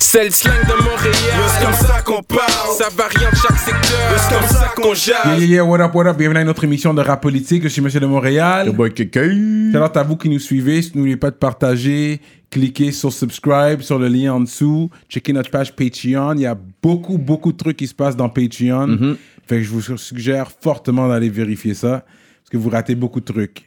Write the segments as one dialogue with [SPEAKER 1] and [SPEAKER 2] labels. [SPEAKER 1] C'est le slang de Montréal. C'est comme ça qu'on parle. Ça varie en chaque secteur. C'est comme ça qu'on
[SPEAKER 2] Yeah,
[SPEAKER 1] jase.
[SPEAKER 2] yeah, yeah, what up, what up? Bienvenue à notre émission de Rap Politique. Je suis Monsieur de Montréal. Alors, à vous qui nous suivez. Si n'oubliez pas de partager, cliquer sur subscribe, sur le lien en dessous. Checker notre page Patreon. Il y a beaucoup, beaucoup de trucs qui se passent dans Patreon. Fait que je vous suggère fortement d'aller vérifier ça parce que vous ratez beaucoup de trucs.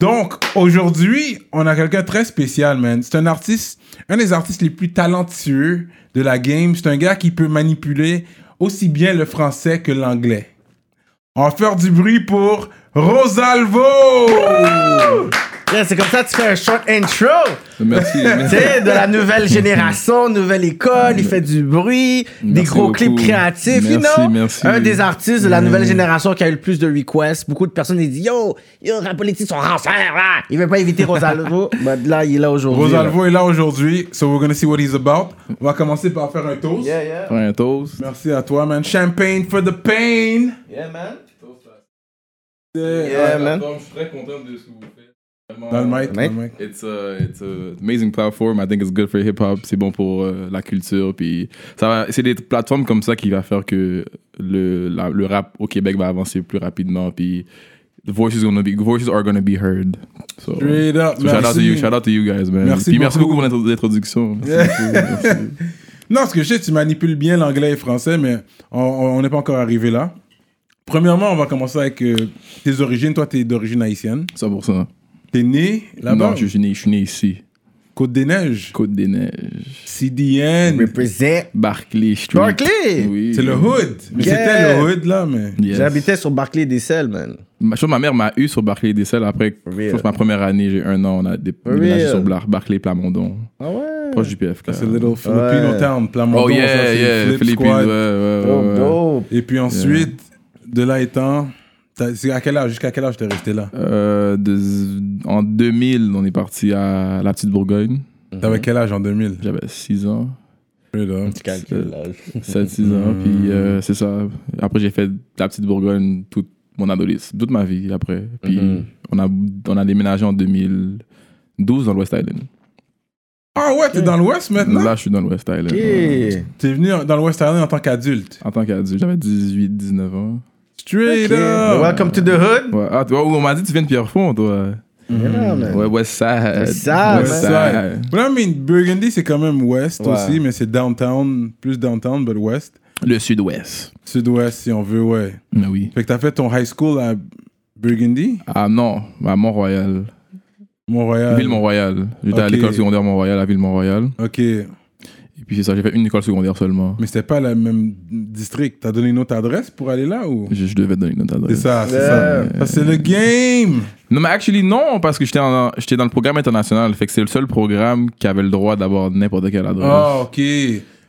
[SPEAKER 2] Donc, aujourd'hui, on a quelqu'un de très spécial, man. C'est un artiste, un des artistes les plus talentueux de la game. C'est un gars qui peut manipuler aussi bien le français que l'anglais. On va faire du bruit pour Rosalvo!
[SPEAKER 3] Yeah, c'est comme ça que tu fais un short intro.
[SPEAKER 4] Merci.
[SPEAKER 3] Tu
[SPEAKER 4] merci.
[SPEAKER 3] sais, de la nouvelle génération, nouvelle école, il fait du bruit, des
[SPEAKER 4] Merci
[SPEAKER 3] gros
[SPEAKER 4] beaucoup.
[SPEAKER 3] clips créatifs. you
[SPEAKER 4] Merci,
[SPEAKER 3] know?
[SPEAKER 4] merci.
[SPEAKER 3] Un des artistes de la nouvelle génération qui a eu le plus de requests. Beaucoup de personnes ils disent Yo, yo, rap politique, son ranceur, là. Il veut pas éviter Rosalvo. But là, il est là aujourd'hui.
[SPEAKER 2] Rosalvo est là aujourd'hui, so we're gonna see what he's about. On va commencer par faire un toast.
[SPEAKER 3] là. Yeah, yeah.
[SPEAKER 4] Prends un toast.
[SPEAKER 2] Merci à toi, man. Champagne for the pain!
[SPEAKER 3] Yeah, man.
[SPEAKER 2] Yeah.
[SPEAKER 3] Yeah, man.
[SPEAKER 4] Je suis très content de ce que vous faites. Vraiment,
[SPEAKER 2] Dans le mic,
[SPEAKER 3] Mec.
[SPEAKER 2] dans le mic.
[SPEAKER 4] It's a, it's a amazing platform. I think it's good for hip hop. C'est bon pour euh, la culture. Puis ça va, c'est des plateformes comme ça qui va faire que le, la- le rap au Québec va avancer plus rapidement. Puis the voices gonna be, voices are gonna be heard. So,
[SPEAKER 2] Straight up,
[SPEAKER 4] so shout out to you,
[SPEAKER 2] merci.
[SPEAKER 4] shout out to you guys, man.
[SPEAKER 2] Merci
[SPEAKER 4] Puis merci
[SPEAKER 2] beaucoup.
[SPEAKER 4] beaucoup pour l'intro- l'introduction. Merci beaucoup, merci.
[SPEAKER 2] Non, parce que je sais, tu manipules bien l'anglais et le français, mais on- on on n'est pas encore arrivé là. Premièrement, on va commencer avec euh, tes origines. Toi, t'es d'origine haïtienne.
[SPEAKER 4] 100%.
[SPEAKER 2] T'es né là-bas,
[SPEAKER 4] Non, je suis né, je suis né ici,
[SPEAKER 2] Côte des Neiges,
[SPEAKER 4] Côte des Neiges,
[SPEAKER 2] CDN.
[SPEAKER 3] Represent.
[SPEAKER 4] Barclay Street.
[SPEAKER 3] Barclay!
[SPEAKER 4] Oui.
[SPEAKER 2] C'est le hood. Mais
[SPEAKER 3] Yeah.
[SPEAKER 2] c'était le hood là, mais.
[SPEAKER 4] Yes.
[SPEAKER 3] J'habitais sur Barclay des Selles, man.
[SPEAKER 4] Ma, je crois que ma mère m'a eu sur Barclay Dessel après
[SPEAKER 3] real.
[SPEAKER 4] je pense, ma première année, j'ai un an, on a dé-
[SPEAKER 3] real.
[SPEAKER 4] déménagé sur Blar- Barclay Plamondon,
[SPEAKER 3] Ah ouais.
[SPEAKER 4] proche du PFK.
[SPEAKER 2] C'est Little Filipino
[SPEAKER 3] Ouais.
[SPEAKER 2] Town, Plamondon.
[SPEAKER 4] Oh
[SPEAKER 2] ça,
[SPEAKER 4] yeah,
[SPEAKER 2] c'est
[SPEAKER 4] yeah,
[SPEAKER 2] Flip
[SPEAKER 4] Philippines,
[SPEAKER 2] Squad.
[SPEAKER 4] ouais, ouais,
[SPEAKER 3] Oh,
[SPEAKER 4] ouais, ouais.
[SPEAKER 3] dope.
[SPEAKER 2] Et puis ensuite, de là étant, t'as- c'est à quel âge, jusqu'à quel âge t'es resté là
[SPEAKER 4] Euh, de- en 2000, on est parti à la petite Bourgogne.
[SPEAKER 3] Mm-hmm.
[SPEAKER 2] T'avais quel âge en 2000
[SPEAKER 4] J'avais 6 ans,
[SPEAKER 2] Straight up.
[SPEAKER 3] Tu calcules, là.
[SPEAKER 4] 7-6 ans,
[SPEAKER 2] Mm.
[SPEAKER 4] puis euh, c'est ça. Après, j'ai fait la petite Bourgogne toute mon adolescence, toute ma vie après. Puis
[SPEAKER 2] Mm-hmm.
[SPEAKER 3] Mhm.
[SPEAKER 4] on, a, on a déménagé en 2012 dans le West Island.
[SPEAKER 2] Ah ouais, t'es dans l'Ouest maintenant
[SPEAKER 4] Là, je suis dans le West Island. ouais.
[SPEAKER 3] Yeah.
[SPEAKER 2] T'es venu en- dans l'Ouest Island en tant qu'adulte.
[SPEAKER 4] En tant qu'adulte, j'avais 18-19 ans.
[SPEAKER 2] Straight
[SPEAKER 3] Yeah.
[SPEAKER 2] up
[SPEAKER 3] Welcome to the hood.
[SPEAKER 4] Ouais, ah, tu vois, on m'a dit tu viens de Pierrefonds, toi.
[SPEAKER 3] Yeah, man.
[SPEAKER 4] Mm. Ouais, West Side.
[SPEAKER 3] West Side,
[SPEAKER 4] West
[SPEAKER 2] Euh, West
[SPEAKER 4] Side.
[SPEAKER 2] Side. Well, I mean, Burgundy, c'est quand même Ouest
[SPEAKER 3] Ouais.
[SPEAKER 2] aussi, mais c'est downtown, plus downtown, but Ouest.
[SPEAKER 4] Le Sud-Ouest.
[SPEAKER 2] Sud-Ouest, si on veut, ouais.
[SPEAKER 4] Mais Mm. Ah oui.
[SPEAKER 2] Fait que t'as fait ton high school à Burgundy,
[SPEAKER 4] Ah non, à Mont-Royal.
[SPEAKER 2] Montréal.
[SPEAKER 4] Ville-Mont-Royal. J'étais à
[SPEAKER 2] Euh, ok.
[SPEAKER 4] l'école secondaire Mont-Royal, à Ville-Mont-Royal.
[SPEAKER 2] Ok, mais
[SPEAKER 4] Et puis c'est ça, j'ai fait une école secondaire seulement.
[SPEAKER 2] c'était pas le même district. T'as donné une autre adresse pour aller là ou
[SPEAKER 4] Je, je devais te donner notre
[SPEAKER 2] C'est
[SPEAKER 4] adresse.
[SPEAKER 2] ça, c'est
[SPEAKER 3] Yeah.
[SPEAKER 2] ça. Ça, c'est le game.
[SPEAKER 4] Non, mais actually, non, parce que j'étais en- j'étais dans le programme international. Fait que c'est le seul programme qui avait le droit d'avoir n'importe quelle adresse.
[SPEAKER 2] Ah, ok.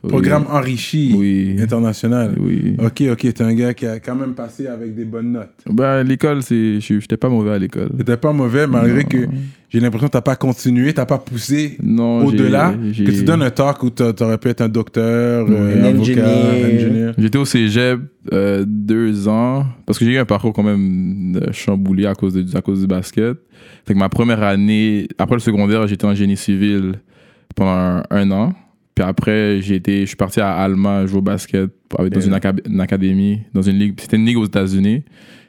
[SPEAKER 2] Programme enrichi.
[SPEAKER 4] Oui.
[SPEAKER 2] International.
[SPEAKER 4] Oui.
[SPEAKER 2] Ok, ok. T'es un gars qui a quand même passé avec des bonnes notes.
[SPEAKER 4] Ben, l'école, c'est. je- J'étais pas mauvais à l'école.
[SPEAKER 2] T'étais pas mauvais, malgré que j'ai l'impression que t'as pas continué, t'as pas poussé
[SPEAKER 4] Non, j'ai-
[SPEAKER 2] au-delà.
[SPEAKER 4] j'ai-
[SPEAKER 2] Que tu donnes un talk où t'a- t'aurais pu être un docteur, euh,
[SPEAKER 3] Un
[SPEAKER 2] avocat,
[SPEAKER 3] engineer.
[SPEAKER 2] engineer.
[SPEAKER 4] J'étais au cégep euh, deux ans parce que j'ai eu un parcours quand même euh, chamboulé à cause, de, à cause du basket. Fait que ma première année, après le secondaire, j'étais en génie civil pendant un, un an. Puis après, j'ai été, je suis parti à Alma jouer au basket avec, dans
[SPEAKER 3] Bien.
[SPEAKER 4] une, aca- une académie, dans une ligue. C'était une ligue aux États-Unis.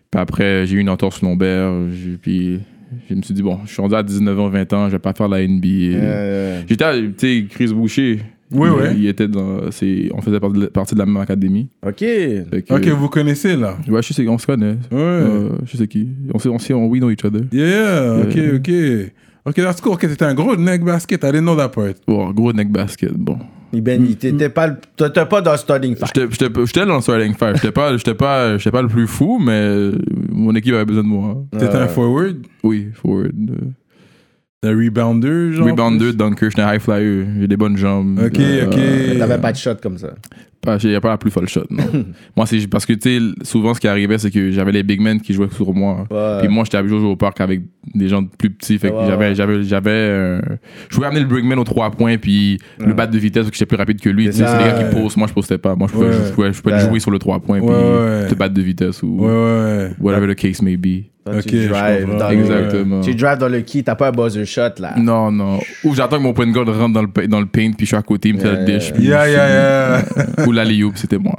[SPEAKER 4] Puis après, j'ai eu une entorse lombaire. j'ai- Puis je me suis dit, bon, je suis rendu à 19 ans, 20 ans, je vais pas faire la NBA.
[SPEAKER 3] Yeah.
[SPEAKER 4] J'étais, à- tu sais, Chris Boucher.
[SPEAKER 2] Oui,
[SPEAKER 4] il,
[SPEAKER 2] oui.
[SPEAKER 4] Il était dans, c'est, on faisait partie de la- partie de la même académie.
[SPEAKER 3] Ok.
[SPEAKER 4] Fait que-
[SPEAKER 2] Ok, vous connaissez là.
[SPEAKER 4] Ouais, je sais, on se connaît.
[SPEAKER 2] Ouais.
[SPEAKER 4] Euh, je sais qui. On sait, on sait, on, we know each other.
[SPEAKER 2] Yeah, ok,
[SPEAKER 4] Euh.
[SPEAKER 2] ok. Ok, that's cool. Ok, t'étais un gros neck basket. I didn't know that part.
[SPEAKER 4] Bon, gros neck basket, bon.
[SPEAKER 3] Eh Ben,
[SPEAKER 4] Mm,
[SPEAKER 3] il t'était pas, le- t'étais pas dans le starting five.
[SPEAKER 4] J'étais- J'étais j'étais dans le starting five. J'étais pas, j'étais pas, j'étais pas le plus fou, mais mon équipe avait besoin de moi.
[SPEAKER 2] T'étais
[SPEAKER 3] Ouais.
[SPEAKER 2] un forward,
[SPEAKER 4] Oui, forward. euh,
[SPEAKER 2] un rebounder, genre.
[SPEAKER 4] Rebounder, dunker, j'étais un high flyer. J'ai des bonnes jambes. Euh,
[SPEAKER 2] Ok, ok.
[SPEAKER 3] T'avais pas de shot comme ça.
[SPEAKER 4] pas, j'ai pas la plus folle shot. non. moi, c'est parce que, tu sais, souvent, ce qui arrivait, c'est que j'avais les big men qui jouaient sur moi.
[SPEAKER 5] Ouais.
[SPEAKER 4] Puis moi, j'étais habitué à jouer au parc avec des gens plus petits. Fait que
[SPEAKER 5] Ouais,
[SPEAKER 4] j'avais,
[SPEAKER 5] ouais.
[SPEAKER 4] j'avais, j'avais, euh, je pouvais amener le big man aux trois points, puis le bat de vitesse, parce que j'étais plus rapide que lui. Tu sais, c'est les gars
[SPEAKER 2] Ouais.
[SPEAKER 4] qui posent. Moi, je postais pas. Moi, je pouvais,
[SPEAKER 2] Ouais.
[SPEAKER 4] je pouvais, je pouvais
[SPEAKER 5] Ouais.
[SPEAKER 4] jouer sur le trois points,
[SPEAKER 2] Ouais,
[SPEAKER 4] puis
[SPEAKER 2] ouais.
[SPEAKER 4] te battre de vitesse ou
[SPEAKER 2] Ouais, Ah, ouais.
[SPEAKER 4] whatever the case may be.
[SPEAKER 5] Toi,
[SPEAKER 2] Ok,
[SPEAKER 5] tu
[SPEAKER 2] je
[SPEAKER 5] drives
[SPEAKER 2] comprends.
[SPEAKER 5] dans le-
[SPEAKER 4] Exactement.
[SPEAKER 5] Tu drives dans le key, t'as pas un buzzer shot là.
[SPEAKER 4] Non, non. Ou j'attends que mon point de guard rentre dans le, pa- dans le paint, puis je suis à côté, il me fait
[SPEAKER 5] Yeah,
[SPEAKER 4] le dish. puis
[SPEAKER 2] Yeah,
[SPEAKER 4] je
[SPEAKER 2] yeah, yeah.
[SPEAKER 4] finis. Ou la layup, c'était moi.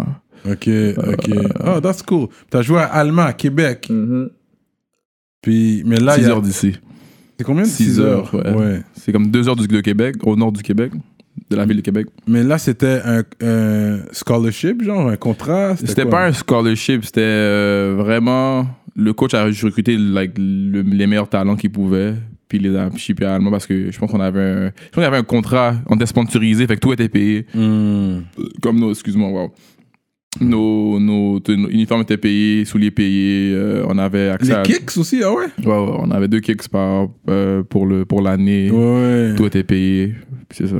[SPEAKER 2] Ok, ok. Oh, that's cool. T'as joué à Alma, à Québec.
[SPEAKER 5] Mm-hmm.
[SPEAKER 2] Puis, mais là,
[SPEAKER 4] 6
[SPEAKER 2] il y a-
[SPEAKER 4] Mm. heures d'ici.
[SPEAKER 2] c'est combien de
[SPEAKER 4] Six
[SPEAKER 2] 6 heures?
[SPEAKER 4] heures, ouais. C'est comme 2 heures du, de Québec, au nord du Québec, de la ville de Québec.
[SPEAKER 2] Mais là, c'était un, un scholarship, genre un contrat.
[SPEAKER 4] C'était
[SPEAKER 2] quoi?
[SPEAKER 4] pas un scholarship, c'était euh, vraiment. Le coach a recruté like, le- les meilleurs talents qu'il pouvait, puis il les a shippés à Allemand parce que je pense qu'on avait un, je pense qu'on avait un contrat, on était sponsorisé, fait que tout était payé.
[SPEAKER 2] Hmm.
[SPEAKER 4] Mm. Comme nos, excuse-moi, wow. Nos, nos, te- nos uniformes étaient payés, souliers payés, euh, on avait accès
[SPEAKER 2] Les
[SPEAKER 4] à-
[SPEAKER 2] kicks aussi, ah ouais?
[SPEAKER 4] Ouais, ouais, on avait deux kicks par, euh, pour le- pour l'année.
[SPEAKER 2] Ouais.
[SPEAKER 4] Tout était payé. puis C'est ça.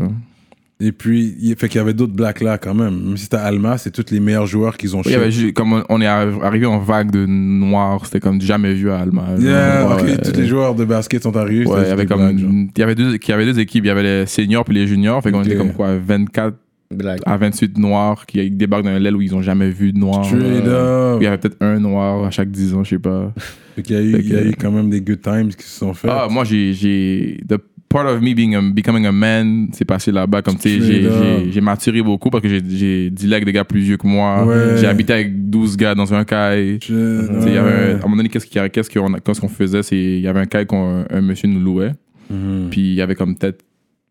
[SPEAKER 2] Et puis, il fait qu'il y avait d'autres blacks là quand même. Même si c'était Alma, c'est tous les meilleurs joueurs qu'ils ont
[SPEAKER 4] Il y
[SPEAKER 2] chez-
[SPEAKER 4] avait ju- comme on- on est arri- arrivé en vague de noirs, c'était comme du jamais vu à Allemagne.
[SPEAKER 2] Yeah, ok,
[SPEAKER 4] Ouais,
[SPEAKER 2] tous les joueurs de basket sont arrivés.
[SPEAKER 4] ouais,
[SPEAKER 2] c'était
[SPEAKER 4] il y avait
[SPEAKER 2] des
[SPEAKER 4] comme
[SPEAKER 2] blacks, genre.
[SPEAKER 4] il y avait deux il y avait deux équipes, il y avait les seniors puis les juniors, fait qu'on
[SPEAKER 2] Ok.
[SPEAKER 4] était comme quoi 24
[SPEAKER 5] Black.
[SPEAKER 4] à 28 noirs qui débarquent dans un l'aile où ils ont jamais vu de noir.
[SPEAKER 2] Straight
[SPEAKER 4] Euh,
[SPEAKER 2] up.
[SPEAKER 4] Il y avait peut-être un noir à chaque 10 ans, je sais pas.
[SPEAKER 2] Fait qu'il y a eu-
[SPEAKER 4] Fait
[SPEAKER 2] il y a
[SPEAKER 4] que-
[SPEAKER 2] eu quand même des good times qui se sont faits.
[SPEAKER 4] Ah, moi j'ai j'ai the part of me being a- becoming a man, c'est passé là-bas comme tu sais, j'ai-
[SPEAKER 2] Straight up.
[SPEAKER 4] j'ai j'ai maturé beaucoup parce que j'ai j'ai dealé avec des gars plus vieux que moi.
[SPEAKER 2] Ouais.
[SPEAKER 4] J'ai habité avec 12 gars dans un caille.
[SPEAKER 2] Je- ouais.
[SPEAKER 4] Tu sais, il y avait un- à un moment donné, qu'est-ce qu'on qu'est-ce qu'on qu'est-ce qu'on faisait, c'est il y avait un caille qu'un un monsieur nous louait,
[SPEAKER 2] Mhm.
[SPEAKER 4] puis il y avait comme peut-être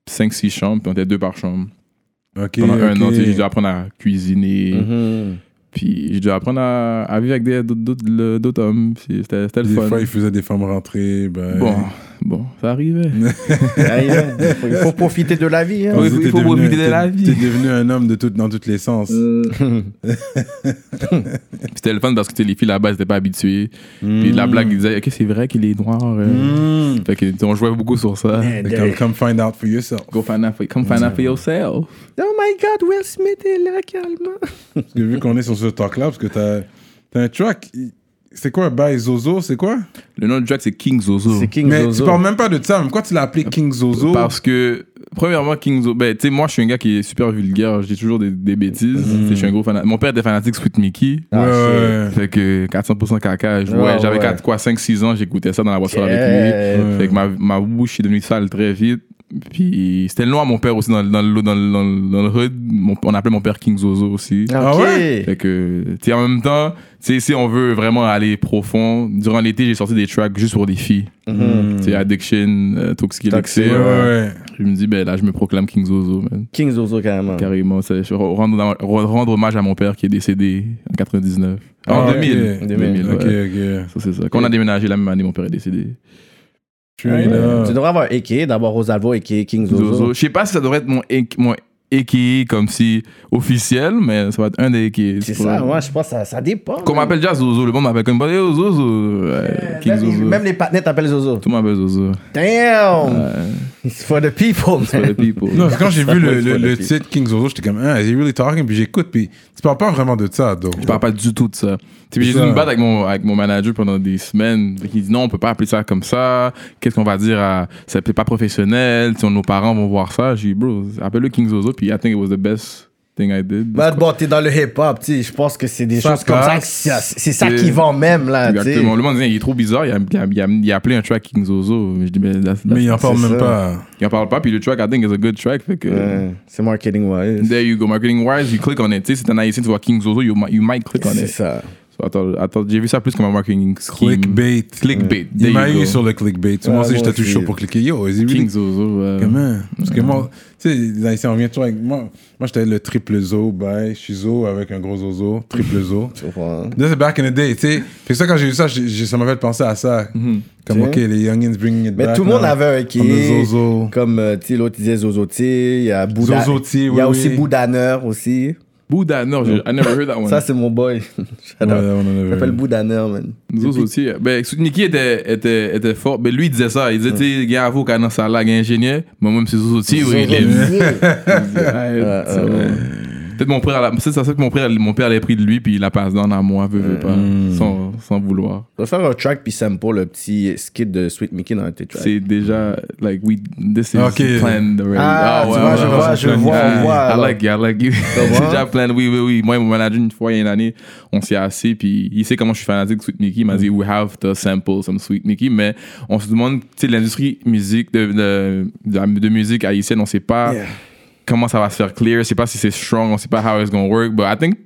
[SPEAKER 4] 5-6 chambres, puis on était deux par chambre.
[SPEAKER 2] Ok,
[SPEAKER 4] Pendant un
[SPEAKER 2] ok.
[SPEAKER 4] an, tu sais, j'ai ah, dû apprendre à cuisiner,
[SPEAKER 5] Mhm.
[SPEAKER 4] puis j'ai dû apprendre à, à vivre avec des- d'autres- d'autres le- d'autres hommes, puis c'était c'était le
[SPEAKER 2] Des
[SPEAKER 4] fun.
[SPEAKER 2] fois, ils faisaient des femmes rentrer. Ben...
[SPEAKER 4] Bon, bon, ça arrivait.
[SPEAKER 5] Arrivé. Il faut- il faut profiter de la vie. hein.
[SPEAKER 2] Quand
[SPEAKER 4] Oui,
[SPEAKER 2] t'es
[SPEAKER 4] oui, il faut
[SPEAKER 2] devenu-
[SPEAKER 4] profiter de
[SPEAKER 2] t'es-
[SPEAKER 4] la vie.
[SPEAKER 2] T'es devenu un homme de tout, dans tous les sens.
[SPEAKER 4] Mm. Puis c'était le fun parce que tu sais, les filles là-bas, elles étaient pas habituées. Puis la blague, ils disaient, OK, c'est vrai qu'il est noir. euh.
[SPEAKER 2] Mm.
[SPEAKER 4] Fait que, tu sais, on jouait beaucoup sur ça.
[SPEAKER 2] Fait que, Come, find out for yourself.
[SPEAKER 4] Go find out for, come find out for yourself.
[SPEAKER 5] Oh my god, Will Smith est là, calme.
[SPEAKER 2] Parce que vu qu'on est sur ce talk-là, parce que t'as t'as un track. il- C'est quoi, Bye Zozo, c'est quoi?
[SPEAKER 4] Le nom du track, c'est King Zozo.
[SPEAKER 5] C'est King
[SPEAKER 2] Mais
[SPEAKER 5] Zozo.
[SPEAKER 2] tu parles même pas de ça. Mais pourquoi tu l'as appelé King Zozo?
[SPEAKER 4] Parce que, premièrement, King Zozo, ben, tu sais, moi, je suis un gars qui est super vulgaire. J'ai toujours des, des bêtises. Tu sais, Je suis un gros fanatique. Mon père était fanatique Sweet Mickey.
[SPEAKER 2] Ouais,
[SPEAKER 5] Ah, shit.
[SPEAKER 2] ouais.
[SPEAKER 4] Fait que 400% caca, je-
[SPEAKER 5] Ouais,
[SPEAKER 4] ouais, j'avais
[SPEAKER 5] ouais.
[SPEAKER 4] quatre, quoi, 5-6 ans, j'écoutais ça dans la voiture
[SPEAKER 5] Yeah.
[SPEAKER 4] avec lui. Fait que ma, ma bouche est devenue sale très vite. Puis c'était le nom à mon père aussi dans, le- dans, le, dans, le- dans le- dans le hood. Mon- on appelait mon père King Zozo aussi.
[SPEAKER 2] Ah
[SPEAKER 5] Ok.
[SPEAKER 2] ouais?
[SPEAKER 4] Fait que, tu sais, en même temps, tu sais, si on veut vraiment aller profond, durant l'été, j'ai sorti des tracks juste pour des filles.
[SPEAKER 5] Mm-hmm.
[SPEAKER 4] Tu sais, Addiction, euh, Toxic
[SPEAKER 5] Hmm. Toxic,
[SPEAKER 4] Elixir.
[SPEAKER 2] Ouais, ouais.
[SPEAKER 4] Je me dis, ben là, je me proclame King Zozo, man.
[SPEAKER 5] King Zozo, carrément.
[SPEAKER 4] Carrément, c'est- je re- rendre, re- rendre hommage à mon père qui est décédé en 99. en
[SPEAKER 2] Ah,
[SPEAKER 4] 2000.
[SPEAKER 5] ok.
[SPEAKER 4] 2000,
[SPEAKER 2] Ok,
[SPEAKER 4] ouais.
[SPEAKER 2] ok.
[SPEAKER 4] Ça, c'est ça. Quand on a déménagé la même année, mon père est décédé.
[SPEAKER 2] Straight
[SPEAKER 5] Tu
[SPEAKER 2] up.
[SPEAKER 5] devrais avoir a.k.a. d'avoir Rosalvo a.k.a. King Zozo.
[SPEAKER 4] Zozo. Je sais pas si ça devrait être mon, ek- mon AKA comme si officiel, mais ça va être un des AKA.
[SPEAKER 5] C'est ça, moi, je pense que ça, ça dépend.
[SPEAKER 4] Qu'on
[SPEAKER 5] man.
[SPEAKER 4] m'appelle déjà Zozo. Le monde m'appelle comme Hey, yo, Zozo. Ouais, King
[SPEAKER 5] même,
[SPEAKER 4] Zozo.
[SPEAKER 5] même les partenaires t'appellent Zozo.
[SPEAKER 4] Tout le monde m'appelle Zozo.
[SPEAKER 5] Damn! It's for the people,
[SPEAKER 4] For the
[SPEAKER 5] man.
[SPEAKER 4] people.
[SPEAKER 2] Non, parce que quand j'ai vu le,
[SPEAKER 5] Ouais,
[SPEAKER 2] le,
[SPEAKER 5] ouais,
[SPEAKER 2] le
[SPEAKER 5] ouais.
[SPEAKER 2] titre King Zozo, j'étais comme, ah, is he really talking? Puis j'écoute, puis tu parles pas vraiment de ça, donc.
[SPEAKER 4] Je parle pas du tout de ça. Tu sais, J'ai dû
[SPEAKER 2] C'est ça.
[SPEAKER 4] me battre avec mon, avec mon manager pendant des semaines. Il dit non, on peut pas appeler ça comme ça. Qu'est-ce qu'on va dire à. C'est pas professionnel. Tu sais, nos parents vont voir ça. J'ai dit, bro, appelle-le King Zozo. Puis I think it was the best thing I did.
[SPEAKER 2] Bah,
[SPEAKER 5] Man, bon, t'es dans le hip-hop, tu sais, je pense que c'est des
[SPEAKER 2] Ça
[SPEAKER 5] choses comme ça,
[SPEAKER 2] passe.
[SPEAKER 5] que ça- c'est ça
[SPEAKER 4] C'est-
[SPEAKER 5] qui vend même, là, tu sais.
[SPEAKER 4] Exactement. Le monde disait, il est trop bizarre. Il a, il a- il a- il a appelé un track King Zozo. Mais je dis, mais that's- that's-
[SPEAKER 2] Mais il en parle
[SPEAKER 5] C'est
[SPEAKER 2] même
[SPEAKER 5] ça.
[SPEAKER 2] pas.
[SPEAKER 4] il en parle pas. Puis le track, I think, is a good track. Fait que.
[SPEAKER 5] Ouais, C'est marketing-wise.
[SPEAKER 4] There you go, marketing wise, you click on it. Tu sais, c'est un haïtien, tu vois King Zozo, you, mi- you might click on
[SPEAKER 5] C'est
[SPEAKER 4] it.
[SPEAKER 5] ça.
[SPEAKER 4] So, attends, attends, j'ai vu ça plus comme un marketing scheme.
[SPEAKER 2] Clickbait.
[SPEAKER 4] Clickbait.
[SPEAKER 2] Il
[SPEAKER 4] There
[SPEAKER 2] m'a
[SPEAKER 4] you
[SPEAKER 2] eu
[SPEAKER 4] go.
[SPEAKER 2] sur le clickbait. Tout le
[SPEAKER 5] Ah,
[SPEAKER 2] monde sait que
[SPEAKER 5] moi
[SPEAKER 2] j'étais tout
[SPEAKER 5] aussi.
[SPEAKER 2] chaud pour cliquer. Yo, is he really
[SPEAKER 4] King Zozo. ouais.
[SPEAKER 2] Comment? Parce que moi, tu sais, les Haïtiens, on vient toujours avec moi. Moi, j'étais le triple zo, bye. Je suis zo avec un gros zozo, triple zo.
[SPEAKER 5] Tu comprends?
[SPEAKER 2] This is back in the day, tu sais. Fait que ça, quand j'ai vu ça, j'ai- j'ai- ça m'a fait penser à ça.
[SPEAKER 4] Mm-hmm.
[SPEAKER 2] Comme,
[SPEAKER 5] Ok.
[SPEAKER 2] OK, les youngins bringing it
[SPEAKER 5] Mais
[SPEAKER 2] back.
[SPEAKER 5] tout le monde
[SPEAKER 2] now.
[SPEAKER 5] avait un
[SPEAKER 2] On a
[SPEAKER 5] qui
[SPEAKER 2] zozo.
[SPEAKER 5] Comme, euh, tu sais, l'autre disait Zozotier, il y a Bouda...
[SPEAKER 2] Zozotier,
[SPEAKER 5] Il y a
[SPEAKER 2] oui,
[SPEAKER 5] aussi
[SPEAKER 2] oui.
[SPEAKER 5] Boudaner aussi.
[SPEAKER 4] Boudaneur, j'ai- I never heard that one.
[SPEAKER 5] Ça, c'est mon boy.
[SPEAKER 2] Ouais,
[SPEAKER 5] J'adore.
[SPEAKER 2] on en avait.
[SPEAKER 5] Il s'appelle Boudaner, man.
[SPEAKER 4] Zouz aussi. Ben, Sweet Mickey était, était, était fort. Ben, lui, il disait ça. Il disait, tu sais, il y a un avocat dans sa lague ingénieur. Mais moi, même c'est Zouz aussi. oui, il est-
[SPEAKER 5] Zozotier.
[SPEAKER 4] Ouais,
[SPEAKER 5] ouais,
[SPEAKER 4] c'est vrai. Peut-être mon frère, c'est ça que mon frère, mon père l'a pris de lui, puis il la passe dans à moi, veut, veut pas,
[SPEAKER 5] Mm.
[SPEAKER 4] sans, sans vouloir.
[SPEAKER 5] On va faire un track puis sample le petit skit de Sweet Mickey dans tes tracks.
[SPEAKER 4] C'est déjà, like, we, this is
[SPEAKER 2] Ok.
[SPEAKER 4] planned already.
[SPEAKER 5] Ah, tu vois, je vois, je
[SPEAKER 4] planned.
[SPEAKER 5] vois, on
[SPEAKER 4] Ah,
[SPEAKER 5] voit,
[SPEAKER 4] I
[SPEAKER 5] alors.
[SPEAKER 4] like you, I like you.
[SPEAKER 5] vois?
[SPEAKER 4] C'est déjà planned, oui, oui, oui. Moi, et mon manager, une fois, il y a une année, on s'est assis, puis il sait comment je suis fanatique de Sweet Mickey. Il m'a
[SPEAKER 5] Mm.
[SPEAKER 4] dit, we have to sample some Sweet Mickey, mais on se demande, tu sais, l'industrie musique, de, de, de, la- de musique haïtienne, on sait pas
[SPEAKER 5] Yeah.
[SPEAKER 4] comment ça va se faire clear, on sait pas si c'est strong, on sait pas how it's gonna work, but I think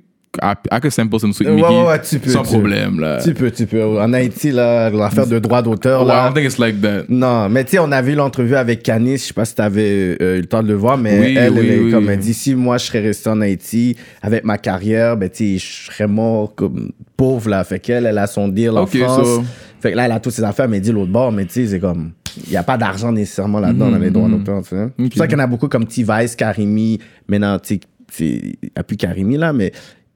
[SPEAKER 4] I, I could sample some Sweet
[SPEAKER 5] Ouais,
[SPEAKER 4] Mickey
[SPEAKER 5] ouais, ouais, tu peux,
[SPEAKER 4] sans
[SPEAKER 5] tu-
[SPEAKER 4] problème, là.
[SPEAKER 5] Tu peux, tu peux. En Haïti, là, l'affaire de droit d'auteur,
[SPEAKER 4] Well, I
[SPEAKER 5] là.
[SPEAKER 4] don't think it's like that.
[SPEAKER 5] Non, mais tu sais, on a vu l'entrevue avec Canis, je sais pas si t'avais euh, eu le temps de le voir, mais
[SPEAKER 4] Oui,
[SPEAKER 5] elle,
[SPEAKER 4] oui,
[SPEAKER 5] elle, est
[SPEAKER 4] oui.
[SPEAKER 5] comme elle dit, si moi je serais resté en Haïti avec ma carrière, ben tu sais, je serais mort comme pauvre là. Fait qu'elle, elle a son deal
[SPEAKER 4] Ok,
[SPEAKER 5] en France.
[SPEAKER 4] so-
[SPEAKER 5] Fait que là, elle a toutes ses affaires, mais elle dit l'autre bord, mais tu sais, c'est comme, il y a pas d'argent nécessairement là-dedans dans les droits
[SPEAKER 4] Mhm,
[SPEAKER 5] d'auteur, tu sais. C'est pour ça qu'il y en a beaucoup comme T-Vice, Karimi, maintenant, tu sais, c'est- il n'y a plus Karimi là, mais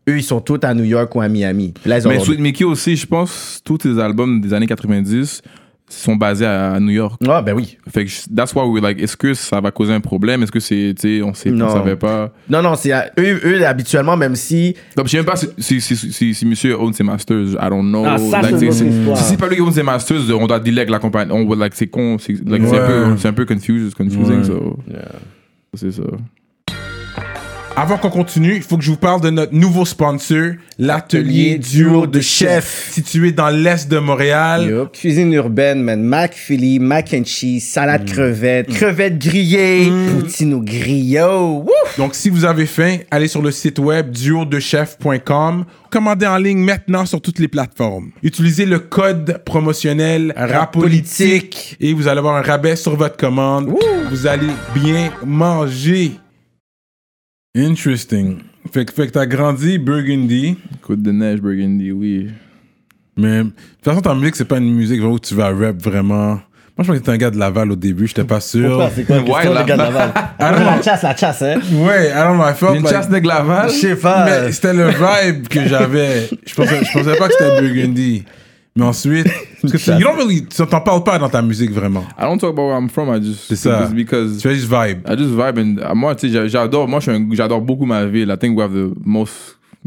[SPEAKER 5] eux, ils sont tous à New York ou à Miami. Puis là, ils ont
[SPEAKER 4] Mais
[SPEAKER 5] leur-
[SPEAKER 4] Sweet Mickey aussi, je pense, tous tes albums des années 90 sont basés à New York.
[SPEAKER 5] Ah, ben oui.
[SPEAKER 2] Mm.
[SPEAKER 4] Fait que je- that's why we're like, est-ce que ça va causer un problème? Est-ce que c'est, tu sais, on sait,
[SPEAKER 5] Non.
[SPEAKER 4] on savait pas.
[SPEAKER 5] Non, non, c'est à- eux, eux, habituellement, même si
[SPEAKER 4] Donc, je sais même pas si, si, si, si- si monsieur own ses masters. I don't know.
[SPEAKER 3] Ah, ça,
[SPEAKER 4] Like,
[SPEAKER 3] c'est
[SPEAKER 4] c'est-
[SPEAKER 3] une
[SPEAKER 4] c'est-
[SPEAKER 3] autre histoire.
[SPEAKER 4] si c'est pas lui qui own ses masters, on doit dealer avec la compagnie. On would, like, c'est con. C'est like, c'est un
[SPEAKER 2] Ouais.
[SPEAKER 4] peu, c'est un peu confuse- confusing,
[SPEAKER 2] Ouais.
[SPEAKER 4] so. C'est ça.
[SPEAKER 2] Avant qu'on continue, il faut que je vous parle de notre nouveau sponsor, l'atelier Duo de Chef, situé dans l'est de Montréal.
[SPEAKER 5] Yup.
[SPEAKER 3] Cuisine urbaine, man. Mac Philly, mac and cheese,
[SPEAKER 5] Mm.
[SPEAKER 3] salade crevette, crevette grillée, poutine au griot. Wouf!
[SPEAKER 2] Donc, si vous avez faim, allez sur le site web duodechef.com. Commandez en ligne maintenant sur toutes les plateformes. Utilisez le code promotionnel RAPOLITIQUE et vous allez avoir un rabais sur votre commande. Vous allez bien manger. Interesting. Fait que, fait que t'as grandi Burgundy,
[SPEAKER 4] Côte de neige, Burgundy, oui.
[SPEAKER 2] mais de toute façon, ta musique, c'est pas une musique où tu vas rap vraiment. Moi, je pense que t'es un gars de Laval au début, j'étais pas sûr.
[SPEAKER 5] c'est quoi
[SPEAKER 4] Ouais, là.
[SPEAKER 5] Ah,
[SPEAKER 2] Arrête.
[SPEAKER 3] la chasse, la chasse, hein?
[SPEAKER 2] Ouais, I don't know, I felt
[SPEAKER 4] Une
[SPEAKER 2] like-
[SPEAKER 4] chasse de Laval?
[SPEAKER 5] Je sais pas.
[SPEAKER 2] Mais c'était le vibe que j'avais. Je pensais, je pensais pas que c'était Burgundy. Mais ensuite, parce que tu, you don't really, tu t'en parles pas dans ta musique vraiment.
[SPEAKER 4] I don't talk about where I'm from, I just.
[SPEAKER 2] C'est ça.
[SPEAKER 4] Because.
[SPEAKER 2] Tu fais juste vibe.
[SPEAKER 4] I just vibe and uh, moi, tu sais, j'a- j'adore, moi, je suis un- j'adore beaucoup ma ville. I think we have the most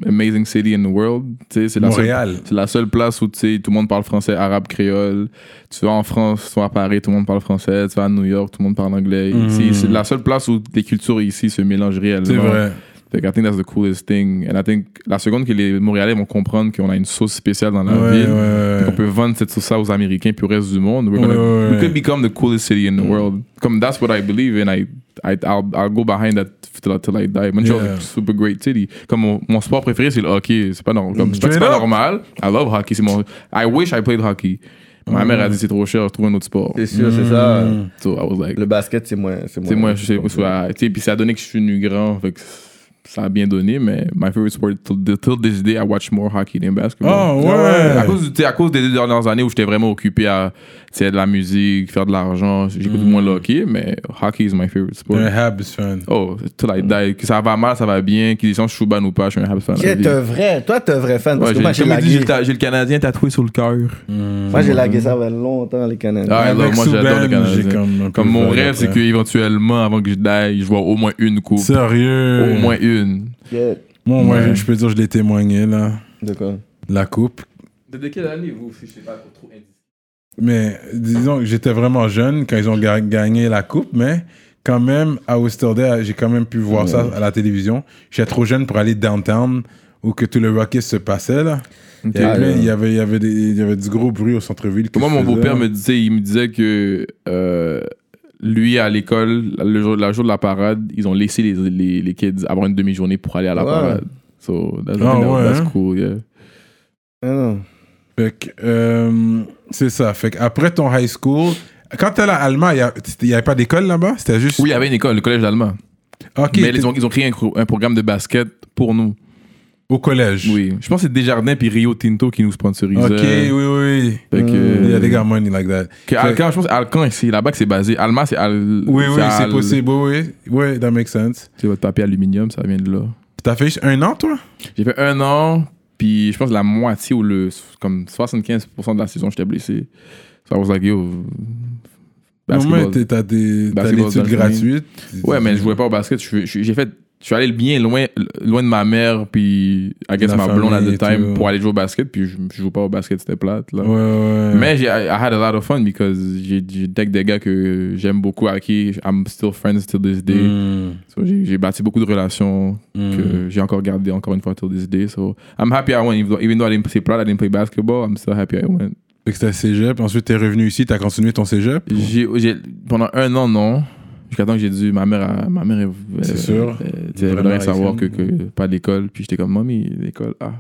[SPEAKER 4] amazing city in the world. Tu sais, c'est la
[SPEAKER 2] Montréal.
[SPEAKER 4] Seule, c'est la seule place où, tu sais, tout le monde parle français, arabe, créole. Tu vas en France, tu vas à Paris, tout le monde parle français. Tu vas à New York, tout le monde parle anglais. Ici, c'est la seule place où les cultures ici se mélangent réellement.
[SPEAKER 2] Mm. C'est vrai.
[SPEAKER 4] Fait que I think that's the coolest thing. And I think la seconde que les Montréalais vont comprendre qu'on a une sauce spéciale dans la
[SPEAKER 2] Ouais,
[SPEAKER 4] ville,
[SPEAKER 2] ouais, ouais.
[SPEAKER 4] qu'on peut vendre cette sauce-là aux Américains puis au reste du monde, we're
[SPEAKER 2] Ouais,
[SPEAKER 4] gonna,
[SPEAKER 2] ouais, ouais.
[SPEAKER 4] we could become the coolest city in
[SPEAKER 2] Mm.
[SPEAKER 4] the world. Comme that's what I believe in. I, I, I'll, I'll go behind that till, till I die. Montreal
[SPEAKER 2] Yeah.
[SPEAKER 4] is a super great city. Comme mon, mon sport préféré, c'est le hockey. C'est pas, norm- comme, c'est pas, c'est
[SPEAKER 2] Straight
[SPEAKER 4] pas
[SPEAKER 2] up.
[SPEAKER 4] normal. I love hockey. C'est mon, I wish I played hockey. Ma
[SPEAKER 2] Mm.
[SPEAKER 4] mère a dit c'est trop cher, trouve un autre sport.
[SPEAKER 5] C'est sûr, c'est ça.
[SPEAKER 4] So I was like,
[SPEAKER 5] Mm. Le basket, c'est moins. C'est
[SPEAKER 4] tu sais, moi,
[SPEAKER 5] moins.
[SPEAKER 4] je sais pas, soit- tu sais, puis ça a donné que je suis nu grand, fait que ça a bien donné, mais my favorite sport till, till this day, I watch more hockey than basketball.
[SPEAKER 2] Oh, ouais.
[SPEAKER 4] À cause, du- tu sais, à cause des deux dernières années où j'étais vraiment occupé à tu sais, de la musique, faire de l'argent, j'écoute
[SPEAKER 2] Mm.
[SPEAKER 4] moins le hockey, mais hockey is my favorite sport.
[SPEAKER 2] T'es un Habs fan.
[SPEAKER 4] Oh, till I die. Que ça va mal, ça va bien, qu'ils sont chouban ou pas, je suis un Habs fan. à la
[SPEAKER 5] T'es
[SPEAKER 4] vie.
[SPEAKER 5] un vrai. Toi, t'es un vrai fan.
[SPEAKER 4] Ouais,
[SPEAKER 5] Parce que
[SPEAKER 4] j'ai-
[SPEAKER 5] moi, j'ai
[SPEAKER 4] comme il dit,
[SPEAKER 5] lagué.
[SPEAKER 4] j'ai le ta- j'ai le Canadien tatoué sur le cœur.
[SPEAKER 5] Moi, j'ai lagué ça fait longtemps, les Canadiens.
[SPEAKER 4] Ah,
[SPEAKER 2] Avec
[SPEAKER 4] là, moi, j'adore
[SPEAKER 2] Subban,
[SPEAKER 4] le Canadien.
[SPEAKER 2] j'ai comme un
[SPEAKER 4] Comme,
[SPEAKER 2] peu
[SPEAKER 4] mon
[SPEAKER 2] peur
[SPEAKER 4] rêve, c'est
[SPEAKER 2] après.
[SPEAKER 4] qu'éventuellement, avant que je die, je vois au moins une coupe.
[SPEAKER 2] Sérieux.
[SPEAKER 4] Au moins une.
[SPEAKER 5] Yeah.
[SPEAKER 2] Moi, moi, je- je peux dire, je l'ai témoigné, là.
[SPEAKER 5] De quoi
[SPEAKER 2] La coupe.
[SPEAKER 4] De quelle année vous, si je sais pas, trop
[SPEAKER 2] Mais disons que j'étais vraiment jeune quand ils ont ga- gagné la coupe, mais quand même, à Westerday, j'ai quand même pu voir ça à la télévision. J'étais trop jeune pour aller downtown où que tout le Rocket se passait, là. Il, y avait, plein- il, y avait, il, y avait des- il y avait du gros bruit au centre-ville. que
[SPEAKER 4] Moi,
[SPEAKER 2] je
[SPEAKER 4] Ah, mon
[SPEAKER 2] faisais,
[SPEAKER 4] beau-père
[SPEAKER 2] là.
[SPEAKER 4] me disait, il me disait que euh, lui, à l'école, le jour, la jour de la parade, ils ont laissé les, les, les kids avoir une demi-journée pour aller à la
[SPEAKER 5] Ouais.
[SPEAKER 4] parade. So, that's,
[SPEAKER 2] Ah, ouais,
[SPEAKER 4] that's
[SPEAKER 2] hein?
[SPEAKER 4] cool, yeah.
[SPEAKER 5] Ah non.
[SPEAKER 2] Fait que, euh, c'est ça. Fait que après ton high school, quand t'es allé à Alma, il y a- il n'y avait pas d'école là-bas? C'était juste...
[SPEAKER 4] Oui, il y avait une école, le collège allemand.
[SPEAKER 2] Ok,
[SPEAKER 4] Mais
[SPEAKER 2] t'es-
[SPEAKER 4] ils ont, ils ont créé un, cro- un programme de basket pour nous.
[SPEAKER 2] au collège.
[SPEAKER 4] Oui. Je pense que c'est Desjardins puis Rio Tinto qui nous sponsorisaient.
[SPEAKER 2] Ok, oui, oui,
[SPEAKER 4] Fait que,
[SPEAKER 2] oui. Il y a des gars money like that.
[SPEAKER 4] Euh, que
[SPEAKER 2] Fait-
[SPEAKER 4] Alcan, je pense que Alcan, c'est là-bas que c'est basé. Alma, c'est Al.
[SPEAKER 2] Oui, oui, c'est
[SPEAKER 4] Al-
[SPEAKER 2] possible. Oui, oui. oui, that makes sense.
[SPEAKER 4] C'est votre papier aluminium, ça vient de là.
[SPEAKER 2] T'as fait juste un an, toi?
[SPEAKER 4] J'ai fait un an, puis je pense la moitié ou le comme 75% de la saison, j'étais blessé. So I was like, yo,
[SPEAKER 2] Au moins,
[SPEAKER 4] basketball.
[SPEAKER 2] t'es- t'as des t'as
[SPEAKER 4] Basketball
[SPEAKER 2] l'étude
[SPEAKER 4] dans le
[SPEAKER 2] gratuite.
[SPEAKER 4] Ouais, mais je jouais pas au basket. Je- je- J'ai fait je suis allé bien loin, loin de ma mère, puis I guess
[SPEAKER 2] La
[SPEAKER 4] ma blonde at
[SPEAKER 2] famille et
[SPEAKER 4] the time
[SPEAKER 2] tout.
[SPEAKER 4] pour aller jouer au basket, puis je, je joue pas au basket, c'était plate. Là.
[SPEAKER 2] Ouais, ouais.
[SPEAKER 4] Mais j'ai I had a lot of fun because j'ai j'ai deck des gars que j'aime beaucoup, avec qui I'm still friends to this day.
[SPEAKER 2] Mm.
[SPEAKER 4] So, j'ai j'ai bâti beaucoup de relations
[SPEAKER 2] hmm. Mm-hmm.
[SPEAKER 4] que j'ai encore gardées encore une fois till this day. So I'm happy I went. Even though- Even though I didn't play, plate, I didn't play basketball, I'm still happy I went.
[SPEAKER 2] Fait que c'était à cégep. Ensuite, t'es revenu ici, t'as continué ton cégep.
[SPEAKER 4] J'ai, j'ai- pendant un an, non. Jusqu'à temps que j'ai dû. Ma mère, a- ma mère elle-
[SPEAKER 2] C'est
[SPEAKER 4] elle-
[SPEAKER 2] sûr.
[SPEAKER 4] elle- tu sais, Elle
[SPEAKER 2] Vraiment
[SPEAKER 4] voulait rien savoir que,
[SPEAKER 2] haïtienne.
[SPEAKER 4] que pas d'école. Puis j'étais comme, mamie, l'école, ah.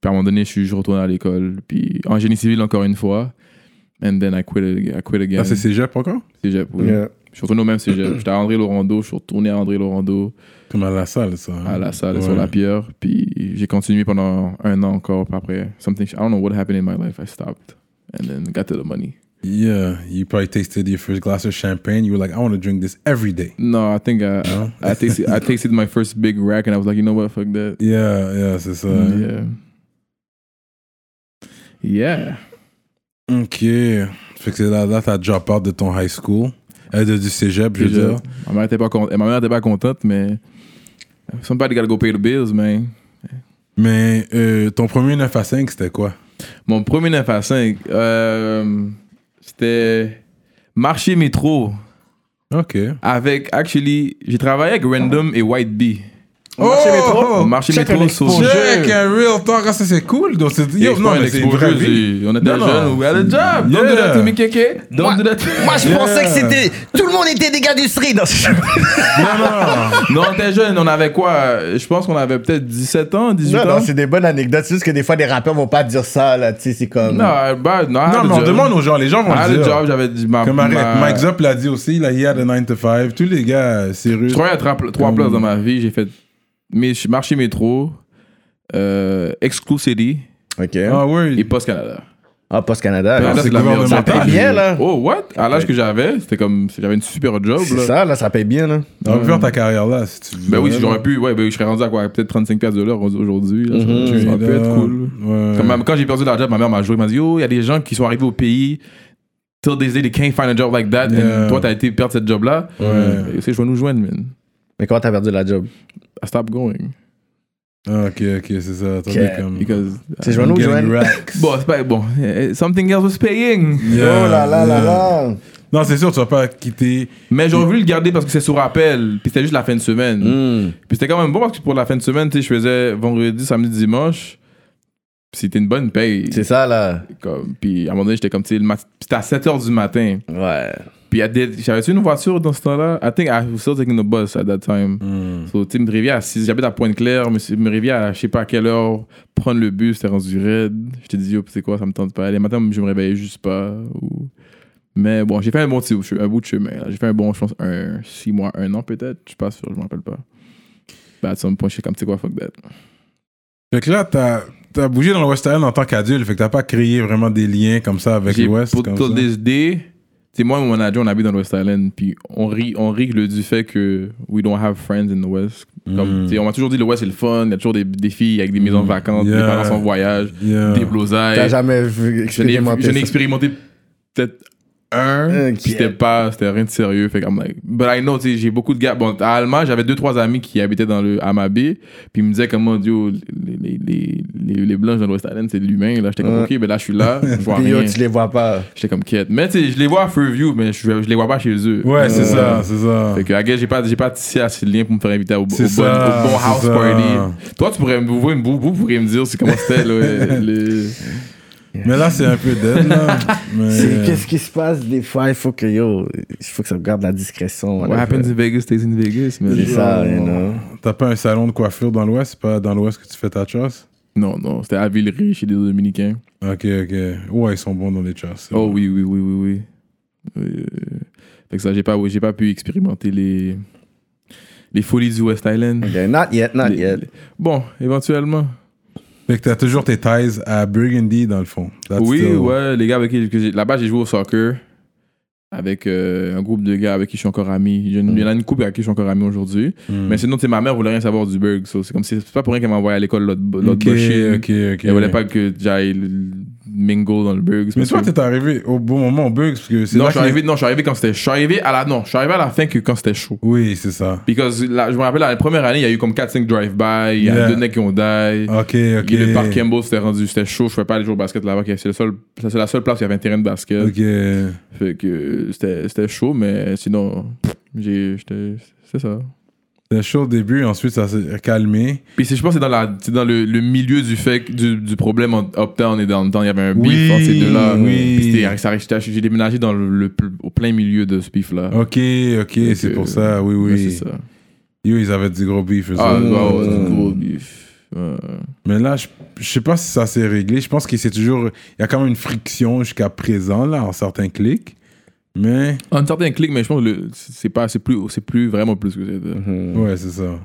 [SPEAKER 4] Puis à un moment donné, je suis je retourné à l'école. Puis en génie civil, encore une fois. And then I quit, ag- I quit again.
[SPEAKER 2] Ah, c'est cégep encore
[SPEAKER 4] Cégep, oui.
[SPEAKER 5] Yeah.
[SPEAKER 4] Je suis retourné au même cégep. J'étais à André Laurando. Je suis retourné à André Laurando,
[SPEAKER 2] Comme à la salle, ça. hein.
[SPEAKER 4] à la salle, sur
[SPEAKER 2] Ouais.
[SPEAKER 4] la pierre. Puis j'ai continué pendant un an encore. Puis après, something, I don't know what happened in my life. I stopped. And then got to the money.
[SPEAKER 2] Yeah, you probably tasted your first glass of champagne. You were like, I want to drink this every day.
[SPEAKER 4] No, I think I, I, I, tasted, I tasted my first big rack and I was like, you know what, fuck that.
[SPEAKER 2] Yeah, yeah, c'est ça.
[SPEAKER 4] Yeah. Yeah.
[SPEAKER 2] Ok. Fait que c'est là, là t'as drop out de ton high school. Euh, de, du cégep, je veux
[SPEAKER 4] Puis je-
[SPEAKER 2] dire.
[SPEAKER 4] Ma mère était pas contente. Ma mère était pas contente, mais somebody gotta go pay the bills, man.
[SPEAKER 2] Mais euh, ton premier 9 à 5, c'était quoi
[SPEAKER 4] Mon premier 9 à 5, euh, c'était marché métro
[SPEAKER 2] Ok.
[SPEAKER 4] avec, actually, j'ai travaillé avec Random et White B.
[SPEAKER 2] Oh, marché métro.
[SPEAKER 4] marché
[SPEAKER 5] check
[SPEAKER 4] métro
[SPEAKER 5] un
[SPEAKER 4] sur
[SPEAKER 2] Check un real talk, ah, ça c'est cool. Donc, c'est- yo, non, mais c'est une vraie vie.
[SPEAKER 4] On était
[SPEAKER 2] Non, non.
[SPEAKER 4] jeunes, we had a job. Don't do
[SPEAKER 2] Yeah.
[SPEAKER 4] that to me, Keke. Don't do that to
[SPEAKER 3] Moi, je
[SPEAKER 2] Yeah.
[SPEAKER 3] pensais que c'était. Tout le monde était des gars du street. dans ce-
[SPEAKER 2] Non, non.
[SPEAKER 4] Non, on était jeune, on avait quoi Je pense qu'on avait peut-être 17 ans, 18
[SPEAKER 5] Non,
[SPEAKER 4] ans.
[SPEAKER 5] non, c'est des bonnes anecdotes. C'est juste que des fois, des rappeurs vont pas dire ça, là. Tu sais, c'est comme.
[SPEAKER 4] Non, bah, non, I
[SPEAKER 2] Ah,
[SPEAKER 4] had
[SPEAKER 2] Non,
[SPEAKER 4] a
[SPEAKER 2] mais on
[SPEAKER 4] job.
[SPEAKER 2] demande aux gens, les gens
[SPEAKER 4] I
[SPEAKER 2] vont
[SPEAKER 4] had
[SPEAKER 2] le
[SPEAKER 4] a
[SPEAKER 2] dire.
[SPEAKER 4] job, j'avais dit ma.
[SPEAKER 2] Comme
[SPEAKER 4] ma-
[SPEAKER 2] arrête, Mike Zop l'a dit aussi, là, he had a 9 to 5. Tous les gars, euh, sérieux.
[SPEAKER 4] Je travaillais à trois, trois places dans ma vie. J'ai fait mes- marché métro, euh, Exclu City
[SPEAKER 5] OK.
[SPEAKER 2] Ah oui.
[SPEAKER 4] et Post Canada.
[SPEAKER 5] Ah, Post-Canada.
[SPEAKER 4] Là,
[SPEAKER 5] là,
[SPEAKER 2] c'est
[SPEAKER 4] de la merde.
[SPEAKER 5] Ça
[SPEAKER 2] gouvernemental.
[SPEAKER 5] paye bien, là.
[SPEAKER 4] Oh, what À l'âge que j'avais, c'était comme. J'avais une super job.
[SPEAKER 5] C'est
[SPEAKER 4] là.
[SPEAKER 5] ça, là, ça paye bien, là.
[SPEAKER 2] T'aurais pu faire ta carrière là si tu
[SPEAKER 4] Ben oui, si j'aurais pu. Ouais, ben, je serais rendu à quoi Peut-être 35$ piastres de l'heure au- aujourd'hui. là. Ça-
[SPEAKER 2] Tu
[SPEAKER 4] Ça aurait pu
[SPEAKER 2] es
[SPEAKER 4] être
[SPEAKER 2] là.
[SPEAKER 4] cool.
[SPEAKER 2] Ouais.
[SPEAKER 4] Comme ma- quand j'ai perdu la job, ma mère m'a joué, elle m'a dit Yo, il y a des gens qui sont arrivés au pays, till this day, they can't find a job like that.
[SPEAKER 2] Yeah.
[SPEAKER 4] And toi, t'as été perdre cette job-là.
[SPEAKER 2] Ouais.
[SPEAKER 4] Et c'est, je vais nous joindre, man.
[SPEAKER 5] Mais comment t'as perdu la job?
[SPEAKER 4] I stopped going.
[SPEAKER 2] Ah, ok, ok, c'est ça. Attendez,
[SPEAKER 5] Ok,
[SPEAKER 2] comme.
[SPEAKER 4] Because. euh,
[SPEAKER 5] C'est Joanne ou
[SPEAKER 2] Getting
[SPEAKER 5] Joanne?
[SPEAKER 2] racks.
[SPEAKER 4] Bon, c'est pas. Bon, eh, something else was paying.
[SPEAKER 2] Yeah,
[SPEAKER 5] oh là là là
[SPEAKER 2] yeah.
[SPEAKER 5] là!
[SPEAKER 2] Non, c'est sûr, tu vas pas quitter.
[SPEAKER 4] Mais j'aurais voulu le garder parce que c'est sur appel. Puis c'était juste la fin de semaine.
[SPEAKER 5] Hmm.
[SPEAKER 4] Puis c'était quand même bon parce que pour la fin de semaine, tu sais, je faisais vendredi, samedi, dimanche. Puis c'était une bonne paye.
[SPEAKER 5] C'est ça, là.
[SPEAKER 4] Comme, puis à un moment donné, j'étais comme, tu sais, le mat- c'était à 7 h du matin.
[SPEAKER 5] Ouais.
[SPEAKER 4] Puis il y a des- j'avais-tu une voiture dans ce temps-là? I think I was still taking the bus at that time. So, tu sais, me réveiller à 6, j'habite à Pointe-Claire, mais c'est- me réveiller à je sais pas à quelle heure, prendre le bus, c'était rendu raide. Je te dis, yo, c'est quoi, ça me tente pas. Les matins, je me réveillais juste pas. ou- Mais bon, j'ai fait un bon petit bout- un bout de chemin. là. J'ai fait un bon, je pense, un 6 mois, un an peut-être. Je suis pas sûr, je m'en rappelle pas. Bah, à some point, j'étais comme, tu sais quoi, fuck that.
[SPEAKER 2] Fait que là, t'as as bougé dans le West Island en tant qu'adulte, fait que t'as pas créé vraiment des liens comme ça avec
[SPEAKER 4] J'ai-
[SPEAKER 2] l'Ouest.
[SPEAKER 4] Pour
[SPEAKER 2] comme
[SPEAKER 4] Till
[SPEAKER 2] ça.
[SPEAKER 4] This Day, tu sais, moi et mon manager, on habite dans le West Island, puis on rit, on rit le- du fait que we don't have friends in the West.
[SPEAKER 2] Mm.
[SPEAKER 4] Comme, tu sais, on m'a toujours dit le West c'est le fun, il y a toujours des, des filles avec des maisons de vacances, des
[SPEAKER 2] Yeah.
[SPEAKER 4] parents sont en voyage,
[SPEAKER 2] Yeah.
[SPEAKER 4] des
[SPEAKER 5] T'as
[SPEAKER 4] blousailles.
[SPEAKER 5] jamais vu
[SPEAKER 4] Je n'ai
[SPEAKER 5] expérimenté
[SPEAKER 4] je n'ai
[SPEAKER 5] ça.
[SPEAKER 4] expérimenté peut-être un,
[SPEAKER 5] Ok.
[SPEAKER 4] puis c'était pas, c'était rien de sérieux. Fait que I'm like, but I know, tu sais, j'ai beaucoup de gars. Bon, à Allemagne, j'avais deux, trois amis qui habitaient dans le Amabé, puis ils me disaient comment, Dieu, les, les, les, les, les blanches dans le West Island, c'est de l'humain. Là, j'étais comme,
[SPEAKER 5] Ouais.
[SPEAKER 4] ok, ben là, je suis là, je vois
[SPEAKER 5] Puis, yo,
[SPEAKER 4] rien.
[SPEAKER 5] tu les vois pas.
[SPEAKER 4] J'étais comme quête. Mais tu sais, je les vois à Fairview, mais je, je les vois pas chez eux.
[SPEAKER 2] Ouais, c'est ça, c'est ça.
[SPEAKER 4] Euh, Fait que, I guess, j'ai pas, j'ai pas tissé assez de liens pour me faire inviter au, au
[SPEAKER 2] C'est
[SPEAKER 4] bon,
[SPEAKER 2] ça,
[SPEAKER 4] au bon
[SPEAKER 2] c'est
[SPEAKER 4] house
[SPEAKER 2] ça.
[SPEAKER 4] party. Toi, tu pourrais, me- vous, vous, vous pourriez me dire c'est comment c'était, là. les-
[SPEAKER 2] Mais là, c'est un peu dead, là. Mais- euh,
[SPEAKER 5] C'est- Qu'est-ce qui se passe des fois? Il faut que, yo, il faut que ça me garde la discrétion.
[SPEAKER 4] What happens in Vegas stays in Vegas, man.
[SPEAKER 5] C'est ça, you know.
[SPEAKER 2] T'as pas un salon de coiffure dans l'Ouest, c'est pas dans l'Ouest que tu fais ta chasse?
[SPEAKER 4] Non, non, c'était à Villeray chez des Dominicains.
[SPEAKER 2] Ok, ok. Ouais, ils sont bons dans les chasses.
[SPEAKER 4] Oh oui, oui, oui, oui, oui. Euh, fait que ça, j'ai pas, oui, j'ai pas pu expérimenter les, les folies du West Island.
[SPEAKER 5] Okay, not yet, not
[SPEAKER 4] Les-
[SPEAKER 5] yet.
[SPEAKER 4] les- Bon, éventuellement.
[SPEAKER 2] Fait que t'as toujours tes ties à Burgundy, dans le fond. That's
[SPEAKER 4] Oui,
[SPEAKER 2] still-
[SPEAKER 4] ouais, les gars avec qui que j'ai- là-bas j'ai joué au soccer avec euh, un groupe de gars avec qui je suis encore ami. Il y en- il y en a une couple avec qui je suis encore ami aujourd'hui.
[SPEAKER 2] Mm.
[SPEAKER 4] Mais sinon, tu sais, ma mère voulait rien savoir du Berg. so c'est comme si c'est pas pour rien qu'elle m'envoyait à l'école l'autre l'autre
[SPEAKER 2] Ok,
[SPEAKER 4] bullshit.
[SPEAKER 2] ok, ok.
[SPEAKER 4] Elle voulait pas que j'aille l- mingle dans le Burgs.
[SPEAKER 2] Mais
[SPEAKER 4] parce
[SPEAKER 2] toi,
[SPEAKER 4] que-
[SPEAKER 2] t'es arrivé au bon moment au Bugs, parce que c'est
[SPEAKER 4] non,
[SPEAKER 2] là
[SPEAKER 4] je suis
[SPEAKER 2] que-
[SPEAKER 4] arrivé, non, je suis arrivé quand c'était, je suis arrivé à la, non, je suis arrivé à la fin que quand c'était chaud.
[SPEAKER 2] Oui, c'est ça.
[SPEAKER 4] Because la- je me rappelle, la première année, il y a eu comme 4-5 drive-by, il y
[SPEAKER 2] Yeah.
[SPEAKER 4] a deux necks qui ont die.
[SPEAKER 2] Ok, ok.
[SPEAKER 4] Le parc Campbell, c'était rendu, c'était chaud. Je pouvais pas aller jouer au basket là-bas. C'est, le seul, c'est la seule place où il y avait un terrain de basket.
[SPEAKER 2] Ok.
[SPEAKER 4] Fait que c'était, c'était chaud, mais sinon, j'ai, j'étais, c'est ça.
[SPEAKER 2] C'était chaud au début, ensuite ça s'est calmé.
[SPEAKER 4] Puis c'est- je pense que c'est dans, la, c'est dans le, le milieu du fait que- du, du problème en uptown et downtown. Il y avait un beef
[SPEAKER 2] Oui,
[SPEAKER 4] entre ces deux-là.
[SPEAKER 2] oui.
[SPEAKER 4] Puis c'était- ça- j'étais- j'ai déménagé dans le, le pl- au plein milieu de ce beef-là.
[SPEAKER 2] Ok, ok,
[SPEAKER 4] Fait
[SPEAKER 2] c'est
[SPEAKER 4] que-
[SPEAKER 2] pour ça, oui,
[SPEAKER 4] euh, Ouais,
[SPEAKER 2] oui.
[SPEAKER 4] c'est ça.
[SPEAKER 2] Yo, ils avaient du gros beef. eux
[SPEAKER 4] Ah,
[SPEAKER 2] autres.
[SPEAKER 4] wow, c'est un gros beef. Ouais.
[SPEAKER 2] Mais là, je, je sais pas si ça s'est réglé. Je pense qu'il c'est toujours. Il y a quand même une friction jusqu'à présent, là, en certains clics. Mais.
[SPEAKER 4] Un certain clic, mais je pense que le- c'est pas, c'est plus, c'est plus vraiment plus que c'était.
[SPEAKER 2] Ouais, c'est ça.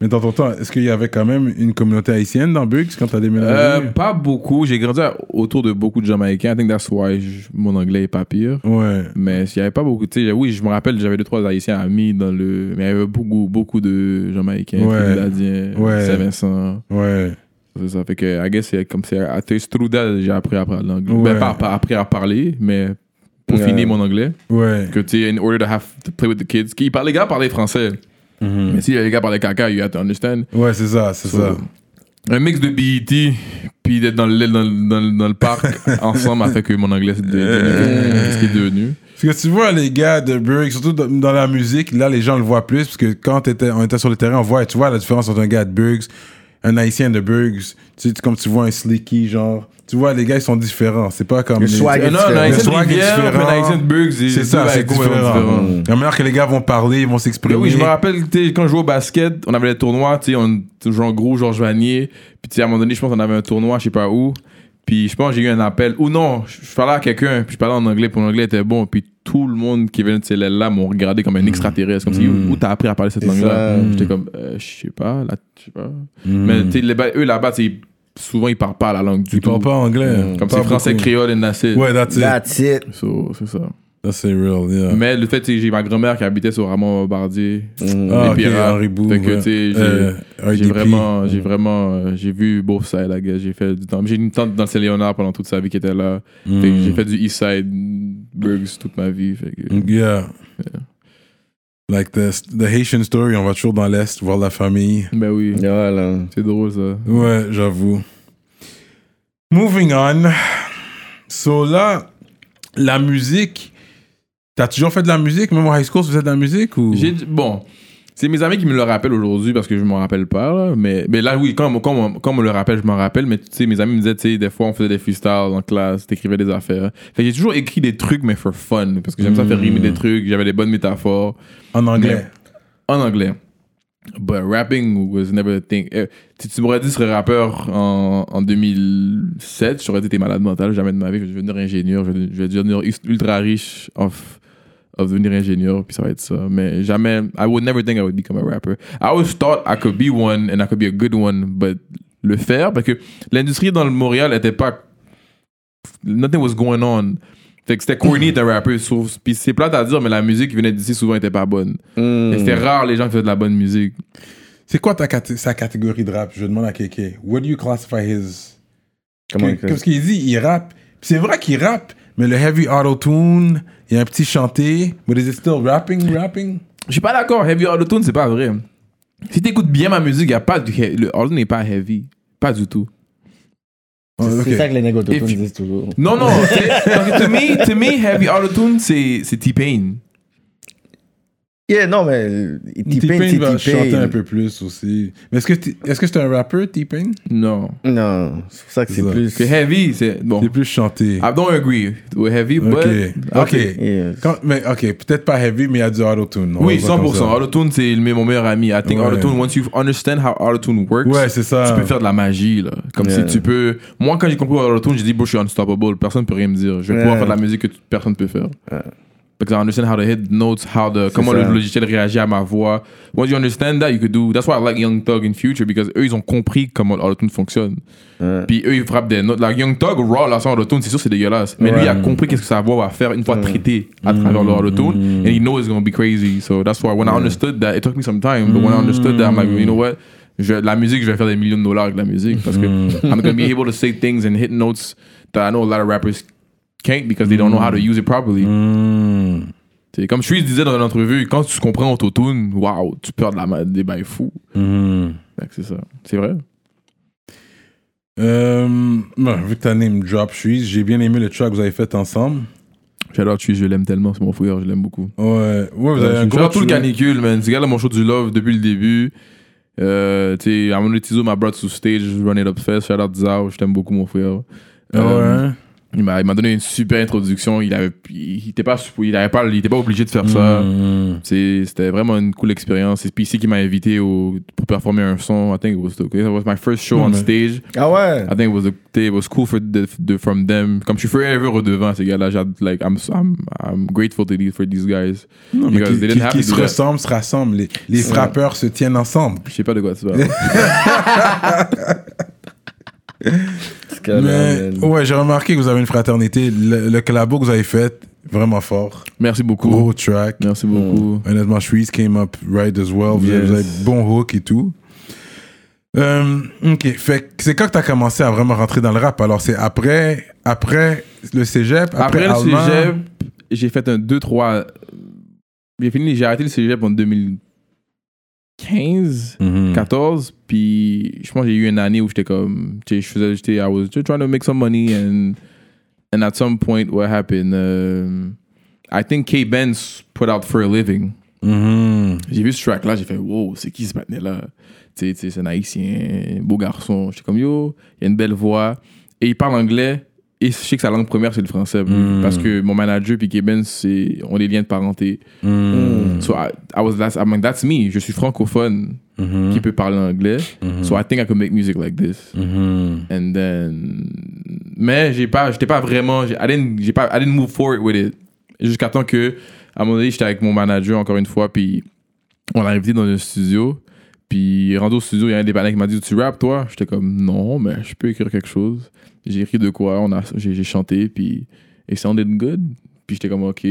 [SPEAKER 2] Mais dans ton temps, est-ce qu'il y avait quand même une communauté haïtienne dans Bugs quand t'as déménagé
[SPEAKER 4] Euh, pas beaucoup. J'ai grandi à- autour de beaucoup de Jamaïcains. I think that's why je- mon anglais est pas pire.
[SPEAKER 2] Ouais.
[SPEAKER 4] Mais il n'y avait pas beaucoup. tu sais, oui, je me rappelle, j'avais deux, trois Haïtiens amis dans le. Mais il y avait beaucoup, beaucoup de Jamaïcains,
[SPEAKER 2] Ouais.
[SPEAKER 4] Trinidadiens,
[SPEAKER 2] Ouais.
[SPEAKER 4] Saint-Vincent.
[SPEAKER 2] Ouais,
[SPEAKER 4] C'est ça. Fait que, I guess, c'est comme c'est à Thais Trudel, j'ai appris à parler l'anglais.
[SPEAKER 2] Ouais.
[SPEAKER 4] Ben, pas, pas appris à parler, mais pour finir mon anglais.
[SPEAKER 2] ouais.
[SPEAKER 4] Que tu sais, in order to have to play with the kids. Qui, par- les gars parlaient français. Mais si les gars parlaient caca, you have to understand.
[SPEAKER 2] Ouais, c'est ça, c'est
[SPEAKER 4] So,
[SPEAKER 2] ça.
[SPEAKER 4] Un mix de BET, puis d'être dans le, dans, le- dans le- dans le parc ensemble a fait que mon anglais, c'est de- de- ce qui est devenu.
[SPEAKER 2] Parce que tu vois les gars de Burke, surtout dans, dans la musique, là les gens le voient plus, parce que quand t'étais- on était sur le terrain, on voit, tu vois la différence entre un gars de Burks, un haïtien de Burks, tu sais, comme tu vois un slicky, genre, tu vois les gars ils sont différents, c'est pas comme...
[SPEAKER 5] Le
[SPEAKER 2] les-
[SPEAKER 5] swag est
[SPEAKER 4] Non,
[SPEAKER 5] différent.
[SPEAKER 4] un
[SPEAKER 2] Le
[SPEAKER 4] haïtien de
[SPEAKER 2] swag est
[SPEAKER 4] Rivière, puis un
[SPEAKER 2] différent.
[SPEAKER 4] haïtien de Bugs,
[SPEAKER 2] C'est ça, c'est différent. La manière que les gars vont parler, ils vont s'exprimer.
[SPEAKER 4] oui, je me rappelle, tu sais, quand je jouais au basket, on avait les tournois, tu sais, on jouait en gros, Georges Vanier, puis tu sais, à un moment donné, je pense qu'on avait un tournoi, je sais pas où, puis je pense que j'ai eu un appel, ou non, je je parlais à quelqu'un, puis je parlais en anglais, puis mon anglais était bon, puis tout le monde qui venait de ces là m'ont regardé comme
[SPEAKER 2] Mm.
[SPEAKER 4] un extraterrestre, comme si où t'as appris à parler cette
[SPEAKER 5] C'est
[SPEAKER 4] langue-là.
[SPEAKER 5] ça.
[SPEAKER 4] J'étais comme, Euh, je sais pas, là, je sais pas.
[SPEAKER 2] Mm.
[SPEAKER 4] Mais tu sais, les ba- eux là-bas, tu sais, souvent ils parlent pas la langue du
[SPEAKER 2] Ils
[SPEAKER 4] tout.
[SPEAKER 2] parlent pas anglais.
[SPEAKER 4] Mm. Comme
[SPEAKER 2] Pas
[SPEAKER 4] c'est français,
[SPEAKER 2] beaucoup.
[SPEAKER 4] créole, et nacé.
[SPEAKER 2] Ouais, that's it.
[SPEAKER 5] That's it.
[SPEAKER 4] So, c'est ça.
[SPEAKER 2] That's it, real, yeah.
[SPEAKER 4] Mais le fait, tu sais, j'ai ma grand-mère qui habitait sur Ramon Bardier.
[SPEAKER 2] Ah,
[SPEAKER 4] les
[SPEAKER 2] ok,
[SPEAKER 4] pirates.
[SPEAKER 2] Henri Bou,
[SPEAKER 4] Fait que,
[SPEAKER 2] ouais.
[SPEAKER 4] tu sais, j'ai-
[SPEAKER 2] Euh, Mm.
[SPEAKER 4] J'ai
[SPEAKER 2] RDP.
[SPEAKER 4] vraiment, j'ai vraiment, euh, j'ai vu beau side, la gueule. J'ai fait du temps. J'ai une tante dans le Saint-Léonard pendant toute sa vie qui était là. Fait
[SPEAKER 2] Mm.
[SPEAKER 4] que j'ai fait du East Side Burgs toute ma vie. Fait que,
[SPEAKER 2] Mm. Yeah. Like the, the Haitian story, on va toujours dans l'Est voir la famille.
[SPEAKER 4] Ben oui,
[SPEAKER 5] Voilà.
[SPEAKER 4] c'est drôle ça.
[SPEAKER 2] Ouais, j'avoue. Moving on. So là, la musique. T'as toujours fait de la musique, même au high school, tu faisais de la musique ou
[SPEAKER 4] J'ai dit- bon, c'est mes amis qui me le rappellent aujourd'hui parce que je m'en rappelle pas. là. mais, mais là, oui, quand, on- quand, on- quand on me le rappelle, je m'en rappelle. Mais tu sais, mes amis me disaient, tu sais, des fois, on faisait des freestyles en classe, t'écrivais des affaires. Fait que j'ai toujours écrit des trucs, mais for fun. Parce que j'aime ça faire rimer des trucs, j'avais des bonnes métaphores.
[SPEAKER 2] en anglais?
[SPEAKER 4] en anglais. But rapping was never a thing. Euh, si tu m'aurais dit ce rappeur en, en 2007, j'aurais dit t'es malade mental, jamais de ma vie, je vais devenir ingénieur, je vais, je vais devenir us- ultra riche of, of devenir ingénieur, puis ça va être ça. Mais jamais, I would never think I would become a rapper. I always thought I could be one and I could be a good one, but le faire, parce que l'industrie dans le Montréal était pas. Nothing was going on. Fait que c'était corny d'être un rappeur, sauf. Puis c'est plate à dire, mais la musique qui venait d'ici souvent était pas bonne. Et
[SPEAKER 2] Hmm.
[SPEAKER 4] C'était rare les gens qui faisaient de la bonne musique.
[SPEAKER 2] C'est quoi ta cat- sa catégorie de rap? Je demande à Keke. What do you classify his?
[SPEAKER 5] Comment
[SPEAKER 2] Que- Comme ce qu'il dit, il rappe. Puis C'est vrai qu'il rappe, mais le heavy auto-tune, il y a un petit chanté. But is it still rapping, rapping?
[SPEAKER 4] Je suis pas d'accord, heavy autotune, c'est pas vrai. Si t'écoutes bien ma musique, y a pas du he- le autotune n'est pas heavy. Pas du tout.
[SPEAKER 5] C'est
[SPEAKER 2] Oh, ok.
[SPEAKER 5] c'est ça que les négociateurs
[SPEAKER 4] Et puis-
[SPEAKER 5] disent toujours.
[SPEAKER 4] Non, non. c'est- parce que to, me, to me, heavy autotune, c'est c'est T-Pain.
[SPEAKER 5] Yeah, non, mais T-Pain,
[SPEAKER 2] T-Pain va
[SPEAKER 5] c'est
[SPEAKER 2] chanter un
[SPEAKER 5] T-Pain.
[SPEAKER 2] peu plus aussi. Mais est-ce que t- est-ce que c'est un rappeur, T-Pain?
[SPEAKER 4] Non.
[SPEAKER 5] Non, c'est pour ça que
[SPEAKER 2] C'est
[SPEAKER 5] c'est
[SPEAKER 2] ça.
[SPEAKER 5] plus...
[SPEAKER 4] Que heavy, c'est. Bon.
[SPEAKER 2] C'est plus chanté.
[SPEAKER 4] I don't agree with heavy,
[SPEAKER 2] ok.
[SPEAKER 4] but.
[SPEAKER 2] ok.
[SPEAKER 5] Yeah.
[SPEAKER 2] Quand- mais ok, peut-être pas heavy, mais il y a du auto-tune. On
[SPEAKER 4] Oui,
[SPEAKER 2] va dire comme
[SPEAKER 4] 100%.
[SPEAKER 2] ça.
[SPEAKER 4] Autotune, c'est le- mon meilleur ami. I think
[SPEAKER 2] Ouais.
[SPEAKER 4] autotune, once you understand how autotune works,
[SPEAKER 2] Ouais, c'est ça.
[SPEAKER 4] tu peux faire de la magie. Là. Comme
[SPEAKER 5] Yeah.
[SPEAKER 4] si tu peux. Moi, quand j'ai compris autotune, j'ai dit, bro, je suis unstoppable. Personne ne peut rien me dire. Je vais
[SPEAKER 5] Ouais.
[SPEAKER 4] pouvoir faire de la musique que tu- personne ne peut faire. Because I understand how to hit notes, how the, comment le
[SPEAKER 5] ça.
[SPEAKER 4] logiciel réagit à ma voix. Once you understand that, you could do. That's why I like Young Thug in future, because eux, ils ont compris comment autotune fonctionne. Puis eux, ils frappent des notes. Like Young Thug, raw, là, sans autotune, c'est sûr, c'est dégueulasse. Mais lui, il a compris qu'est-ce que sa voix va faire une fois traité à travers le autotune. And he knows it's going to be crazy. So that's why when I understood that, it took me some time. But when I understood that, I'm like, you know what? je- la musique, je vais faire des millions de dollars avec la musique parce que I'm gonna be able to say things and hit notes that I know a lot of rappers can't because they don't know how to use it properly. C'est Comme Shreeze disait dans une entrevue, quand tu comprends Autotune, waouh, tu perds de la, ma- des bails fous.
[SPEAKER 2] Mhm.
[SPEAKER 4] Fait que C'est ça. C'est vrai.
[SPEAKER 2] Euh, bon, vu que t'as name drop, je suis, j'ai bien aimé le track que vous avez fait ensemble.
[SPEAKER 4] J'adore Shreeze, je l'aime tellement, c'est mon frère, je l'aime beaucoup. Euh,
[SPEAKER 2] Ouais, ouais vous avez un
[SPEAKER 4] Je
[SPEAKER 2] gros
[SPEAKER 4] tout le
[SPEAKER 2] tune.
[SPEAKER 4] canicule, man. Ce gars-là, mon show du love depuis le début. Euh, tu sais, Amon Tizo m'a brought to stage, Run It Up Fest, shout out Zao, je t'aime beaucoup, mon frère. Euh,
[SPEAKER 2] Ouais.
[SPEAKER 4] Il m'a il m'a donné une super introduction. Il avait, il était pas, suppo- il avait pas, il était pas obligé de faire ça. C'est- C'était vraiment une cool expérience. C'est PC qui m'a invité au, pour performer un son. I think it was, the, it was my first show on stage.
[SPEAKER 5] Ah ouais?
[SPEAKER 4] I think it was, the, it was cool for the, the- from them. Comme je suis forever au devant ces gars-là. j'ad- Like I'm, I'm, I'm grateful to these, for these guys.
[SPEAKER 2] Non, mais
[SPEAKER 4] Because
[SPEAKER 2] qui,
[SPEAKER 4] they didn't
[SPEAKER 2] qui-
[SPEAKER 4] have
[SPEAKER 2] qui
[SPEAKER 4] to
[SPEAKER 2] se
[SPEAKER 4] do that.
[SPEAKER 2] ressemblent se rassemblent. Les, les frappeurs se tiennent ensemble.
[SPEAKER 4] Je sais pas de quoi tu parles.
[SPEAKER 2] Mais ouais, j'ai remarqué que vous avez une fraternité. Le, le collabo que vous avez fait, vraiment fort.
[SPEAKER 4] Merci beaucoup.
[SPEAKER 2] Gros Mm. track.
[SPEAKER 4] Merci beaucoup.
[SPEAKER 2] Honnêtement, Shreeze came up right as well. Vous, avez,
[SPEAKER 4] Yes.
[SPEAKER 2] vous avez bon hook et tout. Euh, ok, fait que c'est quand que t'as commencé à vraiment rentrer dans le rap Alors c'est après, après le cégep, après,
[SPEAKER 4] Après,
[SPEAKER 2] Allemand.
[SPEAKER 4] le cégep, j'ai fait un 2-3. J'ai fini, j'ai arrêté le cégep en 2015,
[SPEAKER 2] Mhm. Hmm.
[SPEAKER 4] 14. Puis je pense que j'ai eu une année où j'étais comme, tu sais, je faisais, j'étais, I was just trying to make some money. And, and at some point, what happened? um, I think K. Benz put out for a living. J'ai vu ce track-là, j'ai fait, wow, c'est qui ce matin-là? Tu sais, tu sais, c'est un haïtien, beau garçon. J'étais comme, yo, il a une belle voix. Et il parle anglais. Et je sais que sa langue première, c'est le français. Parce que mon manager puis Keben, c'est on est liens de parenté. So I, I was, that's, I mean, that's me. Je suis francophone qui peut parler anglais. So I think I could make music like this. And then, mais j'ai pas, j'étais pas vraiment, j'ai- I didn't, j'ai pas, I didn't move forward with it. Jusqu'à temps que, à un moment donné, j'étais avec mon manager encore une fois, puis on l'a invité dans un studio. Puis rendu au studio, il y a un des panneaux qui m'a dit Tu rappes toi J'étais comme Non, mais je peux écrire quelque chose. J'ai écrit de quoi on a, j'ai, j'ai chanté, puis it sounded good. Puis j'étais comme Ok.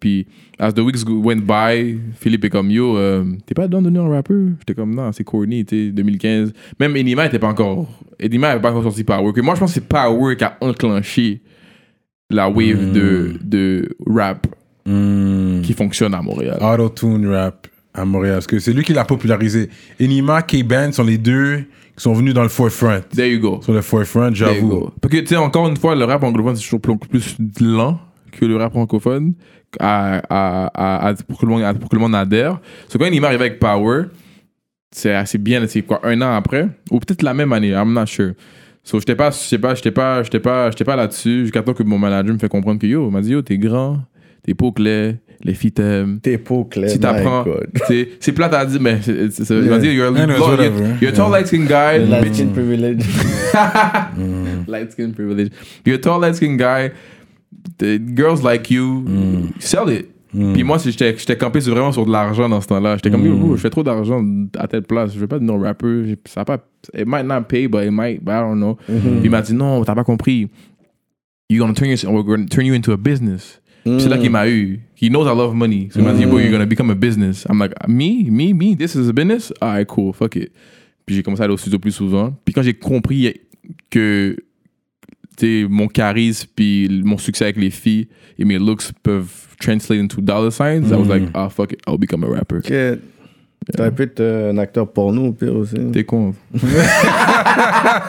[SPEAKER 4] Puis as the weeks go- went by, Philippe est comme Yo, euh, t'es pas dedans de devenir un rappeur J'étais comme Non, c'est corny, tu 2015. Même Enima était pas encore. Enima avait pas encore sorti Power. Que moi, je pense que c'est Power qui a enclenché la wave de, de rap
[SPEAKER 2] Hmm.
[SPEAKER 4] qui fonctionne à Montréal.
[SPEAKER 2] Auto-tune rap à Montréal. Parce que c'est lui qui l'a popularisé. Enima, K-Band sont les deux qui sont venus dans le forefront.
[SPEAKER 4] There you go.
[SPEAKER 2] Sur le forefront,
[SPEAKER 4] There you
[SPEAKER 2] j'avoue.
[SPEAKER 4] go. Parce que, tu sais, encore une fois, le rap anglophone, c'est toujours plus- plus lent que le rap francophone à, à- à- à- pour, que le monde, à- pour que le monde adhère. Parce que quand il arrivé avec Power, c'est assez bien, c'est quoi, un an après, ou peut-être la même année, I'm not sure. So, j'étais pas, j'étais pas, j'étais pas, j'étais pas, j'étais pas là-dessus, jusqu'à temps que mon manager me fait comprendre que yo, il m'a dit yo, t'es grand, t'es pas clair, les filles t'aiment.
[SPEAKER 5] T'es pas clair.
[SPEAKER 4] Si t'apprends, c'est- c'est plate à dire, mais c'est- c'est- c'est- il m'a dit you're a
[SPEAKER 2] Yeah, no, it's
[SPEAKER 4] blond,
[SPEAKER 2] whatever.
[SPEAKER 4] you're- you're a tall, light skinned guy, bitch,
[SPEAKER 5] Latin privilege.
[SPEAKER 4] Mm. light skin privilege. You're a tall light skin guy. The girls like you. Sell it. Puis moi, si j'étais j'étais campé sur- vraiment sur de l'argent dans ce temps-là. J'étais comme, yo, bro, je fais trop d'argent à telle place. Je veux pas de non rappeur. J'ai- Ça va pas. It might not pay, but it might. But I don't know. Puis il m'a dit, non, t'as pas compris. You're gonna turn, your, we're gonna turn you into a business. Puis c'est là qu'il m'a
[SPEAKER 5] Mm.
[SPEAKER 4] eu. He knows I love money. So il m'a dit, bro, you're gonna become a business. I'm like, me, me, me, this is a business? Alright, cool, fuck it. Puis j'ai commencé à aller au studio plus souvent. Puis quand j'ai compris que tu sais, mon charisme puis l- mon succès avec les filles et mes looks peuvent translate into dollar signs, I was like,
[SPEAKER 5] Mm.
[SPEAKER 4] ah fuck it, I'll become a rapper.
[SPEAKER 5] Que T'aurais pu être euh, un acteur porno au pire aussi.
[SPEAKER 4] T'es con.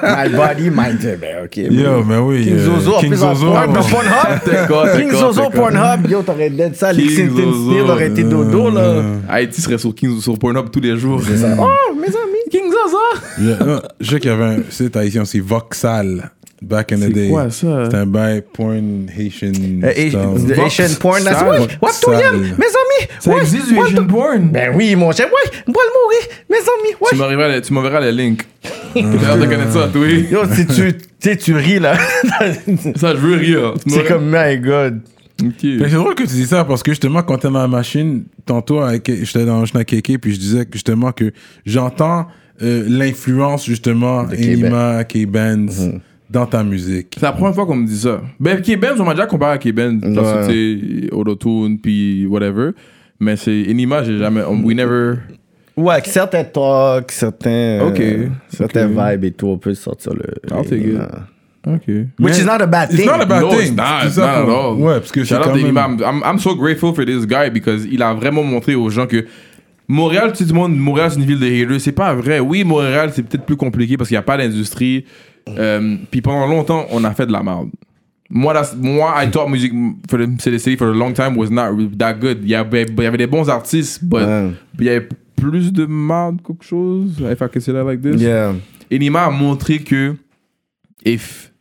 [SPEAKER 5] My body, my ben, ok.
[SPEAKER 2] Yo, mais oui.
[SPEAKER 5] King
[SPEAKER 2] euh,
[SPEAKER 5] Zozo, en
[SPEAKER 2] King
[SPEAKER 5] plus en
[SPEAKER 2] Zozo.
[SPEAKER 5] porn- dans Pornhub.
[SPEAKER 4] T'es con, t'es
[SPEAKER 5] King
[SPEAKER 4] con,
[SPEAKER 5] Zozo
[SPEAKER 4] t'es con.
[SPEAKER 5] Pornhub. Yo, t'aurais d'être ça.
[SPEAKER 4] King
[SPEAKER 5] Lexington
[SPEAKER 4] Zozo. Ah,
[SPEAKER 5] Steel aurait été dodo, là.
[SPEAKER 4] Haïti serait sur King sur Pornhub tous les jours. Ah!
[SPEAKER 5] Oh, mes amis. King Zozo.
[SPEAKER 2] Yeah. Non, Je sais qu'il y avait un site haïtien aussi, Voxal, back in the day.
[SPEAKER 4] C'est quoi ça?
[SPEAKER 2] C'est un bail porn Haitian.
[SPEAKER 5] Eh, The Asian Euh, porn, that's
[SPEAKER 2] Sale.
[SPEAKER 5] what. What to
[SPEAKER 2] Sale.
[SPEAKER 5] yam, mes amis.
[SPEAKER 4] Ça
[SPEAKER 5] ouais,
[SPEAKER 4] existe du
[SPEAKER 5] what
[SPEAKER 4] Asian
[SPEAKER 5] to-
[SPEAKER 4] porn.
[SPEAKER 5] Ben oui, mon cher. Ouais, moi le mourir. Mes amis,
[SPEAKER 4] Tu
[SPEAKER 5] ouais.
[SPEAKER 4] m'enverras les- tu m'enverras les links. T'as l'air de connaître ça, oui.
[SPEAKER 5] Yo, si tu, tu sais, tu ris, là.
[SPEAKER 4] Ça, je veux rire. Tu
[SPEAKER 5] C'est
[SPEAKER 4] m'enverras-
[SPEAKER 5] comme, my God.
[SPEAKER 2] Mais
[SPEAKER 4] Ok.
[SPEAKER 2] c'est drôle que tu dis ça parce que justement, quand t'es dans la machine, tantôt, avec- j'étais dans Keke puis je disais que, justement que j'entends euh, l'influence justement Enima, K-Benz
[SPEAKER 4] Mhm.
[SPEAKER 2] dans ta musique.
[SPEAKER 4] C'est la première fois qu'on me dit ça. Ben, K-Benz, on m'a déjà comparé à K-Benz. Parce que, tu sais, Autotune, puis whatever. Mais c'est une image, j'ai jamais. on- we never.
[SPEAKER 5] Ouais, que certains talks, certains,
[SPEAKER 4] Ok,
[SPEAKER 5] euh, certains
[SPEAKER 4] ok.
[SPEAKER 5] vibes et tout, on peut sortir le.
[SPEAKER 4] I'll take it.
[SPEAKER 5] Ah.
[SPEAKER 4] OK.
[SPEAKER 5] Which is not a bad
[SPEAKER 2] It's
[SPEAKER 5] thing.
[SPEAKER 2] not a bad
[SPEAKER 4] No,
[SPEAKER 2] thing.
[SPEAKER 4] it's not.
[SPEAKER 2] C'est
[SPEAKER 4] It's
[SPEAKER 2] ça
[SPEAKER 4] not
[SPEAKER 2] qu'on-
[SPEAKER 4] at all.
[SPEAKER 2] Ouais, parce que c'est
[SPEAKER 4] Shout out
[SPEAKER 2] quand
[SPEAKER 4] to
[SPEAKER 2] même...
[SPEAKER 4] Imam. I'm, I'm so grateful for this guy because il a vraiment montré aux gens que Montréal, tu dis, monde, Montréal, c'est une ville de haters. C'est pas vrai. Oui, Montréal, c'est peut-être plus compliqué parce qu'il n'y a pas d'industrie. Euh, Puis pendant longtemps, on a fait de la merde. Moi, that's- moi, I thought music for the CDC for a long time was not re- that good. Il y avait, il y avait des bons artistes, but
[SPEAKER 5] Ouais.
[SPEAKER 4] il y avait plus de merde quelque chose. If I can say that like this.
[SPEAKER 5] Yeah.
[SPEAKER 4] Et Nima a montré que if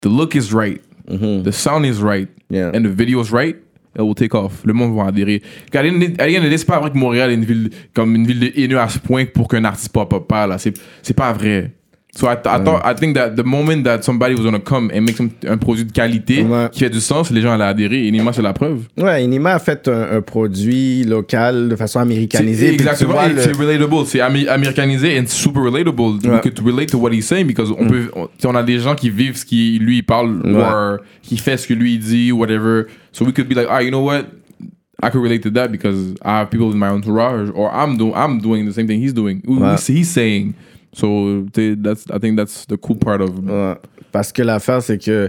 [SPEAKER 4] the look is right,
[SPEAKER 5] Mhm.
[SPEAKER 4] the sound is right,
[SPEAKER 5] Yeah.
[SPEAKER 4] and the video is right, it will take off. Le monde va adhérer. Car à Alien c'est pas vrai que Montréal est une ville comme une ville de haineux à ce point pour qu'un artiste pop up parle. là. C'est c'est pas vrai. So I, I thought- I think that the moment that somebody was gonna come and make some- un produit de qualité
[SPEAKER 5] Ouais.
[SPEAKER 4] qui fait du sens, les gens allaient adhérer. Et Nima c'est la preuve.
[SPEAKER 5] Ouais, Inima a fait un, un produit local de façon américanisée.
[SPEAKER 4] C'est-
[SPEAKER 5] puis tu
[SPEAKER 4] Exactement,
[SPEAKER 5] vois
[SPEAKER 4] et
[SPEAKER 5] le-
[SPEAKER 4] c'est relatable, c'est ami- américanisé and super relatable. You
[SPEAKER 5] Ouais. Mm.
[SPEAKER 4] could relate to what he's saying because on peut, on, tu sais, on a des gens qui vivent ce qui lui il parle,
[SPEAKER 5] Ouais.
[SPEAKER 4] or qui fait ce que lui il dit, whatever. So we could be like, ah, you know what, I could relate to that because I have people in my entourage or I'm doing, I'm doing the same thing he's doing, Ooh,
[SPEAKER 5] Ouais.
[SPEAKER 4] he's saying. So tu sais, that's, I think that's the cool part of.
[SPEAKER 5] Ouais. Parce que l'affaire, c'est que. tu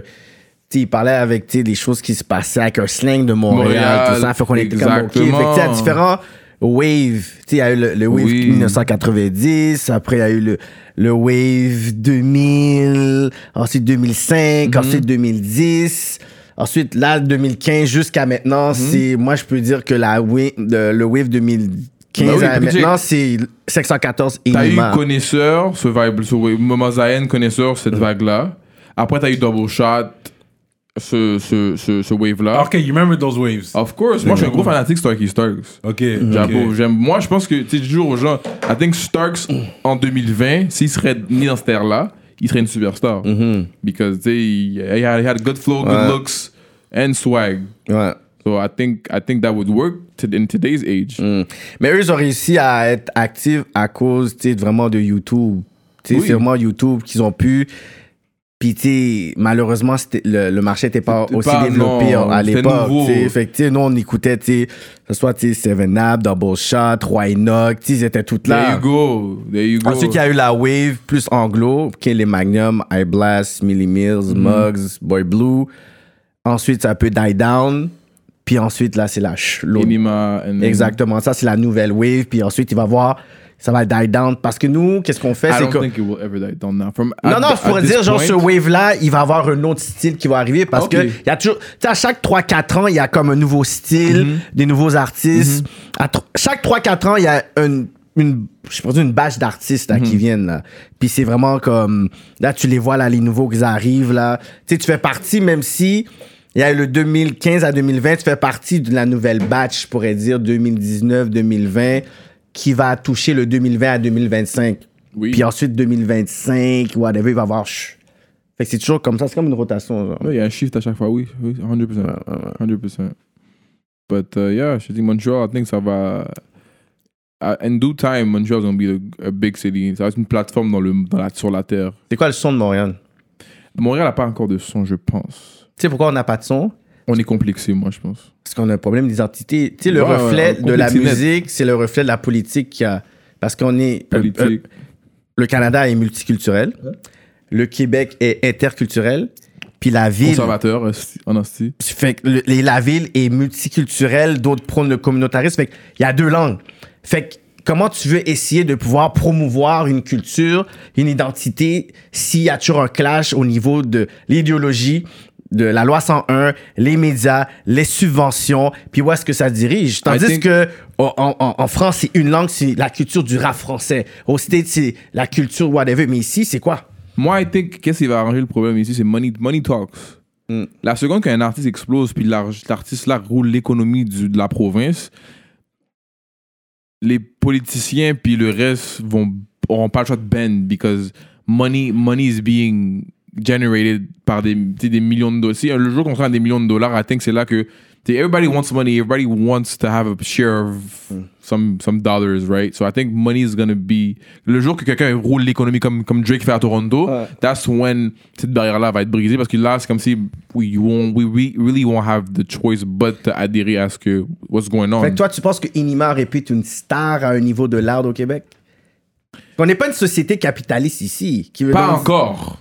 [SPEAKER 5] sais, il parlait avec tu sais, des choses qui se passaient avec un slang de Montréal,
[SPEAKER 4] Montréal,
[SPEAKER 5] tout ça. Fait qu'on était comme OK. Fait que, tu sais, à
[SPEAKER 4] exactement.
[SPEAKER 5] différents waves. Tu sais, Il y a eu le, le wave
[SPEAKER 4] Oui.
[SPEAKER 5] 1990, après il y a eu le, le wave 2000, ensuite 2005,
[SPEAKER 4] Mm-hmm.
[SPEAKER 5] ensuite 2010. Ensuite, là, 2015 jusqu'à maintenant,
[SPEAKER 4] Mm-hmm.
[SPEAKER 5] c'est moi, je peux dire que la wa- de- le wave 2015
[SPEAKER 4] Bah oui,
[SPEAKER 5] à
[SPEAKER 4] puis tu sais-
[SPEAKER 5] maintenant, c'est 514 et
[SPEAKER 4] T'as eu
[SPEAKER 5] Nima.
[SPEAKER 4] Connaisseur, ce vibe, ce wave- Mama Zayn, Connaisseur,
[SPEAKER 5] Mm.
[SPEAKER 4] cette vague-là. Après, t'as eu Double Shot, ce, ce, ce, ce wave-là.
[SPEAKER 2] OK, you remember those waves.
[SPEAKER 4] Of course, moi je suis un gros fanatique de Starky Starks.
[SPEAKER 2] OK.
[SPEAKER 4] Ah. J'avoue,
[SPEAKER 2] OK.
[SPEAKER 4] j'aime. Moi je pense que, tu sais, je dis toujours aux gens, I think Starks en 2020, s'il serait né dans cette ère-là, il serait une superstar. Because, tu sais, he he had, he had good flow, good
[SPEAKER 5] Mm-hmm. Ouais.
[SPEAKER 4] looks, and swag.
[SPEAKER 5] Ouais.
[SPEAKER 4] So I think, I think that would work to- in today's age.
[SPEAKER 5] Mm. Mais eux, ils ont réussi à être actifs à cause tu sais, vraiment de YouTube. Tu sais,
[SPEAKER 4] Oui.
[SPEAKER 5] C'est vraiment YouTube qu'ils ont pu. Puis, tu sais, malheureusement, c'était- le, le marché n'était pas
[SPEAKER 4] C'était
[SPEAKER 5] aussi
[SPEAKER 4] pas-
[SPEAKER 5] développé
[SPEAKER 4] non,
[SPEAKER 5] à
[SPEAKER 4] c'était
[SPEAKER 5] l'époque.
[SPEAKER 4] nouveau.
[SPEAKER 5] tu sais. Fait que, tu sais, nous, on écoutait, tu sais, que ce soit tu sais, Seven Up, Double Shot, Roy Enoch, tu sais, ils étaient toutes
[SPEAKER 4] There
[SPEAKER 5] là.
[SPEAKER 4] you go, there you go.
[SPEAKER 5] Ensuite, il y a eu la wave plus anglo, qui est les Magnum, High Blast, Millie Mills,
[SPEAKER 4] Mhm.
[SPEAKER 5] Muggs, Boy Blue. Ensuite, ça peut Die Down. Puis ensuite, là, c'est la ch- l'autre
[SPEAKER 4] Enima and-
[SPEAKER 5] Exactement, ça c'est la nouvelle wave. Puis ensuite, il va voir, ça va die down. Parce que nous, qu'est-ce qu'on fait
[SPEAKER 4] I
[SPEAKER 5] c'est
[SPEAKER 4] don't
[SPEAKER 5] que...
[SPEAKER 4] think it will ever die down now. From-
[SPEAKER 5] Non,
[SPEAKER 4] at-
[SPEAKER 5] non,
[SPEAKER 4] at
[SPEAKER 5] je pourrais
[SPEAKER 4] this
[SPEAKER 5] dire, genre,
[SPEAKER 4] point-
[SPEAKER 5] ce wave-là, il va avoir un autre style qui va arriver parce
[SPEAKER 4] Ok.
[SPEAKER 5] que il y a toujours. Tu sais, à chaque 3-4 ans, il y a comme un nouveau style, des nouveaux artistes. À tr- chaque 3-4 ans, il y a une. Une, je sais pas, une bâche d'artistes là, qui viennent. Là. Puis c'est vraiment comme. Là, tu les vois, là, les nouveaux qui arrivent. Là. Tu sais, tu fais partie, même si. Il y a eu le 2015 à 2020, tu fais partie de la nouvelle batch, je pourrais dire, 2019-2020, qui va toucher le 2020 à 2025.
[SPEAKER 4] Oui.
[SPEAKER 5] Puis ensuite, 2025, whatever, il va avoir. chut. Fait que c'est toujours comme ça, c'est comme une rotation. Genre.
[SPEAKER 4] Ouais, Il y a un shift à chaque fois, oui, oui 100%. 100%. But uh, yeah, je dis Montreal, I think ça va. Uh, in due time, Montreal is going to be a, a big city. Ça va être une plateforme dans le, dans la, sur la terre.
[SPEAKER 5] C'est quoi le son de Montréal?
[SPEAKER 4] Montréal n'a pas encore de son, je pense.
[SPEAKER 5] Tu sais pourquoi on n'a pas de son?
[SPEAKER 4] On est complexé, moi, je pense.
[SPEAKER 5] Parce qu'on a un problème d'identité. Tu sais, le
[SPEAKER 4] Ouais, ouais,
[SPEAKER 5] reflet
[SPEAKER 4] un
[SPEAKER 5] de la
[SPEAKER 4] complexe net.
[SPEAKER 5] musique, c'est le reflet de la politique qu'il y a. Parce qu'on est. euh, euh,
[SPEAKER 4] Politique.
[SPEAKER 5] le Canada est multiculturel. Le Québec est interculturel. Puis la ville.
[SPEAKER 4] Conservateur, hosti- en hostie.
[SPEAKER 5] Fait que le- les- la ville est multiculturelle, d'autres prônent le communautarisme. Fait qu'il y a deux langues. Fait que comment tu veux essayer de pouvoir promouvoir une culture, une identité, s'il y a toujours un clash au niveau de l'idéologie, de la loi 101, les médias, les subventions, puis où est-ce que ça dirige? Tandis
[SPEAKER 4] I think-
[SPEAKER 5] que en, en- en France, c'est une langue, c'est la culture du rap français. Au States, c'est la culture whatever. Mais ici, c'est quoi?
[SPEAKER 4] Moi, I think, qu'est-ce qui va arranger le problème ici, c'est money, money talks. La seconde qu'un artiste explose, puis l'ar- l'artiste là roule l'économie du- de la province, les politiciens puis le reste vont auront pas le choix de bend because money money is being generated par des, tu sais, des millions de dollars. Si euh, le jour qu'on sera à des millions de dollars, I think c'est là que they- everybody wants money. Everybody wants to have a share of some some dollars, right? So I think money is gonna be le jour que quelqu'un roule l'économie comme comme Drake fait à Toronto. That's when cette barrière là va être brisée parce que là c'est comme si we won't we, we really won't have the choice but to adhérer à ce que what's going on.
[SPEAKER 5] Fait que toi, tu penses que Inima aurait pu être une star à un niveau de l'art au Québec? On n'est pas une société capitaliste ici. Qui veut
[SPEAKER 4] pas
[SPEAKER 5] donc-
[SPEAKER 4] encore.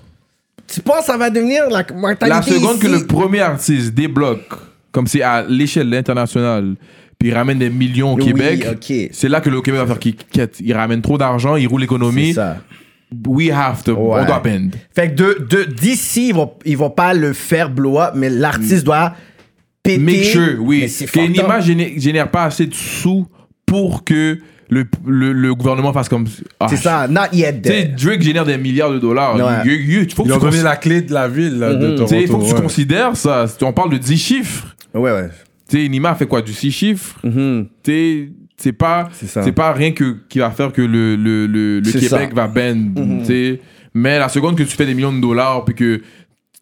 [SPEAKER 5] Tu penses que ça va devenir la mentalité
[SPEAKER 4] La seconde que
[SPEAKER 5] ici?
[SPEAKER 4] le premier artiste débloque, comme c'est à l'échelle internationale, puis il ramène des millions au
[SPEAKER 5] Oui,
[SPEAKER 4] Québec,
[SPEAKER 5] ok.
[SPEAKER 4] c'est là que le Québec va faire qu'il quitte. Il ramène trop d'argent, il
[SPEAKER 5] C'est
[SPEAKER 4] roule l'économie.
[SPEAKER 5] ça.
[SPEAKER 4] We have to.
[SPEAKER 5] Ouais.
[SPEAKER 4] On doit bend.
[SPEAKER 5] Fait que de- de- d'ici, ils vont, ils vont pas le faire blow up, mais l'artiste doit péter.
[SPEAKER 4] Mm. Make sure,
[SPEAKER 5] Mais
[SPEAKER 4] oui.
[SPEAKER 5] c'est hein.
[SPEAKER 4] Que
[SPEAKER 5] fucked up.
[SPEAKER 4] l'image génère, génère pas assez de sous pour que le, le, le gouvernement fasse comme. Ah,
[SPEAKER 5] C'est ça, not yet
[SPEAKER 4] Tu sais,
[SPEAKER 5] dead.
[SPEAKER 4] Drake génère des milliards de dollars.
[SPEAKER 5] Ouais.
[SPEAKER 4] You- you- faut que
[SPEAKER 2] Ils
[SPEAKER 4] tu
[SPEAKER 2] ont donné
[SPEAKER 4] cons-
[SPEAKER 2] la clé de la ville là, de
[SPEAKER 4] tu sais,
[SPEAKER 2] Toronto.
[SPEAKER 4] faut que tu
[SPEAKER 2] ouais.
[SPEAKER 4] considères ça. On parle de 10 chiffres.
[SPEAKER 5] Ouais, ouais. Mm-hmm,
[SPEAKER 4] tu sais, Nima fait quoi du six chiffres T'sais, c'est pas
[SPEAKER 5] ça.
[SPEAKER 4] c'est pas rien que qui va faire que le le, le, le
[SPEAKER 5] C'est
[SPEAKER 4] Québec
[SPEAKER 5] ça. Mhm.
[SPEAKER 4] va bend t'sais. mais la seconde que tu fais des millions de dollars puis que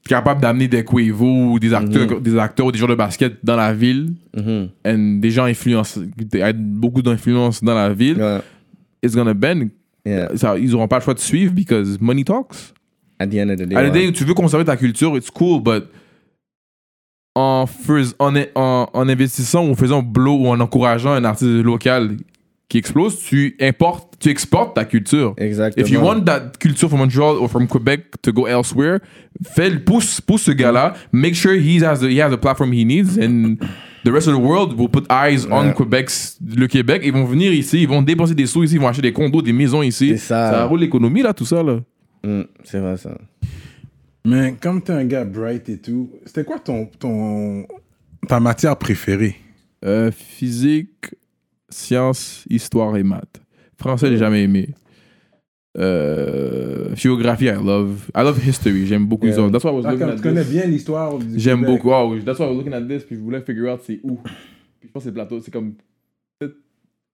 [SPEAKER 4] tu es capable d'amener des Quavo ou
[SPEAKER 5] Mhm.
[SPEAKER 4] des acteurs des acteurs ou des joueurs de basket dans la ville
[SPEAKER 5] mm-hmm.
[SPEAKER 4] and des gens influencent beaucoup d'influence dans la ville
[SPEAKER 5] Ouais.
[SPEAKER 4] it's gonna bend
[SPEAKER 5] Yeah.
[SPEAKER 4] Ça, ils auront pas le choix de suivre because money talks
[SPEAKER 5] At the end of the day.
[SPEAKER 4] à l'idée
[SPEAKER 5] ouais.
[SPEAKER 4] où tu veux conserver ta culture, it's cool, but en, fais- en, en, en investissant ou en faisant blow ou en encourageant un artiste local qui explose, tu importes, tu exportes ta culture.
[SPEAKER 5] Exactement.
[SPEAKER 4] If you want that culture from Montreal or from Quebec to go elsewhere, fais le pousse, pousse ce gars-là, make sure he has the, he has the platform he needs and the rest of the world will put eyes on
[SPEAKER 5] Ouais.
[SPEAKER 4] Quebec's, le Québec. Ils vont venir ici, ils vont dépenser des sous ici, ils vont acheter des condos, des maisons ici.
[SPEAKER 5] C'est ça.
[SPEAKER 4] roule l'économie là, tout ça là.
[SPEAKER 5] Mm, c'est vrai, ça.
[SPEAKER 2] Mais comme t'es un gars bright et tout, c'était quoi ton, ton ta matière préférée
[SPEAKER 4] Euh, physique, sciences, histoire et maths. Français, j'ai jamais aimé. Euh, géographie, I love. I love history. J'aime beaucoup.
[SPEAKER 5] Yeah.
[SPEAKER 4] That's why I was
[SPEAKER 2] Ah,
[SPEAKER 4] looking
[SPEAKER 2] comme
[SPEAKER 4] at
[SPEAKER 2] tu connais
[SPEAKER 4] this.
[SPEAKER 2] bien l'histoire. du
[SPEAKER 4] J'aime
[SPEAKER 2] Québec.
[SPEAKER 4] beaucoup. Oh, that's why I was looking at this. Puis je voulais figure out c'est où. Puis je pense que c'est plateau. C'est comme peut-être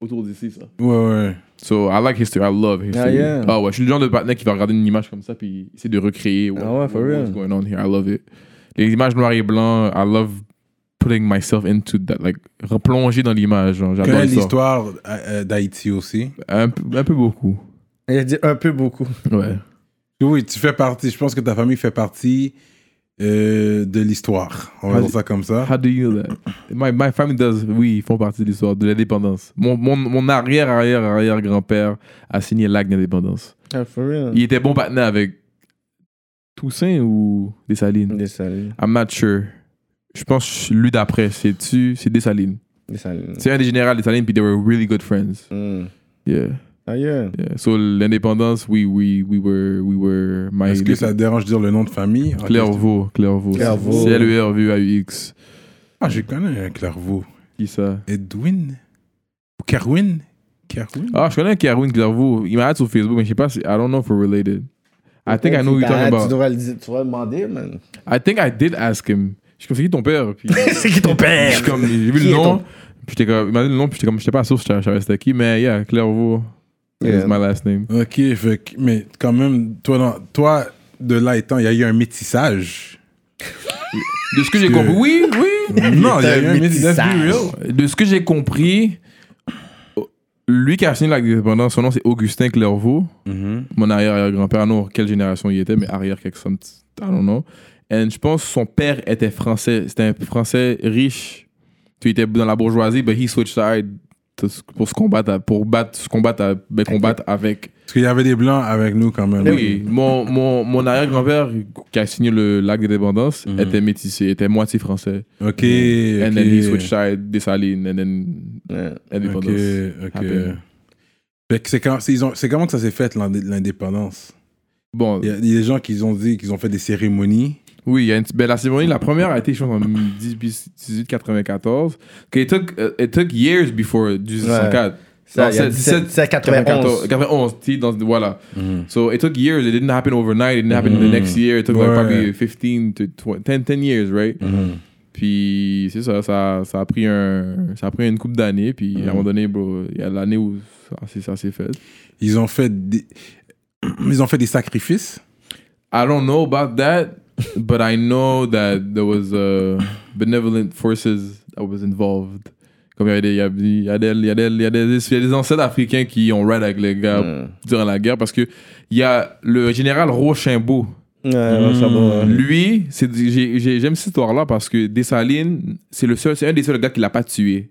[SPEAKER 4] autour d'ici ça.
[SPEAKER 2] Ouais, ouais.
[SPEAKER 4] So I like history. I love history.
[SPEAKER 5] Ah, yeah.
[SPEAKER 4] Ah ouais, je suis le genre de partenaire qui va regarder une image comme ça puis essayer de recréer. what-
[SPEAKER 5] Ah ouais, for
[SPEAKER 4] what-
[SPEAKER 5] real.
[SPEAKER 4] What's going on here? I love it. Les images noires et blancs, I love putting myself into that, like replonger dans l'image. genre,
[SPEAKER 2] Connais
[SPEAKER 4] J'adore ça.
[SPEAKER 2] l'histoire euh, d'Haïti aussi.
[SPEAKER 4] Un, peu- un peu beaucoup.
[SPEAKER 5] Il a dit un peu beaucoup.
[SPEAKER 4] Ouais.
[SPEAKER 2] Oui, tu fais partie. Je pense que ta famille fait partie euh, de l'histoire. On va
[SPEAKER 4] Vas-y.
[SPEAKER 2] dire ça comme ça.
[SPEAKER 4] How do you know that? My, my family does. Oui, ils font partie de l'histoire de l'indépendance. Mon, mon, mon arrière arrière arrière grand-père a signé l'acte d'indépendance.
[SPEAKER 5] Ah, for real.
[SPEAKER 4] Il était bon partenaire avec Toussaint ou Dessalines.
[SPEAKER 5] Des salines.
[SPEAKER 4] I'm not sure. Je pense que lui d'après, c'est-tu, c'est Dessalines.
[SPEAKER 5] Des salines.
[SPEAKER 4] C'est un des généraux Dessalines, puis they were really good friends.
[SPEAKER 5] Mm.
[SPEAKER 4] Yeah,
[SPEAKER 5] Ah, yeah.
[SPEAKER 4] yeah. So l'indépendance, we, we, we were, we were, my
[SPEAKER 2] Est-ce que ça te dérange de dire le nom de famille Ah,
[SPEAKER 4] Clairvaux, Clairvaux.
[SPEAKER 5] Clairvaux.
[SPEAKER 4] C'est L-E-R-V-A-U-X.
[SPEAKER 2] Ah, je connais un Clairvaux.
[SPEAKER 4] Qui ça?
[SPEAKER 2] Edwin Ou Kerwin Kerwin
[SPEAKER 4] Ah, je connais Kerwin Clairvaux. Il m'a add sur Facebook, mais je sais pas si, I don't know if we're related. I think I know who you're
[SPEAKER 5] T'as-
[SPEAKER 4] talking
[SPEAKER 5] Tu
[SPEAKER 4] about.
[SPEAKER 5] devrais le dire- tu devrais le demander, man.
[SPEAKER 4] I think I did ask him. Je suis comme, c'est qui ton père? Puis-
[SPEAKER 5] c'est qui ton
[SPEAKER 4] Je
[SPEAKER 5] père?
[SPEAKER 4] suis comme, j'ai vu
[SPEAKER 5] Qui
[SPEAKER 4] le
[SPEAKER 5] est
[SPEAKER 4] nom.
[SPEAKER 5] ton-
[SPEAKER 4] Puis j'étais comme, il m'a dit le nom, puis j'étais comme, j'étais pas sûr si je savais c'était qui, mais yeah, Clairvaux.
[SPEAKER 5] Yeah.
[SPEAKER 4] It's my last name.
[SPEAKER 2] Ok, fait que- mais quand même, toi, dans- toi, de là étant, il y a eu un métissage.
[SPEAKER 4] De ce que j'ai compris, oui, oui.
[SPEAKER 2] non, il y a eu un
[SPEAKER 5] un
[SPEAKER 2] métissage. Let's be
[SPEAKER 5] métissage.
[SPEAKER 2] real.
[SPEAKER 4] De ce que j'ai compris, lui qui a signé l'acte d'indépendance, son nom c'est Augustin Clervaux. Mon arrière-arrière-grand-père, non, quelle génération il était, mais arrière quelque chose, I don't know. Et je pense que son père était français. C'était un français riche. Tu était dans la bourgeoisie, but he switched side to- pour se combattre, à- pour battre, se combattre, à- ben, combattre avec.
[SPEAKER 2] Parce qu'il y avait des blancs avec nous quand même.
[SPEAKER 4] Eh Oui, mon, mon, mon arrière-grand-père qui a signé le l'acte d'indépendance était métissé, était moitié français.
[SPEAKER 2] Ok. ok.
[SPEAKER 4] And then he switched side, Dessalines, and then
[SPEAKER 5] Ouais.
[SPEAKER 2] Ok,
[SPEAKER 4] indépendance.
[SPEAKER 2] ok.
[SPEAKER 4] Happen.
[SPEAKER 2] Fait que c'est quand- c'est- ils ont- c'est comment que ça s'est fait l'indé- l'indépendance
[SPEAKER 4] Bon,
[SPEAKER 2] Il y, a il y a des gens qui ont dit qu'ils ont fait des cérémonies.
[SPEAKER 4] oui, il y a une, ben, la cérémonie, la première a été, je pense, en 1894. que it, took, uh, it took years before 1804.
[SPEAKER 5] Ça,
[SPEAKER 4] Non,
[SPEAKER 5] il y a
[SPEAKER 4] c'est-
[SPEAKER 5] 17
[SPEAKER 4] c'est-
[SPEAKER 5] c'est 91.
[SPEAKER 4] 91, tu sais, dans, voilà.
[SPEAKER 2] Mhm.
[SPEAKER 4] So it took years, it didn't happen overnight, it didn't happen
[SPEAKER 5] Mm.
[SPEAKER 4] the next year, it took like
[SPEAKER 2] Ouais.
[SPEAKER 4] probably 15 to 20, 10, 10 years, right?
[SPEAKER 5] Mm-hmm.
[SPEAKER 4] Puis c'est ça, ça, ça, a pris un, ça a pris une couple d'années, puis
[SPEAKER 5] Mm-hmm.
[SPEAKER 4] à un moment donné, bro, il y a l'année où ça, s'est- ça s'est fait.
[SPEAKER 2] Ils ont fait des, ils ont fait des sacrifices.
[SPEAKER 4] I don't know about that, but I know that there was uh, benevolent forces I was involved. Comme il y a des, il y a, il y a des, il y a des, il y a des, il y a des ancêtres africains qui ont ride avec les gars durant la guerre parce que il y a le général Rochambeau.
[SPEAKER 5] ouais, ça va.
[SPEAKER 4] Lui, c'est- j'ai- j'ai- j'aime cette histoire-là parce que Dessalines, c'est le seul, c'est un des seuls gars qui l'a pas tué.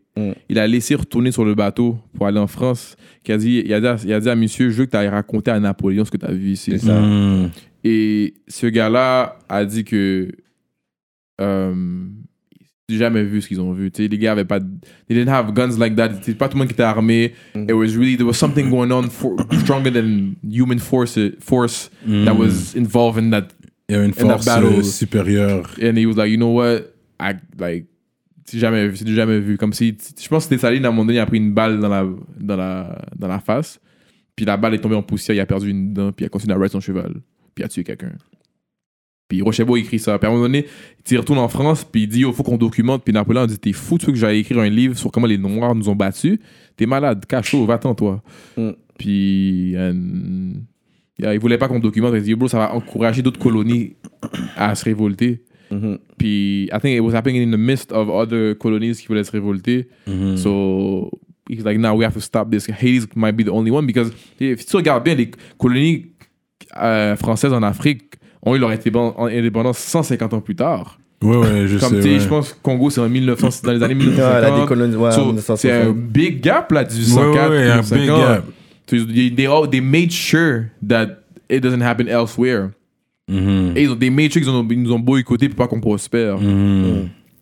[SPEAKER 4] Il a laissé retourner sur le bateau pour aller en France. Qui a dit, il a dit, à- il a dit à monsieur, je veux que tu ailles raconter à Napoléon ce que tu as vu ici. Et ce gars-là a dit que euh, j'ai jamais vu ce qu'ils ont vu. Tu sais, les gars avaient pas, they didn't have guns like that. C'était pas tout le monde qui était armé. It was really there was something going on for, stronger than human force force that was involved in that
[SPEAKER 2] Il y a une
[SPEAKER 4] And that
[SPEAKER 2] force
[SPEAKER 4] battle-
[SPEAKER 2] euh, supérieure.
[SPEAKER 4] and he was like, you know what, I like, c'est jamais vu, c'est du jamais vu. Comme si, je pense que Dessalines, à un moment donné, il a pris une balle dans la, dans la, dans la face, puis la balle est tombée en poussière, il a perdu une dent, puis il a continué à ride son cheval, puis il a tué quelqu'un. Puis Rochebeau écrit ça. Puis à un moment donné, il retourne en France, puis il dit, il faut qu'on documente. Puis Napoléon dit, t'es fou, tu veux que j'aille écrire un livre sur comment les Noirs nous ont battus? T'es malade, cachot, va-t'en, toi.
[SPEAKER 5] Mm.
[SPEAKER 4] Puis, euh, il voulait pas qu'on documente. Il dit, bro, ça va encourager d'autres colonies à se révolter. Puis, I think it was happening in the midst of other colonies qui voulaient se révolter.
[SPEAKER 2] Mhm.
[SPEAKER 4] So, he's like, now we have to stop this. Haiti might be the only one because if tu regardes bien, les colonies euh, françaises en Afrique ont eu leur indépen- indépendance 150 ans plus tard.
[SPEAKER 2] Ouais, ouais, je
[SPEAKER 4] Comme
[SPEAKER 2] sais.
[SPEAKER 4] tu sais,
[SPEAKER 2] ouais.
[SPEAKER 4] je pense que Congo, c'est en 1900, dans les années
[SPEAKER 5] Ah, la
[SPEAKER 4] 1950.
[SPEAKER 5] décolonie- ouais,
[SPEAKER 4] So,
[SPEAKER 5] 1960.
[SPEAKER 4] c'est un big gap là du
[SPEAKER 2] Ouais,
[SPEAKER 4] 104
[SPEAKER 2] ouais, un big
[SPEAKER 4] 50.
[SPEAKER 2] gap.
[SPEAKER 4] So, they, they all- they made sure that it doesn't happen elsewhere.
[SPEAKER 2] Mhm.
[SPEAKER 4] Et ils ont, they made sure qu'ils ont- ils nous ont boycotté pour pas qu'on
[SPEAKER 2] Mm.
[SPEAKER 4] prospère.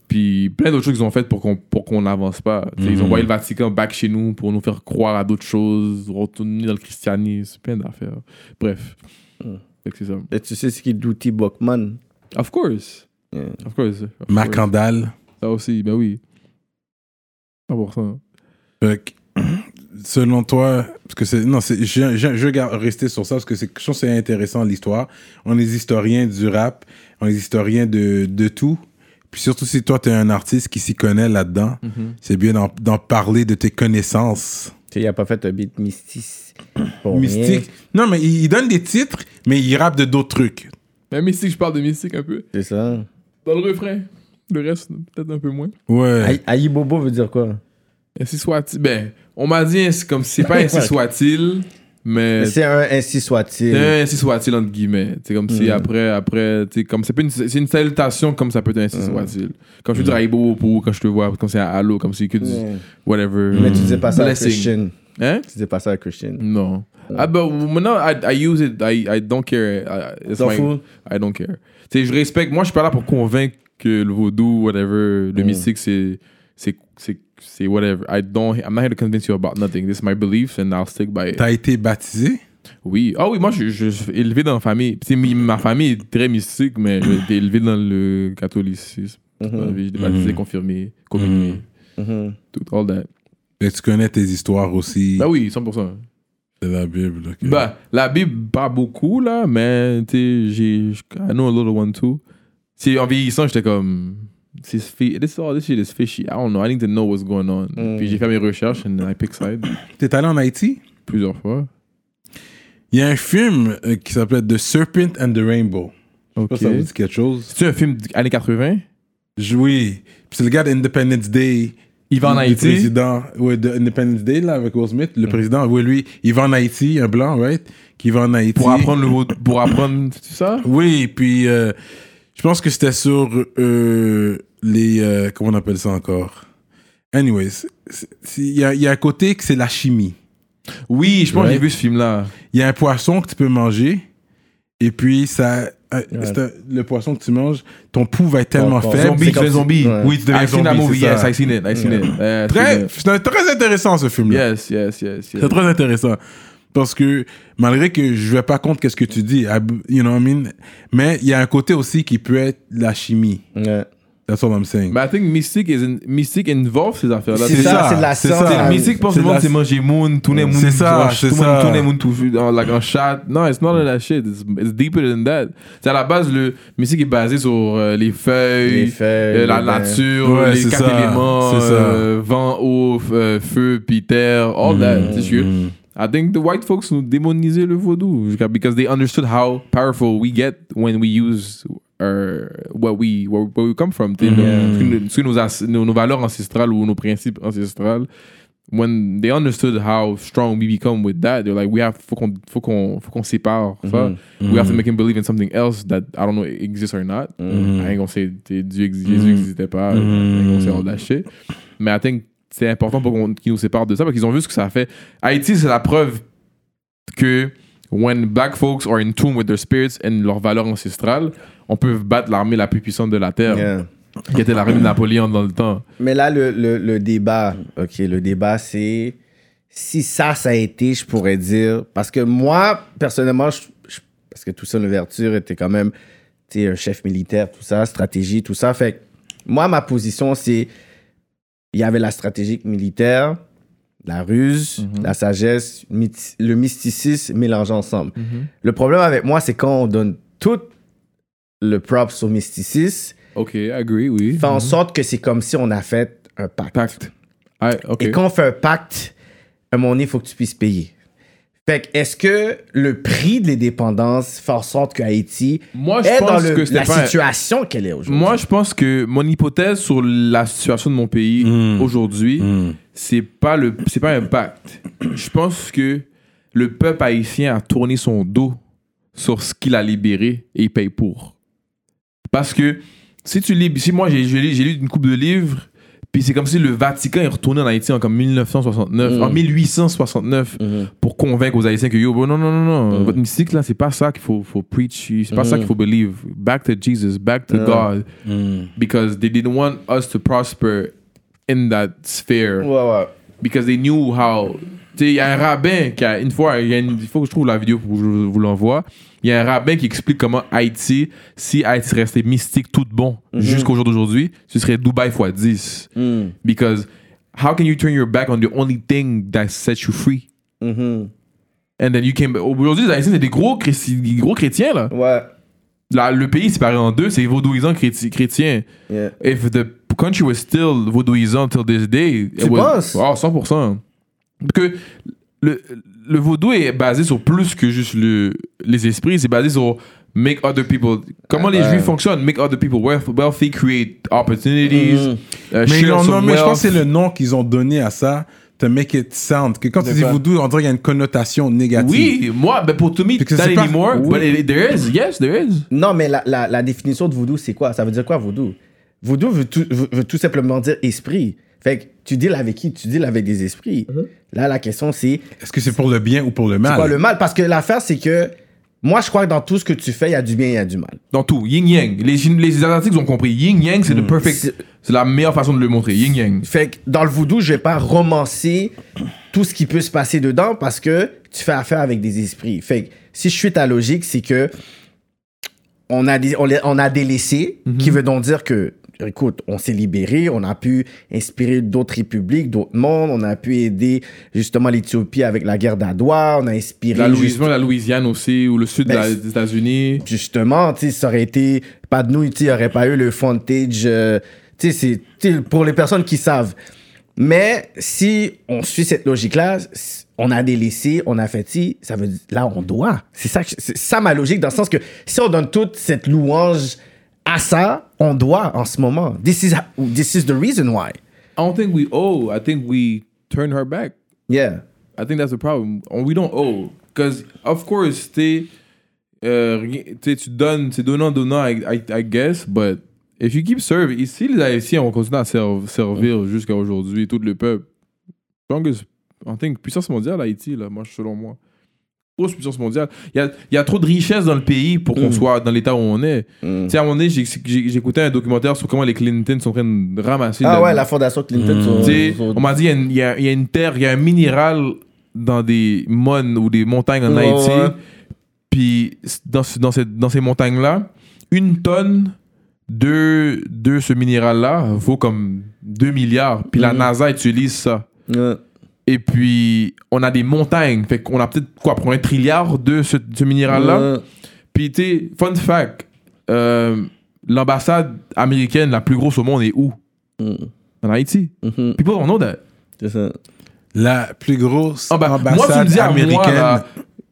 [SPEAKER 4] Puis plein d'autres choses qu'ils ont faites pour qu'on pour qu'on n'avance pas. Tu sais, Ils ont envoyé le Vatican back chez nous pour nous faire croire à d'autres choses, retourner dans le christianisme, plein d'affaires. Bref. Fait que c'est ça.
[SPEAKER 5] Et tu sais ce qui est Douty Bachman?
[SPEAKER 4] Of course. Of course. Of course.
[SPEAKER 2] Macandal.
[SPEAKER 4] Ça aussi, ben oui. 100%.
[SPEAKER 2] Fait que, selon toi, parce que c'est. Non, c'est- je, je, je garde- rester sur ça parce que c'est, je trouve que c'est intéressant l'histoire. On est historien du rap, on est historien de, de tout. Puis surtout si toi, tu es un artiste qui s'y connaît là-dedans, c'est bien d'en, d'en parler de tes connaissances.
[SPEAKER 5] Tu sais, il a pas fait un beat mystique. pour rien.
[SPEAKER 2] Mystique. Non, mais il, il donne des titres, mais il rappe de d'autres trucs.
[SPEAKER 4] Mais Mystique, je parle de Mystique un peu.
[SPEAKER 5] C'est ça.
[SPEAKER 4] Dans le refrain. Le reste, peut-être un peu moins.
[SPEAKER 2] Ouais.
[SPEAKER 5] Aïe- Aïe Bobo veut dire quoi?
[SPEAKER 4] Ainsi soit-il. Ben, on m'a dit ainsi- comme si c'est pas ainsi soit-il, mais.
[SPEAKER 5] C'est un ainsi soit-il.
[SPEAKER 4] c'est un Ainsi soit-il, entre guillemets. C'est comme
[SPEAKER 5] Mm.
[SPEAKER 4] si après, après, tu sais, comme c'est pas une, c'est une salutation comme ça peut être
[SPEAKER 5] Mm.
[SPEAKER 4] ainsi soit-il. Quand je suis dragué beau pour quand je te vois, comme c'est à allô, comme c'est que du whatever.
[SPEAKER 5] Mais tu disais pas ça à
[SPEAKER 4] Blessing.
[SPEAKER 5] Christian.
[SPEAKER 4] Hein?
[SPEAKER 5] Tu disais pas ça à Christian.
[SPEAKER 4] Non. Ah, but maintenant, I, I use it. I, I don't care. I, it's
[SPEAKER 5] T'en
[SPEAKER 4] my-
[SPEAKER 5] fous?
[SPEAKER 4] I don't care. Tu sais, je respecte. Moi, je suis pas là pour convaincre que le vaudou, whatever,
[SPEAKER 5] Mm.
[SPEAKER 4] le mystique, c'est, c'est, c'est, c'est whatever. I don't, I'm not here to convince you about nothing. This is my beliefs and I'll stick by it.
[SPEAKER 2] T'as été baptisé?
[SPEAKER 4] Oui. Ah oui, moi, je, je, suis élevé dans la famille. Tu sais, mi- ma famille est très mystique, mais j'ai été élevé dans le catholicisme.
[SPEAKER 2] Mhm.
[SPEAKER 4] Dans la vie, J'ai été baptisé, confirmé, communié. Tout, all that.
[SPEAKER 2] Et tu connais tes histoires aussi
[SPEAKER 4] Ah oui, 100%.
[SPEAKER 2] de la Bible. ok.
[SPEAKER 4] Bah, la Bible, pas beaucoup, là, mais tu sais, j'ai. je- I know a little one too. C'est en vieillissant, j'étais comme. This, is fi- this, all this shit is fishy. I don't know. I need to know what's going on.
[SPEAKER 2] Mhm.
[SPEAKER 4] Puis j'ai fait mes recherches and I picked side
[SPEAKER 2] T'es allé en Haïti?
[SPEAKER 4] plusieurs fois.
[SPEAKER 2] Il y a un film euh, qui s'appelle The Serpent and the Rainbow. Je sais
[SPEAKER 4] Ok.
[SPEAKER 2] pas si ça vous dit quelque chose.
[SPEAKER 4] C'est-tu un film des années 80
[SPEAKER 2] Je- Oui. Puis c'est le gars d'Independence Day.
[SPEAKER 4] Il va en
[SPEAKER 2] Le
[SPEAKER 4] Haïti?
[SPEAKER 2] président, ouais, de Independence Day, là, avec Will Smith. Le président, oui, lui, il va en Haïti, un blanc, right? Qui va en Haïti.
[SPEAKER 4] Pour apprendre le mot- Pour apprendre. C'est ça
[SPEAKER 2] Oui, puis euh, je pense que c'était sur euh, les. euh, comment on appelle ça encore? Anyways, c'est- c'est- il y a, il y a un côté que c'est la chimie.
[SPEAKER 4] Oui, je pense que j'ai
[SPEAKER 2] Ouais.
[SPEAKER 4] vu ce film-là.
[SPEAKER 2] Il y a un poisson que tu peux manger, et puis ça. euh, c'est un- le poisson que tu manges, ton pouls va être tellement
[SPEAKER 5] Ton- ton
[SPEAKER 2] faible.
[SPEAKER 4] zombie,
[SPEAKER 2] C'est
[SPEAKER 4] tu
[SPEAKER 2] comme
[SPEAKER 4] deviens
[SPEAKER 2] si-
[SPEAKER 4] zombie.
[SPEAKER 2] Ouais. Ah, Oui, tu deviens
[SPEAKER 4] I've seen that
[SPEAKER 2] zombie,
[SPEAKER 4] movie,
[SPEAKER 2] c'est
[SPEAKER 4] yes,
[SPEAKER 2] ça.
[SPEAKER 4] I've seen it. I've seen it. Yeah, I've seen
[SPEAKER 2] Euh, Très,
[SPEAKER 4] it.
[SPEAKER 2] c'est un- très intéressant ce film-là.
[SPEAKER 4] Yes, yes, yes, yes.
[SPEAKER 2] C'est très intéressant. Parce que malgré que je vais pas contre qu'est-ce que tu dis, I b- you know what I mean, mais il y a un côté aussi qui peut être la chimie.
[SPEAKER 4] Mm.
[SPEAKER 5] Ouais.
[SPEAKER 2] That's what I'm saying.
[SPEAKER 4] Mais I think Mystique, is in, Mystique involve ces affaires-là.
[SPEAKER 5] C'est ça, c'est de la
[SPEAKER 2] c'est
[SPEAKER 5] science.
[SPEAKER 2] ça.
[SPEAKER 5] Ah,
[SPEAKER 4] Mystique pense
[SPEAKER 2] C'est
[SPEAKER 4] souvent
[SPEAKER 2] la-
[SPEAKER 4] que c'est manger moon, tourner moon,
[SPEAKER 2] C'est ça, c'est ça.
[SPEAKER 4] tourner moon, tourner moon, like en chat. Non, it's not all that shit. It's, it's deeper than that. C'est à la base le Mystique est basé sur euh, les feuilles,
[SPEAKER 5] Les feuilles,
[SPEAKER 4] euh, la
[SPEAKER 5] les-
[SPEAKER 4] nature,
[SPEAKER 2] Ouais,
[SPEAKER 4] les
[SPEAKER 2] c'est
[SPEAKER 4] quatre
[SPEAKER 2] ça,
[SPEAKER 4] éléments,
[SPEAKER 2] c'est ça.
[SPEAKER 4] euh, vent, eau, f- euh, feu, puis terre, all that.
[SPEAKER 2] Mm-hmm.
[SPEAKER 4] C'est sûr. I think the white folks nous démonisaient le vaudou jusqu'à- because they understood how powerful we get when we use our what we where, where we come from, tu sais,
[SPEAKER 2] Mm-hmm.
[SPEAKER 4] nos- ce que nos- ce que nos, as- nos- nos valeurs ancestrales ou nos principes ancestrales. When they understood how strong we become with that, they're like, we have faut qu'on faut qu'on faut qu'on sépare ça. We have to make him believe in something else that I don't know exists or not. I ain't gonna say t'es- Dieu exi- Jésus existait pas. I ain't gonna say all that shit. Mais I think c'est important pour qu'on- qu'ils nous séparent de ça parce qu'ils ont vu ce que ça a fait. Haïti, c'est la preuve que when black folks are in tune with their spirits and leurs valeurs ancestrales, on peut battre l'armée la plus puissante de la Terre,
[SPEAKER 5] Yeah.
[SPEAKER 4] qui était l'armée de Napoléon dans le temps.
[SPEAKER 5] Mais là, le, le, le débat, OK, le débat, c'est si ça, ça a été, je pourrais dire. Parce que moi, personnellement, je- je- parce que tout ça, l'ouverture était quand même, tu sais, un chef militaire, tout ça, stratégie, tout ça. Fait que moi, ma position, c'est il y avait la stratégique militaire, la ruse, la sagesse, mythi- le mysticisme mélangé ensemble. Le problème avec moi, c'est quand on donne tout le props au mysticisme,
[SPEAKER 4] Ok, agree, oui.
[SPEAKER 5] fait en sorte que c'est comme si on a fait un pacte.
[SPEAKER 4] Pacte. Ah, ok.
[SPEAKER 5] Et quand on fait un pacte, à un moment donné, il faut que tu puisses payer. Fait que, est-ce que le prix des dépendances fait en sorte que Haïti
[SPEAKER 4] Moi, je
[SPEAKER 5] est dans
[SPEAKER 4] pense
[SPEAKER 5] le-
[SPEAKER 4] que c'était
[SPEAKER 5] la
[SPEAKER 4] pas un-
[SPEAKER 5] situation qu'elle est aujourd'hui?
[SPEAKER 4] Moi, je pense que mon hypothèse sur la situation de mon pays aujourd'hui, c'est pas le, c'est pas un pacte. Je pense que le peuple haïtien a tourné son dos sur ce qu'il a libéré et il paye pour. Parce que si tu lis, si moi j'ai, j'ai lu, j'ai lu une coupe de livres, puis c'est comme si le Vatican est retourné en Haïti en comme 1969, en 1869 pour convaincre aux Haïtiens que yo, bro, non, non, non, non, votre mystique là, c'est pas ça qu'il faut, faut preach, c'est pas ça qu'il faut believe. Back to Jesus, back to God, because they didn't want us to prosper in that sphere
[SPEAKER 5] Ouais, ouais.
[SPEAKER 4] because they knew how. Tu sais, il y a un rabbin qui a une fois, il y a une- il faut que je trouve la vidéo pour que je vous l'envoie. Il y a un rabbin qui explique comment Haïti, si Haïti restait mystique tout bon jusqu'au jour d'aujourd'hui, ce serait Dubaï x 10. Because how can you turn your back on the only thing that sets you free?
[SPEAKER 5] Mhm.
[SPEAKER 4] And then you came. Aujourd'hui, les Haïtiens, c'est des gros, chréti- des gros chrétiens, là.
[SPEAKER 5] Ouais.
[SPEAKER 4] Là, le pays est séparé en deux, c'est vaudouisant chréti- chrétien.
[SPEAKER 5] Yeah.
[SPEAKER 4] If the country was still vaudouisant till this day,
[SPEAKER 5] Tu
[SPEAKER 4] it was-
[SPEAKER 5] penses?
[SPEAKER 4] Ah, 100%. Parce que le, le vaudou est basé sur plus que juste le, les esprits, c'est basé sur make other people.
[SPEAKER 2] Ah
[SPEAKER 4] Comment les juifs fonctionnent? Make other people wealth- wealthy, create opportunities, euh,
[SPEAKER 2] Mm-hmm. Mais, ils
[SPEAKER 4] share
[SPEAKER 2] l'ont
[SPEAKER 4] some
[SPEAKER 2] nommé, je pense
[SPEAKER 4] wealth.
[SPEAKER 2] que c'est le nom qu'ils ont donné à ça, to make it sound. Que quand tu dis voodoo, on dirait qu'il y a une connotation négative.
[SPEAKER 4] Oui, moi, ben pour to me,
[SPEAKER 2] Parce que
[SPEAKER 4] that
[SPEAKER 2] c'est pas-
[SPEAKER 4] anymore,
[SPEAKER 2] Oui.
[SPEAKER 4] but it- ben, there is, yes, there is.
[SPEAKER 5] Non, mais la, la- la définition de voodoo, c'est quoi? Ça veut dire quoi, voodoo? Voodoo veut tout, veut- veut tout simplement dire esprit. Fait que tu deals avec qui? Tu deals avec des esprits.
[SPEAKER 4] Mhm.
[SPEAKER 5] Là, la question, c'est
[SPEAKER 2] Est-ce que c'est pour le bien ou pour le
[SPEAKER 4] Ah,
[SPEAKER 5] c'est
[SPEAKER 2] mal?
[SPEAKER 5] quoi le mal? Parce que l'affaire, c'est que moi, je crois que dans tout ce que tu fais, il y a du bien et il y a du mal.
[SPEAKER 4] Dans tout, yin-yang. Les, Chinois- les Asiatiques ont compris. Yin-yang, c'est
[SPEAKER 2] Mm.
[SPEAKER 4] le perfect.
[SPEAKER 5] C'est-
[SPEAKER 4] C'est la meilleure façon de le montrer. Yin-yang.
[SPEAKER 5] Fait que dans le voodoo, je vais pas romancer tout ce qui peut se passer dedans parce que tu fais affaire avec des esprits. Fait que si je suis ta logique, c'est que on a, des, on, les- on a délaissé, qui veut donc dire que, écoute, on s'est libéré, on a pu inspirer d'autres républiques, d'autres mondes, on a pu aider justement l'Éthiopie avec la guerre d'Adwa, on a inspiré.
[SPEAKER 4] La
[SPEAKER 5] juste-
[SPEAKER 4] Louisiane, la Louisiane aussi, ou le sud
[SPEAKER 5] Ben,
[SPEAKER 4] de la-
[SPEAKER 5] c'est-
[SPEAKER 4] des États-Unis.
[SPEAKER 5] justement, tu sais, ça aurait été pas de nous, tu sais, il n'y aurait pas eu le frontage. euh, tu sais, c'est tu sais, pour les personnes qui savent. Mais si on suit cette logique-là, s- on a délaissé, on a fait ci, ça veut dire là, on doit. C'est ça, que- c'est ça ma logique, dans le sens que si on donne toute cette louange à ça, on doit en ce moment. This is, this is the reason why.
[SPEAKER 4] I don't think we owe. I think we turn her back.
[SPEAKER 5] Yeah.
[SPEAKER 4] I think that's the problem. We don't owe. Because, of course, t'es. euh, ri- t'sais, tu donnes, c'est donnant, donnant, I, I, I guess, but if you keep serving, ici, les Haïtiens, on continue à serv- servir jusqu'à aujourd'hui, tout le peuple. Strongest, en tant que puissance mondiale, Haïti, là, moi, selon moi. Grosse puissance mondiale. Il y a, il y a trop de richesses dans le pays pour
[SPEAKER 5] Mm.
[SPEAKER 4] qu'on soit dans l'état où on est. Tu sais, à un moment donné, j'ai- j'ai- j'écoutais un documentaire sur comment les Clinton sont en train de ramasser.
[SPEAKER 5] Ah
[SPEAKER 4] de-
[SPEAKER 5] ouais, la fondation Clinton. sur-
[SPEAKER 4] Mm. tu sais,
[SPEAKER 5] sur-
[SPEAKER 4] on m'a dit, il y a une- il y, a- il y a une terre, il y a un minéral dans des monnes ou des montagnes en
[SPEAKER 5] Ouais,
[SPEAKER 4] Haïti.
[SPEAKER 5] ouais.
[SPEAKER 4] Puis c- dans, ce- dans, cette- dans ces montagnes-là, une tonne de, de ce minéral-là vaut comme 2 milliards. Puis
[SPEAKER 5] Mhm.
[SPEAKER 4] la NASA utilise ça.
[SPEAKER 5] Ouais.
[SPEAKER 4] Et puis, on a des montagnes. Fait qu'on a peut-être quoi pour un trilliard de ce, ce minéral-là.
[SPEAKER 5] Ouais.
[SPEAKER 4] Puis, tu sais, fun fact, euh, l'ambassade américaine la plus grosse au monde est où
[SPEAKER 2] Mm.
[SPEAKER 4] En Haïti.
[SPEAKER 2] Mm-hmm.
[SPEAKER 5] Mhm.
[SPEAKER 4] People don't know that.
[SPEAKER 5] C'est ça.
[SPEAKER 2] La plus grosse
[SPEAKER 4] Ah bah,
[SPEAKER 2] ambassade
[SPEAKER 4] moi, tu me dis à
[SPEAKER 2] américaine
[SPEAKER 4] moi, là,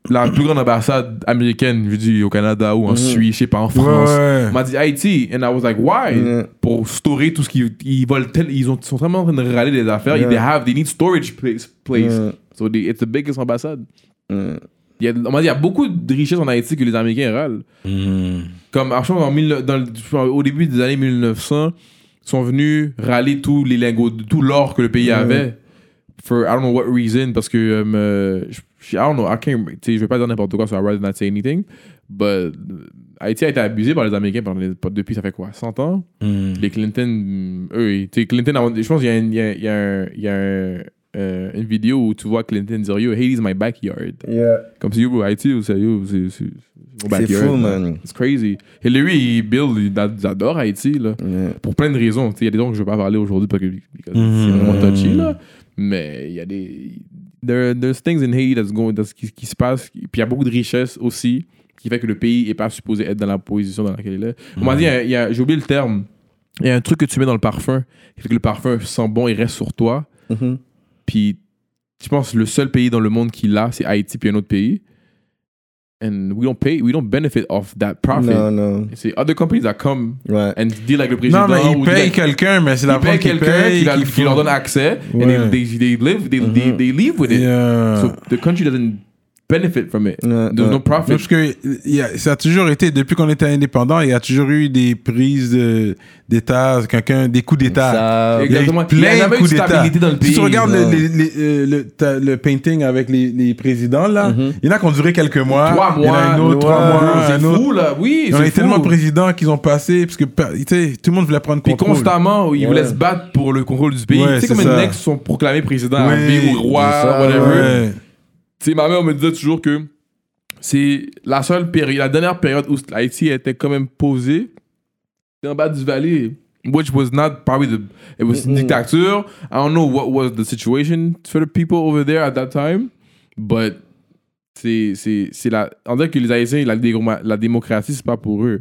[SPEAKER 4] la plus grande ambassade américaine, je dis au Canada ou en Suisse, je sais pas, en France,
[SPEAKER 2] Mm. Ouais.
[SPEAKER 4] m'a dit Haïti. And I was like, why? Pour storer tout ce qu'ils ils volent, tel- ils ont, sont tellement en train de râler des affaires. They have, they need storage place. place. So they, it's the biggest ambassade. Il y a, on m'a dit, il y a beaucoup de richesses en Haïti que les Américains râlent. Comme, en, en mille- dans le- au début des années 1900, sont venus râler tous les lingots, tout l'or que le pays avait. For I don't know what reason, parce que um, euh, je- je- I don't know, I can't, remember. Tu sais, je vais pas dire n'importe quoi, so I rather not say anything, but euh, Haïti a été abusé par les Américains pendant les- depuis ça fait quoi, 100 ans? Les Clinton, mm, eux, ils- tu sais, Clinton, avant- je pense qu'il y a, une- il y a- il y a un- il y a un, euh, une vidéo où tu vois Clinton dire Yo, Haiti is my backyard. Comme si yo, bro, Haïti, c'est yo, c'est c'est- c'est mon
[SPEAKER 5] C'est
[SPEAKER 4] backyard.
[SPEAKER 5] fou,
[SPEAKER 4] là.
[SPEAKER 5] man.
[SPEAKER 4] It's crazy. Hillary et Bill, ils ad- ils adorent Haïti, là. Pour plein de raisons. Tu sais, Il y a des gens que je ne vais pas parler aujourd'hui parce que because c'est
[SPEAKER 5] Mm-hmm.
[SPEAKER 4] vraiment touchy, là. Mais il y a des. there- there's things in Haiti that's going, that's- qui, qui se passe. Puis il y a beaucoup de richesses aussi qui fait que le pays n'est pas supposé être dans la position dans laquelle il est. On m'a dit, il y a- il y a- j'ai oublié le terme. Il y a un truc que tu mets dans le parfum, qui fait que le parfum sent bon, il reste sur toi. Puis je pense que le seul pays dans le monde qui l'a, c'est Haïti, puis un autre pays. And we don't pay, we don't benefit off that profit.
[SPEAKER 5] Non, non.
[SPEAKER 4] C'est other companies that come
[SPEAKER 5] Ouais.
[SPEAKER 4] and deal avec le président.
[SPEAKER 2] Non, mais
[SPEAKER 4] ou
[SPEAKER 2] ils
[SPEAKER 4] deal
[SPEAKER 2] payent
[SPEAKER 4] avec-
[SPEAKER 2] quelqu'un, mais c'est
[SPEAKER 4] ils
[SPEAKER 2] la
[SPEAKER 4] payent
[SPEAKER 2] paye
[SPEAKER 4] quelqu'un qui, la- qui leur donne
[SPEAKER 2] un
[SPEAKER 4] accès
[SPEAKER 2] Ouais.
[SPEAKER 4] and they, they, they live, they, they, they live with it. So the country doesn't benefit from it.
[SPEAKER 5] Ouais,
[SPEAKER 4] There's no
[SPEAKER 5] ouais.
[SPEAKER 4] profit.
[SPEAKER 2] Parce que il y a- ça a toujours été, depuis qu'on était indépendant, il y a toujours eu des prises de- d'État, quelqu'un, des coups
[SPEAKER 4] Ah.
[SPEAKER 2] d'État.
[SPEAKER 5] Ça-
[SPEAKER 2] Il y a eu
[SPEAKER 4] Exactement. Il y a
[SPEAKER 2] plein de
[SPEAKER 4] jamais eu
[SPEAKER 2] coups
[SPEAKER 4] de
[SPEAKER 2] d'État.
[SPEAKER 4] stabilité dans le
[SPEAKER 2] Si
[SPEAKER 4] pays,
[SPEAKER 2] tu regardes le,
[SPEAKER 5] non.
[SPEAKER 2] les- les- euh, le- ta- le painting avec les, les présidents, là, il y en a qui ont duré quelques mois.
[SPEAKER 4] Mhm. Trois
[SPEAKER 2] Il y en a
[SPEAKER 4] mois,
[SPEAKER 2] un autre, trois
[SPEAKER 5] ouais,
[SPEAKER 2] mois,
[SPEAKER 4] C'est
[SPEAKER 2] un autre.
[SPEAKER 4] fou, là. Oui,
[SPEAKER 2] Il y en a
[SPEAKER 4] c'est
[SPEAKER 2] eu
[SPEAKER 4] fou.
[SPEAKER 2] tellement de présidents qu'ils ont passé, parce que per- tu sais, tout le monde voulait prendre
[SPEAKER 4] Puis
[SPEAKER 2] contrôle.
[SPEAKER 4] constamment, ils vous
[SPEAKER 5] Ouais.
[SPEAKER 4] laissent battre pour le contrôle du pays.
[SPEAKER 2] Ouais,
[SPEAKER 4] tu sais,
[SPEAKER 2] c'est
[SPEAKER 4] comme les
[SPEAKER 2] ça.
[SPEAKER 4] necks sont proclamés président,
[SPEAKER 2] Ouais,
[SPEAKER 4] armée ou roi,
[SPEAKER 5] c'est ça,
[SPEAKER 4] whatever.
[SPEAKER 2] Ouais.
[SPEAKER 4] Tu sais, ma mère me disait toujours que c'est la seule période, la dernière période où Haïti était quand même posée, c'était en bas du vallée, which was not probably the, it was une dictature. I don't know what was the situation for the people over there at that time, but c'est, c'est, c'est la, on dirait que les Haïtiens, la, dégroma- la démocratie, c'est pas pour eux.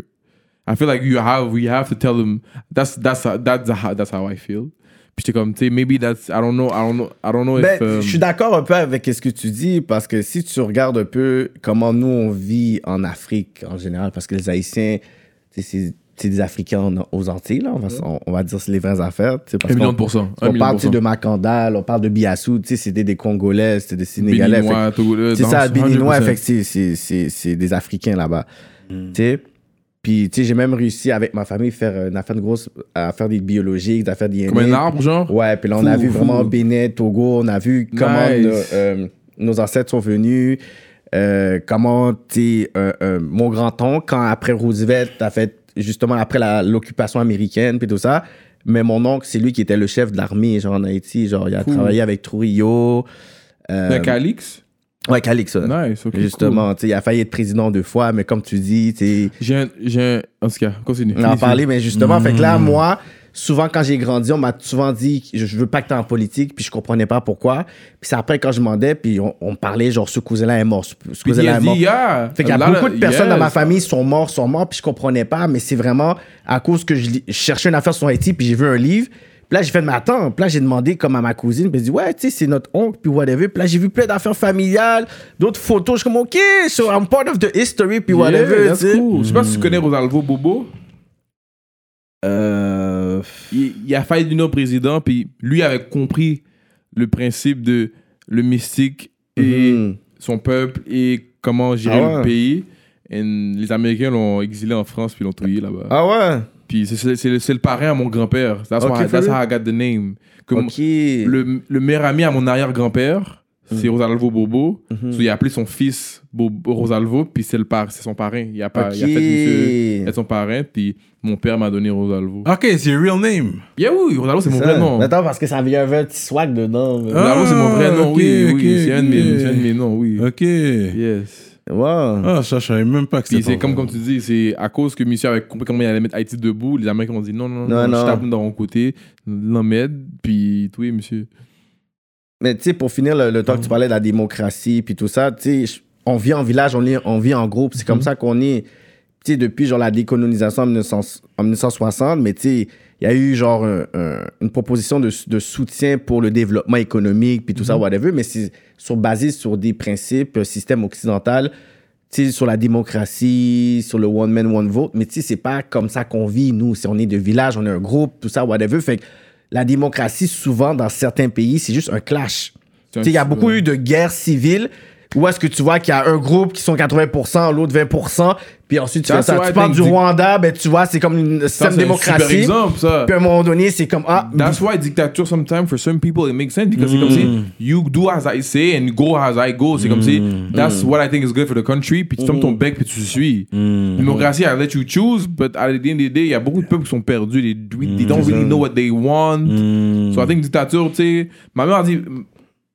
[SPEAKER 4] I feel like you have, we have to tell them, that's, that's, that's, how, that's how I feel. Puis j'étais comme, tu sais, maybe that's, I don't know, I don't know, I don't know
[SPEAKER 5] Ben,
[SPEAKER 4] if... um,
[SPEAKER 5] je suis d'accord un peu avec ce que tu dis, parce que si tu regardes un peu comment nous, on vit en Afrique en général, parce que les Haïtiens, tu sais, c'est c'est des Africains en- aux Antilles, là, on, va, on, on va dire c'est les vraies affaires. tu sais, parce
[SPEAKER 4] Un million
[SPEAKER 5] qu'on-
[SPEAKER 4] de pourcents,
[SPEAKER 5] On
[SPEAKER 4] un million de
[SPEAKER 5] parle tu sais,
[SPEAKER 4] pourcents.
[SPEAKER 5] de Macandal, on parle de Biassou, tu sais, c'était des Congolais, c'était des Sénégalais. fait que-
[SPEAKER 4] Béninois, Togolais,
[SPEAKER 5] C'est
[SPEAKER 4] dans-
[SPEAKER 5] ça,
[SPEAKER 4] 100%.
[SPEAKER 5] Béninois, fait que c'est- c'est- c'est c'est des Africains là-bas. Tu sais? Puis, tu sais, j'ai même réussi avec ma famille à faire une affaire de grosse, à faire des biologiques, à faire des
[SPEAKER 4] Comme un
[SPEAKER 5] DNA.
[SPEAKER 4] arbre, genre
[SPEAKER 5] Ouais, puis là, on a
[SPEAKER 4] Fou,
[SPEAKER 5] vu
[SPEAKER 4] fou.
[SPEAKER 5] vraiment Bénin, Togo, on a vu comment
[SPEAKER 4] Nice.
[SPEAKER 5] nos, euh, nos ancêtres sont venus, euh, comment, tu sais, euh, euh, mon grand-oncle, quand après Roosevelt, a fait, justement, après la- l'occupation américaine, puis tout ça, mais mon oncle, c'est lui qui était le chef de l'armée, genre, en Haïti, genre, il a travaillé avec Trujillo. euh,
[SPEAKER 4] Un calix
[SPEAKER 5] ouais, Calix, ouais.
[SPEAKER 4] Nice, ok.
[SPEAKER 5] Justement, tu sais, il a failli être président deux fois, mais comme tu dis, tu sais,
[SPEAKER 4] cool. J'ai un, j'ai un. En tout cas, continue.
[SPEAKER 5] on en
[SPEAKER 4] Finis,
[SPEAKER 5] parler, mais justement, fait que là,
[SPEAKER 4] Hmm.
[SPEAKER 5] moi, souvent quand j'ai grandi, on m'a souvent dit, je, je veux pas que t'es en politique, puis je comprenais pas pourquoi. Puis c'est après quand je demandais, puis on, on parlait genre ce cousin-là est mort, ce ce
[SPEAKER 4] finis. Puis il
[SPEAKER 5] cousin-là
[SPEAKER 4] a
[SPEAKER 5] est mort.
[SPEAKER 4] dit, yeah.
[SPEAKER 5] Fait qu'il y a
[SPEAKER 4] Là,
[SPEAKER 5] beaucoup de personnes
[SPEAKER 4] yes.
[SPEAKER 5] dans ma famille sont morts, sont morts, puis je comprenais pas, mais c'est vraiment à cause que je, lis- je cherchais une affaire sur Haïti, puis j'ai vu un livre. Puis là, j'ai fait, mais attends, puis là, j'ai demandé comme à ma cousine, puis elle dit, ouais, tu sais, c'est notre oncle, puis whatever. Puis là, j'ai vu plein d'affaires familiales, d'autres photos. Je suis comme, OK, so I'm part of the history, puis
[SPEAKER 4] Yeah,
[SPEAKER 5] whatever,
[SPEAKER 4] that's
[SPEAKER 5] tu sais. Mm.
[SPEAKER 4] cool. Je sais pas si tu connais Rosalvo Bobo.
[SPEAKER 5] Euh,
[SPEAKER 4] Il, il a failli devenir président, puis lui avait compris le principe de le mystique et
[SPEAKER 5] Mhm.
[SPEAKER 4] son peuple et comment gérer
[SPEAKER 5] Ah
[SPEAKER 4] le
[SPEAKER 5] ouais.
[SPEAKER 4] pays. Et les Américains l'ont exilé en France, puis l'ont trouvé là-bas.
[SPEAKER 5] Ah ouais?
[SPEAKER 4] Puis c'est- c'est c'est le, c'est le parrain à mon grand-père. That's,
[SPEAKER 5] Ok,
[SPEAKER 4] why- that's
[SPEAKER 5] for
[SPEAKER 4] how I got the name. Que mon-
[SPEAKER 5] OK. Le...
[SPEAKER 4] le, le meilleur ami à mon arrière-grand-père, c'est Rosalvo Bobo. So, il a appelé son fils Bob- Rosalvo, puis c'est le par, c'est son parrain. Ah, Il a, pas, il a fait monsieur être son parrain, puis mon père m'a donné Rosalvo. Ah,
[SPEAKER 2] Ok, c'est real name.
[SPEAKER 4] Yeah, oui, Rosalvo, c'est mon vrai nom.
[SPEAKER 5] Attends, parce que ça avait un petit swag dedans. mais-
[SPEAKER 2] Ah.
[SPEAKER 4] Rosalvo, c'est mon vrai nom,
[SPEAKER 2] ok,
[SPEAKER 4] oui.
[SPEAKER 2] ok,
[SPEAKER 4] oui. C'est un, de mes-
[SPEAKER 2] ok.
[SPEAKER 4] c'est un de mes noms, oui.
[SPEAKER 2] Ok.
[SPEAKER 4] Yes.
[SPEAKER 5] Wow.
[SPEAKER 2] Ah, ça, je savais même pas que
[SPEAKER 4] Puis
[SPEAKER 2] c'était.
[SPEAKER 4] c'est
[SPEAKER 2] ton
[SPEAKER 4] comme,
[SPEAKER 2] vrai
[SPEAKER 4] comme tu dis, c'est à cause que monsieur avait compris comment il allait mettre Haïti debout, les Américains ont dit non, non, non,
[SPEAKER 5] Non,
[SPEAKER 4] je
[SPEAKER 5] non.
[SPEAKER 4] tape dans mon côté, l'emmède, puis tout est monsieur.
[SPEAKER 5] Mais tu sais, pour finir, le, le temps que tu parlais de la démocratie puis tout ça, tu sais, je- on vit en village, on, est- on vit en groupe. C'est comme ça qu'on est, tu sais, depuis genre la décolonisation en, 1900 en 1960, mais tu sais, il y a eu genre un- un- une proposition de, de soutien pour le développement économique, puis tout ça, whatever, mais c'est sur, basé sur des principes, euh, système occidental, tu sais, sur la démocratie, sur le one man, one vote, mais tu sais, c'est pas comme ça qu'on vit, nous. Si on est de village, on est un groupe, tout ça, whatever. Fait que la démocratie, souvent, dans certains pays, c'est juste un clash.
[SPEAKER 4] C'est
[SPEAKER 5] Tu
[SPEAKER 4] un
[SPEAKER 5] sais, Il y a
[SPEAKER 4] petit-
[SPEAKER 5] beaucoup
[SPEAKER 4] ouais.
[SPEAKER 5] eu de guerres civiles où est-ce que tu vois qu'il y a un groupe qui sont 80%, l'autre 20%, puis ensuite tu,
[SPEAKER 4] Ça,
[SPEAKER 5] vois ça.
[SPEAKER 4] ouais,
[SPEAKER 5] tu parles
[SPEAKER 4] t'as
[SPEAKER 5] du
[SPEAKER 4] dit-
[SPEAKER 5] Rwanda, ben tu vois, c'est comme une système
[SPEAKER 4] Ça, c'est un super
[SPEAKER 5] démocratie.
[SPEAKER 4] exemple, ça.
[SPEAKER 5] Puis à un moment donné, c'est comme ah,
[SPEAKER 4] That's why dictature sometimes for some people it makes sense because c'est comme si you do as I say and go as I go. C'est comme si that's what I think is good for the country. Puis tu tombes ton bec puis tu suis. Démocratie, I let you choose, but at the end of the day, il y a beaucoup de peuples qui sont perdus. They, they don't really know what they want. So I think dictature, tu sais, ma mère a dit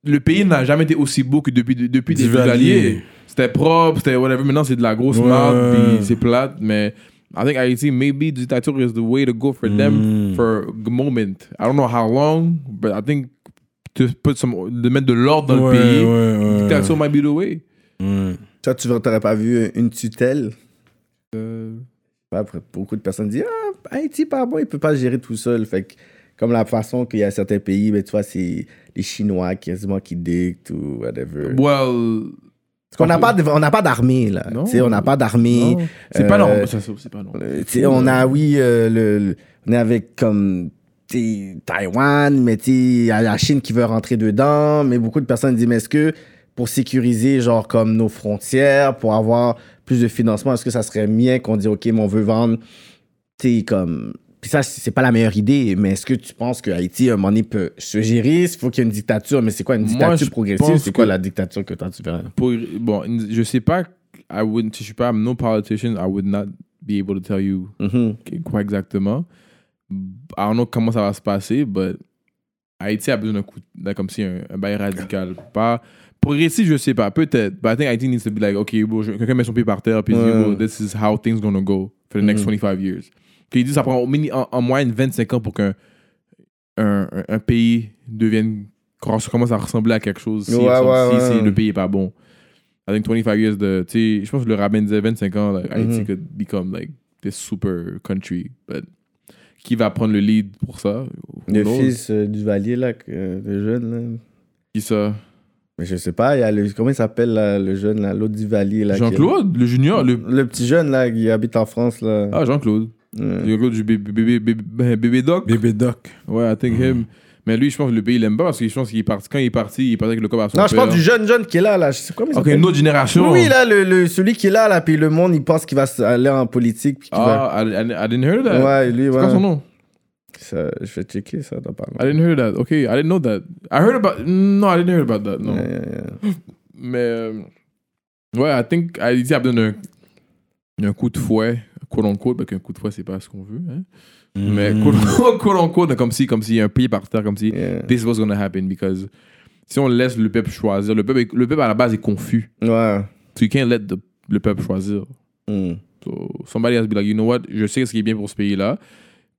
[SPEAKER 4] le pays n'a jamais été aussi beau que depuis depuis des
[SPEAKER 2] Duvalier.
[SPEAKER 4] Duvalier. C'était propre, c'était whatever. Maintenant c'est de la grosse
[SPEAKER 2] Ouais.
[SPEAKER 4] merde puis c'est plate, mais I think Haiti, maybe dictature is the way to go for them for a moment. I don't know how long, but I think to put some, de mettre de l'ordre dans le pays, dictature might be the way.
[SPEAKER 5] toi tu n'aurais pas vu une tutelle.
[SPEAKER 4] Euh,
[SPEAKER 5] Ouais, après, beaucoup de personnes disent ah, Haïti par rapport, il peut pas se gérer tout seul. Fait que, comme la façon qu'il y a certains pays, ben tu vois, c'est les Chinois quasiment qui dictent ou whatever.
[SPEAKER 4] Well,
[SPEAKER 5] Parce qu'on n'a pas, de- on n'a pas d'armée là.
[SPEAKER 4] Non.
[SPEAKER 5] Tu sais, on n'a pas d'armée.
[SPEAKER 4] non. c'est pas
[SPEAKER 5] Euh,
[SPEAKER 4] normal. Ça, c'est pas normal.
[SPEAKER 5] Euh, tu sais, on a, oui, euh, le, le- on est avec comme tu sais, Taïwan, mais tu sais, il y a la Chine qui veut rentrer dedans. Mais beaucoup de personnes disent, mais est-ce que pour sécuriser, genre, comme nos frontières, pour avoir plus de financement, est-ce que ça serait bien qu'on dise, OK, mais on veut vendre, tu sais, comme. Puis ça, c'est pas la meilleure idée, mais est-ce que tu penses que Haïti, à un moment donné, peut se gérer? Il faut qu'il y ait une dictature, mais c'est quoi une
[SPEAKER 4] Moi,
[SPEAKER 5] dictature
[SPEAKER 4] je
[SPEAKER 5] progressive?
[SPEAKER 4] pense
[SPEAKER 5] C'est quoi
[SPEAKER 4] que-
[SPEAKER 5] la dictature que toi, tu verrais?
[SPEAKER 4] Pour- bon, je sais pas. I wouldn't. Je suis pas. I'm no politician. I would not be able to tell you
[SPEAKER 5] Mhm.
[SPEAKER 4] quoi exactement. I don't know comment ça va se passer, but Haïti a besoin d'un coup, d'un- comme si un, un bail radical. Pas progressif, je sais pas, peut-être. But I think Haïti needs to be like, okay, bro, je- quelqu'un met son pied par terre, puis il dit,
[SPEAKER 5] Ouais. Mm-hmm.
[SPEAKER 4] bro, this is how things gonna go for the next 25 years. Puis il dit, ça prend au mini- en, en moyenne 25 ans pour qu'un un, un- un pays devienne, commence à ressembler à quelque chose si,
[SPEAKER 5] Ouais, ouais,
[SPEAKER 4] si- si
[SPEAKER 5] ouais.
[SPEAKER 4] le pays est pas bon. I think 25 years de, tu sais, je pense que le rabbin disait 25 ans, like,
[SPEAKER 5] Mm-hmm.
[SPEAKER 4] Haïti could become like this super country, but qui va prendre le lead pour ça? Who
[SPEAKER 5] Le
[SPEAKER 4] knows?
[SPEAKER 5] fils euh, du Valier, là, que- euh, le jeune, là.
[SPEAKER 4] Qui ça?
[SPEAKER 5] Mais je sais pas, il y a le, comment il s'appelle là, le jeune, là, l'autre du Valier, là. qui-
[SPEAKER 4] Jean-Claude, le junior, le...
[SPEAKER 5] Le petit jeune, là, qui habite en France, là.
[SPEAKER 4] Ah, Jean-Claude.
[SPEAKER 5] Mm.
[SPEAKER 4] Jean-Claude du bébé, bébé, bébé, bébé doc.
[SPEAKER 2] Bébé Doc.
[SPEAKER 4] Ouais, I
[SPEAKER 5] Mm.
[SPEAKER 4] think him. Mais lui, je pense que le pays l'aime pas parce que je pense qu'il est parti, quand il est parti, il est parti avec le copain à son
[SPEAKER 5] Non, je
[SPEAKER 4] père.
[SPEAKER 5] parle du jeune jeune qui est là, là. Je sais comment il
[SPEAKER 4] hein. Ok,
[SPEAKER 5] s'appelle.
[SPEAKER 4] une autre hein. génération.
[SPEAKER 5] Oui, là, le, le- celui qui est là, là, puis le monde, il pense qu'il va s- aller en politique, puis qu'il
[SPEAKER 4] Ah, I, I- I didn't hear that.
[SPEAKER 5] va... Ouais, lui,
[SPEAKER 4] C'est quoi son
[SPEAKER 5] ouais.
[SPEAKER 4] nom?
[SPEAKER 5] Ça, je vais checker ça, t'en parles.
[SPEAKER 4] I didn't hear that. Ok, I didn't know that. I heard about... No, I didn't hear about that. No.
[SPEAKER 5] Yeah, yeah, yeah.
[SPEAKER 4] Mais euh, ouais, I think Haïti a besoin d'un d'un coup de fouet, quote unquote, parce qu'un coup de fouet, c'est pas ce qu'on veut. Hein?
[SPEAKER 5] Mm-hmm.
[SPEAKER 4] Mais quote, quote unquote, comme si, comme s'il y a un pays par terre, comme si
[SPEAKER 5] Yeah.
[SPEAKER 4] this was gonna happen, because si on laisse le peuple choisir, le peuple, est- le peuple à la base est confus.
[SPEAKER 5] Ouais.
[SPEAKER 4] So you can't let the- le peuple choisir.
[SPEAKER 5] Mm.
[SPEAKER 4] So somebody has to be like, you know what, je sais ce qui est bien pour ce pays-là,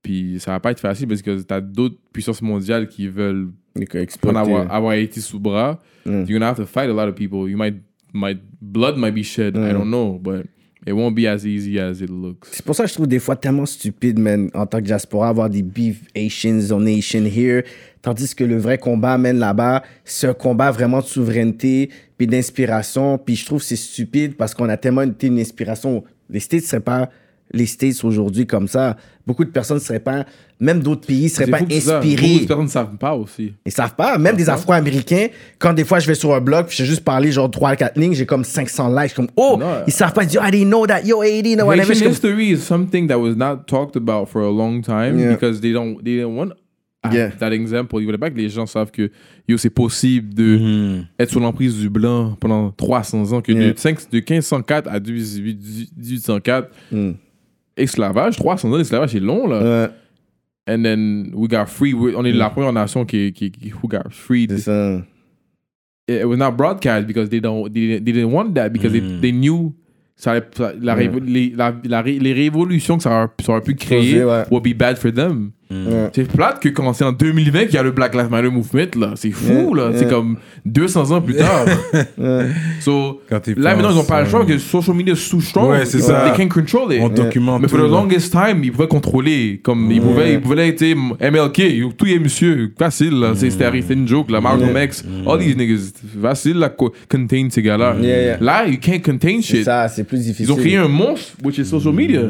[SPEAKER 4] puis ça va pas être facile parce que t'as d'autres puissances mondiales qui veulent
[SPEAKER 5] Il faut
[SPEAKER 4] pour
[SPEAKER 5] exploiter.
[SPEAKER 4] avoir, avoir Haïti sous bras,
[SPEAKER 5] Mm.
[SPEAKER 4] you're gonna have to fight a lot of people. You might, might blood might be shed.
[SPEAKER 5] Mm.
[SPEAKER 4] I don't know, but it won't be as easy as it looks.
[SPEAKER 5] C'est pour ça que je trouve des fois tellement stupide, man, en tant que diaspora, avoir des beef Asians on Asian here, tandis que le vrai combat, man, là-bas, c'est un combat vraiment de souveraineté, puis d'inspiration, puis je trouve que c'est stupide parce qu'on a tellement été une inspiration. Les States seraient pas les States aujourd'hui comme ça. Beaucoup de personnes seraient pas, même d'autres pays seraient
[SPEAKER 4] C'est
[SPEAKER 5] pas
[SPEAKER 4] fou que ça, Beaucoup
[SPEAKER 5] inspirés.
[SPEAKER 4] de personnes ne savent pas aussi.
[SPEAKER 5] Ils savent pas. Même des Afro-Américains, quand des fois je vais sur un blog, puis je vais juste parler genre 3 à 4 lignes, j'ai comme 500 likes, je suis comme oh,
[SPEAKER 4] Non.
[SPEAKER 5] ils savent pas. Ils disent, I didn't know that, yo, 80, whatever. Je suis
[SPEAKER 4] Haitian
[SPEAKER 5] comme,
[SPEAKER 4] history is something that was not talked about for a long time
[SPEAKER 5] Yeah.
[SPEAKER 4] because they don't they didn't want à-
[SPEAKER 5] Yeah.
[SPEAKER 4] that example. Ils voulaient pas que les gens savent que yo c'est possible de être sous l'emprise du blanc pendant 300 ans que
[SPEAKER 5] Mm-hmm. Yeah.
[SPEAKER 4] de, 5 de 1504 à 18- 1804
[SPEAKER 5] Mm.
[SPEAKER 4] esclavage 300 ans d'esclavage c'est long là.
[SPEAKER 5] Ouais,
[SPEAKER 4] And then we got free. We- On est la première nation qui, qui, qui who got freed.
[SPEAKER 5] c'est ça.
[SPEAKER 4] It was not broadcast because they don't they, they didn't want that because they, they knew ça, allait- ça- la, révo- les, la- la ré- les révolutions que ça aurait, ça aurait pu créer
[SPEAKER 5] Exploser, ouais.
[SPEAKER 4] would be bad for them. C'est plate que quand c'est en 2020 qu'il y a le Black Lives Matter Movement, là. C'est fou, là. C'est comme 200 ans plus tard. so,
[SPEAKER 2] Quand t'y
[SPEAKER 4] là, maintenant, ils n'ont
[SPEAKER 2] penses,
[SPEAKER 4] pas le choix
[SPEAKER 2] ouais.
[SPEAKER 4] que social media is so strong.
[SPEAKER 2] Ouais, c'est ça.
[SPEAKER 4] They can't control it.
[SPEAKER 2] On documente
[SPEAKER 4] Mais for
[SPEAKER 2] tout,
[SPEAKER 4] the
[SPEAKER 2] là.
[SPEAKER 4] longest time, ils pouvaient contrôler. Comme, ils pouvaient, ils pouvaient être MLK, tout est monsieur. Facile, là. C'est- C'était Harry, c'était une joke, là. Malcolm X, all these niggas. Facile, là, co- contain ces gars-là.
[SPEAKER 5] Yeah, yeah.
[SPEAKER 4] Là, you can't contain
[SPEAKER 5] C'est
[SPEAKER 4] shit.
[SPEAKER 5] ça, Mm. c'est plus difficile.
[SPEAKER 4] Ils ont créé un monstre, which is social media.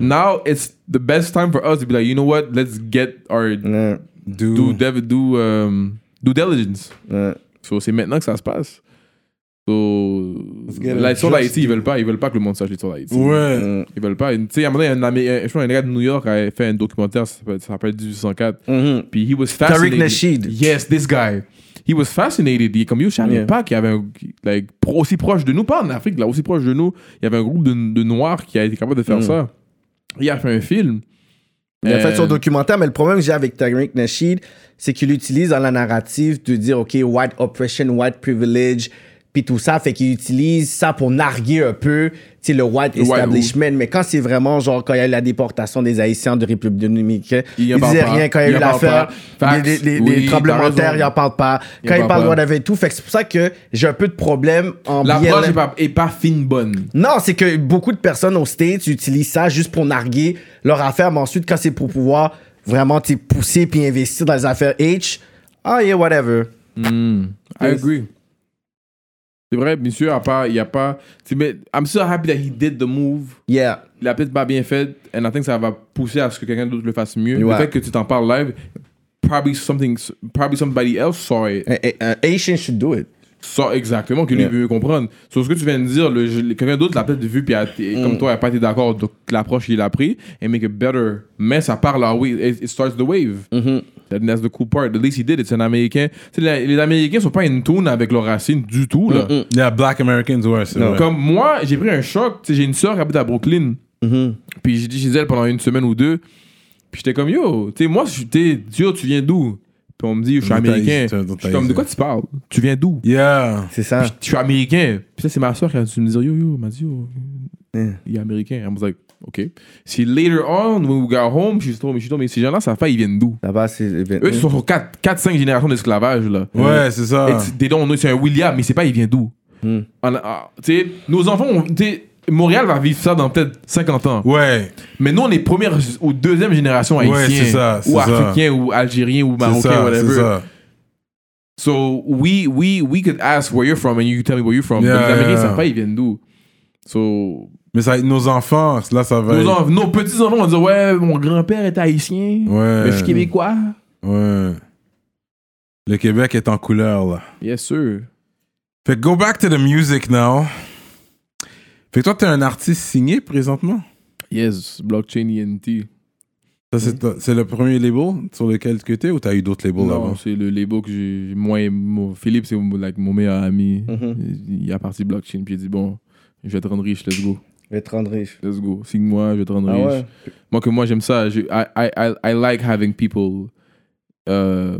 [SPEAKER 4] Now it's the best time for us to be like, you know what, let's get our
[SPEAKER 5] Ouais,
[SPEAKER 4] do,
[SPEAKER 2] Dude.
[SPEAKER 4] dev- do, um, due diligence.
[SPEAKER 5] ouais.
[SPEAKER 4] So, c'est maintenant que ça se passe. So,
[SPEAKER 2] get
[SPEAKER 4] la
[SPEAKER 2] it.
[SPEAKER 4] l'histoire d'Haïti, ils veulent pas, ils veulent pas que le monde sache l'histoire d'Haïti. Euh,
[SPEAKER 2] Ouais.
[SPEAKER 5] Mm.
[SPEAKER 4] Ils veulent pas. Une- Tu sais, à un moment donné, un Amé- un- je crois qu'un gars de New York a fait un documentaire, ça s'appelle- ça s'appelle 1804.
[SPEAKER 5] Mhm.
[SPEAKER 4] Puis he was fascinated.
[SPEAKER 5] Nasheed.
[SPEAKER 4] Yes, this guy. He was fascinated. Il est comme, yo, je savais
[SPEAKER 5] Yeah.
[SPEAKER 4] pas qu'il y avait un, like, pro- aussi proche de nous, pas en Afrique, là, aussi proche de nous, il y avait un groupe de, de Noirs qui a été capable de faire ça. Il a fait un film.
[SPEAKER 5] Il a
[SPEAKER 4] Euh,
[SPEAKER 5] fait son documentaire, mais le problème que j'ai avec Tariq Nasheed, c'est qu'il utilise dans la narrative de dire, OK, white oppression, white privilege, puis tout ça, fait qu'il utilise ça pour narguer un peu, tu sais, le white
[SPEAKER 4] white
[SPEAKER 5] establishment. mais quand c'est vraiment, genre, quand il y a eu la déportation des Haïtiens de République dominicaine,
[SPEAKER 4] Il
[SPEAKER 5] il,
[SPEAKER 4] en parle
[SPEAKER 5] disait
[SPEAKER 4] pas.
[SPEAKER 5] rien quand il y a
[SPEAKER 4] Il
[SPEAKER 5] eu
[SPEAKER 4] en parle
[SPEAKER 5] l'affaire,
[SPEAKER 4] pas.
[SPEAKER 5] des- des- des
[SPEAKER 4] Facts.
[SPEAKER 5] des
[SPEAKER 4] Oui, t'as
[SPEAKER 5] tremblements de
[SPEAKER 4] raison.
[SPEAKER 5] terre, il en parle pas.
[SPEAKER 4] Il
[SPEAKER 5] Quand
[SPEAKER 4] en
[SPEAKER 5] il
[SPEAKER 4] parle
[SPEAKER 5] parle
[SPEAKER 4] pas.
[SPEAKER 5] droit avec tout, fait que c'est pour ça que j'ai un peu de problème en biais-
[SPEAKER 4] L'approche est pas, est pas fine bonne.
[SPEAKER 5] non, c'est que beaucoup de personnes aux States utilisent ça juste pour narguer leur affaire, mais ensuite, quand c'est pour pouvoir vraiment t'sais, pousser puis investir dans les affaires H, ah yeah, whatever.
[SPEAKER 4] I agree. C'est vrai, monsieur, à part, il n'y a pas. tu sais, Mais I'm so happy that he did the move.
[SPEAKER 5] Yeah.
[SPEAKER 4] Il a peut-être pas bien fait, and I think ça va pousser à ce que quelqu'un d'autre le fasse mieux. Le
[SPEAKER 5] Ouais.
[SPEAKER 4] fait que tu t'en parles live, probably, something, probably somebody else saw it.
[SPEAKER 5] Un- un- un Haitian should do it.
[SPEAKER 4] Saw exactement, que lui
[SPEAKER 5] Yeah.
[SPEAKER 4] veut comprendre. Sur ce que tu viens de dire, le- je- quelqu'un d'autre l'a peut-être vu, puis a-
[SPEAKER 5] Mm.
[SPEAKER 4] et comme toi, il n'a pas été d'accord, donc l'approche qu'il a pris, and make it better. Mais ça parle, ah oui, it, it starts the wave.
[SPEAKER 5] Mm-hmm.
[SPEAKER 4] And That's the cool part. At least he did it. C'est un Américain. Tu sais, les, les Américains sont pas in tune avec leurs racines du tout, là.
[SPEAKER 2] Yeah, Black Americans, ouais, c'est vrai.
[SPEAKER 4] Comme moi, j'ai pris un choc. Tu sais, j'ai une soeur qui habite à Brooklyn.
[SPEAKER 2] Mm-hmm.
[SPEAKER 4] Puis j'ai dit chez elle pendant une semaine ou deux. Puis j'étais comme, yo, tu sais, moi, je- t'es- yo, tu viens d'où? Puis on me dit, je suis
[SPEAKER 2] D'où t'as-
[SPEAKER 4] américain.
[SPEAKER 2] t'as- d'où
[SPEAKER 4] Je suis
[SPEAKER 2] t'as-
[SPEAKER 4] comme, de quoi tu parles? Tu viens d'où?
[SPEAKER 2] Yeah.
[SPEAKER 5] C'est ça.
[SPEAKER 4] Puis je suis américain. Puis ça, c'est ma soeur qui a dû me dire, yo, yo, elle m'a dit, yo, il est américain. I was like, OK. Si later on, when we got home, she told me, she told me, ces gens-là, ça fait, ils viennent d'où?
[SPEAKER 5] Là-bas, c'est.
[SPEAKER 4] Eux, ils sont sur 4-5 générations d'esclavage, là.
[SPEAKER 2] Ouais, c'est ça.
[SPEAKER 4] Euh, Et tu- des noms, on- c'est un William, mais c'est pas il vient d'où.
[SPEAKER 2] Hmm.
[SPEAKER 4] En- ah, tu sais, nos enfants, ont- tu sais, Montréal va vivre ça dans peut-être 50 ans.
[SPEAKER 2] Ouais.
[SPEAKER 4] Mais nous, on est première ou deuxième génération
[SPEAKER 2] Ouais,
[SPEAKER 4] haïtiens,
[SPEAKER 2] c'est ça, c'est
[SPEAKER 4] ou
[SPEAKER 2] ça.
[SPEAKER 4] africains, ou algériens, ou
[SPEAKER 2] C'est
[SPEAKER 4] marocains,
[SPEAKER 2] ça, c'est
[SPEAKER 4] Bah, whatever.
[SPEAKER 2] ça.
[SPEAKER 4] So we we we could ask where you're from and you tell me where you're from.
[SPEAKER 2] Yeah,
[SPEAKER 4] Mais les Américains
[SPEAKER 2] yeah.
[SPEAKER 4] savent pas ils viennent d'où. So
[SPEAKER 2] Mais ça va être nos enfants, là, ça va
[SPEAKER 4] nos,
[SPEAKER 2] être.
[SPEAKER 4] en- nos petits enfants vont dire ouais mon grand père est haïtien, mais je suis
[SPEAKER 2] Ouais.
[SPEAKER 4] québécois.
[SPEAKER 2] Ouais. Le Québec est en couleur, là.
[SPEAKER 4] Yes sir.
[SPEAKER 2] Fait que go back to the music now. Fait que toi, t'es un artiste signé présentement.
[SPEAKER 4] Yes blockchain E ENT.
[SPEAKER 2] Ça, c'est ta- c'est le premier label sur lequel tu étais ou t'as eu d'autres labels
[SPEAKER 4] Non,
[SPEAKER 2] avant?
[SPEAKER 4] c'est le label que j'ai. Moi et mon- Philippe, c'est mon- like, mon meilleur ami. Il a parti blockchain, puis il a dit Bon, je vais te rendre riche, let's go.
[SPEAKER 5] Je vais te rendre riche.
[SPEAKER 4] Let's go. Signe-moi, je vais te rendre
[SPEAKER 5] Ah
[SPEAKER 4] riche.
[SPEAKER 5] ouais.
[SPEAKER 4] Moi, que moi, j'aime ça. Je- I, I, I, I like having people euh,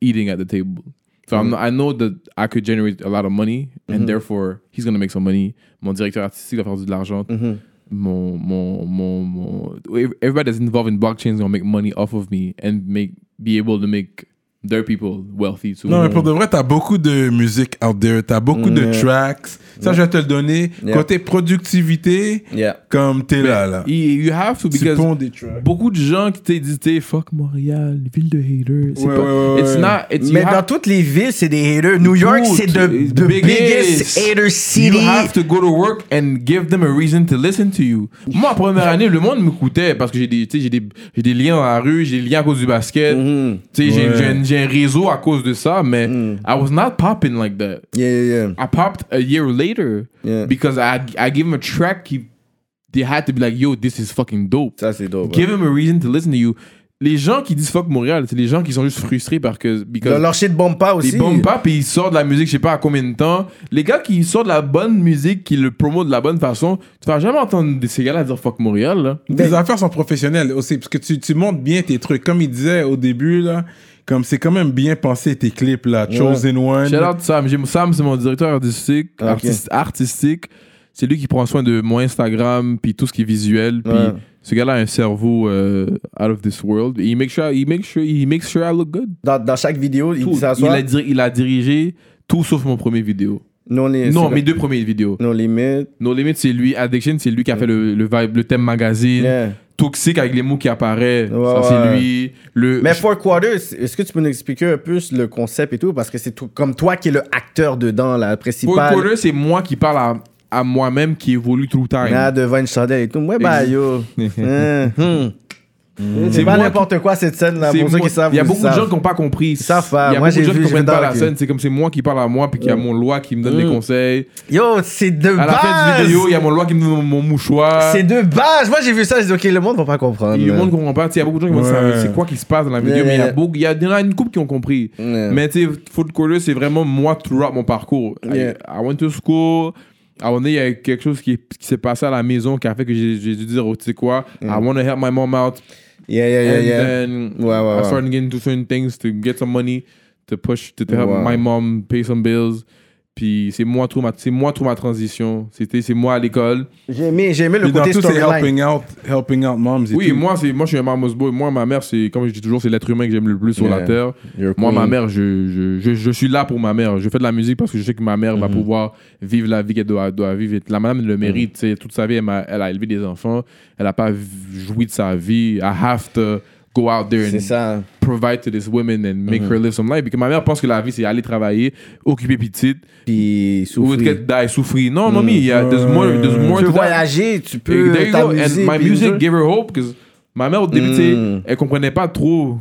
[SPEAKER 4] eating at the table. So
[SPEAKER 2] Mm.
[SPEAKER 4] I'm- I know that I could generate a lot of money,
[SPEAKER 2] Mm-hmm.
[SPEAKER 4] and therefore, he's going to make some money. Mon directeur artistique va faire de l'argent.
[SPEAKER 2] Mm-hmm.
[SPEAKER 4] Mon, mon, mon, mon. Everybody that's involved in blockchain is going to make money off of me and make be able to make their people wealthy too.
[SPEAKER 2] Non, mais pour de vrai, t'as beaucoup de musique out there, t'as beaucoup
[SPEAKER 4] Mm.
[SPEAKER 2] de tracks. Ça, je vais te le donner.
[SPEAKER 5] Yeah.
[SPEAKER 2] Côté productivité,
[SPEAKER 5] Yeah.
[SPEAKER 2] comme t'es
[SPEAKER 4] Mais
[SPEAKER 2] là, là.
[SPEAKER 4] You, you have to
[SPEAKER 2] Tu
[SPEAKER 4] because
[SPEAKER 2] ponds des tracks.
[SPEAKER 4] beaucoup de gens qui t'ont dit t'es fuck Montréal, ville de haters. c'est
[SPEAKER 2] Ouais,
[SPEAKER 4] pas-
[SPEAKER 2] ouais, ouais,
[SPEAKER 4] It's
[SPEAKER 2] ouais.
[SPEAKER 4] not. It's, you
[SPEAKER 5] Mais
[SPEAKER 4] have-
[SPEAKER 5] dans toutes les villes, c'est des haters. New York,
[SPEAKER 4] Tout,
[SPEAKER 5] c'est the,
[SPEAKER 4] it's
[SPEAKER 5] the biggest
[SPEAKER 4] biggest.
[SPEAKER 5] hater city.
[SPEAKER 4] You have to go to work and give them a reason to listen to you. Moi, en première année, le monde m'écoutait parce que j'ai des, tu sais, j'ai des, j'ai des liens dans la rue, j'ai des liens à cause du basket.
[SPEAKER 5] Mm-hmm.
[SPEAKER 4] Tu sais, j'ai-
[SPEAKER 2] Ouais.
[SPEAKER 4] j'ai un- j'ai un réseau à cause de ça, mais
[SPEAKER 5] Mm.
[SPEAKER 4] I was not popping like that.
[SPEAKER 5] Yeah, yeah, yeah.
[SPEAKER 4] I popped a year later
[SPEAKER 5] Yeah.
[SPEAKER 4] because I, I gave him a track. He, they had to be like, yo, this is fucking dope.
[SPEAKER 5] Ça, c'est dope. hein.
[SPEAKER 4] Give him a reason to listen to you. Les gens qui disent fuck Montréal, c'est les gens qui sont juste frustrés parce que.
[SPEAKER 5] Le
[SPEAKER 4] because
[SPEAKER 5] leur shit bombe pas aussi.
[SPEAKER 4] ils bombent pas, puis ils sortent de la musique, je sais pas à combien de temps. Les gars qui sortent de la bonne musique, qui le promo de la bonne façon, tu vas jamais entendre des- ces gars-là dire fuck Montréal, là.
[SPEAKER 2] Tes
[SPEAKER 5] Ben-
[SPEAKER 2] affaires sont professionnelles aussi, parce que tu, tu montes bien tes trucs. Comme il disait au début, là, comme c'est quand même bien pensé tes clips, là. Chosen One.
[SPEAKER 4] Shout out Sam. J'ai- Sam, c'est mon directeur artistique.
[SPEAKER 5] Ah, ok.
[SPEAKER 4] artiste- artistique. c'est lui qui prend soin de mon Instagram, puis tout ce qui est visuel. Puis
[SPEAKER 5] Ouais.
[SPEAKER 4] ce gars-là a un cerveau euh, out of this world. Et il make sure, il make sure, il makes sure I look good.
[SPEAKER 5] Dans, dans chaque vidéo,
[SPEAKER 4] Tout.
[SPEAKER 5] il
[SPEAKER 4] Il,
[SPEAKER 5] s'assoit.
[SPEAKER 4] a, diri- il a dirigé tout sauf mon premier vidéo.
[SPEAKER 5] Non, les,
[SPEAKER 4] non, mes deux premières vidéos.
[SPEAKER 5] Non, les mythes.
[SPEAKER 4] No Limit, c'est lui. Addiction, c'est lui qui a fait le, le vibe, le thème magazine.
[SPEAKER 5] Yeah.
[SPEAKER 4] Toxique avec les mots qui apparaissent.
[SPEAKER 5] Ouais,
[SPEAKER 4] ça, c'est
[SPEAKER 5] ouais.
[SPEAKER 4] lui. Le,
[SPEAKER 5] Mais Four Quarters, est-ce que tu peux nous expliquer un peu le concept et tout? Parce que c'est tout- comme toi qui es le acteur dedans, la
[SPEAKER 4] Pour
[SPEAKER 5] principale.
[SPEAKER 4] Corner, c'est moi qui parle à, à moi-même qui évolue tout le temps.
[SPEAKER 5] Ah, devant une chandelle et tout. Ouais, bah
[SPEAKER 4] Exact.
[SPEAKER 5] yo. Hein, hum.
[SPEAKER 4] C'est
[SPEAKER 5] C'est pas
[SPEAKER 4] moi
[SPEAKER 5] n'importe quoi cette scène-là,
[SPEAKER 4] C'est
[SPEAKER 5] pour ceux
[SPEAKER 4] moi-
[SPEAKER 5] qui savent.
[SPEAKER 4] il y a
[SPEAKER 5] ils
[SPEAKER 4] beaucoup de
[SPEAKER 5] savent.
[SPEAKER 4] gens qui n'ont pas compris. Il y a
[SPEAKER 5] savent pas.
[SPEAKER 4] beaucoup
[SPEAKER 5] Moi,
[SPEAKER 4] de
[SPEAKER 5] j'ai
[SPEAKER 4] gens qui
[SPEAKER 5] vu,
[SPEAKER 4] ne
[SPEAKER 5] je
[SPEAKER 4] comprennent
[SPEAKER 5] vais
[SPEAKER 4] pas
[SPEAKER 5] dans-
[SPEAKER 4] la
[SPEAKER 5] ok.
[SPEAKER 4] scène. C'est comme c'est moi qui parle à moi, puis qu'il y a mon loi qui me donne des conseils.
[SPEAKER 5] Yo, c'est de
[SPEAKER 4] À la fin
[SPEAKER 5] base.
[SPEAKER 4] du vidéo, il y a mon loi qui me donne mon, mon mouchoir.
[SPEAKER 5] C'est de base. Moi, j'ai vu ça, j'ai dit, OK, le monde va pas comprendre.
[SPEAKER 4] Le monde ne comprend pas. Tu sais, Il y a beaucoup de gens qui vont
[SPEAKER 2] Ouais.
[SPEAKER 4] dire c'est quoi qui se passe dans la vidéo.
[SPEAKER 5] Yeah,
[SPEAKER 4] Mais il y a
[SPEAKER 5] yeah.
[SPEAKER 4] beaucoup- il y, a- il y en a une couple qui ont compris.
[SPEAKER 5] Yeah.
[SPEAKER 4] Mais tu sais, Food Quarter, c'est vraiment moi throughout mon parcours. I-
[SPEAKER 5] Yeah.
[SPEAKER 4] I, went to school. À un moment donné, il y a quelque chose qui, est- qui s'est passé à la maison qui a fait que j'ai j'ai dû dire, oh, tu sais quoi, I want to help my mom out.
[SPEAKER 5] Yeah, Mm. yeah, yeah,
[SPEAKER 4] And
[SPEAKER 5] yeah.
[SPEAKER 4] then
[SPEAKER 5] Ouais, ouais,
[SPEAKER 4] I
[SPEAKER 5] ouais.
[SPEAKER 4] started getting into certain things to get some money to push to, to help
[SPEAKER 5] Ouais.
[SPEAKER 4] my mom pay some bills. Puis c'est moi tout ma c'est moi tout ma transition. C'était c'est moi à l'école.
[SPEAKER 5] J'ai aimé, j'ai aimé le
[SPEAKER 2] Puis dans
[SPEAKER 5] côté
[SPEAKER 2] tout, c'est
[SPEAKER 5] storyline.
[SPEAKER 2] helping out, helping out moms. et
[SPEAKER 4] Oui,
[SPEAKER 2] tout.
[SPEAKER 4] moi c'est moi je suis un mama's boy. Moi ma mère c'est comme je dis toujours c'est l'être humain que j'aime le plus sur la
[SPEAKER 5] Yeah.
[SPEAKER 4] terre.
[SPEAKER 5] You're
[SPEAKER 4] Moi
[SPEAKER 5] queen.
[SPEAKER 4] ma mère je, je, je, je suis là pour ma mère. Je fais de la musique parce que je sais que ma mère
[SPEAKER 5] Mhm.
[SPEAKER 4] va pouvoir vivre la vie qu'elle doit, doit vivre. Et La madame le mérite. tu sais, Toute sa vie elle, m'a- elle a élevé des enfants. Elle a pas joui de sa vie. I have to go out there
[SPEAKER 5] C'est
[SPEAKER 4] and
[SPEAKER 5] ça. Mhm.
[SPEAKER 4] provide to this woman and make her live some life. Parce que ma mère pense que la vie, c'est aller travailler, occuper petite,
[SPEAKER 5] Puis
[SPEAKER 4] ou
[SPEAKER 5] souffler.
[SPEAKER 4] get die, souffrir. Non, mommy, yeah,
[SPEAKER 5] Mhm.
[SPEAKER 4] there's more, there's more
[SPEAKER 5] Tu peux
[SPEAKER 4] to that.
[SPEAKER 5] voyager, tu
[SPEAKER 4] Et
[SPEAKER 5] peux
[SPEAKER 4] there you go. And
[SPEAKER 5] t'amuser.
[SPEAKER 4] my
[SPEAKER 5] puis
[SPEAKER 4] music
[SPEAKER 5] enjoy.
[SPEAKER 4] gave her hope, because ma mère, au début, tu sais,
[SPEAKER 5] Mm.
[SPEAKER 4] elle comprenait pas trop.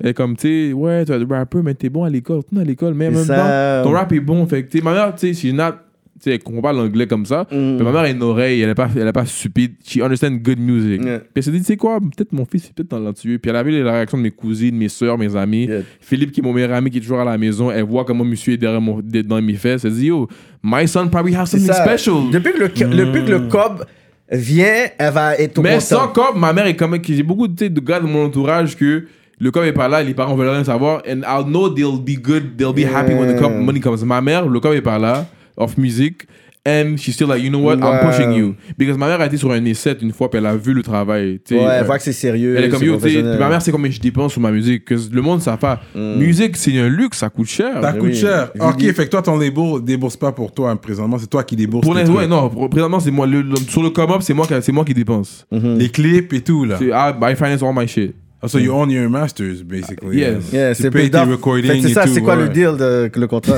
[SPEAKER 4] Elle est comme, tu sais, ouais, tu es rappeur, mais t'es bon à l'école, t'es bon à l'école, mais en
[SPEAKER 5] C'est
[SPEAKER 4] même
[SPEAKER 5] ça.
[SPEAKER 4] temps, ton rap est bon. Fait que, tu sais, ma mère, tu sais, she's not, tu sais, elle comprend pas l'anglais comme ça.
[SPEAKER 5] Mm.
[SPEAKER 4] Mais ma mère a une oreille, elle est pas, elle est pas stupide. She understand good music.
[SPEAKER 5] Yeah.
[SPEAKER 4] Puis elle s'est dit, tu sais quoi, peut-être mon fils est peut-être dans l'entier. Puis elle avait la réaction de mes cousines, mes soeurs, mes amis.
[SPEAKER 5] Yeah.
[SPEAKER 4] Philippe, qui est mon meilleur ami, qui est toujours à la maison, elle voit comment monsieur est derrière mon, dans mes fesses. Elle dit, yo, my son probably has
[SPEAKER 5] C'est
[SPEAKER 4] something
[SPEAKER 5] ça.
[SPEAKER 4] special. Hmm.
[SPEAKER 5] Depuis que le, depuis que le cob vient, elle va être au
[SPEAKER 4] Mais sans
[SPEAKER 5] constant.
[SPEAKER 4] cop, ma mère est comme que j'ai beaucoup tu sais, de gars de mon entourage que le cop est pas là, les parents veulent rien savoir. And I'll know they'll be good, they'll be happy when the cop money comes. Ma mère, le cop est pas là, off music. And she's still like, you know what, I'm
[SPEAKER 5] Ouais.
[SPEAKER 4] pushing you. Because ma mère a été sur un essai une fois, puis elle a vu le travail. tu sais,
[SPEAKER 5] Ouais,
[SPEAKER 4] euh,
[SPEAKER 5] elle voit que c'est sérieux.
[SPEAKER 4] elle est comme
[SPEAKER 5] c'est
[SPEAKER 4] yo, tu sais,
[SPEAKER 5] professionnel. Mm.
[SPEAKER 4] ma mère, c'est combien je dépense sur ma musique. Que le monde ne sait pas. Musique, c'est un luxe, ça coûte cher.
[SPEAKER 2] Ça coûte
[SPEAKER 5] oui.
[SPEAKER 2] cher.
[SPEAKER 5] Je
[SPEAKER 2] Ok,
[SPEAKER 5] dis-
[SPEAKER 2] fait que toi, ton label débourse pas pour toi hein, présentement, c'est toi qui débourse.
[SPEAKER 4] Pour
[SPEAKER 2] tes
[SPEAKER 4] l'instant, ouais,
[SPEAKER 2] trucs.
[SPEAKER 4] non, pour- présentement, c'est moi. le- le- sur le come-up, c'est moi, qui- c'est moi qui dépense.
[SPEAKER 5] Ah.
[SPEAKER 2] Les clips et tout, là.
[SPEAKER 4] C'est- ah, I, I finance all my shit.
[SPEAKER 2] Oh, so you own your masters, basically.
[SPEAKER 4] Ah, yes.
[SPEAKER 5] Yeah,
[SPEAKER 2] Tu
[SPEAKER 5] c'est
[SPEAKER 2] payes
[SPEAKER 5] paid
[SPEAKER 2] tes
[SPEAKER 5] off.
[SPEAKER 2] recordings
[SPEAKER 5] Fait que
[SPEAKER 2] et
[SPEAKER 5] C'est ça,
[SPEAKER 2] tout,
[SPEAKER 5] c'est quoi
[SPEAKER 2] ouais. Ah,
[SPEAKER 5] le deal, de, le contrat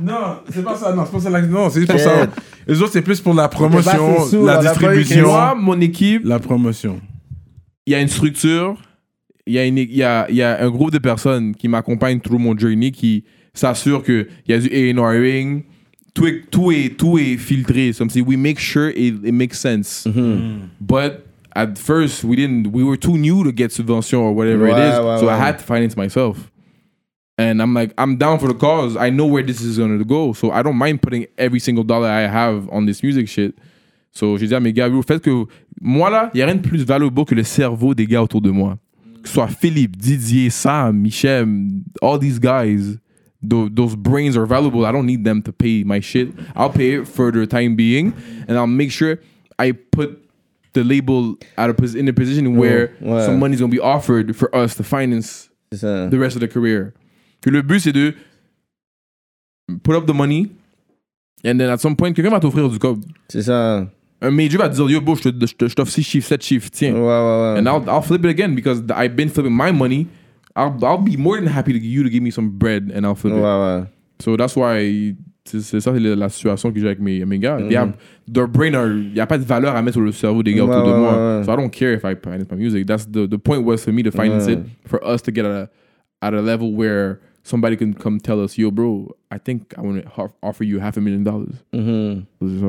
[SPEAKER 2] Non, c'est pas ça. Non, c'est pas ça. la- Non, c'est juste pour ça.
[SPEAKER 5] Yeah.
[SPEAKER 2] Les autres, c'est plus pour la
[SPEAKER 5] On
[SPEAKER 2] promotion,
[SPEAKER 5] dépasse les sous,
[SPEAKER 2] la
[SPEAKER 5] on a pas eu
[SPEAKER 2] distribution.
[SPEAKER 4] Moi, mon équipe,
[SPEAKER 2] La promotion.
[SPEAKER 4] il y a une structure, il y, a une- il y, a, il y a un groupe de personnes qui m'accompagnent through mon journey, qui s'assurent qu'il y a du A&Ring, tout est, tout, est, tout est filtré. Comme si we make sure it, it makes sense. But at first, we didn't, we were too new to get subvention or whatever it
[SPEAKER 5] Ouais,
[SPEAKER 4] is,
[SPEAKER 5] ouais,
[SPEAKER 4] so I
[SPEAKER 5] ouais.
[SPEAKER 4] had to finance myself. And I'm like, I'm down for the cause. I know where this is going to go. So I don't mind putting every single dollar I have on this music shit. So, j'ai dit à mes gars, vous faites que moi là, il n'y a rien de plus valuable que le cerveau des gars autour de moi. Que ce soit Philippe, Didier, Sam, Michel, all these guys, tho- those brains are valuable. I don't need them to pay my shit. I'll pay it for the time being and I'll make sure I put the label at a, pos- in a position where
[SPEAKER 5] ouais.
[SPEAKER 4] some money's going to be offered for us to finance
[SPEAKER 5] C'est ça.
[SPEAKER 4] the rest of the career. Que le but, c'est de put up the money and then at some point, quelqu'un va t'offrir du cob.
[SPEAKER 5] C'est ça.
[SPEAKER 4] Un major va te dire, yo, bro, Euh, je te- je te- je t'offre 6 chiffres, 7 chiffres, tiens.
[SPEAKER 5] Ouais, ouais, ouais.
[SPEAKER 4] And I'll, I'll flip it again because th- I've been flipping my money. I'll, I'll be more than happy to you to give me some bread and I'll flip
[SPEAKER 5] ouais,
[SPEAKER 4] it.
[SPEAKER 5] ouais.
[SPEAKER 4] So that's why, c'est c'est ça c'est la la situation que j'ai avec mes, mes gars.
[SPEAKER 5] Mm-hmm.
[SPEAKER 4] They have- their brain are, y a pas de valeur à mettre sur le cerveau des gars
[SPEAKER 5] Ouais,
[SPEAKER 4] autour de
[SPEAKER 5] ouais,
[SPEAKER 4] moi.
[SPEAKER 5] ouais, ouais.
[SPEAKER 4] So I don't care if I finance my music. That's the, the point was for me to finance
[SPEAKER 5] Ouais.
[SPEAKER 4] it, for us to get at a, at a level where somebody can come tell us, yo, bro, I think I want to offer you half a million dollars.
[SPEAKER 5] Mhm.
[SPEAKER 4] C'est ça.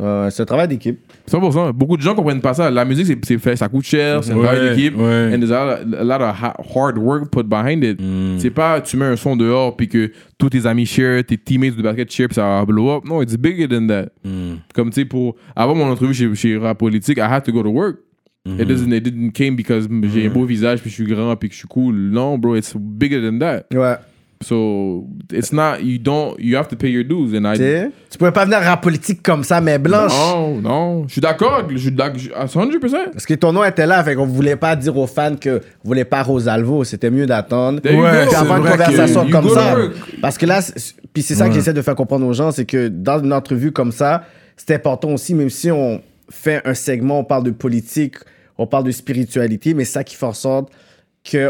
[SPEAKER 5] Ouais, ouais, C'est un travail d'équipe.
[SPEAKER 4] 100%. Beaucoup de gens comprennent pas ça. La musique, c'est- c'est fait, ça coûte cher, c'est un travail
[SPEAKER 2] Ouais,
[SPEAKER 4] d'équipe.
[SPEAKER 2] ouais.
[SPEAKER 4] And there's a, a lot of ha- hard work put behind it.
[SPEAKER 2] Mm.
[SPEAKER 4] C'est pas tu mets un son dehors puis que tous tes amis share, tes teammates du basket share puis ça va blow up. Non, it's bigger than that.
[SPEAKER 2] Mm.
[SPEAKER 4] Comme tu sais, pour avant mon entrevue chez, chez Rap Politique, I had to go to work.
[SPEAKER 2] Mm-hmm.
[SPEAKER 4] It, doesn't, it didn't came because j'ai un beau visage puis je suis grand puis que je suis cool. Non, bro, it's bigger than that.
[SPEAKER 5] Ouais.
[SPEAKER 4] So it's not you don't you have to pay your dues and I
[SPEAKER 5] Tu sais? Tu pouvais pas venir rap politique comme ça, mais blanche.
[SPEAKER 4] non non je suis d'accord je suis d'accord je- à 100%
[SPEAKER 5] Parce que ton nom était là, fait qu'on voulait pas dire aux fans que on voulait pas Rosalvo. C'était mieux d'attendre.
[SPEAKER 4] There you
[SPEAKER 2] Ouais,
[SPEAKER 4] go.
[SPEAKER 5] Puis avoir une
[SPEAKER 2] vrai que
[SPEAKER 5] conversation
[SPEAKER 4] you
[SPEAKER 5] comme
[SPEAKER 4] go to
[SPEAKER 5] ça.
[SPEAKER 4] work.
[SPEAKER 5] Parce que là, c'est- puis c'est ça que j'essaie de faire comprendre aux gens, c'est que dans une entrevue comme ça, c'est important aussi, même si on fait un segment, on parle de politique, on parle de spiritualité, mais ça qui fait en sorte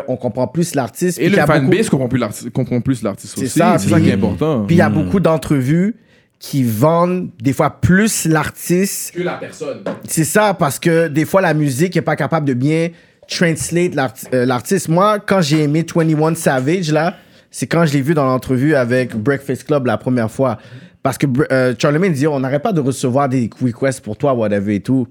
[SPEAKER 5] qu'on comprend plus l'artiste.
[SPEAKER 4] et
[SPEAKER 5] puis
[SPEAKER 4] le
[SPEAKER 5] qu'il y a beaucoup-
[SPEAKER 4] fanbase comprend plus l'artiste comprend plus l'artiste
[SPEAKER 5] C'est
[SPEAKER 4] aussi c'est
[SPEAKER 5] ça,
[SPEAKER 4] ça,
[SPEAKER 5] puis-
[SPEAKER 4] qui est important
[SPEAKER 5] Puis il y a beaucoup d'entrevues qui vendent des fois plus l'artiste
[SPEAKER 4] que la personne
[SPEAKER 5] c'est ça, parce que des fois, la musique est pas capable de bien translate l'arti- euh, l'artiste. Moi, quand j'ai aimé 21 Savage, là, c'est quand je l'ai vu dans l'entrevue avec Breakfast Club la première fois. Parce que Bre- euh, Charlemagne dit, on n'arrête pas de recevoir des requests pour toi, whatever et tout.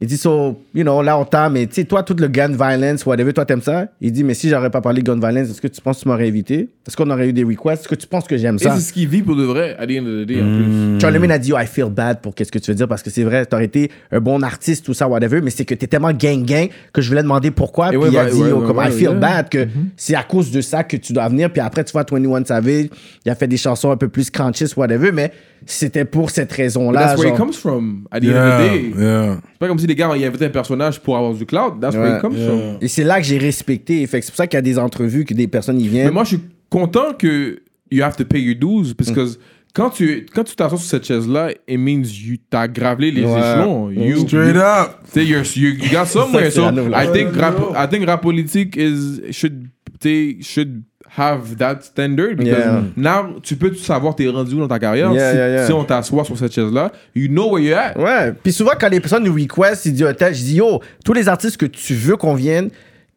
[SPEAKER 5] Il dit, so, you know, là, on t'a, mais tu sais, toi, tout le gun violence, whatever, toi, t'aimes ça? Il dit, mais si j'aurais pas parlé de gun violence, est-ce que tu penses que tu m'aurais invité? Est-ce qu'on aurait eu des requests? Est-ce que tu penses que j'aime
[SPEAKER 4] et
[SPEAKER 5] ça? Hmm.
[SPEAKER 4] c'est ce qu'il vit pour de vrai à the end of the day en plus
[SPEAKER 5] Charlemagne a dit, oh, I feel bad pour qu'est-ce que tu veux dire, parce que c'est vrai, t'aurais été un bon artiste, tout ça, whatever, mais c'est que t'es tellement gang-gang que je voulais demander pourquoi,
[SPEAKER 4] Et
[SPEAKER 5] puis
[SPEAKER 4] ouais,
[SPEAKER 5] il a
[SPEAKER 4] ouais,
[SPEAKER 5] dit,
[SPEAKER 4] ouais,
[SPEAKER 5] oh,
[SPEAKER 4] ouais,
[SPEAKER 5] comme,
[SPEAKER 4] ouais,
[SPEAKER 5] I feel
[SPEAKER 4] ouais. Mm-hmm.
[SPEAKER 5] bad, que c'est à cause de ça que tu dois venir, puis après, tu vois, 21 Savage, il a fait des chansons un peu plus crunches, whatever, mais c'était pour cette
[SPEAKER 4] But
[SPEAKER 5] raison-là,
[SPEAKER 4] that's where it
[SPEAKER 5] genre,
[SPEAKER 4] comes from at the end
[SPEAKER 2] Yeah,
[SPEAKER 4] of the day
[SPEAKER 2] yeah.
[SPEAKER 4] c'est pas comme si les gars ils invitaient un personnage pour avoir du cloud that's where
[SPEAKER 5] Ouais.
[SPEAKER 4] it comes from
[SPEAKER 5] et c'est là que j'ai respecté, fait que c'est pour ça qu'il y a des entrevues, que des personnes y
[SPEAKER 4] Mais
[SPEAKER 5] viennent,
[SPEAKER 4] moi, je suis content que you have to pay your dues
[SPEAKER 5] Hmm.
[SPEAKER 4] parce que quand tu quand tu t'assois sur cette chaise-là, it means you t'as gravelé les
[SPEAKER 5] Ouais.
[SPEAKER 4] échelons. You,
[SPEAKER 2] Straight
[SPEAKER 4] you,
[SPEAKER 2] up.
[SPEAKER 4] t'sais, you're- you, you got somewhere.
[SPEAKER 5] Ça, c'est
[SPEAKER 4] so
[SPEAKER 5] la nouvelle.
[SPEAKER 4] I think
[SPEAKER 2] Ouais,
[SPEAKER 4] rap,
[SPEAKER 2] non.
[SPEAKER 4] I think rap politique is should t'sais, should have that standard because
[SPEAKER 5] Yeah.
[SPEAKER 4] now tu peux savoir t'es rendu où dans ta carrière
[SPEAKER 5] Yeah,
[SPEAKER 4] si,
[SPEAKER 5] yeah, yeah.
[SPEAKER 4] si on t'assoit sur cette chaise-là, you know where you're at.
[SPEAKER 2] Ah
[SPEAKER 5] Ouais. Puis souvent, quand les personnes nous request, ils disent, Attends, je dis, yo, tous les artistes que tu veux qu'on vienne,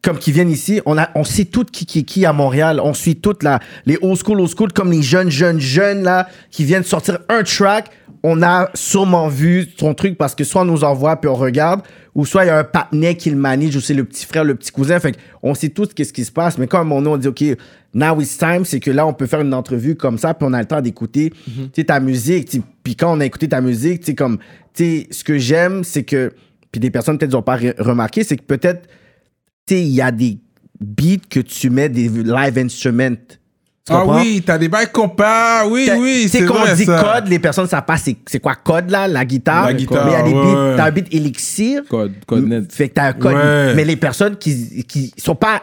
[SPEAKER 5] comme qui viennent ici, on, a, on sait tout qui, qui est qui à Montréal. On suit toutes la, les old school, old school, comme les jeunes, jeunes, jeunes, là, qui viennent sortir un track. On a sûrement vu son truc parce que soit on nous envoie puis on regarde, ou soit il y a un partenaire qui le manage, ou c'est le petit frère, le petit cousin. Fait on sait tous qu'est-ce qui se passe. Mais comme on, on dit, OK, now it's time, c'est que là, on peut faire une entrevue comme ça, puis on a le temps d'écouter tu sais, ta musique. tu sais. Puis quand on a écouté ta musique, tu sais, comme, tu sais, ce que j'aime, c'est que, puis des personnes peut-être n'ont pas re- remarqué, c'est que peut-être, tu sais, il y a des beats que tu mets des live instruments. Tu
[SPEAKER 2] Ah
[SPEAKER 5] comprends?
[SPEAKER 2] oui, t'as des bails compas. Oui,
[SPEAKER 5] T'as-
[SPEAKER 2] oui,
[SPEAKER 5] tu sais,
[SPEAKER 2] c'est
[SPEAKER 5] quand
[SPEAKER 2] vrai
[SPEAKER 5] on dit
[SPEAKER 2] ça.
[SPEAKER 5] code, les personnes ne savent pas c'est c'est quoi code là, la guitare.
[SPEAKER 2] La guitare,
[SPEAKER 5] mais il y a des
[SPEAKER 2] ouais,
[SPEAKER 5] beats,
[SPEAKER 2] ouais.
[SPEAKER 5] t'as un beat élixir.
[SPEAKER 4] Code, code net.
[SPEAKER 5] Fait que t'as un code.
[SPEAKER 2] Ouais.
[SPEAKER 5] Mais les personnes qui, qui sont pas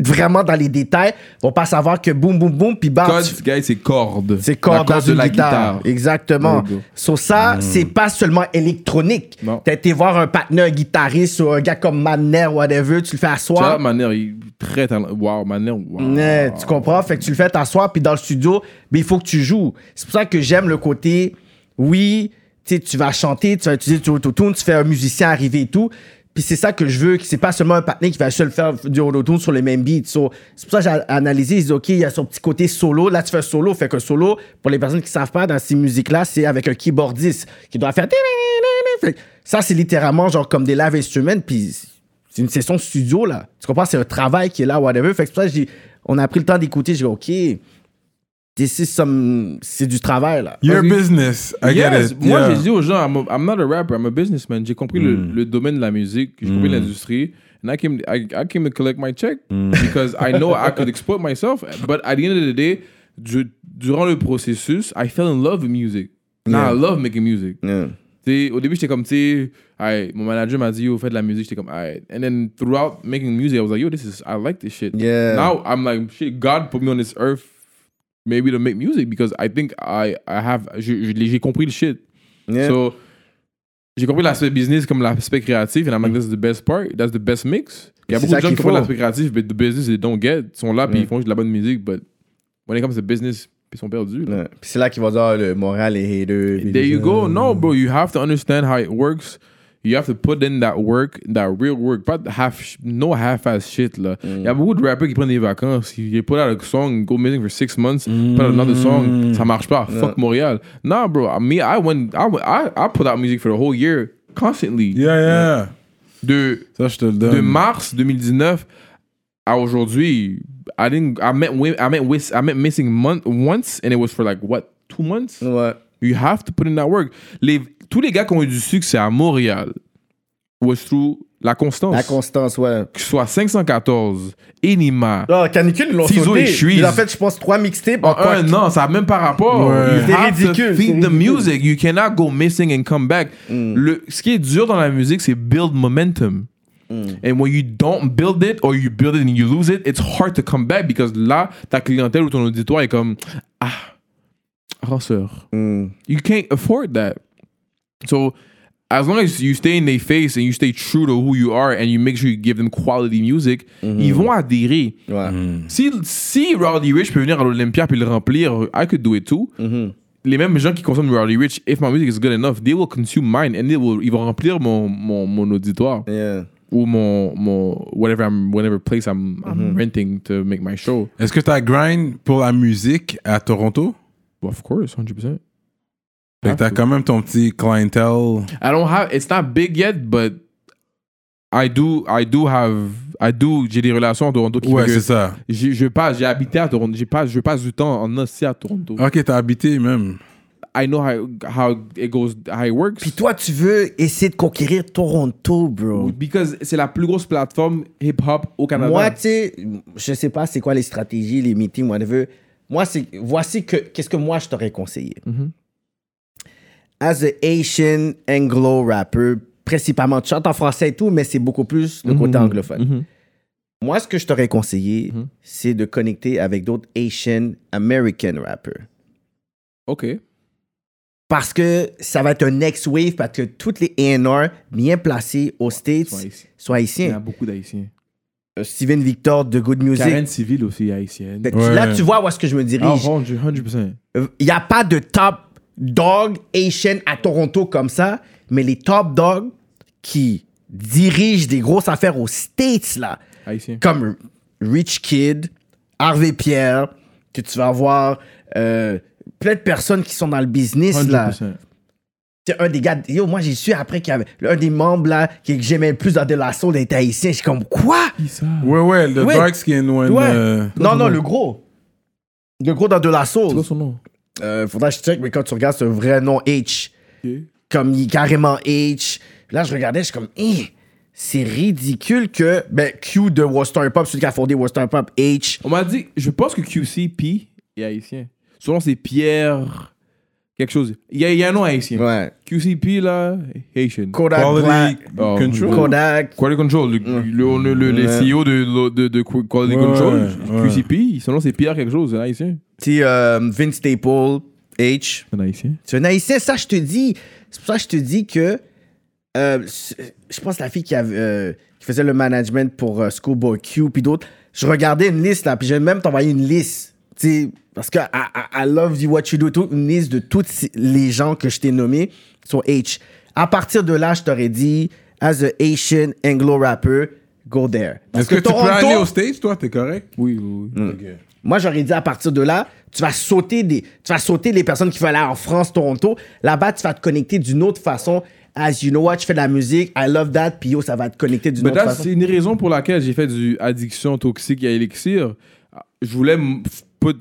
[SPEAKER 5] vraiment dans les détails vont pas savoir que boum, boum, boum, puis bam,
[SPEAKER 4] Code,
[SPEAKER 5] Ah, tu-
[SPEAKER 4] guys, c'est corde.
[SPEAKER 5] c'est corps
[SPEAKER 4] La
[SPEAKER 5] dans
[SPEAKER 4] corde de
[SPEAKER 5] une
[SPEAKER 4] la
[SPEAKER 5] guitare.
[SPEAKER 4] guitare.
[SPEAKER 5] Exactement.
[SPEAKER 4] There you go. Mm.
[SPEAKER 5] Sur ça, c'est pas seulement électronique.
[SPEAKER 4] Non.
[SPEAKER 5] T'as été voir un partenaire, un guitariste ou un gars comme Manner, whatever, tu le fais
[SPEAKER 4] Tu vois,
[SPEAKER 5] asseoir.
[SPEAKER 4] Manère, il est très talentueux. Wow, Manère, wow.
[SPEAKER 5] Ouais, tu comprends? Fait que tu le fais t'asseoir, puis dans le studio, mais il faut que tu joues. C'est pour ça que j'aime le côté, oui, tu sais, tu vas chanter, tu vas utiliser du autotune, tu fais un musicien arriver et tout. Puis c'est ça que je veux, que c'est pas seulement un partenaire qui va seul faire du autotune sur les mêmes beats. So, c'est pour ça que j'ai analysé, ils disent, OK, il y a son petit côté solo. Là, tu fais un solo. Fait que solo, pour les personnes qui savent pas, dans ces musiques-là, c'est avec un keyboardiste qui doit faire... Fait que ça, c'est littéralement genre comme des live instruments, puis c'est une session studio, là. Tu comprends? C'est un travail qui est là, whatever. Fait que c'est pour ça que j'ai- on a pris le temps d'écouter. J'ai dit, OK, this is some- c'est du travail, là.
[SPEAKER 2] Your
[SPEAKER 4] Parce que-
[SPEAKER 2] business. I
[SPEAKER 4] Yes,
[SPEAKER 2] get it.
[SPEAKER 4] Moi,
[SPEAKER 2] Yeah. Mm.
[SPEAKER 4] j'ai dit aux gens, I'm, a- I'm not a rapper, I'm a businessman. J'ai compris le, le domaine de la musique, j'ai compris l'industrie. And I came, I, I came to collect my check
[SPEAKER 2] Mm.
[SPEAKER 4] because I know I could exploit myself. But at the end of the day, du- durant le processus, I fell in love with music. Now I love making music. T'sais, au début, j'étais comme, tu sais, alright, mon manager m'a dit, yo, fais de la musique. J'étais comme, alright. And then throughout making music, I was like, yo, this is, I like this shit.
[SPEAKER 5] Yeah.
[SPEAKER 4] Now I'm like, shit, God put me on this earth maybe to make music because I think I, I have, je- je l'ai- j'ai compris le shit.
[SPEAKER 5] Yeah.
[SPEAKER 4] So, j'ai compris l'aspect business comme l'aspect créatif, and I'm like, that's the best part, that's the best mix. Il y a
[SPEAKER 5] Mm. C'est
[SPEAKER 4] beaucoup
[SPEAKER 5] ça Mm.
[SPEAKER 4] de gens
[SPEAKER 5] qu'il
[SPEAKER 4] qui font
[SPEAKER 5] faut.
[SPEAKER 4] l'aspect créatif, mais the business, they don't get. Ils sont là, puis ils font juste de la bonne musique, but when it comes to business, ils sont perdus. là.
[SPEAKER 5] Ouais. Puis c'est là qu'ils vont dire, Ah, le moral est hater. puis
[SPEAKER 4] There
[SPEAKER 5] des-
[SPEAKER 4] you go. No, bro, you have to understand how it works. You have to put in that work, that real work, pas de half, sh- no half-ass shit là. Il y a beaucoup de rappers qui prennent des vacances. Ils put out a song, go missing for six months, put out another song, ça marche pas. Fuck Montréal. Nah, bro. I mean, I went, I, went- I, I put out music for the whole year constantly.
[SPEAKER 2] Yeah, yeah.
[SPEAKER 4] De
[SPEAKER 2] Ça, je te le donne.
[SPEAKER 4] de mars 2019 à aujourd'hui, I didn't, I met, wi- I met, with, I met missing month once, and it was for like what, two months?
[SPEAKER 5] Ouais.
[SPEAKER 4] You have to put in that work. Les, tous les gars qui ont eu du succès à Montréal, was through la constance.
[SPEAKER 5] La constance, ouais.
[SPEAKER 4] que ce soit 514, Enima.
[SPEAKER 5] Non, Ah, canicule, ils l'ont
[SPEAKER 4] Ciseaux
[SPEAKER 5] sauté.
[SPEAKER 4] et Chuise.
[SPEAKER 5] Ils ont fait, je pense, trois mixtapes.
[SPEAKER 4] En un an, ça n'a même pas rapport.
[SPEAKER 2] Ouais.
[SPEAKER 4] You
[SPEAKER 5] C'est
[SPEAKER 4] have to
[SPEAKER 5] ridicule, Mm.
[SPEAKER 4] feed
[SPEAKER 5] c'est
[SPEAKER 4] the music. You cannot go missing and come back. Le, ce qui est dur dans la musique, c'est build momentum.
[SPEAKER 5] Mm.
[SPEAKER 4] And when you don't build it or you build it and you lose it, it's hard to come back because là, ta clientèle ou ton auditoire est comme Ah, ranceur.
[SPEAKER 5] Mm.
[SPEAKER 4] You can't afford that. So, as long as you stay in their face and you stay true to who you are and you make sure you give them quality music, ils vont adhérer.
[SPEAKER 5] Mm-hmm. Ouais.
[SPEAKER 4] Si, si Rowdy Rich peut venir à l'Olympia puis le remplir, I could do it too.
[SPEAKER 2] Mhm.
[SPEAKER 4] Les mêmes gens qui consomment Rowdy Rich, if my music is good enough, they will consume mine and they will, ils vont remplir mon, mon, mon auditoire
[SPEAKER 5] Yeah.
[SPEAKER 4] ou mon, mon whatever, I'm, whatever place I'm,
[SPEAKER 2] Mhm.
[SPEAKER 4] I'm renting to make my show.
[SPEAKER 2] Est-ce que t'as grind pour la musique à Toronto?
[SPEAKER 4] Well, of course, 100%.
[SPEAKER 2] Fait que t'as quand même ton petit clientèle.
[SPEAKER 4] I don't have, it's not big yet, but I do, I do have, I do, j'ai des relations à Toronto qui
[SPEAKER 2] Ouais,
[SPEAKER 4] fait que
[SPEAKER 2] c'est ça.
[SPEAKER 4] j'ai- je passe, j'ai habité à Toronto, j'ai pas, je passe du temps en aussi à Toronto.
[SPEAKER 2] Ok, t'as habité même.
[SPEAKER 4] I know how, how it goes, how it works.
[SPEAKER 5] Puis toi, tu veux essayer de conquérir Toronto, bro.
[SPEAKER 4] Because c'est la plus grosse plateforme hip-hop au Canada.
[SPEAKER 5] Moi, tu sais, je sais pas c'est quoi les stratégies, les meetings, whatever. Moi, c'est voici que qu'est-ce que moi je t'aurais conseillé.
[SPEAKER 4] Mm-hmm.
[SPEAKER 5] As an Asian Anglo rapper, principalement, tu chantes en français et tout, mais c'est beaucoup plus
[SPEAKER 4] Mm-hmm.
[SPEAKER 5] le côté anglophone.
[SPEAKER 4] Mhm.
[SPEAKER 5] Moi, ce que je t'aurais conseillé,
[SPEAKER 4] Mm-hmm.
[SPEAKER 5] c'est de connecter avec d'autres Asian American rappers. Eh.
[SPEAKER 4] OK.
[SPEAKER 5] Parce que ça va être un next wave, parce que toutes les A&R bien placés aux States
[SPEAKER 4] Sont
[SPEAKER 5] sont
[SPEAKER 4] haïtiens. Il y a
[SPEAKER 5] haïtiens.
[SPEAKER 4] beaucoup d'Haïtiens.
[SPEAKER 5] Euh, Steven Victor de Good Music.
[SPEAKER 4] Karen Civil aussi haïtienne.
[SPEAKER 5] Fait que
[SPEAKER 2] Ouais.
[SPEAKER 5] Là, tu vois où est-ce que je me dirige.
[SPEAKER 4] Ah, bon, du 100%.
[SPEAKER 5] Il n'y a pas de top dog Asian à Toronto comme ça, mais les top dogs qui dirigent des grosses affaires aux States, là,
[SPEAKER 4] Haïtien.
[SPEAKER 5] comme Rich Kid, Harvey Pierre, que tu vas avoir euh, plein de personnes qui sont dans le business, là.
[SPEAKER 4] 100%.
[SPEAKER 5] C'est un des gars, yo, moi j'ai su après qu'il y avait un des membres, là, que j'aimais le plus dans De La Soul était haïtien. Je suis comme, quoi?
[SPEAKER 4] Qui ça?
[SPEAKER 2] Ouais, ouais, le
[SPEAKER 5] Ouais.
[SPEAKER 2] dark skin one.
[SPEAKER 5] Ouais.
[SPEAKER 2] euh,
[SPEAKER 5] non, non, le gros. Le gros dans De La
[SPEAKER 4] C'est
[SPEAKER 5] Soul.
[SPEAKER 4] quoi son nom?
[SPEAKER 5] Euh, faudra que je check, mais quand tu regardes ce vrai nom H, comme il est carrément H. Là, je regardais, je suis comme, Hein, c'est ridicule que ben, Q de Western Pop, celui qui a fondé Western Pop, H.
[SPEAKER 4] On m'a dit, je pense que QCP est haïtien. Son nom, c'est Pierre... Quelque chose. Il y, a- il y a un nom haïtien.
[SPEAKER 5] Ouais.
[SPEAKER 4] QCP, là, haïtien.
[SPEAKER 5] Kodak Black,
[SPEAKER 2] Quality
[SPEAKER 4] Oh,
[SPEAKER 2] control.
[SPEAKER 5] Kodak.
[SPEAKER 4] Quality Control, le, le, le- le- les
[SPEAKER 5] Ouais.
[SPEAKER 4] CEO de, de, de
[SPEAKER 2] Ouais,
[SPEAKER 4] Quality Control,
[SPEAKER 2] ouais.
[SPEAKER 4] QCP, son nom c'est Pierre quelque chose, un haïtien.
[SPEAKER 5] t'sais, euh, Vince Staple, H.
[SPEAKER 4] Un haïtien.
[SPEAKER 5] C'est un haïtien, ça, je te dis. C'est pour ça que je te dis que. euh, c'est- je pense la fille qui, avait, euh, qui faisait le management pour euh, Schoolboy Q, puis d'autres. Je regardais une liste, là, puis j'ai même t'envoyé une liste. Tu sais, parce que I, I- I love you, what you do, tout, une liste de toutes ces- les gens que je t'ai nommés sur H. À partir de là, je t'aurais dit, as a Asian Anglo rapper, go there. Parce
[SPEAKER 2] Est-ce que, tu peux
[SPEAKER 5] Toronto-
[SPEAKER 2] aller aux States, toi? T'es correct?
[SPEAKER 4] Oui, oui, oui.
[SPEAKER 5] moi, j'aurais dit à partir de là, tu vas sauter des, tu vas sauter les personnes qui veulent aller en France, Toronto. Là-bas, tu vas te connecter d'une autre façon. As you know what, je fais de la musique, I love that, puis yo, ça va te connecter d'une
[SPEAKER 4] Mais
[SPEAKER 5] autre
[SPEAKER 4] là,
[SPEAKER 5] façon.
[SPEAKER 4] c'est une raison pour laquelle j'ai fait du addiction toxique à élixir. Je voulais m- put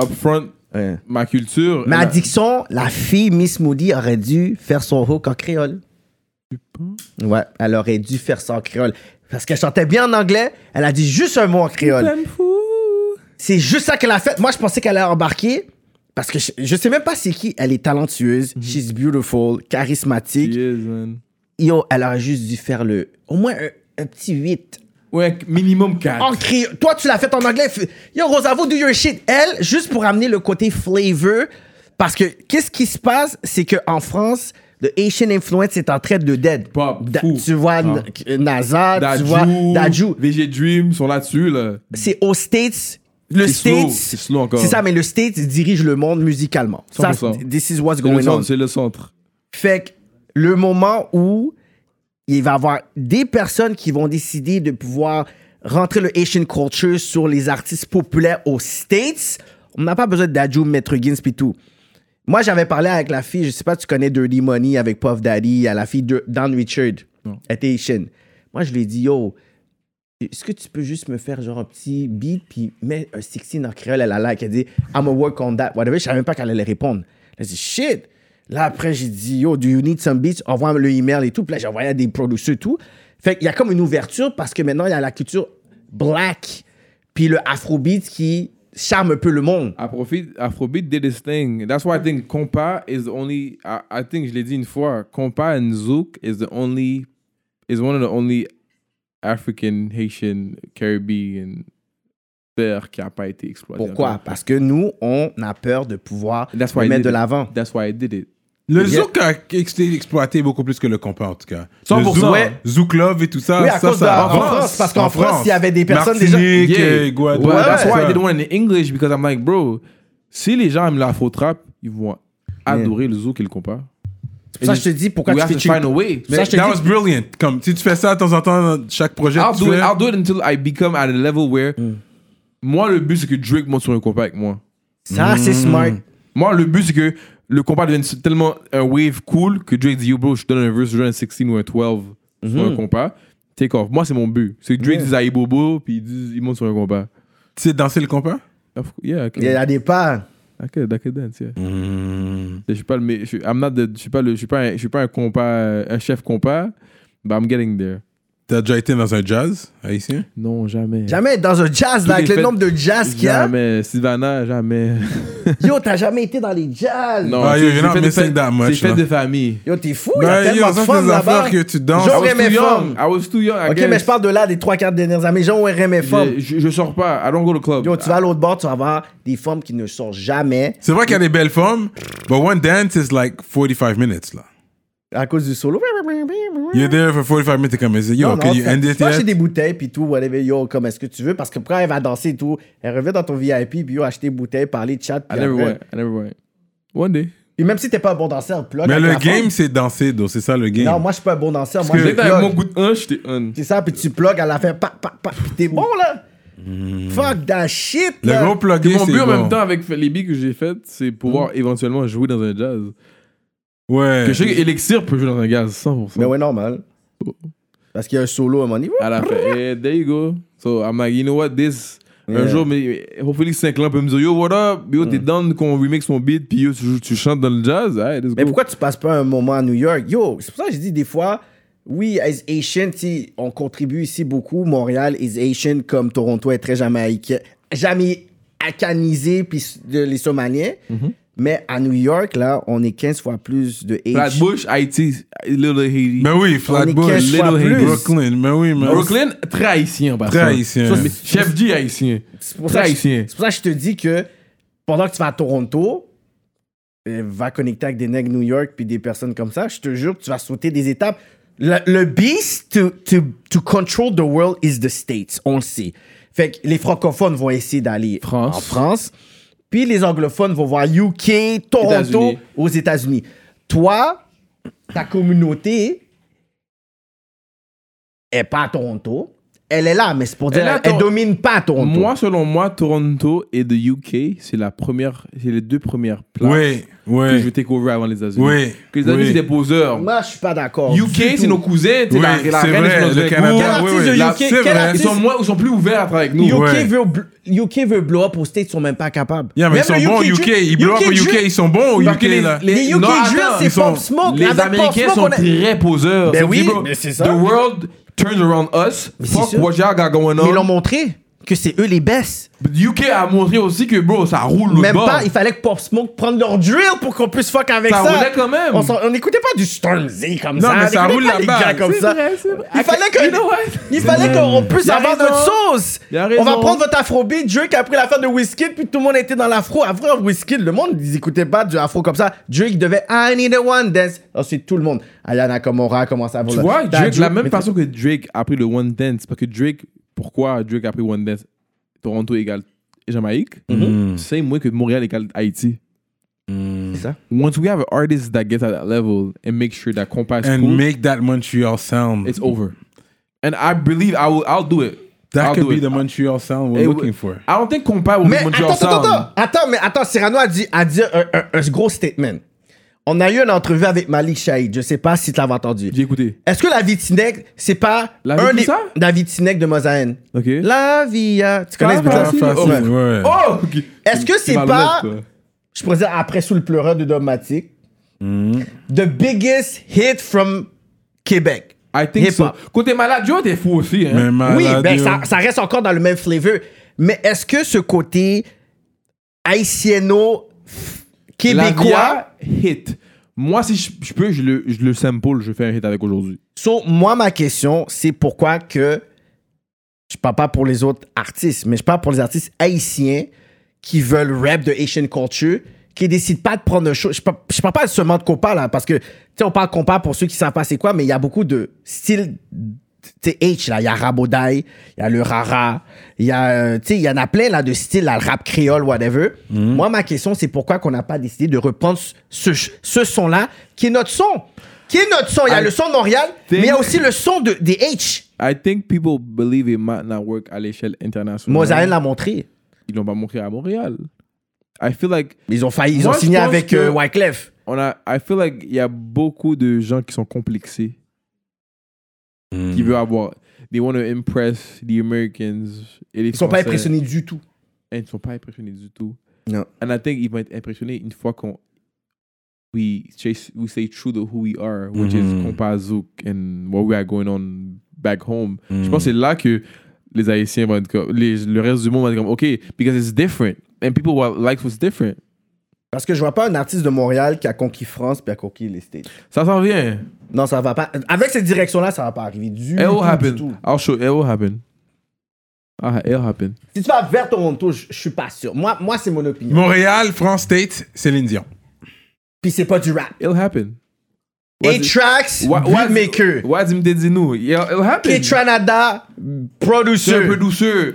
[SPEAKER 4] upfront
[SPEAKER 5] Ouais.
[SPEAKER 4] ma culture.
[SPEAKER 5] Mais
[SPEAKER 4] La-
[SPEAKER 5] addiction, la fille Miss Moody aurait dû faire son hook en créole. Ouais, elle aurait dû faire ça en créole. Parce qu'elle chantait bien en anglais, elle a dit juste un mot en créole. C'est juste ça qu'elle a fait. Moi, je pensais qu'elle allait embarquer. Parce que je, je sais même pas c'est qui. Elle est talentueuse, she's beautiful, charismatique.
[SPEAKER 4] Yes, man.
[SPEAKER 5] Yo, elle aurait juste dû faire le. Au moins un, un petit 8.
[SPEAKER 4] Ouais, minimum 4.
[SPEAKER 5] En créole. Toi, tu l'as fait en anglais. F- Yo, Rosavo, do your shit. Elle, juste pour amener le côté flavor. Parce que qu'est-ce qui se passe, c'est qu'en France, le Asian influence est en train de dead.
[SPEAKER 4] Pop,
[SPEAKER 5] Da-
[SPEAKER 4] fou.
[SPEAKER 5] tu vois
[SPEAKER 4] Ah.
[SPEAKER 5] N- Naza, tu vois Daju.
[SPEAKER 4] VG Dream sont là-dessus, là.
[SPEAKER 5] C'est aux States. Le
[SPEAKER 4] C'est slow,
[SPEAKER 5] States.
[SPEAKER 4] c'est slow encore.
[SPEAKER 5] C'est ça, mais le States dirige le monde musicalement. Ça,
[SPEAKER 4] 100%.
[SPEAKER 5] c'est- this is what's
[SPEAKER 4] C'est le
[SPEAKER 5] going on.
[SPEAKER 4] centre, C'est le centre.
[SPEAKER 5] Fait que le moment où il va y avoir des personnes qui vont décider de pouvoir rentrer le Asian culture sur les artistes populaires aux States, on n'a pas besoin d'Adju, Maître Gins pis tout. Moi, j'avais parlé avec la fille, je sais pas, tu connais Dirty Money avec Puff Daddy, à la fille de Dan Richard. Elle était Asian. Moi, je lui ai dit, yo, est-ce que tu peux juste me faire genre un petit beat puis mets un 16 en créole, elle a like, elle dit I'm a work on that, whatever, je savais même pas qu'elle allait répondre. Elle dit shit. Là, après, j'ai dit, yo, do you need some beats? Envoie le email et tout. Puis là, j'envoyais à des producteurs et tout. Fait qu'il y a comme une ouverture parce que maintenant, il y a la culture black puis le afrobeat qui charme un peu le monde.
[SPEAKER 4] Afrobeat, Afrobeat did his thing. That's why I think Compa is the only. I, I think je l'ai dit une fois. Compa and Zouk is the only. Is one of the only African, Haitian, Caribbean terres qui a pas été exploité.
[SPEAKER 5] Pourquoi? Parce que nous, on a peur de pouvoir
[SPEAKER 4] That's why
[SPEAKER 5] le
[SPEAKER 4] I
[SPEAKER 5] mettre
[SPEAKER 4] did
[SPEAKER 5] de
[SPEAKER 4] it.
[SPEAKER 5] l'avant.
[SPEAKER 4] That's why I did it.
[SPEAKER 2] Le
[SPEAKER 5] Yeah.
[SPEAKER 2] zouk a été exploité beaucoup plus que le compas, en tout cas. Le
[SPEAKER 5] 100%.
[SPEAKER 2] zouk,
[SPEAKER 5] Ouais.
[SPEAKER 2] zouk love et tout ça.
[SPEAKER 5] Oui, à
[SPEAKER 2] ça,
[SPEAKER 5] cause
[SPEAKER 2] ça-
[SPEAKER 5] de- en France, parce qu'en
[SPEAKER 2] en
[SPEAKER 5] France, il y avait des personnes déjà-
[SPEAKER 2] Martinique,
[SPEAKER 4] Yeah.
[SPEAKER 2] euh, Guadeloupe,
[SPEAKER 4] Well, that's
[SPEAKER 2] tout
[SPEAKER 4] why I
[SPEAKER 2] ça.
[SPEAKER 4] did one in English because I'm like, bro, si les gens aiment l'afro trap, ils vont adorer le zouk et le compas.
[SPEAKER 5] C'est pour ça que je te dis pourquoi
[SPEAKER 4] We
[SPEAKER 5] tu
[SPEAKER 4] have
[SPEAKER 5] fais
[SPEAKER 4] to find a way.
[SPEAKER 5] Ça,
[SPEAKER 2] Mais
[SPEAKER 5] je te
[SPEAKER 2] that
[SPEAKER 5] dis-
[SPEAKER 2] was brilliant. Comme, si tu fais ça de temps en temps dans chaque projet,
[SPEAKER 4] I'll
[SPEAKER 2] tu
[SPEAKER 4] do, it,
[SPEAKER 2] fais-
[SPEAKER 4] I'll do it until I become at a level where. Moi, le but, c'est que Drake monte sur un compas avec moi.
[SPEAKER 5] Ça, c'est
[SPEAKER 4] Mm.
[SPEAKER 5] smart.
[SPEAKER 4] Moi, le but, c'est que le compas devienne tellement un wave cool que Drake dit Yo, bro, je te donne un verse, je te donne un 16 ou un 12 sur un compas. Take off. Moi, c'est mon but. C'est que Drake dise à Bobo, puis il, dit, il monte sur un compas.
[SPEAKER 2] Tu sais danser le compas?
[SPEAKER 4] Of cou- Yeah, I
[SPEAKER 5] Il y
[SPEAKER 4] can,
[SPEAKER 5] a des pas.
[SPEAKER 4] I can, I can dance, yeah.
[SPEAKER 5] Hmm.
[SPEAKER 4] Je suis pas le. mais Je suis, I'm not the- je suis pas, le, je suis pas, un, je suis pas un compas, un chef compas, but I'm getting there.
[SPEAKER 2] T'as déjà été dans un jazz haïtien?
[SPEAKER 4] Non, jamais.
[SPEAKER 5] Jamais dans un jazz, là,
[SPEAKER 4] Tout
[SPEAKER 5] avec
[SPEAKER 4] est
[SPEAKER 5] le
[SPEAKER 4] fait.
[SPEAKER 5] nombre de jazz qu'il y a.
[SPEAKER 4] Jamais. Sylvana, jamais.
[SPEAKER 5] Yo, t'as jamais été dans les jazz.
[SPEAKER 4] Non,
[SPEAKER 2] Ah,
[SPEAKER 4] c'est-
[SPEAKER 2] you're
[SPEAKER 4] c'est
[SPEAKER 2] not
[SPEAKER 4] fait de
[SPEAKER 2] missing
[SPEAKER 4] fête-
[SPEAKER 2] that much,
[SPEAKER 4] C'est fait
[SPEAKER 2] là.
[SPEAKER 4] de famille.
[SPEAKER 5] Yo, t'es fou, il y a
[SPEAKER 2] Ben,
[SPEAKER 5] tellement
[SPEAKER 2] yo,
[SPEAKER 5] de
[SPEAKER 2] ça,
[SPEAKER 5] femmes
[SPEAKER 2] c'est des
[SPEAKER 5] là-bas.
[SPEAKER 2] affaires que tu danses.
[SPEAKER 5] Genre-
[SPEAKER 4] I was
[SPEAKER 5] J'aurais
[SPEAKER 4] too
[SPEAKER 5] mes
[SPEAKER 4] young.
[SPEAKER 5] femmes.
[SPEAKER 4] I was too young. I
[SPEAKER 5] Ok,
[SPEAKER 4] guess.
[SPEAKER 5] mais je parle de là, des trois quarts des dernières années. Genre, on aimerait mes femmes.
[SPEAKER 4] Je, je, je sors pas. I don't go to club.
[SPEAKER 5] Yo, tu vas à l'autre bord, tu vas voir des femmes qui ne sortent jamais
[SPEAKER 2] C'est vrai qu'il y a des belles formes, but one dance is like 45 minutes, là.
[SPEAKER 5] à cause du solo.
[SPEAKER 2] You're there for 45 minutes, t'es comme, is it- yo,
[SPEAKER 5] Non,
[SPEAKER 2] can
[SPEAKER 5] non,
[SPEAKER 2] you
[SPEAKER 5] fait-
[SPEAKER 2] end it
[SPEAKER 5] tu vas acheter
[SPEAKER 2] yet?
[SPEAKER 5] des bouteilles puis tout, whatever, yo, comme est-ce que tu veux, parce que après elle va danser et tout, elle revient dans ton VIP puis yo, acheter des bouteilles, parler, chat,
[SPEAKER 4] I
[SPEAKER 5] puis
[SPEAKER 4] never
[SPEAKER 5] après-
[SPEAKER 4] went. I never went. One day.
[SPEAKER 5] Et même si t'es pas un bon danseur, plug
[SPEAKER 2] Mais
[SPEAKER 5] avec
[SPEAKER 2] le
[SPEAKER 5] la femme.
[SPEAKER 2] game, c'est danser, donc c'est ça le game.
[SPEAKER 5] Non, moi je suis pas un bon danseur, moi
[SPEAKER 2] que-
[SPEAKER 5] je
[SPEAKER 4] Dès que t'avais
[SPEAKER 5] plug.
[SPEAKER 4] mon goût de un, j'étais un.
[SPEAKER 5] C'est ça, puis tu plug à la fin, pa, pa, pa, puis t'es bon là. Fuck that shit
[SPEAKER 2] le
[SPEAKER 5] là.
[SPEAKER 2] gros
[SPEAKER 4] Puis
[SPEAKER 2] plugin,
[SPEAKER 4] mon
[SPEAKER 2] c'est
[SPEAKER 4] but en
[SPEAKER 2] bon.
[SPEAKER 4] même temps avec les beats que j'ai faites, c'est pouvoir
[SPEAKER 5] Mm.
[SPEAKER 4] éventuellement jouer dans un jazz.
[SPEAKER 2] Ouais.
[SPEAKER 4] Que je sais que Elixir peut jouer dans un jazz 100%.
[SPEAKER 5] Mais ouais, normal. Parce qu'il y a un solo à un moment donné.
[SPEAKER 4] À la fin, eh, there you go. So I'm like, you know what, this. Un
[SPEAKER 5] Yeah. Mm.
[SPEAKER 4] jour, mais hopefully Sinclair peut me dire, yo, what up? Yo, t'es down qu'on remix mon beat, puis yo, tu, joues- tu chantes dans le jazz? Alright, let's
[SPEAKER 5] Mais
[SPEAKER 4] go.
[SPEAKER 5] pourquoi tu passes pas un moment à New York? Yo, c'est pour ça que je dis des fois, oui, as Asian, si on contribue ici beaucoup. Montréal is Asian comme Toronto est très jamaïcain, jamaïcanisé, puis de les Somaliens. Mais à New York, là, on est 15 fois plus de Asian.
[SPEAKER 4] Flatbush, Haïti, Little Haiti.
[SPEAKER 2] Mais Ben oui,
[SPEAKER 5] On est
[SPEAKER 2] Flatbush,
[SPEAKER 5] 15 fois
[SPEAKER 2] Little Haiti,
[SPEAKER 5] plus.
[SPEAKER 2] Brooklyn, mais oui, mais...
[SPEAKER 4] Brooklyn, très haïtien, par
[SPEAKER 2] Très
[SPEAKER 4] contre.
[SPEAKER 2] haïtien.
[SPEAKER 4] Ça, c'est- Chef G haïtien.
[SPEAKER 5] C'est pour,
[SPEAKER 4] Très
[SPEAKER 5] ça que je-
[SPEAKER 4] haïtien.
[SPEAKER 5] c'est pour ça que je te dis que pendant que tu vas à Toronto, euh, va connecter avec des nègres New York puis des personnes comme ça. Je te jure, que tu vas sauter des étapes. Le, le beast to, to, to control the world is the States. On le sait. Fait que les francophones vont essayer d'aller
[SPEAKER 4] France.
[SPEAKER 5] en France. Puis les anglophones vont voir UK, Toronto,
[SPEAKER 4] États-Unis.
[SPEAKER 5] aux États-Unis. Toi, ta communauté est pas à Toronto. Elle est là, mais c'est pour dire
[SPEAKER 4] Elle est à
[SPEAKER 5] elle, elle
[SPEAKER 4] Tor-
[SPEAKER 5] domine pas à Toronto.
[SPEAKER 4] Moi, selon moi, Toronto et the UK, c'est la première, c'est les deux premières places
[SPEAKER 2] Oui,
[SPEAKER 4] que je vais
[SPEAKER 2] oui,
[SPEAKER 4] takeover avant les États-Unis.
[SPEAKER 2] oui.
[SPEAKER 4] Que les États-Unis,
[SPEAKER 2] oui.
[SPEAKER 4] c'est des poseurs.
[SPEAKER 5] Moi, je suis pas d'accord. du
[SPEAKER 4] UK, c'est
[SPEAKER 5] tout.
[SPEAKER 4] nos cousins. t'sais,
[SPEAKER 2] Oui,
[SPEAKER 4] la, la
[SPEAKER 2] c'est
[SPEAKER 4] reine,
[SPEAKER 2] vrai,
[SPEAKER 4] c'est notre
[SPEAKER 2] le
[SPEAKER 4] vrai
[SPEAKER 2] Canada,
[SPEAKER 4] goût.
[SPEAKER 5] Quel artiste
[SPEAKER 2] oui, oui.
[SPEAKER 5] de
[SPEAKER 4] La-
[SPEAKER 5] UK
[SPEAKER 2] c'est
[SPEAKER 5] Quel
[SPEAKER 2] vrai.
[SPEAKER 4] Ils
[SPEAKER 5] artiste
[SPEAKER 4] sont, moins, ils sont plus ouverts à travailler avec nous.
[SPEAKER 5] UK,
[SPEAKER 2] Ouais.
[SPEAKER 5] veut, bl- UK veut blow up aux States, ils sont même pas capables.
[SPEAKER 2] Yeah, mais
[SPEAKER 5] Même
[SPEAKER 2] ils sont
[SPEAKER 5] le
[SPEAKER 2] bons au UK. Ils bloquent au UK. Ils sont bons au
[SPEAKER 4] Parce que
[SPEAKER 2] UK,
[SPEAKER 4] les-
[SPEAKER 2] là.
[SPEAKER 4] les-
[SPEAKER 5] Bah, Les UK
[SPEAKER 4] Non, attends,
[SPEAKER 5] Drill, c'est
[SPEAKER 2] ils sont-
[SPEAKER 5] Pop Smoke.
[SPEAKER 4] Les
[SPEAKER 5] Avec Pop
[SPEAKER 4] Américains
[SPEAKER 5] Smoke,
[SPEAKER 4] sont
[SPEAKER 5] on a-
[SPEAKER 4] très poseurs.
[SPEAKER 5] Ben
[SPEAKER 4] Ça veut
[SPEAKER 5] oui,
[SPEAKER 4] dire, bro,
[SPEAKER 5] mais c'est ça.
[SPEAKER 4] The world turns around us.
[SPEAKER 5] c'est
[SPEAKER 4] Fuck
[SPEAKER 5] sûr.
[SPEAKER 4] what y'all got going
[SPEAKER 5] Ils l'ont
[SPEAKER 4] on.
[SPEAKER 5] montré que c'est eux les best.
[SPEAKER 4] UK a montré aussi que, bro, ça roule le
[SPEAKER 5] Même
[SPEAKER 4] bord.
[SPEAKER 5] pas, il fallait que Pop Smoke prenne leur drill pour qu'on puisse fuck avec
[SPEAKER 4] Ça
[SPEAKER 5] ça.
[SPEAKER 4] roulait quand même.
[SPEAKER 5] On s'en- On n'écoutait pas du Stormzy comme
[SPEAKER 2] Non,
[SPEAKER 5] ça.
[SPEAKER 2] mais
[SPEAKER 5] on
[SPEAKER 2] ça
[SPEAKER 5] écoutait
[SPEAKER 2] roule
[SPEAKER 5] pas les
[SPEAKER 2] là-bas.
[SPEAKER 5] gars comme
[SPEAKER 2] C'est
[SPEAKER 5] ça. Il fallait que-
[SPEAKER 4] You know what?
[SPEAKER 5] Il fallait qu'on puisse
[SPEAKER 4] Il a
[SPEAKER 5] avoir
[SPEAKER 4] raison.
[SPEAKER 5] notre sauce.
[SPEAKER 4] Il a
[SPEAKER 5] On va
[SPEAKER 4] raison.
[SPEAKER 5] prendre votre afrobeat. Drake a pris l'affaire de Whiskey, puis tout le monde était dans l'afro. Afro, Whiskey, le monde, ils écoutaient pas du afro comme ça. Drake devait I need a one dance. Ensuite, tout le monde. Ayana Kamora commence à
[SPEAKER 4] Tu vois, Drake, la même façon que Drake a pris le One Dance, parce que Drake, pourquoi Drake a pris One Dance Toronto égale Jamaïque,
[SPEAKER 2] Mm-hmm.
[SPEAKER 4] c'est moins que Montréal égale Haïti.
[SPEAKER 5] ça.
[SPEAKER 4] Once we have an artist that gets at that level and make sure that compass
[SPEAKER 2] And
[SPEAKER 4] cool,
[SPEAKER 2] make that Montreal sound.
[SPEAKER 4] it's over. And I believe I will, I'll do it.
[SPEAKER 2] that
[SPEAKER 4] I'll
[SPEAKER 2] could
[SPEAKER 4] do
[SPEAKER 2] be
[SPEAKER 4] it.
[SPEAKER 2] the Montreal sound we're
[SPEAKER 4] It
[SPEAKER 2] looking
[SPEAKER 4] would-
[SPEAKER 2] for.
[SPEAKER 4] I don't think Compa will
[SPEAKER 5] Mais
[SPEAKER 4] be
[SPEAKER 5] attends,
[SPEAKER 4] Montreal
[SPEAKER 5] attends,
[SPEAKER 4] sound.
[SPEAKER 5] attends, attends, mais attends, Cyrano a dit, a dit un, un- un gros statement. On a eu une entrevue avec Malik Shahid. Je sais pas si tu l'avais entendu.
[SPEAKER 4] J'ai écouté.
[SPEAKER 5] Est-ce que la Vitinek, c'est pas
[SPEAKER 4] La vie
[SPEAKER 5] un
[SPEAKER 4] qui
[SPEAKER 5] des.
[SPEAKER 4] ça?
[SPEAKER 5] La Vitinek de Mosaïne.
[SPEAKER 4] Ok.
[SPEAKER 5] La via. Tu connais ce
[SPEAKER 4] Ah,
[SPEAKER 5] bout-là?
[SPEAKER 4] facile.
[SPEAKER 2] Facile,
[SPEAKER 4] Ouais.
[SPEAKER 2] ouais.
[SPEAKER 4] Oh, ok.
[SPEAKER 5] Est-ce que
[SPEAKER 4] Tu
[SPEAKER 5] c'est
[SPEAKER 4] m'as
[SPEAKER 5] pas-
[SPEAKER 4] l'autre,
[SPEAKER 5] Je pourrais dire après sous le pleureur de Dogmatic.
[SPEAKER 4] Hmm.
[SPEAKER 5] The biggest hit from Québec.
[SPEAKER 4] I think so.
[SPEAKER 5] Hip-hop.
[SPEAKER 4] Côté malade, Joe, t'es fou aussi. Hein?
[SPEAKER 2] Mais
[SPEAKER 5] Oui,
[SPEAKER 2] malade,
[SPEAKER 5] ben,
[SPEAKER 2] yo.
[SPEAKER 5] ça, ça reste encore dans le même flavor. Mais est-ce que ce côté haïtieno-québécois...
[SPEAKER 4] Québécois hit. Moi, si je, je peux, je le, je le sample, je fais un hit avec aujourd'hui.
[SPEAKER 5] So, moi, ma question, c'est pourquoi que je parle pas pour les autres artistes, mais je parle pour les artistes haïtiens qui veulent rap de Asian culture, qui décident pas de prendre le show. Je parle, je parle pas seulement de compas, là, parce que, tu sais, on parle compas pour ceux qui savent pas c'est quoi, mais il y a beaucoup de styles, tu sais, H, là, il y a Rabodai, il y a le Rara, il y a, euh, tu sais, il y en a plein, là, de styles, là, le rap créole, whatever. Moi, ma question, c'est pourquoi qu'on n'a pas décidé de reprendre ce, ce son-là, qui est notre son. Qui est notre son? Il y a
[SPEAKER 4] I
[SPEAKER 5] le son de Montréal, mais il y a
[SPEAKER 4] think-
[SPEAKER 5] aussi le son de, des H.
[SPEAKER 4] I think people believe it might not work à l'échelle internationale.
[SPEAKER 5] Mosaïen l'a montré.
[SPEAKER 4] Ils l'ont pas montré à Montréal. I feel like
[SPEAKER 5] Ils ont failli, ils
[SPEAKER 4] Moi,
[SPEAKER 5] ont
[SPEAKER 4] je
[SPEAKER 5] signé
[SPEAKER 4] pense
[SPEAKER 5] avec
[SPEAKER 4] que-
[SPEAKER 5] euh, Wyclef.
[SPEAKER 4] on a, I feel like il y a beaucoup de gens qui sont complexés,
[SPEAKER 2] Mm.
[SPEAKER 4] qui veulent avoir, they want to impress the Americans. Et les
[SPEAKER 5] Ils sont pas impressionnés du tout.
[SPEAKER 4] Ils ne sont pas impressionnés du tout.
[SPEAKER 5] Non.
[SPEAKER 4] And I think ils vont être impressionnés une fois qu'on we chase, we say true to who we are, which is compa Zouk and what we are going on back home.
[SPEAKER 2] Mm.
[SPEAKER 4] Je pense que c'est là que les Haïtiens vont être comme, les- le reste du monde va être comme, OK, because it's different. And people will like what's different.
[SPEAKER 5] Parce que je vois pas un artiste de Montréal qui a conquis France puis a conquis les States.
[SPEAKER 4] Ça s'en vient.
[SPEAKER 5] Non, ça va pas. Avec cette direction-là, ça va pas arriver du,
[SPEAKER 4] It
[SPEAKER 5] tout,
[SPEAKER 4] will
[SPEAKER 5] du
[SPEAKER 4] happen.
[SPEAKER 5] tout.
[SPEAKER 4] I'll show. It will happen. Ah, it will happen.
[SPEAKER 5] Si tu vas vers Toronto, je je suis pas sûr. Moi, moi c'est mon opinion.
[SPEAKER 2] Montréal, France State, Céline Dion.
[SPEAKER 5] Puis c'est pas du rap.
[SPEAKER 4] It'll happen. What's it-
[SPEAKER 5] A-Tracks,
[SPEAKER 4] Wha- what's-
[SPEAKER 5] beatmaker.
[SPEAKER 4] What's him did nous? Yeah, it'll happen.
[SPEAKER 5] K-Tranada,
[SPEAKER 4] C'est un
[SPEAKER 5] producer.
[SPEAKER 4] producer.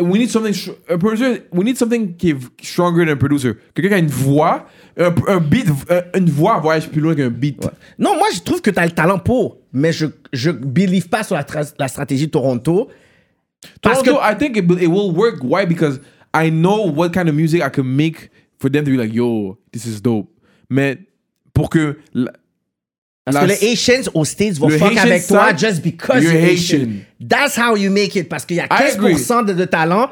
[SPEAKER 4] We need something. str- Un producer. We need something qui est stronger than a producer. Quelqu'un qui a une voix, un, un beat, un- une voix voyage plus loin qu'un beat.
[SPEAKER 5] Non, moi, je trouve que tu as le talent pour, mais je je believe pas sur la, tra- la stratégie de Toronto. Parce
[SPEAKER 4] Toronto, I think it, will- it will work. Why? Because I know what kind of music I can make for them to be like, yo, this is dope. Mais pour que la-
[SPEAKER 5] Parce
[SPEAKER 4] la-
[SPEAKER 5] que les Haitians aux States vont
[SPEAKER 4] Le
[SPEAKER 5] fuck
[SPEAKER 4] Haitian
[SPEAKER 5] avec toi
[SPEAKER 4] side,
[SPEAKER 5] just because
[SPEAKER 4] you're
[SPEAKER 5] you're
[SPEAKER 4] Haitian.
[SPEAKER 5] Haitian. That's how you make it. Parce qu'il y a
[SPEAKER 4] I agree.
[SPEAKER 5] 15% de, de talent.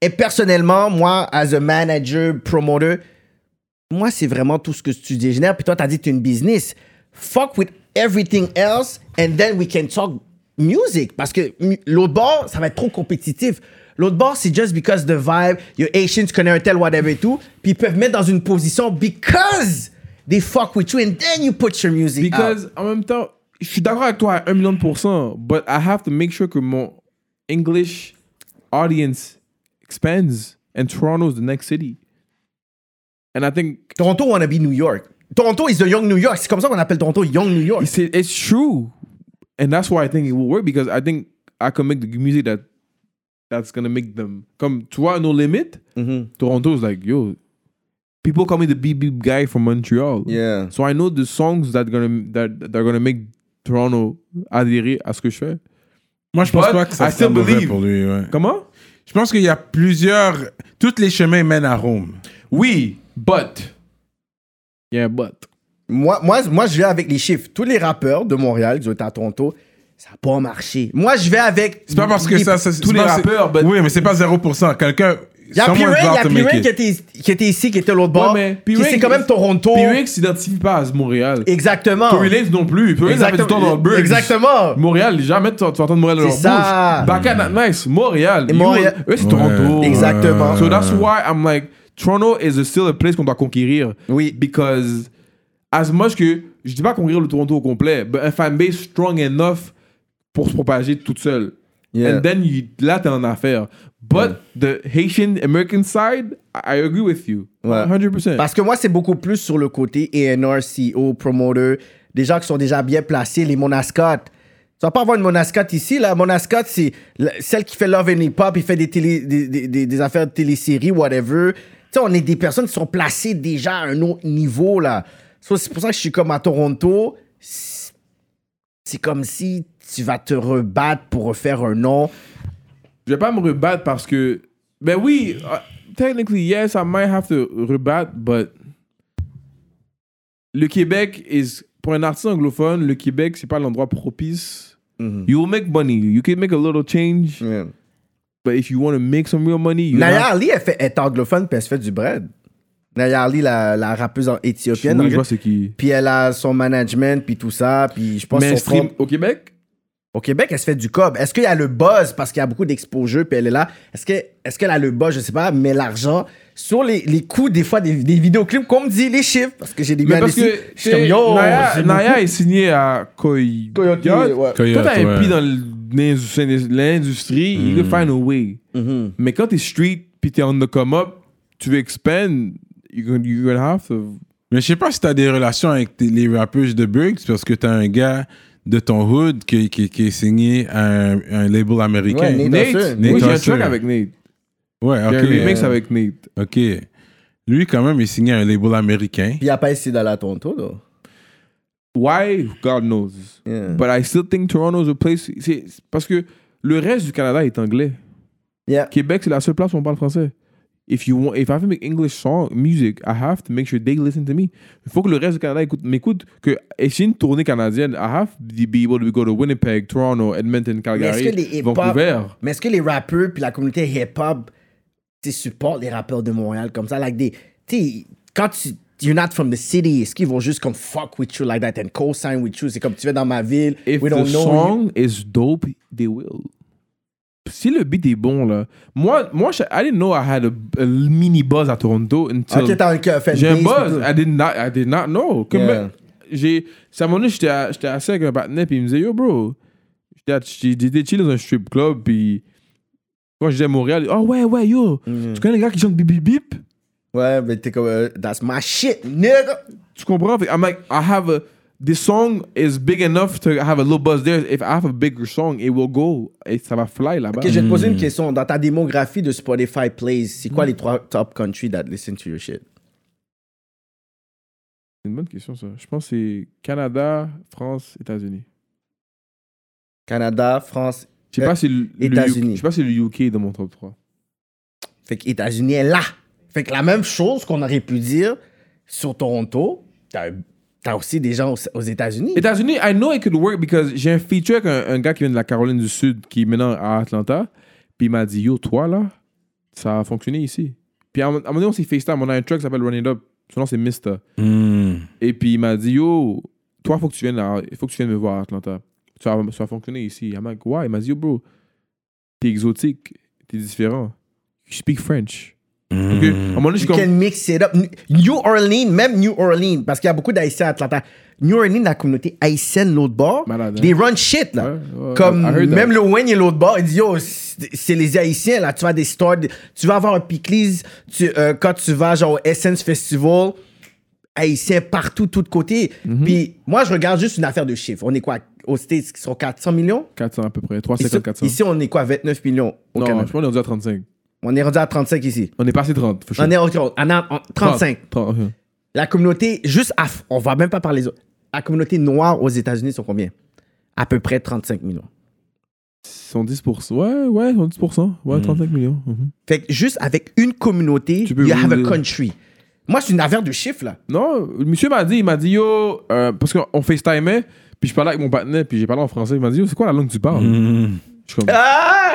[SPEAKER 5] Et personnellement, moi, as a manager, promoter, moi, c'est vraiment tout ce que tu dégénères. Puis toi, t'as dit que t'es une business. Fuck with everything else and then we can talk music. Parce que mu- l'autre bord, ça va être trop compétitif. L'autre bord, c'est just because the vibe, your Asian, tu connais un tel, whatever et tout. Puis ils peuvent mettre dans une position because they fuck with you and then you put your music out.
[SPEAKER 4] Because en même temps, je suis d'accord avec toi à 1 million de pourcents, but I have to make sure que mon English audience expands and Toronto's the next city. And I think
[SPEAKER 5] Toronto wanna be New York. Toronto is the young New York. C'est comme ça qu'on appelle Toronto young New York.
[SPEAKER 4] it's, it's true. And that's why I think it will work because I think I can make the music that that's gonna make them come to our no limit.
[SPEAKER 5] Mm-hmm.
[SPEAKER 4] Toronto's like, yo, people call me the BB guy from Montreal.
[SPEAKER 5] Yeah.
[SPEAKER 4] So I know the songs that gonna that, that are gonna make Toronto adhérer à ce que je fais.
[SPEAKER 2] Moi, je pense
[SPEAKER 4] But
[SPEAKER 2] pas que
[SPEAKER 4] I
[SPEAKER 2] ça
[SPEAKER 4] still
[SPEAKER 2] soit mauvais
[SPEAKER 4] believe.
[SPEAKER 2] pour lui. ouais.
[SPEAKER 4] Comment?
[SPEAKER 2] Je pense qu'il y a plusieurs... Tous les chemins mènent à Rome.
[SPEAKER 4] Oui, but. Yeah, but.
[SPEAKER 5] Moi, moi, moi, je vais avec les chiffres. Tous les rappeurs de Montréal, qui ont été à Toronto, ça n'a pas marché. Moi, je vais avec.
[SPEAKER 2] C'est pas parce que ça... ça-
[SPEAKER 4] tous
[SPEAKER 2] c'est
[SPEAKER 4] les
[SPEAKER 2] pas-
[SPEAKER 4] rappeurs,
[SPEAKER 2] c'est-
[SPEAKER 4] but-
[SPEAKER 2] Oui, mais c'est pas 0%. Quelqu'un...
[SPEAKER 5] Il y a
[SPEAKER 2] someone's
[SPEAKER 5] P-Ray,
[SPEAKER 2] got
[SPEAKER 5] il y a
[SPEAKER 2] to
[SPEAKER 5] P-Ray
[SPEAKER 2] make
[SPEAKER 5] qui
[SPEAKER 2] it.
[SPEAKER 5] était, qui était ici, qui était l'autre bord.
[SPEAKER 4] mais
[SPEAKER 5] Puis
[SPEAKER 4] P-Ray-
[SPEAKER 5] c'est quand même Toronto.
[SPEAKER 4] P-Rex s'identifie pas à Montréal.
[SPEAKER 5] Exactement.
[SPEAKER 4] Tory Lanez non plus. Tory Lanez a fait du temps dans le Burbs.
[SPEAKER 5] Exactement.
[SPEAKER 4] Montréal, jamais tu tu entends de Montréal dans leur
[SPEAKER 5] C'est ça.
[SPEAKER 4] bouche. Back at that nice. Montréal. You-
[SPEAKER 5] Montréal-
[SPEAKER 4] Eux, c'est Toronto.
[SPEAKER 5] Exactement.
[SPEAKER 4] So that's why I'm like, Toronto is still a place qu'on doit conquérir.
[SPEAKER 5] Oui.
[SPEAKER 4] Because as much que, je dis pas conquérir le Toronto au complet, but un fanbase strong enough pour se propager toute seule.
[SPEAKER 5] Yeah.
[SPEAKER 4] And then you, là, t'es en affaire. But the Haitian American side, I I agree with you.
[SPEAKER 5] Ouais.
[SPEAKER 4] 100%.
[SPEAKER 5] Parce que moi, c'est beaucoup plus sur le côté A&R, CEO, promoter, E des gens qui sont déjà bien placés, les Mona Scott. Tu vas pas avoir une Mona Scott ici, là. Mona Scott, c'est la- celle qui fait Love and Hip Hop, il fait des, télé, des, des- des- des affaires de téléséries, whatever. Tu sais, on est des personnes qui sont placées déjà à un autre niveau, là. So, c'est pour ça que je suis comme à Toronto. C'est c'est comme si tu vas te rebattre pour refaire un nom.
[SPEAKER 4] je vais pas me rebattre parce que ben oui uh, technically yes I might have to rebattre but le Québec is pour un artiste anglophone le Québec c'est pas l'endroit propice you will make money you can make a little change but if you want to make some real money you
[SPEAKER 5] Naya
[SPEAKER 4] have-
[SPEAKER 5] Ali, elle, fait, elle est anglophone puis elle se fait du bread. Nayarli, la, la rappeuse en- éthiopienne.
[SPEAKER 4] Oui, je vois c'est qui.
[SPEAKER 5] Puis elle a son management, puis tout ça. Puis je pense son
[SPEAKER 4] Mainstream
[SPEAKER 5] propre-
[SPEAKER 4] au Québec
[SPEAKER 5] Au Québec, elle se fait du cob. Est-ce qu'il y a le buzz parce qu'il y a beaucoup d'exposure, puis elle est là? Est-ce que- est-ce qu'elle a le buzz? Je sais pas, mais l'argent, sur les, les coûts, des fois, des, des vidéoclips, qu'on me dit les chiffres, parce que j'ai des
[SPEAKER 4] Mais
[SPEAKER 5] gars
[SPEAKER 4] parce
[SPEAKER 5] ici.
[SPEAKER 4] que
[SPEAKER 5] Je suis comme,
[SPEAKER 4] t'sais,
[SPEAKER 5] yo,
[SPEAKER 4] Naya,
[SPEAKER 5] j'ai
[SPEAKER 4] Naya est signée à Coyote.
[SPEAKER 5] Coyote, ouais.
[SPEAKER 2] Coyote,
[SPEAKER 4] Quand t'as un
[SPEAKER 2] ouais.
[SPEAKER 4] pied dans l'indu- l'industrie, you can find a way.
[SPEAKER 5] Mhm.
[SPEAKER 4] Mais quand t'es street puis t'es on the come up, tu veux expand, you're gonna, you're gonna have to.
[SPEAKER 2] Mais je sais pas si t'as des relations avec tes- les rappeurs de Briggs parce que t'as un gars de ton hood qui, qui, qui est signé à un, un label américain.
[SPEAKER 5] Ouais, Nate.
[SPEAKER 4] Nate,
[SPEAKER 5] Dawson.
[SPEAKER 4] oui, j'ai un
[SPEAKER 2] Dawson.
[SPEAKER 4] track avec Nate.
[SPEAKER 2] Ouais,
[SPEAKER 4] J'ai un remix
[SPEAKER 2] ok.
[SPEAKER 4] avec Nate.
[SPEAKER 2] Ok. Lui, quand même, est signé à un label américain.
[SPEAKER 5] Puis il n'y a pas ici dans la Toronto, là.
[SPEAKER 4] Why? God knows.
[SPEAKER 5] Yeah.
[SPEAKER 4] But I still think Toronto's a place. c'est- c'est parce que le reste du Canada est anglais.
[SPEAKER 5] Yeah.
[SPEAKER 4] Québec, c'est la seule place où on parle français. If you want, if I have to make English song music, I have to make sure they listen to me. Il faut que le reste du Canada écoute, m'écoute. Que et si une tournée canadienne, I have to be able to go to Winnipeg, Toronto, Edmonton,
[SPEAKER 5] Mais est-ce
[SPEAKER 4] Calgary,
[SPEAKER 5] que les hip-hop.
[SPEAKER 4] Vancouver.
[SPEAKER 5] Mais est-ce que les rappeurs puis la communauté hip-hop tu sais, supportent les rappeurs de Montréal comme ça? Like des, tu sais, quand tu. You're not from the city. Est-ce qu'ils vont juste comme fuck with you like that and co-sign with you? C'est comme tu vas dans ma ville.
[SPEAKER 4] If
[SPEAKER 5] we
[SPEAKER 4] the
[SPEAKER 5] don't know. you.
[SPEAKER 4] song is dope, they will. Si le beat est bon là, moi, moi, je- I didn't know I had a, a mini buzz à Toronto until
[SPEAKER 5] Ok, t'as un cœur fait
[SPEAKER 4] J'ai un buzz. I did not, I did not know. Que
[SPEAKER 5] Yeah.
[SPEAKER 4] me- j'ai, c'est à un moment donné, j'étais, à- j'étais assis avec un partenaire, puis il me disait, yo, bro, j'étais, à- j'étais j'étais chill dans un strip club, puis quand j'étais à Montréal, oh ouais, ouais, yo,
[SPEAKER 5] Mm.
[SPEAKER 4] tu connais les gars qui chantent bip bip bip?
[SPEAKER 5] Ouais, mais t'es comme, euh, that's my shit, nigga.
[SPEAKER 4] Tu comprends? Fait que I'm like, I have a, this song is big enough to have a little buzz there. If I have a bigger song, it will go. Et ça va fly là-bas.
[SPEAKER 5] Ok, je vais te
[SPEAKER 4] Mm.
[SPEAKER 5] poser une question. Dans ta démographie de Spotify Plays, c'est quoi les trois top countries that listen to your shit?
[SPEAKER 4] C'est une bonne question, ça. Je pense que c'est Canada, France, États-Unis.
[SPEAKER 5] Canada, France.
[SPEAKER 4] Je
[SPEAKER 5] Euh,
[SPEAKER 4] sais pas si le- le
[SPEAKER 5] États-Unis.
[SPEAKER 4] UK je sais pas si le UK est dans mon top 3.
[SPEAKER 5] Fait que États-Unis est là. Fait que la même chose qu'on aurait pu dire sur Toronto, t'as t'as aussi des gens aux, aux États-Unis.
[SPEAKER 4] États-Unis, I know it could work because j'ai un feature avec un, un gars qui vient de la Caroline du Sud qui est maintenant à Atlanta. Puis il m'a dit, yo, toi là, ça a fonctionné ici. Puis à un à un moment donné, on s'est FaceTime. On a un truck qui s'appelle Run It Up. Son nom, c'est Mister.
[SPEAKER 2] Hmm.
[SPEAKER 4] Et puis il m'a dit, yo, toi, faut que tu viennes, à- faut que tu viennes me voir à Atlanta. Ça va, ça va fonctionner ici. I'm like, why? Il m'a dit, yo, bro, t'es exotique, t'es différent. You speak French. Donc, à un moment donné, je suis
[SPEAKER 5] You can
[SPEAKER 4] comme,
[SPEAKER 5] mix it up. New Orleans, même New Orleans, parce qu'il y a beaucoup d'Haïtiens à Atlanta. New Orleans, la communauté haïtienne, l'autre bord,
[SPEAKER 4] Malade, hein?
[SPEAKER 5] they run shit, là.
[SPEAKER 4] Ouais, ouais,
[SPEAKER 5] Comme
[SPEAKER 4] I heard that.
[SPEAKER 5] même le Wayne et l'autre bord, ils disent, yo, c'est c'est les Haïtiens, là. Tu vas à des stores, de- tu vas avoir un Piclis, tu, euh, quand tu vas, genre, au Essence Festival, Haïtiens partout, tout de côté.
[SPEAKER 4] Mhm.
[SPEAKER 5] Puis moi, je regarde juste une affaire de chiffres. On est quoi? Aux States, qui sont 400 millions?
[SPEAKER 4] 400 à peu près,
[SPEAKER 5] Ici,
[SPEAKER 4] 350, 400.
[SPEAKER 5] ici, on est quoi? 29 millions au
[SPEAKER 4] non,
[SPEAKER 5] Canada.
[SPEAKER 4] je pense qu'on est rendu à 35.
[SPEAKER 5] On est rendu à 35 ici.
[SPEAKER 4] On est passé 30, for sure.
[SPEAKER 5] On est rendu à on a- on- 35.
[SPEAKER 4] 30, ok.
[SPEAKER 5] La communauté, juste, af- on va même pas parler des autres. La communauté noire aux États-Unis sont combien À peu près 35 millions.
[SPEAKER 4] sont 10%. Ouais, ouais, ils sont 10%. Ouais, 35 millions. Mhm.
[SPEAKER 5] Fait que juste avec une communauté,
[SPEAKER 4] Tu peux
[SPEAKER 5] you have a
[SPEAKER 4] rouler.
[SPEAKER 5] country. Moi, c'est une affaire de chiffres, là.
[SPEAKER 4] Non, le monsieur m'a dit, il m'a dit, yo, euh, parce qu'on FaceTimait, puis je parlais avec mon partenaire, puis j'ai parlé en français. Il m'a dit, yo, c'est quoi la langue que tu parles Je suis comme,
[SPEAKER 5] Ah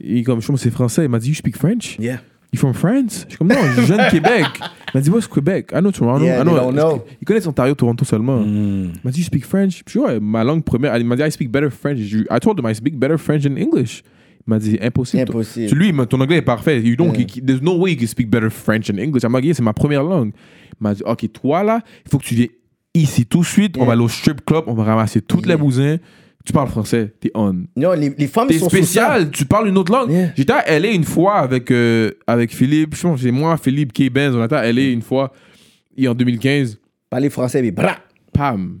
[SPEAKER 4] il est comme, je suis comme, c'est français. Il m'a dit, you speak French
[SPEAKER 5] Yeah.
[SPEAKER 4] You from France Je suis comme, non, je viens de Québec. Il m'a dit, what's Québec I know Toronto.
[SPEAKER 5] Yeah,
[SPEAKER 4] I
[SPEAKER 5] they don't know.
[SPEAKER 4] Il connaît Ontario, Toronto seulement. Il m'a dit, you speak French Puis ouais, ma langue première, il m'a dit, I speak better French. Je- I told him, I speak better French than English. Il m'a dit, impossible.
[SPEAKER 5] Impossible.
[SPEAKER 4] Tu- Lui, il m'a- ton anglais est parfait. You don't, he- he- there's no way you can speak better French than English. I'm like, yeah, c'est ma première langue. Il m'a dit, OK, toi là, il faut que tu viennes ici tout de suite. On va aller au strip club, on va ramasser toutes les bousins. Tu parles français, t'es on.
[SPEAKER 5] Non, les, les femmes
[SPEAKER 4] T'es
[SPEAKER 5] sont
[SPEAKER 4] spécial, tu parles une autre langue.
[SPEAKER 5] Yeah.
[SPEAKER 4] J'étais à LA une fois avec, euh, avec Philippe, je pense que c'est moi, Philippe, Kay Benz, on était à LA une fois, et en 2015,
[SPEAKER 5] Parler français, mais bra
[SPEAKER 4] pam.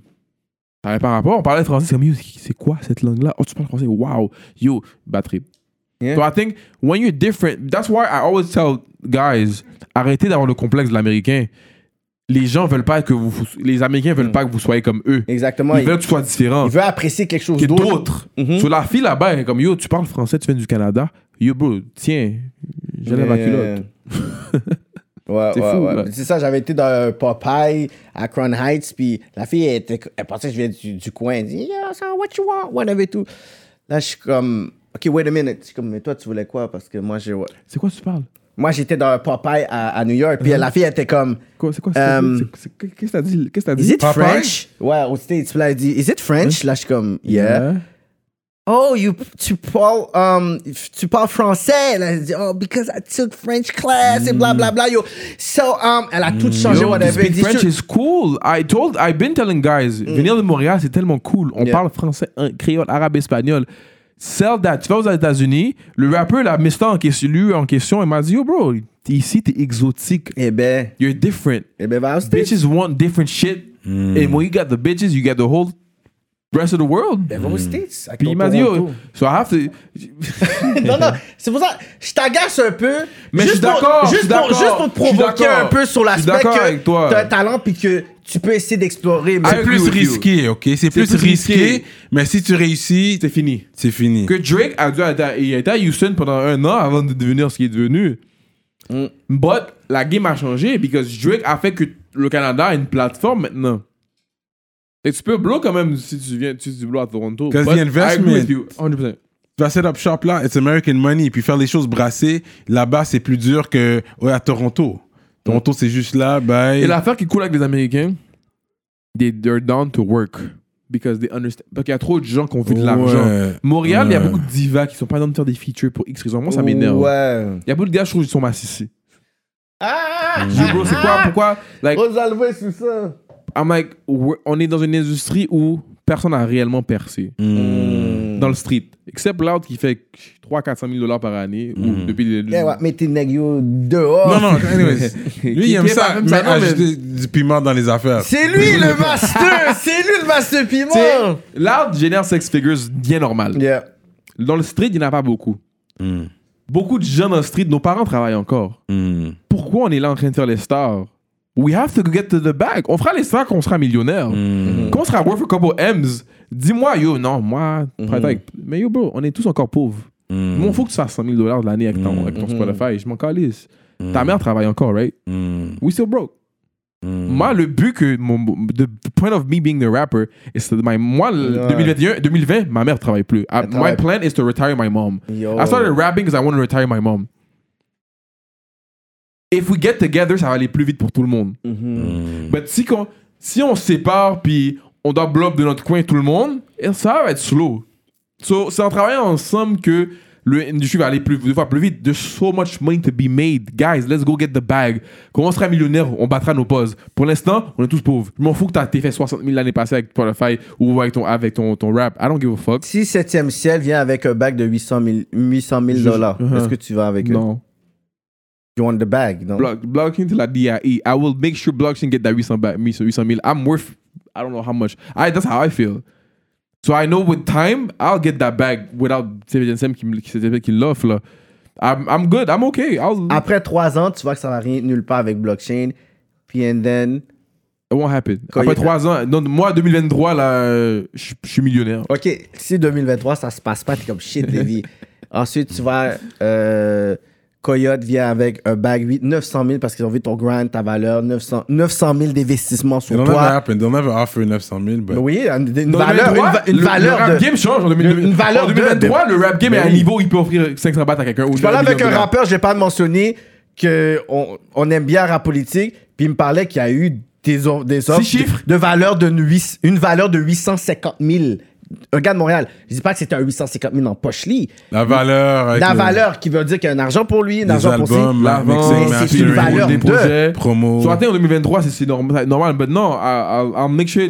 [SPEAKER 4] Ça avait pas rapport, on parlait français, c'est comme, yo, c'est quoi cette langue-là? Oh, tu parles français, wow, yo, batterie.
[SPEAKER 5] Yeah.
[SPEAKER 4] So I think when you're different, that's why I always tell guys, arrêtez d'avoir le complexe de l'américain. Les gens veulent pas que vous, les Américains
[SPEAKER 5] Mm.
[SPEAKER 4] veulent pas que vous soyez comme eux.
[SPEAKER 5] Exactement.
[SPEAKER 4] Ils
[SPEAKER 5] Il,
[SPEAKER 4] veulent que tu sois différent
[SPEAKER 5] il veut apprécier quelque chose
[SPEAKER 4] que
[SPEAKER 5] d'autre.
[SPEAKER 4] d'autres.
[SPEAKER 5] Mm-hmm.
[SPEAKER 4] Sur la fille là-bas, elle est comme yo, tu parles français, tu viens du Canada. Yo, bro, tiens, j'ai la
[SPEAKER 5] Mais,
[SPEAKER 4] culotte.
[SPEAKER 5] euh, ouais,
[SPEAKER 4] C'est
[SPEAKER 5] ouais,
[SPEAKER 4] fou,
[SPEAKER 5] ouais.
[SPEAKER 4] là.
[SPEAKER 5] Mais C'est ça, j'avais été dans un Popeye à Crown Heights, puis la fille, elle, était- elle pensait que je viens du, du coin. Elle dit, yeah, so what you want, whatever et tout. Là, je suis comme, OK, wait a minute. Je suis comme, mais toi, tu voulais quoi? Parce que moi, j'ai.
[SPEAKER 4] C'est quoi tu parles
[SPEAKER 5] Moi, j'étais dans un Popeye à, à New York. Puis
[SPEAKER 4] Mhm.
[SPEAKER 5] la fille, elle était comme.
[SPEAKER 4] Quoi, c'est quoi
[SPEAKER 5] Euh,
[SPEAKER 4] c'est- c'est- c'est- Qu'est-ce que t'as dit Qu'est-ce que t'as dit
[SPEAKER 5] Is it
[SPEAKER 2] Popeye?
[SPEAKER 5] French? Ouais, au States. Puis là, elle dit, Is it French? Là, je suis comme, Yeah.
[SPEAKER 4] Hein? Yeah.
[SPEAKER 5] Oh, you, tu, parles, um, tu parles français. Là, elle dit, Oh, because I took French class et blablabla. Yo. So, um, elle a tout changé,
[SPEAKER 4] Yo,
[SPEAKER 5] whatever.
[SPEAKER 4] Mm. speak
[SPEAKER 5] Elle dit,
[SPEAKER 4] French
[SPEAKER 5] Sure.
[SPEAKER 4] is cool. I told, I've been telling guys, venir de Montréal, c'est tellement cool. On
[SPEAKER 5] Yeah.
[SPEAKER 4] parle français, hein, créole, arabe, espagnol. Sell that. Tu vas aux États-Unis, le rappeur, là, Mr. en question, lui en question, il m'a dit, yo, bro, t'es ici, t'es exotique.
[SPEAKER 5] Eh ben,
[SPEAKER 4] You're different.
[SPEAKER 5] eh ben, va au States.
[SPEAKER 4] Bitches want different Mm. shit. And when you got the bitches, you got the whole rest of the world.
[SPEAKER 5] Ben, va aux States. avec
[SPEAKER 4] Puis il m'a dit, oh.
[SPEAKER 5] Toronto.
[SPEAKER 4] yo, so I have to.
[SPEAKER 5] non, non, c'est pour ça, je t'agace un peu.
[SPEAKER 4] Mais
[SPEAKER 5] Juste
[SPEAKER 4] je suis
[SPEAKER 5] pour-
[SPEAKER 4] d'accord, je
[SPEAKER 5] Juste,
[SPEAKER 4] suis
[SPEAKER 5] pour-
[SPEAKER 4] d'accord,
[SPEAKER 5] juste pour
[SPEAKER 4] je suis
[SPEAKER 5] provoquer
[SPEAKER 4] d'accord.
[SPEAKER 5] un peu sur
[SPEAKER 4] Je suis
[SPEAKER 5] l'aspect
[SPEAKER 4] d'accord avec
[SPEAKER 5] que
[SPEAKER 4] toi.
[SPEAKER 5] t'as un talent puis que tu peux essayer d'explorer. mais-
[SPEAKER 2] C'est
[SPEAKER 4] agree
[SPEAKER 2] plus
[SPEAKER 4] with you.
[SPEAKER 2] risqué, ok? C'est plus,
[SPEAKER 4] plus
[SPEAKER 2] risqué,
[SPEAKER 4] risqué.
[SPEAKER 2] mais si tu réussis,
[SPEAKER 4] C'est fini.
[SPEAKER 2] c'est fini.
[SPEAKER 4] Que Drake a dû être, il a été à Houston pendant un an avant de devenir ce qu'il est devenu.
[SPEAKER 2] Mm.
[SPEAKER 4] But la game a changé because Drake a fait que le Canada a une plateforme maintenant. Et tu peux blow quand même si tu viens si tu blow à Toronto.
[SPEAKER 2] Because
[SPEAKER 4] But
[SPEAKER 2] the investment-
[SPEAKER 4] I agree with you, 100%.
[SPEAKER 2] Tu vas set up shop là, it's American money, puis faire les choses brassées, là-bas, c'est plus dur que ouais, à Toronto. Toronto, c'est juste là, bye.
[SPEAKER 4] Et l'affaire qui coule avec les Américains, they, they're down to work because they understand. Parce qu'il y a trop de gens qui ont vu de l'argent.
[SPEAKER 2] Ouais.
[SPEAKER 4] Montréal, il y a
[SPEAKER 2] Ouais.
[SPEAKER 4] beaucoup de divas qui sont pas dans de faire des features pour X raisons. Moi, ça m'énerve.
[SPEAKER 5] Ouais.
[SPEAKER 4] Il y a beaucoup de gars, je trouve, qui sont massissés.
[SPEAKER 5] Ah!
[SPEAKER 4] Je dis, bro, c'est quoi, pourquoi, like,
[SPEAKER 5] Rosalvo, c'est ça.
[SPEAKER 4] I'm like, we're- on est dans une industrie où personne n'a réellement percé
[SPEAKER 2] Hmm.
[SPEAKER 5] Hmm.
[SPEAKER 2] Mm.
[SPEAKER 4] dans le street. Except Loud qui fait 300-400 000 dollars par année
[SPEAKER 2] Mm.
[SPEAKER 4] ou depuis les
[SPEAKER 5] Yeah, Eh ouais, mais t'es nègre yo, dehors.
[SPEAKER 2] Non, non, anyways. Lui, il aime
[SPEAKER 4] Oh. Qui-
[SPEAKER 2] ça,
[SPEAKER 4] qui-
[SPEAKER 2] mais
[SPEAKER 4] non, mais-
[SPEAKER 2] ajouter du piment dans les affaires.
[SPEAKER 5] C'est lui le master! c'est lui le master piment!
[SPEAKER 4] T'sais, Loud génère sex figures bien normal.
[SPEAKER 5] Yeah.
[SPEAKER 4] Dans le street, il n'y en a pas beaucoup. Mm, Beaucoup de gens dans le street, nos parents travaillent encore. Pourquoi on est là en train de faire les stars? We have to get to the bag. On fera les stars quand on sera millionnaire.
[SPEAKER 2] Mm.
[SPEAKER 5] Mm.
[SPEAKER 4] Quand on sera worth a couple M's, dis-moi, yo, non, moi,
[SPEAKER 2] Mm-hmm.
[SPEAKER 4] travaille avec- mais yo, bro, on est tous encore pauvres.
[SPEAKER 2] Mm.
[SPEAKER 4] Moi, il faut que tu fasses 100 000 dollars de l'année avec ton, avec ton Spotify. Je m'en calisse. Ta mère travaille encore, right?
[SPEAKER 2] Mm.
[SPEAKER 4] We still broke. Moi, le but que. Mon, the the point of me being the rapper is that my. Moi, le
[SPEAKER 5] Ouais.
[SPEAKER 4] 2021, 2020, ma mère travaille plus. I- my
[SPEAKER 5] travaille.
[SPEAKER 4] plan is to retire my mom.
[SPEAKER 5] Yo.
[SPEAKER 4] I started rapping because I want to retire my mom. If we get together, ça va aller plus vite pour tout le monde. But si, qu'on- si on se sépare puis on doit blob de notre coin tout le monde, eh, ça va être slow. So, c'est en travaillant ensemble que le industry va aller plus, deux fois plus vite. There's so much money to be made. Guys, let's go get the bag. Quand on sera millionnaire, on battra nos pauses. Pour l'instant, on est tous pauvres. Je m'en fous que t'as t'aies fait 60 000 l'année passée avec Spotify ou avec ton, avec ton, ton rap. I don't give a fuck.
[SPEAKER 5] Si 7 ciel vient avec un bag de 800 000, 800 000 dollars,
[SPEAKER 4] Je-
[SPEAKER 5] est-ce que tu vas avec eux?
[SPEAKER 4] Non.
[SPEAKER 5] You want the bag? Non.
[SPEAKER 4] Block, blockchain to la DIE. I will make sure blockchain get that 800, ba- 800 mil. I'm worth, I don't know how much. I, that's how I feel. So I know with time, I'll get that back without Savage Sam qui, me- qui, qui, qui l'offre. là. I'm, I'm good. I'm okay. I'll,
[SPEAKER 5] Après 3 ans, tu vois que ça va rien nulle part avec blockchain. Puis and then.
[SPEAKER 4] it won't happen.
[SPEAKER 5] Quand
[SPEAKER 4] Après
[SPEAKER 5] il-
[SPEAKER 4] trois ans, non, moi, 2023, là, euh, je je suis millionnaire.
[SPEAKER 5] OK, si 2023, ça se passe pas, t'es comme shit, Lévi. Ensuite, tu vas. euh, Coyote vient avec un bag 8, 900 000 parce qu'ils ont vu ton grind, ta valeur, 900, 900 000 d'investissement sur
[SPEAKER 2] They'll never
[SPEAKER 5] toi.
[SPEAKER 2] happen. They'll never offer 900 000, but...
[SPEAKER 5] Mais Oui, une, une
[SPEAKER 4] Dans
[SPEAKER 5] valeur,
[SPEAKER 4] 2023,
[SPEAKER 5] une, va- une
[SPEAKER 4] le,
[SPEAKER 5] valeur
[SPEAKER 4] le rap
[SPEAKER 5] de...
[SPEAKER 4] game change en 2023.
[SPEAKER 5] une valeur
[SPEAKER 4] en
[SPEAKER 5] de-
[SPEAKER 4] 2023, le rap game
[SPEAKER 5] Mais
[SPEAKER 4] est à un
[SPEAKER 5] oui.
[SPEAKER 4] niveau où il peut offrir 500 bahts à quelqu'un.
[SPEAKER 5] Je parlais avec un rappeur, je l'ai pas mentionné, qu'on on aime bien la politique, puis il me parlait qu'il y a eu des, or- des offres
[SPEAKER 4] chiffres.
[SPEAKER 5] de, de valeur de huit- une valeur de 850 000. Un gars de Montréal, je dis pas que c'était un 850 000 en poche-lit.
[SPEAKER 2] La valeur... avec
[SPEAKER 5] La
[SPEAKER 2] le-
[SPEAKER 5] valeur qui veut dire qu'il y a un argent pour lui, un
[SPEAKER 2] Les
[SPEAKER 5] argent pour
[SPEAKER 2] albums,
[SPEAKER 5] lui.
[SPEAKER 2] la
[SPEAKER 4] L'avant,
[SPEAKER 2] mixing,
[SPEAKER 5] Mais c'est une
[SPEAKER 2] mastering,
[SPEAKER 5] valeur
[SPEAKER 4] des
[SPEAKER 5] de-
[SPEAKER 4] projets.
[SPEAKER 2] promo.
[SPEAKER 4] So I think en 2023, c'est- c'est normal, normal, but non, I- I'll, I'll make sure,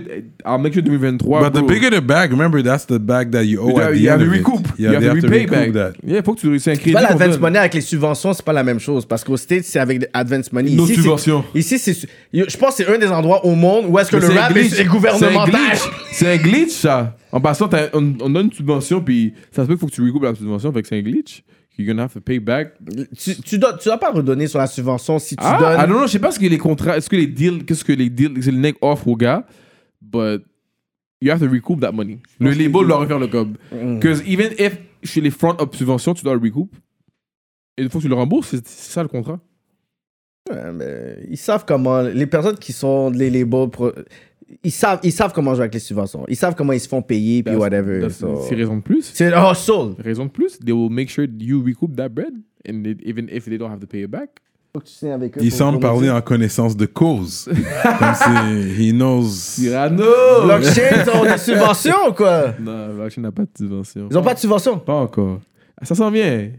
[SPEAKER 4] I'll make sure 2023.
[SPEAKER 2] But the
[SPEAKER 4] bro.
[SPEAKER 2] bigger the bag, remember that's the bag that you
[SPEAKER 4] You
[SPEAKER 2] owe at
[SPEAKER 4] have-
[SPEAKER 2] the
[SPEAKER 4] you have
[SPEAKER 2] end
[SPEAKER 4] to
[SPEAKER 2] of it.
[SPEAKER 4] recoup.
[SPEAKER 2] Yeah,
[SPEAKER 4] You have
[SPEAKER 2] they
[SPEAKER 4] to
[SPEAKER 2] have to
[SPEAKER 4] repay
[SPEAKER 2] recoup
[SPEAKER 4] back.
[SPEAKER 2] that.
[SPEAKER 4] Yeah, faut que tu réussisses un
[SPEAKER 5] Tu
[SPEAKER 4] crédit.
[SPEAKER 5] vois,
[SPEAKER 4] qu'on
[SPEAKER 5] l'advance
[SPEAKER 4] donne.
[SPEAKER 5] money avec les subventions, c'est pas la même chose. Parce qu'au States, c'est avec advance money.
[SPEAKER 4] Nos
[SPEAKER 5] Ici, c'est-
[SPEAKER 4] subventions.
[SPEAKER 5] Ici, c'est. su- Je pense que c'est un des endroits au monde où est-ce que
[SPEAKER 4] Mais
[SPEAKER 5] le
[SPEAKER 4] un
[SPEAKER 5] rap
[SPEAKER 4] glitch.
[SPEAKER 5] est, est gouvernemental.
[SPEAKER 4] C'est un glitch. C'est un glitch, ça. En passant, t'as- on, on donne une subvention, puis ça se peut qu'il faut que tu recoupes la subvention, fait que c'est un glitch. You're gonna have to pay back.
[SPEAKER 5] Tu, tu, dois, tu dois pas redonner sur la subvention si tu
[SPEAKER 4] Ah,
[SPEAKER 5] donnes.
[SPEAKER 4] I don't know, je sais pas ce que les contrats, est-ce que les deals, qu'est-ce que les deals, c'est le nec offre au gars, but you have to recoup that money. Le label doit refaire le cob.
[SPEAKER 5] Mm.
[SPEAKER 4] Because even if chez les front up subventions, tu dois le recoup. Et une fois que tu le rembourses, c'est c'est ça le contrat.
[SPEAKER 5] Ouais, mais ils savent comment. Les personnes qui sont les labels, pro- ils, savent, ils savent comment jouer avec les subventions. Ils savent comment ils se font payer, puis
[SPEAKER 4] That's-
[SPEAKER 5] whatever.
[SPEAKER 4] that's-
[SPEAKER 5] so- oh,
[SPEAKER 4] C'est raison de plus.
[SPEAKER 5] C'est un hustle.
[SPEAKER 4] Raison de plus, they will make sure you recoup that bread and it, even if they don't have to pay it back.
[SPEAKER 5] Faut que tu signes avec eux.
[SPEAKER 2] Il
[SPEAKER 5] pour-
[SPEAKER 2] semble
[SPEAKER 5] pour
[SPEAKER 2] parler
[SPEAKER 5] nous
[SPEAKER 2] en connaissance de cause. Comme si he knows.
[SPEAKER 4] Cyrano!
[SPEAKER 5] dire- Blockchain, ils ont des subventions, quoi.
[SPEAKER 4] Non, Blockchain n'a pas de subvention.
[SPEAKER 5] Ils ont pas de subvention.
[SPEAKER 4] Pas encore. Ah, Ça s'en vient.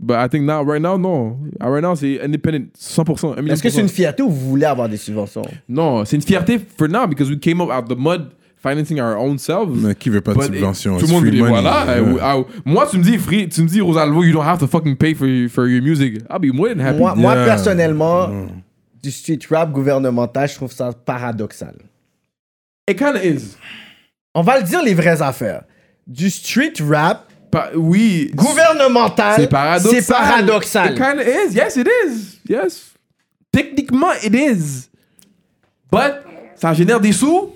[SPEAKER 4] But I think now, right now, non. Ah, Right now, c'est independent, 100%. un million
[SPEAKER 5] Est-ce que c'est
[SPEAKER 4] pour
[SPEAKER 5] une
[SPEAKER 4] cent.
[SPEAKER 5] fierté ou vous voulez avoir des subventions?
[SPEAKER 4] Non, c'est une fierté for now because we came up out the mud financing our own selves.
[SPEAKER 2] Mais qui veut pas de
[SPEAKER 4] But it-
[SPEAKER 2] subvention?
[SPEAKER 4] Tout
[SPEAKER 2] It's
[SPEAKER 4] le monde
[SPEAKER 2] free
[SPEAKER 4] dit,
[SPEAKER 2] money.
[SPEAKER 4] voilà.
[SPEAKER 2] Yeah.
[SPEAKER 4] euh, ah, moi, tu me dis, free, tu me dis, Rosalvo, you don't have to fucking pay for, for your music. I'll be more than
[SPEAKER 2] Ah,
[SPEAKER 4] happy.
[SPEAKER 5] Moi, moi,
[SPEAKER 2] Yeah.
[SPEAKER 5] personnellement,
[SPEAKER 2] Mm.
[SPEAKER 5] du street rap gouvernemental, je trouve ça paradoxal.
[SPEAKER 4] It kinda is.
[SPEAKER 5] On va le dire les vraies affaires. Du street rap
[SPEAKER 4] Pa- oui.
[SPEAKER 5] gouvernemental,
[SPEAKER 4] C'est paradoxal.
[SPEAKER 5] c'est paradoxal.
[SPEAKER 4] It kinda is. Yes, it is. Yes. Techniquement, it is. But ça génère des sous.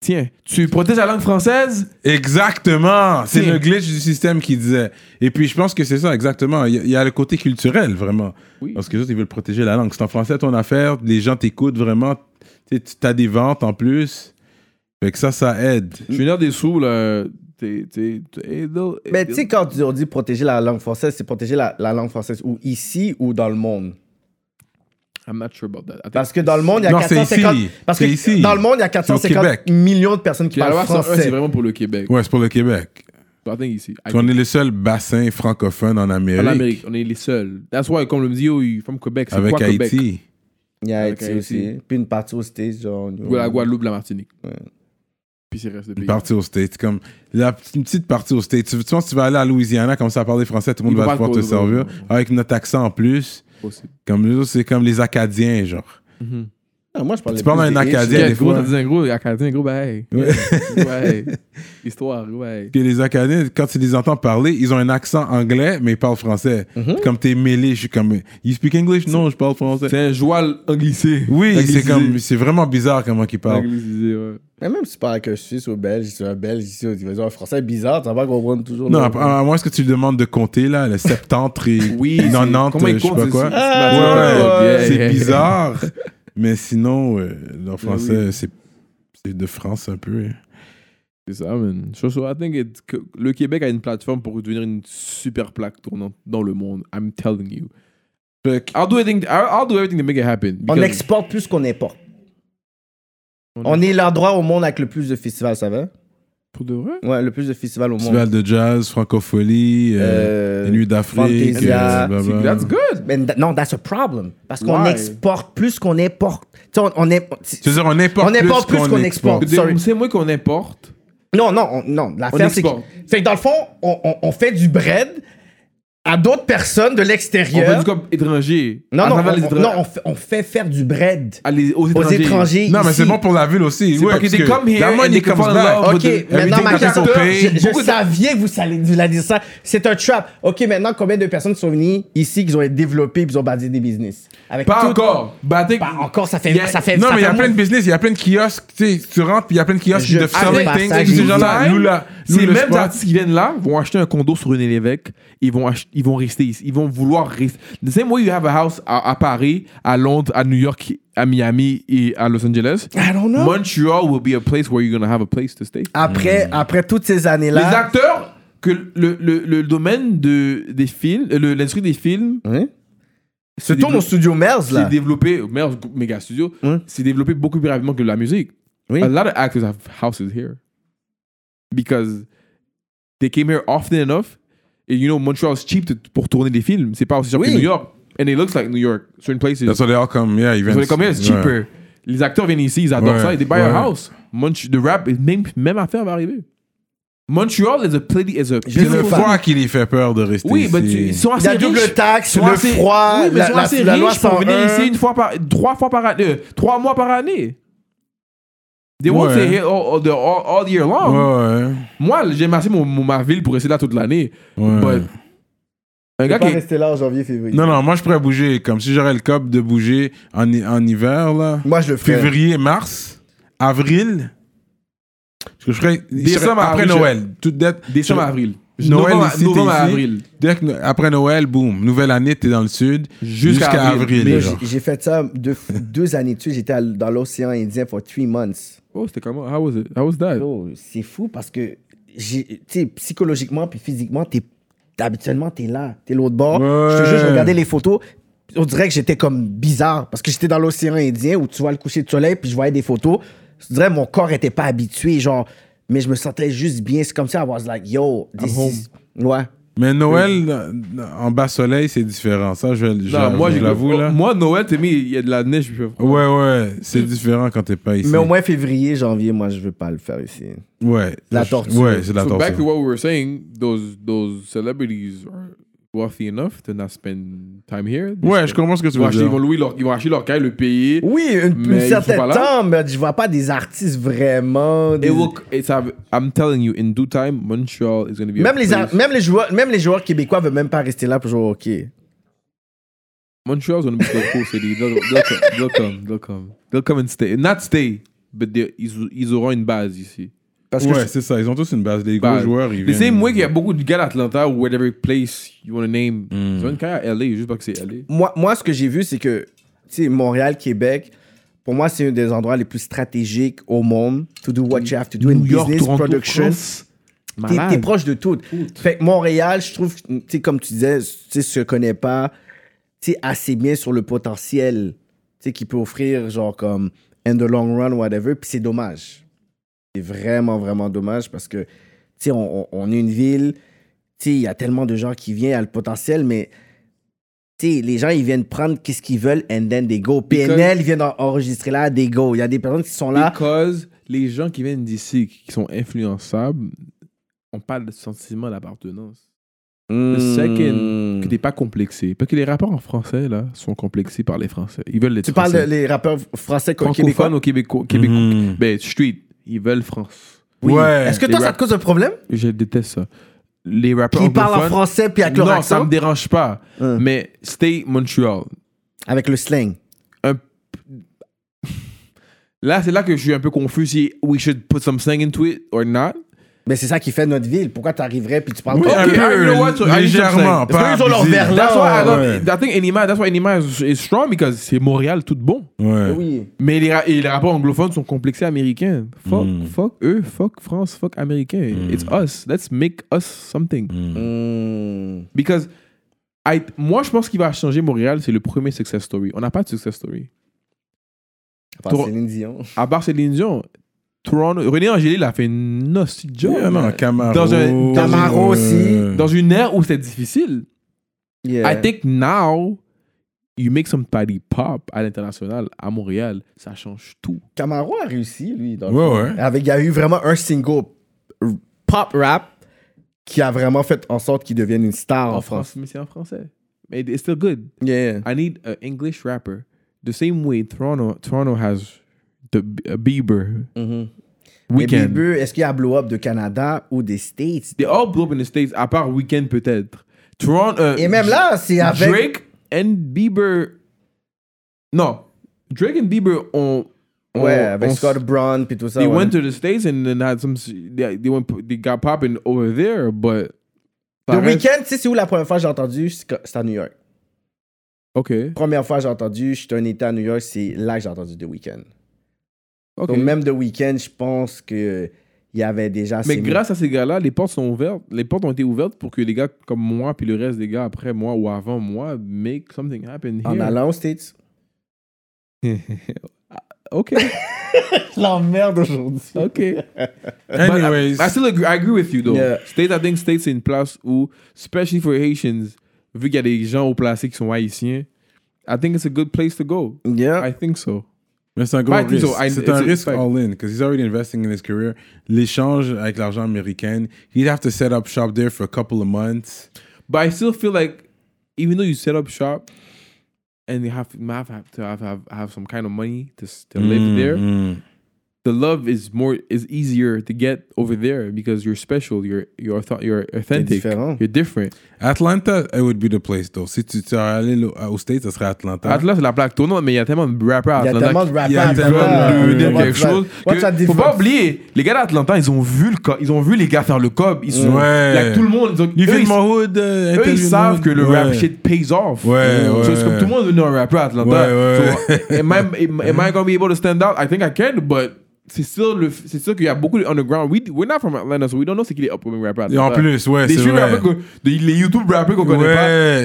[SPEAKER 4] Tiens, tu protèges la langue française.
[SPEAKER 2] Exactement. C'est
[SPEAKER 4] Tiens.
[SPEAKER 2] le glitch du système qui disait. Et puis, je pense que c'est ça, exactement. Il y a- il y, a le côté culturel, vraiment.
[SPEAKER 4] Oui.
[SPEAKER 2] Parce que les autres, ils veulent protéger la langue. C'est en français ton affaire. Les gens t'écoutent vraiment. Tu as des ventes en plus. Fait que ça, ça aide.
[SPEAKER 4] Tu génères des sous, là. T'es- t'es- t'es-
[SPEAKER 5] Mais tu sais, quand on dit protéger la langue française, c'est protéger la, la langue française ou ici ou dans le monde.
[SPEAKER 4] I'm not sure about that. I think-
[SPEAKER 5] Parce que dans le monde, il y a
[SPEAKER 2] Non, c'est
[SPEAKER 5] 450...
[SPEAKER 2] ici.
[SPEAKER 5] Parce que
[SPEAKER 2] C'est ici.
[SPEAKER 5] dans le monde, il y a
[SPEAKER 2] Québec.
[SPEAKER 5] 450 millions de personnes qui
[SPEAKER 4] la loi
[SPEAKER 5] parlent
[SPEAKER 4] 101, c'est
[SPEAKER 5] français.
[SPEAKER 4] vraiment pour le Québec.
[SPEAKER 2] Ouais, c'est pour le Québec.
[SPEAKER 4] So I think ici. I
[SPEAKER 2] Puis on est le seul bassin francophone en Amérique.
[SPEAKER 4] En Amérique, on est les seuls. That's why, comme le dit, yo, you from Québec. C'est
[SPEAKER 2] Avec
[SPEAKER 4] quoi
[SPEAKER 2] Haïti.
[SPEAKER 4] Québec?
[SPEAKER 5] Il y a
[SPEAKER 4] Avec
[SPEAKER 5] Haïti
[SPEAKER 4] Haïti.
[SPEAKER 5] aussi. Puis une partie aux States, genre... New
[SPEAKER 4] La
[SPEAKER 5] Orleans.
[SPEAKER 4] Guadeloupe, la Martinique.
[SPEAKER 5] Ouais.
[SPEAKER 4] Puis c'est le reste de
[SPEAKER 2] Une
[SPEAKER 4] pays.
[SPEAKER 2] partie aux States. Comme la p- une petite partie aux States. Tu, tu penses que tu vas aller à Louisiana, comme ça, à parler français, tout le
[SPEAKER 4] Ils
[SPEAKER 2] monde va
[SPEAKER 4] vont pas
[SPEAKER 2] pouvoir te
[SPEAKER 4] te-
[SPEAKER 2] servir. Avec notre accent en plus.
[SPEAKER 4] Possible.
[SPEAKER 2] Comme nous autres, c'est comme les Acadiens, genre.
[SPEAKER 4] Mhm.
[SPEAKER 5] Ah, moi, je parle
[SPEAKER 2] Tu parles un Acadien,
[SPEAKER 4] Yeah,
[SPEAKER 2] des
[SPEAKER 4] gros,
[SPEAKER 2] fois.
[SPEAKER 4] t'as dit un gros Acadien, gros, bail.
[SPEAKER 2] Ouais.
[SPEAKER 4] Ouais. Histoire, ouais.
[SPEAKER 2] Puis les Acadiens, quand tu les entends parler, ils ont un accent anglais, mais ils parlent français. Comme t'es mêlé, je suis comme, you speak English? Non, je parle français.
[SPEAKER 4] C'est un joual anglicé.
[SPEAKER 2] Oui,
[SPEAKER 4] Anglicisé.
[SPEAKER 2] c'est comme, c'est vraiment bizarre comment ils parlent.
[SPEAKER 4] Anglicisé, ouais.
[SPEAKER 5] Mais même si tu parles avec un Suisse ou un Belge, tu es un Belge ici, tu vas dire un Français bizarre, tu vas pas comprendre toujours.
[SPEAKER 2] Non,
[SPEAKER 5] le-
[SPEAKER 2] à, à moins que tu lui demandes de compter, là, le septentre et
[SPEAKER 4] Oui, c'est-
[SPEAKER 2] nonante,
[SPEAKER 4] comment ils
[SPEAKER 2] je sais pas
[SPEAKER 4] comptent,
[SPEAKER 2] quoi.
[SPEAKER 4] c'est-
[SPEAKER 2] Ouais,
[SPEAKER 4] Ah,
[SPEAKER 2] ouais,
[SPEAKER 4] ouais,
[SPEAKER 2] c'est
[SPEAKER 4] yeah, yeah.
[SPEAKER 2] bizarre. mais sinon, euh, leur français,
[SPEAKER 4] oui.
[SPEAKER 2] c'est c'est de France un peu. hein.
[SPEAKER 4] C'est ça, man. So, so I think it- que le Québec a une plateforme pour devenir une super plaque tournante dans le monde. I'm telling you. Like, I'll do everything, I'll, I'll do everything to make it happen.
[SPEAKER 5] On
[SPEAKER 4] Because-
[SPEAKER 5] exporte plus qu'on importe. On est l'endroit au monde avec le plus de festivals, ça va?
[SPEAKER 4] Pour de vrai?
[SPEAKER 5] Ouais, le plus de festivals au monde.
[SPEAKER 2] Festival de jazz, francophonie, euh, les nuits d'Afrique.
[SPEAKER 5] Fantasia.
[SPEAKER 2] euh, blablabla.
[SPEAKER 4] That's good.
[SPEAKER 5] Mais tha- ben, non, that's a problem. Parce qu'on
[SPEAKER 4] Why?
[SPEAKER 5] exporte plus qu'on importe. Tu sais, on, on est-
[SPEAKER 2] Tu veux dire, on importe
[SPEAKER 5] On importe plus qu'on exporte. Sorry.
[SPEAKER 4] C'est moi qu'on importe.
[SPEAKER 5] Non, non, on- non.
[SPEAKER 4] On
[SPEAKER 5] L'affaire, c'est que,
[SPEAKER 4] exporte.
[SPEAKER 5] fait que dans le fond, on, on- on fait du bread à d'autres personnes de
[SPEAKER 4] On fait
[SPEAKER 5] l'extérieur.
[SPEAKER 4] du comme étranger.
[SPEAKER 5] Non,
[SPEAKER 4] À
[SPEAKER 5] non,
[SPEAKER 4] travers les
[SPEAKER 5] on, on-
[SPEAKER 4] étrangers.
[SPEAKER 5] non, on fait, on fait faire du bread
[SPEAKER 4] À les- aux
[SPEAKER 5] aux
[SPEAKER 4] étrangers.
[SPEAKER 5] étrangers.
[SPEAKER 2] Non, mais c'est
[SPEAKER 5] ici.
[SPEAKER 2] bon pour la ville aussi.
[SPEAKER 4] C'est
[SPEAKER 2] Ouais,
[SPEAKER 4] pas que
[SPEAKER 2] parce
[SPEAKER 4] they
[SPEAKER 2] que
[SPEAKER 4] come here
[SPEAKER 2] la
[SPEAKER 4] and
[SPEAKER 2] money
[SPEAKER 4] they can
[SPEAKER 2] comes
[SPEAKER 4] fall in
[SPEAKER 2] back.
[SPEAKER 4] love.
[SPEAKER 5] Ok,
[SPEAKER 4] Everything
[SPEAKER 5] maintenant, ma
[SPEAKER 2] that is
[SPEAKER 5] question.
[SPEAKER 2] okay.
[SPEAKER 5] Je, je
[SPEAKER 4] Beaucoup de-
[SPEAKER 5] savais que vous allez vous allez dire ça. C'est un trap. OK, maintenant, combien de personnes sont venues ici qui ont été développées et qui ont bâti des business? Avec
[SPEAKER 4] Pas
[SPEAKER 5] tout-
[SPEAKER 4] encore. Bah, I think-
[SPEAKER 5] Pas encore, ça fait.
[SPEAKER 4] Il y a-
[SPEAKER 5] ça fait
[SPEAKER 2] Non,
[SPEAKER 5] ça
[SPEAKER 2] mais il y a
[SPEAKER 5] fait
[SPEAKER 2] plein de
[SPEAKER 5] moins-
[SPEAKER 2] business, il y a plein de kiosques. Tu sais, tu rentres, puis il y a plein de kiosques qui
[SPEAKER 5] Je
[SPEAKER 2] doivent
[SPEAKER 5] Ah,
[SPEAKER 2] selling
[SPEAKER 5] mais
[SPEAKER 2] things.
[SPEAKER 5] ça,
[SPEAKER 2] Et ces
[SPEAKER 5] je-
[SPEAKER 2] gens-là,
[SPEAKER 4] Time,
[SPEAKER 2] loue la- loue
[SPEAKER 4] Ces
[SPEAKER 2] le
[SPEAKER 4] mêmes
[SPEAKER 2] spot.
[SPEAKER 4] artistes qui viennent là vont acheter un condo sur une évêque, ils vont, ach- ils vont rester ici, ils vont vouloir rester. The same way you have a house à, à Paris, à Londres, à New York, à Miami et à Los Angeles,
[SPEAKER 5] I don't know.
[SPEAKER 4] Montreal will be a place where you're gonna have a place to stay.
[SPEAKER 5] Après, après toutes ces
[SPEAKER 4] Les
[SPEAKER 5] années-là.
[SPEAKER 4] acteurs que le, le, le domaine de, des films, le- l'industrie des films,
[SPEAKER 5] Hein?
[SPEAKER 4] se
[SPEAKER 5] Tourne au studio Mers, là.
[SPEAKER 4] C'est développé, merde, méga studio,
[SPEAKER 2] Hein?
[SPEAKER 5] Hmm.
[SPEAKER 4] c'est développé beaucoup plus rapidement que la musique.
[SPEAKER 5] Oui.
[SPEAKER 4] A lot of actors have houses here. Because they came here often enough. And you know, Montreal is cheap to- pour tourner des films. C'est pas aussi cher
[SPEAKER 5] Oui.
[SPEAKER 4] que New York. And it looks like New York, certain places.
[SPEAKER 2] That's what they all come. Yeah, ils
[SPEAKER 4] So
[SPEAKER 2] viennent.
[SPEAKER 4] they come here, it's
[SPEAKER 2] Ouais.
[SPEAKER 4] cheaper. Les acteurs viennent ici, ils adorent
[SPEAKER 2] Ouais,
[SPEAKER 4] ça, they buy
[SPEAKER 2] ouais.
[SPEAKER 4] a house. Monch the rap, même, même affaire va arriver. Montreal is a, plenty, is a
[SPEAKER 2] C'est le
[SPEAKER 4] beautiful-
[SPEAKER 2] froid qui les fait peur de rester
[SPEAKER 4] Oui, mais tu-
[SPEAKER 2] ici.
[SPEAKER 4] ils sont assez
[SPEAKER 5] Il y a double
[SPEAKER 4] riches.
[SPEAKER 5] taxe,
[SPEAKER 4] Ils sont
[SPEAKER 5] le
[SPEAKER 4] assez-
[SPEAKER 5] froid,
[SPEAKER 4] oui, mais
[SPEAKER 5] la-
[SPEAKER 4] ils sont
[SPEAKER 5] la-
[SPEAKER 4] assez
[SPEAKER 5] la loi
[SPEAKER 4] riches pour venir
[SPEAKER 5] 101.
[SPEAKER 4] ici une fois par, trois fois par année, euh, trois mois par année. They won't
[SPEAKER 2] Ouais.
[SPEAKER 4] stay here all, all the- all- all year
[SPEAKER 2] Ouais,
[SPEAKER 4] long.
[SPEAKER 2] ouais.
[SPEAKER 4] Moi, j'aime assez mon, mon- ma ville pour rester là toute l'année.
[SPEAKER 2] ouais.
[SPEAKER 4] But un gars
[SPEAKER 5] pas
[SPEAKER 4] qui
[SPEAKER 5] rester là en janvier, février.
[SPEAKER 2] Non, non, moi je pourrais bouger. Comme si j'aurais le cop de bouger en, hi- en hiver, là.
[SPEAKER 5] Moi, je le ferais.
[SPEAKER 2] Février, mars, avril. Parce que je ferais. je serais-
[SPEAKER 4] Décembre,
[SPEAKER 2] après
[SPEAKER 4] avril, je-
[SPEAKER 2] Noël. Toute date.
[SPEAKER 4] décembre avril,
[SPEAKER 2] Noël
[SPEAKER 4] novembre,
[SPEAKER 2] ici, t'es
[SPEAKER 4] novembre à
[SPEAKER 2] ici.
[SPEAKER 4] avril,
[SPEAKER 2] Dès que, après Noël, boum. Nouvelle année, t'es dans le sud.
[SPEAKER 4] Jusqu'à
[SPEAKER 2] Jusqu'à
[SPEAKER 4] avril.
[SPEAKER 2] avril.
[SPEAKER 5] Yo,
[SPEAKER 2] genre.
[SPEAKER 5] j'ai- J'ai fait ça deux, deux années de suite. J'étais à- dans l'océan Indien for three months.
[SPEAKER 4] Oh, c'était comment? How was it? How was that?
[SPEAKER 5] Yo, C'est fou parce que j'ai- tu sais, psychologiquement puis physiquement, t'es habituellement, t'es là, t'es l'autre bord.
[SPEAKER 2] Ouais.
[SPEAKER 5] Je te jure, je regardais les photos. On dirait que j'étais comme bizarre parce que j'étais dans l'océan Indien où tu vois le coucher de soleil puis je voyais des photos. Je dirais mon corps était pas habitué, genre, mais je me sentais juste bien. C'est comme ça, I was like, yo, this is- Ouais.
[SPEAKER 2] Mais Noël euh, en bas soleil, c'est différent. Ça, je, je,
[SPEAKER 4] Non, moi,
[SPEAKER 2] je
[SPEAKER 4] j'ai-
[SPEAKER 2] l'avoue. Là. Oh,
[SPEAKER 4] Moi, Noël, t'es mis, il y a de la neige. puis-
[SPEAKER 2] Ouais, ouais, c'est différent quand t'es pas ici.
[SPEAKER 5] Mais au moins février, janvier, moi, je veux pas le faire ici.
[SPEAKER 2] Ouais.
[SPEAKER 5] La tortue.
[SPEAKER 2] Ouais, c'est de la
[SPEAKER 4] So back to
[SPEAKER 2] torture.
[SPEAKER 4] what we were saying, those those celebrities are wealthy enough to not spend time here. They
[SPEAKER 2] Ouais,
[SPEAKER 4] spend-
[SPEAKER 2] je comprends ce que tu
[SPEAKER 4] Ils vont
[SPEAKER 2] veux
[SPEAKER 4] acheter, ils
[SPEAKER 2] dire.
[SPEAKER 4] vont louer leur, ils vont acheter leur caille, le payer.
[SPEAKER 5] Oui, une,
[SPEAKER 4] Mais ils
[SPEAKER 5] une certaine
[SPEAKER 4] sont pas là.
[SPEAKER 5] temps, mais je vois pas des artistes vraiment. des-
[SPEAKER 4] It will, it's, have- I'm telling you, in due time, Montreal is going to be. a
[SPEAKER 5] Même les,
[SPEAKER 4] place-
[SPEAKER 5] ar- même, les joueurs, même les joueurs québécois veulent même pas rester là pour jouer au hockey.
[SPEAKER 4] Montreal's going to be so cool city. They'll, they'll come, they'll come, they'll come, they'll come and stay. Not stay, but they- ils, ils auront une base ici. Parce
[SPEAKER 2] Ouais, c'est ça. Ils ont tous une base. Les gros
[SPEAKER 4] Base.
[SPEAKER 2] joueurs, ils
[SPEAKER 4] The same
[SPEAKER 2] viennent-
[SPEAKER 4] way qu'il y a beaucoup de gars d'Atlanta ou whatever place you want to name,
[SPEAKER 2] Hmm.
[SPEAKER 4] ils ont une carrière à LA juste parce que c'est LA.
[SPEAKER 5] Moi, moi ce que j'ai vu, c'est que tu sais, Montréal, Québec, pour moi, c'est un des endroits les plus stratégiques au monde. To do what you have to do in business, production. T'es t'es proche de tout. Fait que Montréal, je trouve, tu sais, comme tu disais, tu sais, se connaît pas tu sais, assez bien sur le potentiel tu sais, qu'il peut offrir, genre comme in the long run, whatever. Puis c'est dommage. C'est vraiment, vraiment dommage parce que, tu sais, on, on- on est une ville, tu sais, il y a tellement de gens qui viennent, il y a le potentiel, mais. tu sais, les gens, ils viennent prendre qu'est-ce qu'ils veulent and then they go. PNL, ils viennent en- enregistrer là, they go. Il y a des personnes qui sont là.
[SPEAKER 4] Because les gens qui viennent d'ici, qui sont influençables, on parle de sentiment d'appartenance. The
[SPEAKER 2] Hmm.
[SPEAKER 4] second, que t'es pas complexé. Parce que les rapports en français, là, sont complexés par les Français. Ils veulent les
[SPEAKER 5] Tu parles des rappeurs français québécois? Mhm.
[SPEAKER 4] francophones aux Québécois.
[SPEAKER 2] Hmm.
[SPEAKER 4] Québécois. Ben, street, ils veulent France.
[SPEAKER 2] Ouais.
[SPEAKER 5] Est-ce que
[SPEAKER 4] Les
[SPEAKER 5] toi, ça
[SPEAKER 4] rap-
[SPEAKER 5] te cause un problème?
[SPEAKER 4] Je déteste ça. Les rappeurs
[SPEAKER 5] Qui parle en
[SPEAKER 4] anglophones-
[SPEAKER 5] français puis avec leur
[SPEAKER 4] Non, ça
[SPEAKER 5] accent?
[SPEAKER 4] me dérange pas.
[SPEAKER 5] Hein.
[SPEAKER 4] Mais stay Montreal.
[SPEAKER 5] Avec le slang.
[SPEAKER 4] Un- Là, c'est là que je suis un peu confus si we should put some slang into it or not.
[SPEAKER 5] Mais c'est ça qui fait notre ville. Pourquoi t'arriverais puis tu parles
[SPEAKER 2] Oui,
[SPEAKER 5] pas?
[SPEAKER 2] un
[SPEAKER 4] Ok, I know what you're- I
[SPEAKER 2] peu,
[SPEAKER 4] need
[SPEAKER 2] légèrement.
[SPEAKER 4] to
[SPEAKER 5] Parce
[SPEAKER 2] pas
[SPEAKER 5] qu'ils ont leur
[SPEAKER 2] abusé.
[SPEAKER 5] verlan.
[SPEAKER 4] That's why I, love,
[SPEAKER 2] ouais.
[SPEAKER 4] I think Enima, that's why Enima is, is strong because c'est Montréal tout bon.
[SPEAKER 2] Ouais.
[SPEAKER 5] Ah Oui.
[SPEAKER 4] Mais les, ra- et les rapports anglophones sont complexés américains. Fuck,
[SPEAKER 2] Mm.
[SPEAKER 4] fuck eux, fuck France, fuck américains.
[SPEAKER 5] Mm.
[SPEAKER 4] It's us. Let's make us something.
[SPEAKER 2] Hmm.
[SPEAKER 4] Because I, moi, je pense qu'il va changer Montréal, c'est le premier success story. On n'a pas de success story.
[SPEAKER 5] Enfin,
[SPEAKER 4] Tour-
[SPEAKER 5] Ah, Céline Dion.
[SPEAKER 4] À part Céline Dion, Toronto, René Angélil a fait une hostie de job.
[SPEAKER 2] Yeah, non,
[SPEAKER 4] man.
[SPEAKER 2] Camaro.
[SPEAKER 4] Dans un-
[SPEAKER 5] Camaro
[SPEAKER 2] euh,
[SPEAKER 4] Dans une ère où c'était difficile.
[SPEAKER 5] Yeah.
[SPEAKER 4] I think now, you make somebody pop à l'international, à Montréal, ça change tout.
[SPEAKER 5] Camaro a réussi, lui. dans le
[SPEAKER 2] Ouais,
[SPEAKER 5] fond.
[SPEAKER 2] ouais.
[SPEAKER 5] Avec, il y a eu vraiment un single r- pop rap qui a vraiment fait en sorte qu'il devienne une star en, France.
[SPEAKER 4] Mais c'est en français. Mais it's still good.
[SPEAKER 5] Yeah.
[SPEAKER 4] I need an English rapper. The same way Toronto, Toronto has the uh, Bieber
[SPEAKER 5] Mais
[SPEAKER 4] Weekend.
[SPEAKER 5] Mm-hmm. Bieber, est-ce qu'il y a Blow Up de Canada ou des States?
[SPEAKER 4] They all blew up in the States, à part Weekend peut-être. Toronto. euh,
[SPEAKER 5] Et même là, c'est avec.
[SPEAKER 4] Drake and Bieber. Non. Drake and Bieber ont. ont-
[SPEAKER 5] Ouais, avec
[SPEAKER 4] ont-
[SPEAKER 5] Scott Brown puis tout ça.
[SPEAKER 4] they
[SPEAKER 5] ouais.
[SPEAKER 4] went to the States and then had some. They, they, went, they got popping over there, but.
[SPEAKER 5] The Weeknd, tu sais, c'est où la première fois que j'ai entendu? C'est quand- c'est à New York.
[SPEAKER 4] Ok.
[SPEAKER 5] Première fois que j'ai entendu, je suis un été à New York, c'est là que j'ai entendu The Weeknd.
[SPEAKER 4] ok.
[SPEAKER 5] Donc même The Weeknd, je pense que il y avait déjà.
[SPEAKER 4] Mais
[SPEAKER 5] ces-
[SPEAKER 4] grâce à ces gars-là, les portes sont ouvertes. Les portes ont été ouvertes pour que les gars comme moi, puis le reste des gars après moi ou avant moi, make something happen
[SPEAKER 5] en
[SPEAKER 4] here.
[SPEAKER 5] allant aux States.
[SPEAKER 4] Ok,
[SPEAKER 5] L'emmerde aujourd'hui.
[SPEAKER 4] ok. uh,
[SPEAKER 2] Anyways.
[SPEAKER 4] I still agree, I agree with you though.
[SPEAKER 5] Yeah.
[SPEAKER 4] States, I think States, c'est une place où, especially for Haitians, vu qu'il y a des gens au placé qui sont haïtiens, I think it's a good place to go.
[SPEAKER 5] Yeah.
[SPEAKER 4] I think so.
[SPEAKER 2] Mais c'est un gros
[SPEAKER 4] But I think
[SPEAKER 2] risque.
[SPEAKER 4] so. I-
[SPEAKER 2] c'est
[SPEAKER 4] it's
[SPEAKER 2] un
[SPEAKER 4] a-
[SPEAKER 2] risque
[SPEAKER 4] fact.
[SPEAKER 2] all-in, because he's already investing in his career. L'échange avec l'argent américain, he'd have to set up shop there for a couple of months.
[SPEAKER 4] But I still feel like even though you set up shop and you have, you have, have to have, have, have some kind of money to, s- to live there,
[SPEAKER 2] Mm.
[SPEAKER 4] the love is more is easier to get over there because you're special, you're you're auth- you're authentic,
[SPEAKER 5] différent.
[SPEAKER 4] you're different.
[SPEAKER 2] Atlanta, it would be the place, though. Si tu, tu allais aux States, ça serait Atlanta.
[SPEAKER 4] Atlanta c'est la plaque tournante, mais il y a tellement de rappers à
[SPEAKER 5] Il y a
[SPEAKER 4] Atlanta.
[SPEAKER 5] tellement
[SPEAKER 4] qui-
[SPEAKER 5] de rappeurs.
[SPEAKER 2] il y a
[SPEAKER 5] à
[SPEAKER 2] tellement
[SPEAKER 5] Atlanta.
[SPEAKER 2] de-
[SPEAKER 4] qui veulent
[SPEAKER 2] de-
[SPEAKER 4] dire
[SPEAKER 5] What's
[SPEAKER 4] quelque
[SPEAKER 5] that-
[SPEAKER 4] chose.
[SPEAKER 5] what's that
[SPEAKER 4] que- faut pas
[SPEAKER 5] difference?
[SPEAKER 4] oublier, les gars d'Atlanta, ils ont vu le co- ils ont vu les gars faire le cob, ils sont
[SPEAKER 2] Ouais.
[SPEAKER 4] like, tout le monde, ils ont-
[SPEAKER 2] You
[SPEAKER 4] eux,
[SPEAKER 2] feel
[SPEAKER 4] ils-
[SPEAKER 2] my hood, euh,
[SPEAKER 4] eux, ils
[SPEAKER 2] interview
[SPEAKER 4] savent
[SPEAKER 2] mode.
[SPEAKER 4] que le rap
[SPEAKER 2] Ouais.
[SPEAKER 4] shit pays off.
[SPEAKER 2] Ouais,
[SPEAKER 4] So,
[SPEAKER 2] ouais.
[SPEAKER 4] c'est comme tout le monde est devenu un rappeur à Atlanta.
[SPEAKER 2] Ouais, ouais.
[SPEAKER 4] So, am, I, am, am I gonna be able to stand out? I think I can, but c'est sûr, le- c'est sûr qu'il y a beaucoup de underground. We, we're not from Atlanta, so we don't know c'est qui les upcoming rappers.
[SPEAKER 2] Et en
[SPEAKER 4] Atlanta.
[SPEAKER 2] plus, ouais,
[SPEAKER 4] Des
[SPEAKER 2] c'est
[SPEAKER 4] street
[SPEAKER 2] vrai.
[SPEAKER 4] rappers, que- des- les YouTube rappers qu'on connaît
[SPEAKER 2] Ouais,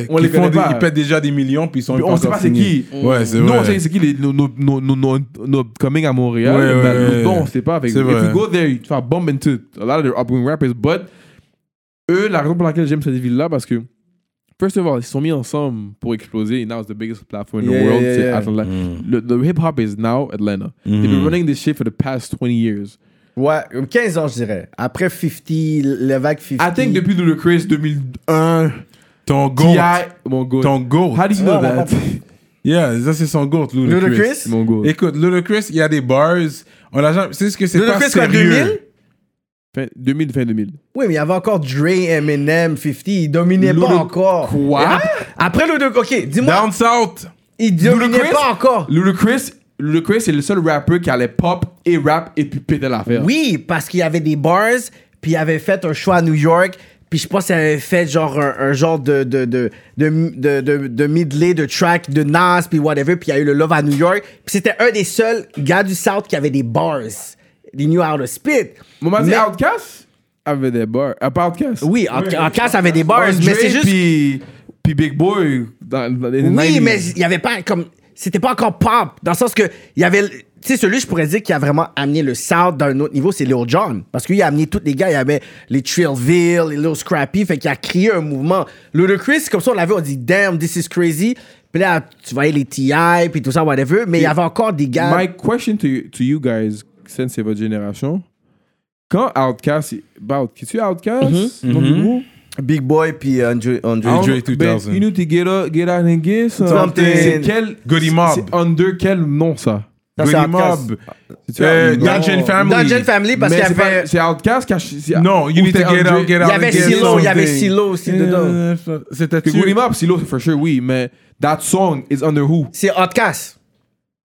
[SPEAKER 4] pas, on les
[SPEAKER 2] qui font
[SPEAKER 4] connaît
[SPEAKER 2] des-
[SPEAKER 4] pas.
[SPEAKER 2] Ils pètent déjà des millions, puis ils sont
[SPEAKER 4] Puis on
[SPEAKER 2] encore
[SPEAKER 4] sait pas c'est
[SPEAKER 2] signés.
[SPEAKER 4] qui.
[SPEAKER 2] Ouais, c'est
[SPEAKER 4] Non, on
[SPEAKER 2] vrai.
[SPEAKER 4] sait c'est qui les, nos, nos, nos, nos, nos, nos coming à Montréal.
[SPEAKER 2] Ouais,
[SPEAKER 4] dans
[SPEAKER 2] ouais,
[SPEAKER 4] le
[SPEAKER 2] ouais.
[SPEAKER 4] don, on sait pas. Fait, que
[SPEAKER 2] C'est
[SPEAKER 4] if
[SPEAKER 2] vrai.
[SPEAKER 4] you go there, you vas bump into a lot of their upcoming rappers. But eux, la raison pour laquelle j'aime cette ville-là, parce que, first of all, ils se sont mis ensemble pour exploser. And now it's the biggest platform in
[SPEAKER 5] Yeah,
[SPEAKER 4] the world.
[SPEAKER 5] yeah,
[SPEAKER 4] c'est
[SPEAKER 5] yeah.
[SPEAKER 4] Atlanta.
[SPEAKER 2] Mm.
[SPEAKER 4] Le, the hip-hop is now Atlanta. They've
[SPEAKER 2] Mm-hmm.
[SPEAKER 4] been running this shit for the past 20 years.
[SPEAKER 5] Ouais, 15 ans, je dirais. Après 50, le vague 50.
[SPEAKER 4] I think depuis Ludacris 2001,
[SPEAKER 2] Ton goat.
[SPEAKER 4] T.I. Mon goat.
[SPEAKER 2] Ton goat.
[SPEAKER 4] How do you know
[SPEAKER 5] Ouais,
[SPEAKER 4] that?
[SPEAKER 2] Yeah, ça c'est son goat, Ludacris.
[SPEAKER 5] Ludacris?
[SPEAKER 4] Mon goat.
[SPEAKER 2] Écoute, Ludacris, il y a des bars. On l'a jamais... C'est ce que c'est pas
[SPEAKER 5] Ludacris, quoi,
[SPEAKER 2] sérieux.
[SPEAKER 5] 2000?
[SPEAKER 4] Fin 2000, fin 2000.
[SPEAKER 5] Oui, mais il y avait encore Dre, Eminem, 50. Il dominait pas
[SPEAKER 4] Ludac-
[SPEAKER 5] encore.
[SPEAKER 4] Quoi?
[SPEAKER 5] Et ap- Après Ludacris, ok, dis-moi,
[SPEAKER 2] Down South.
[SPEAKER 5] il dominait
[SPEAKER 4] Ludacris?
[SPEAKER 5] pas encore.
[SPEAKER 4] Ludacris, Ludacris c'est le seul rappeur qui allait pop et rap et puis péter l'affaire.
[SPEAKER 5] Oui, parce qu'il y avait des bars, puis il avait fait un choix à New York, puis je pense qu'il avait fait genre un, un genre de de de de de, de, de medley, de track de Nas puis whatever, puis il y a eu le Love à New York, puis c'était un des seuls gars du South qui avait des bars. They knew how to spit.
[SPEAKER 4] Mon mari
[SPEAKER 5] Mais-
[SPEAKER 4] dit Outcast avait des bars. Ah, pas Outcast.
[SPEAKER 5] Oui, en, en classe, il avait des bars, mais c'est juste
[SPEAKER 4] Puis, puis Big Boy dans, dans les
[SPEAKER 5] Oui,
[SPEAKER 4] 90s.
[SPEAKER 5] mais il y avait pas comme c'était pas encore pop dans le sens que il y avait tu sais celui je pourrais dire qui a vraiment amené le sound d'un autre niveau, c'est Lil Jon parce qu'il a amené tous les gars, il y avait les Trillville, les Lil Scrappy, fait qu'il a créé un mouvement. Ludacris comme ça on l'avait on dit damn this is crazy. Puis là tu voyais les TI puis tout ça whatever, mais il y avait encore des gars
[SPEAKER 4] My question to you, to you guys, since c'est votre génération, quand Outcast, bah, qui tu Outcast? Non, du coup?
[SPEAKER 5] Big Boy puis Andre
[SPEAKER 2] Andre
[SPEAKER 4] Ah, ben,
[SPEAKER 2] 2000.
[SPEAKER 4] You need to get up, get out and get some-
[SPEAKER 5] Something.
[SPEAKER 4] C'est quel?
[SPEAKER 2] Goody Mob.
[SPEAKER 4] C'est under quel nom ça?
[SPEAKER 5] Ça, c'est
[SPEAKER 2] Goody
[SPEAKER 5] Outkast.
[SPEAKER 2] Mob.
[SPEAKER 4] C'est-tu
[SPEAKER 2] Euh,
[SPEAKER 4] un nom?
[SPEAKER 2] Dungeon Family.
[SPEAKER 5] Dungeon Family parce
[SPEAKER 4] Mais
[SPEAKER 5] qu'il y
[SPEAKER 4] c'est pas-
[SPEAKER 5] avait
[SPEAKER 4] C'est Outcast qui a. c'est-
[SPEAKER 2] Non, you
[SPEAKER 4] ou
[SPEAKER 2] need to
[SPEAKER 4] c'était
[SPEAKER 2] get
[SPEAKER 4] Andre-
[SPEAKER 2] out, get
[SPEAKER 5] il
[SPEAKER 2] out.
[SPEAKER 5] y avait
[SPEAKER 2] and get
[SPEAKER 5] Silo, il y avait
[SPEAKER 2] something.
[SPEAKER 5] Silo aussi
[SPEAKER 2] Euh,
[SPEAKER 5] dedans.
[SPEAKER 2] C'était
[SPEAKER 4] Puis Goody
[SPEAKER 2] tu.
[SPEAKER 4] Mob, Silo, for sure, oui, mais that song is under who?
[SPEAKER 5] C'est Outcast.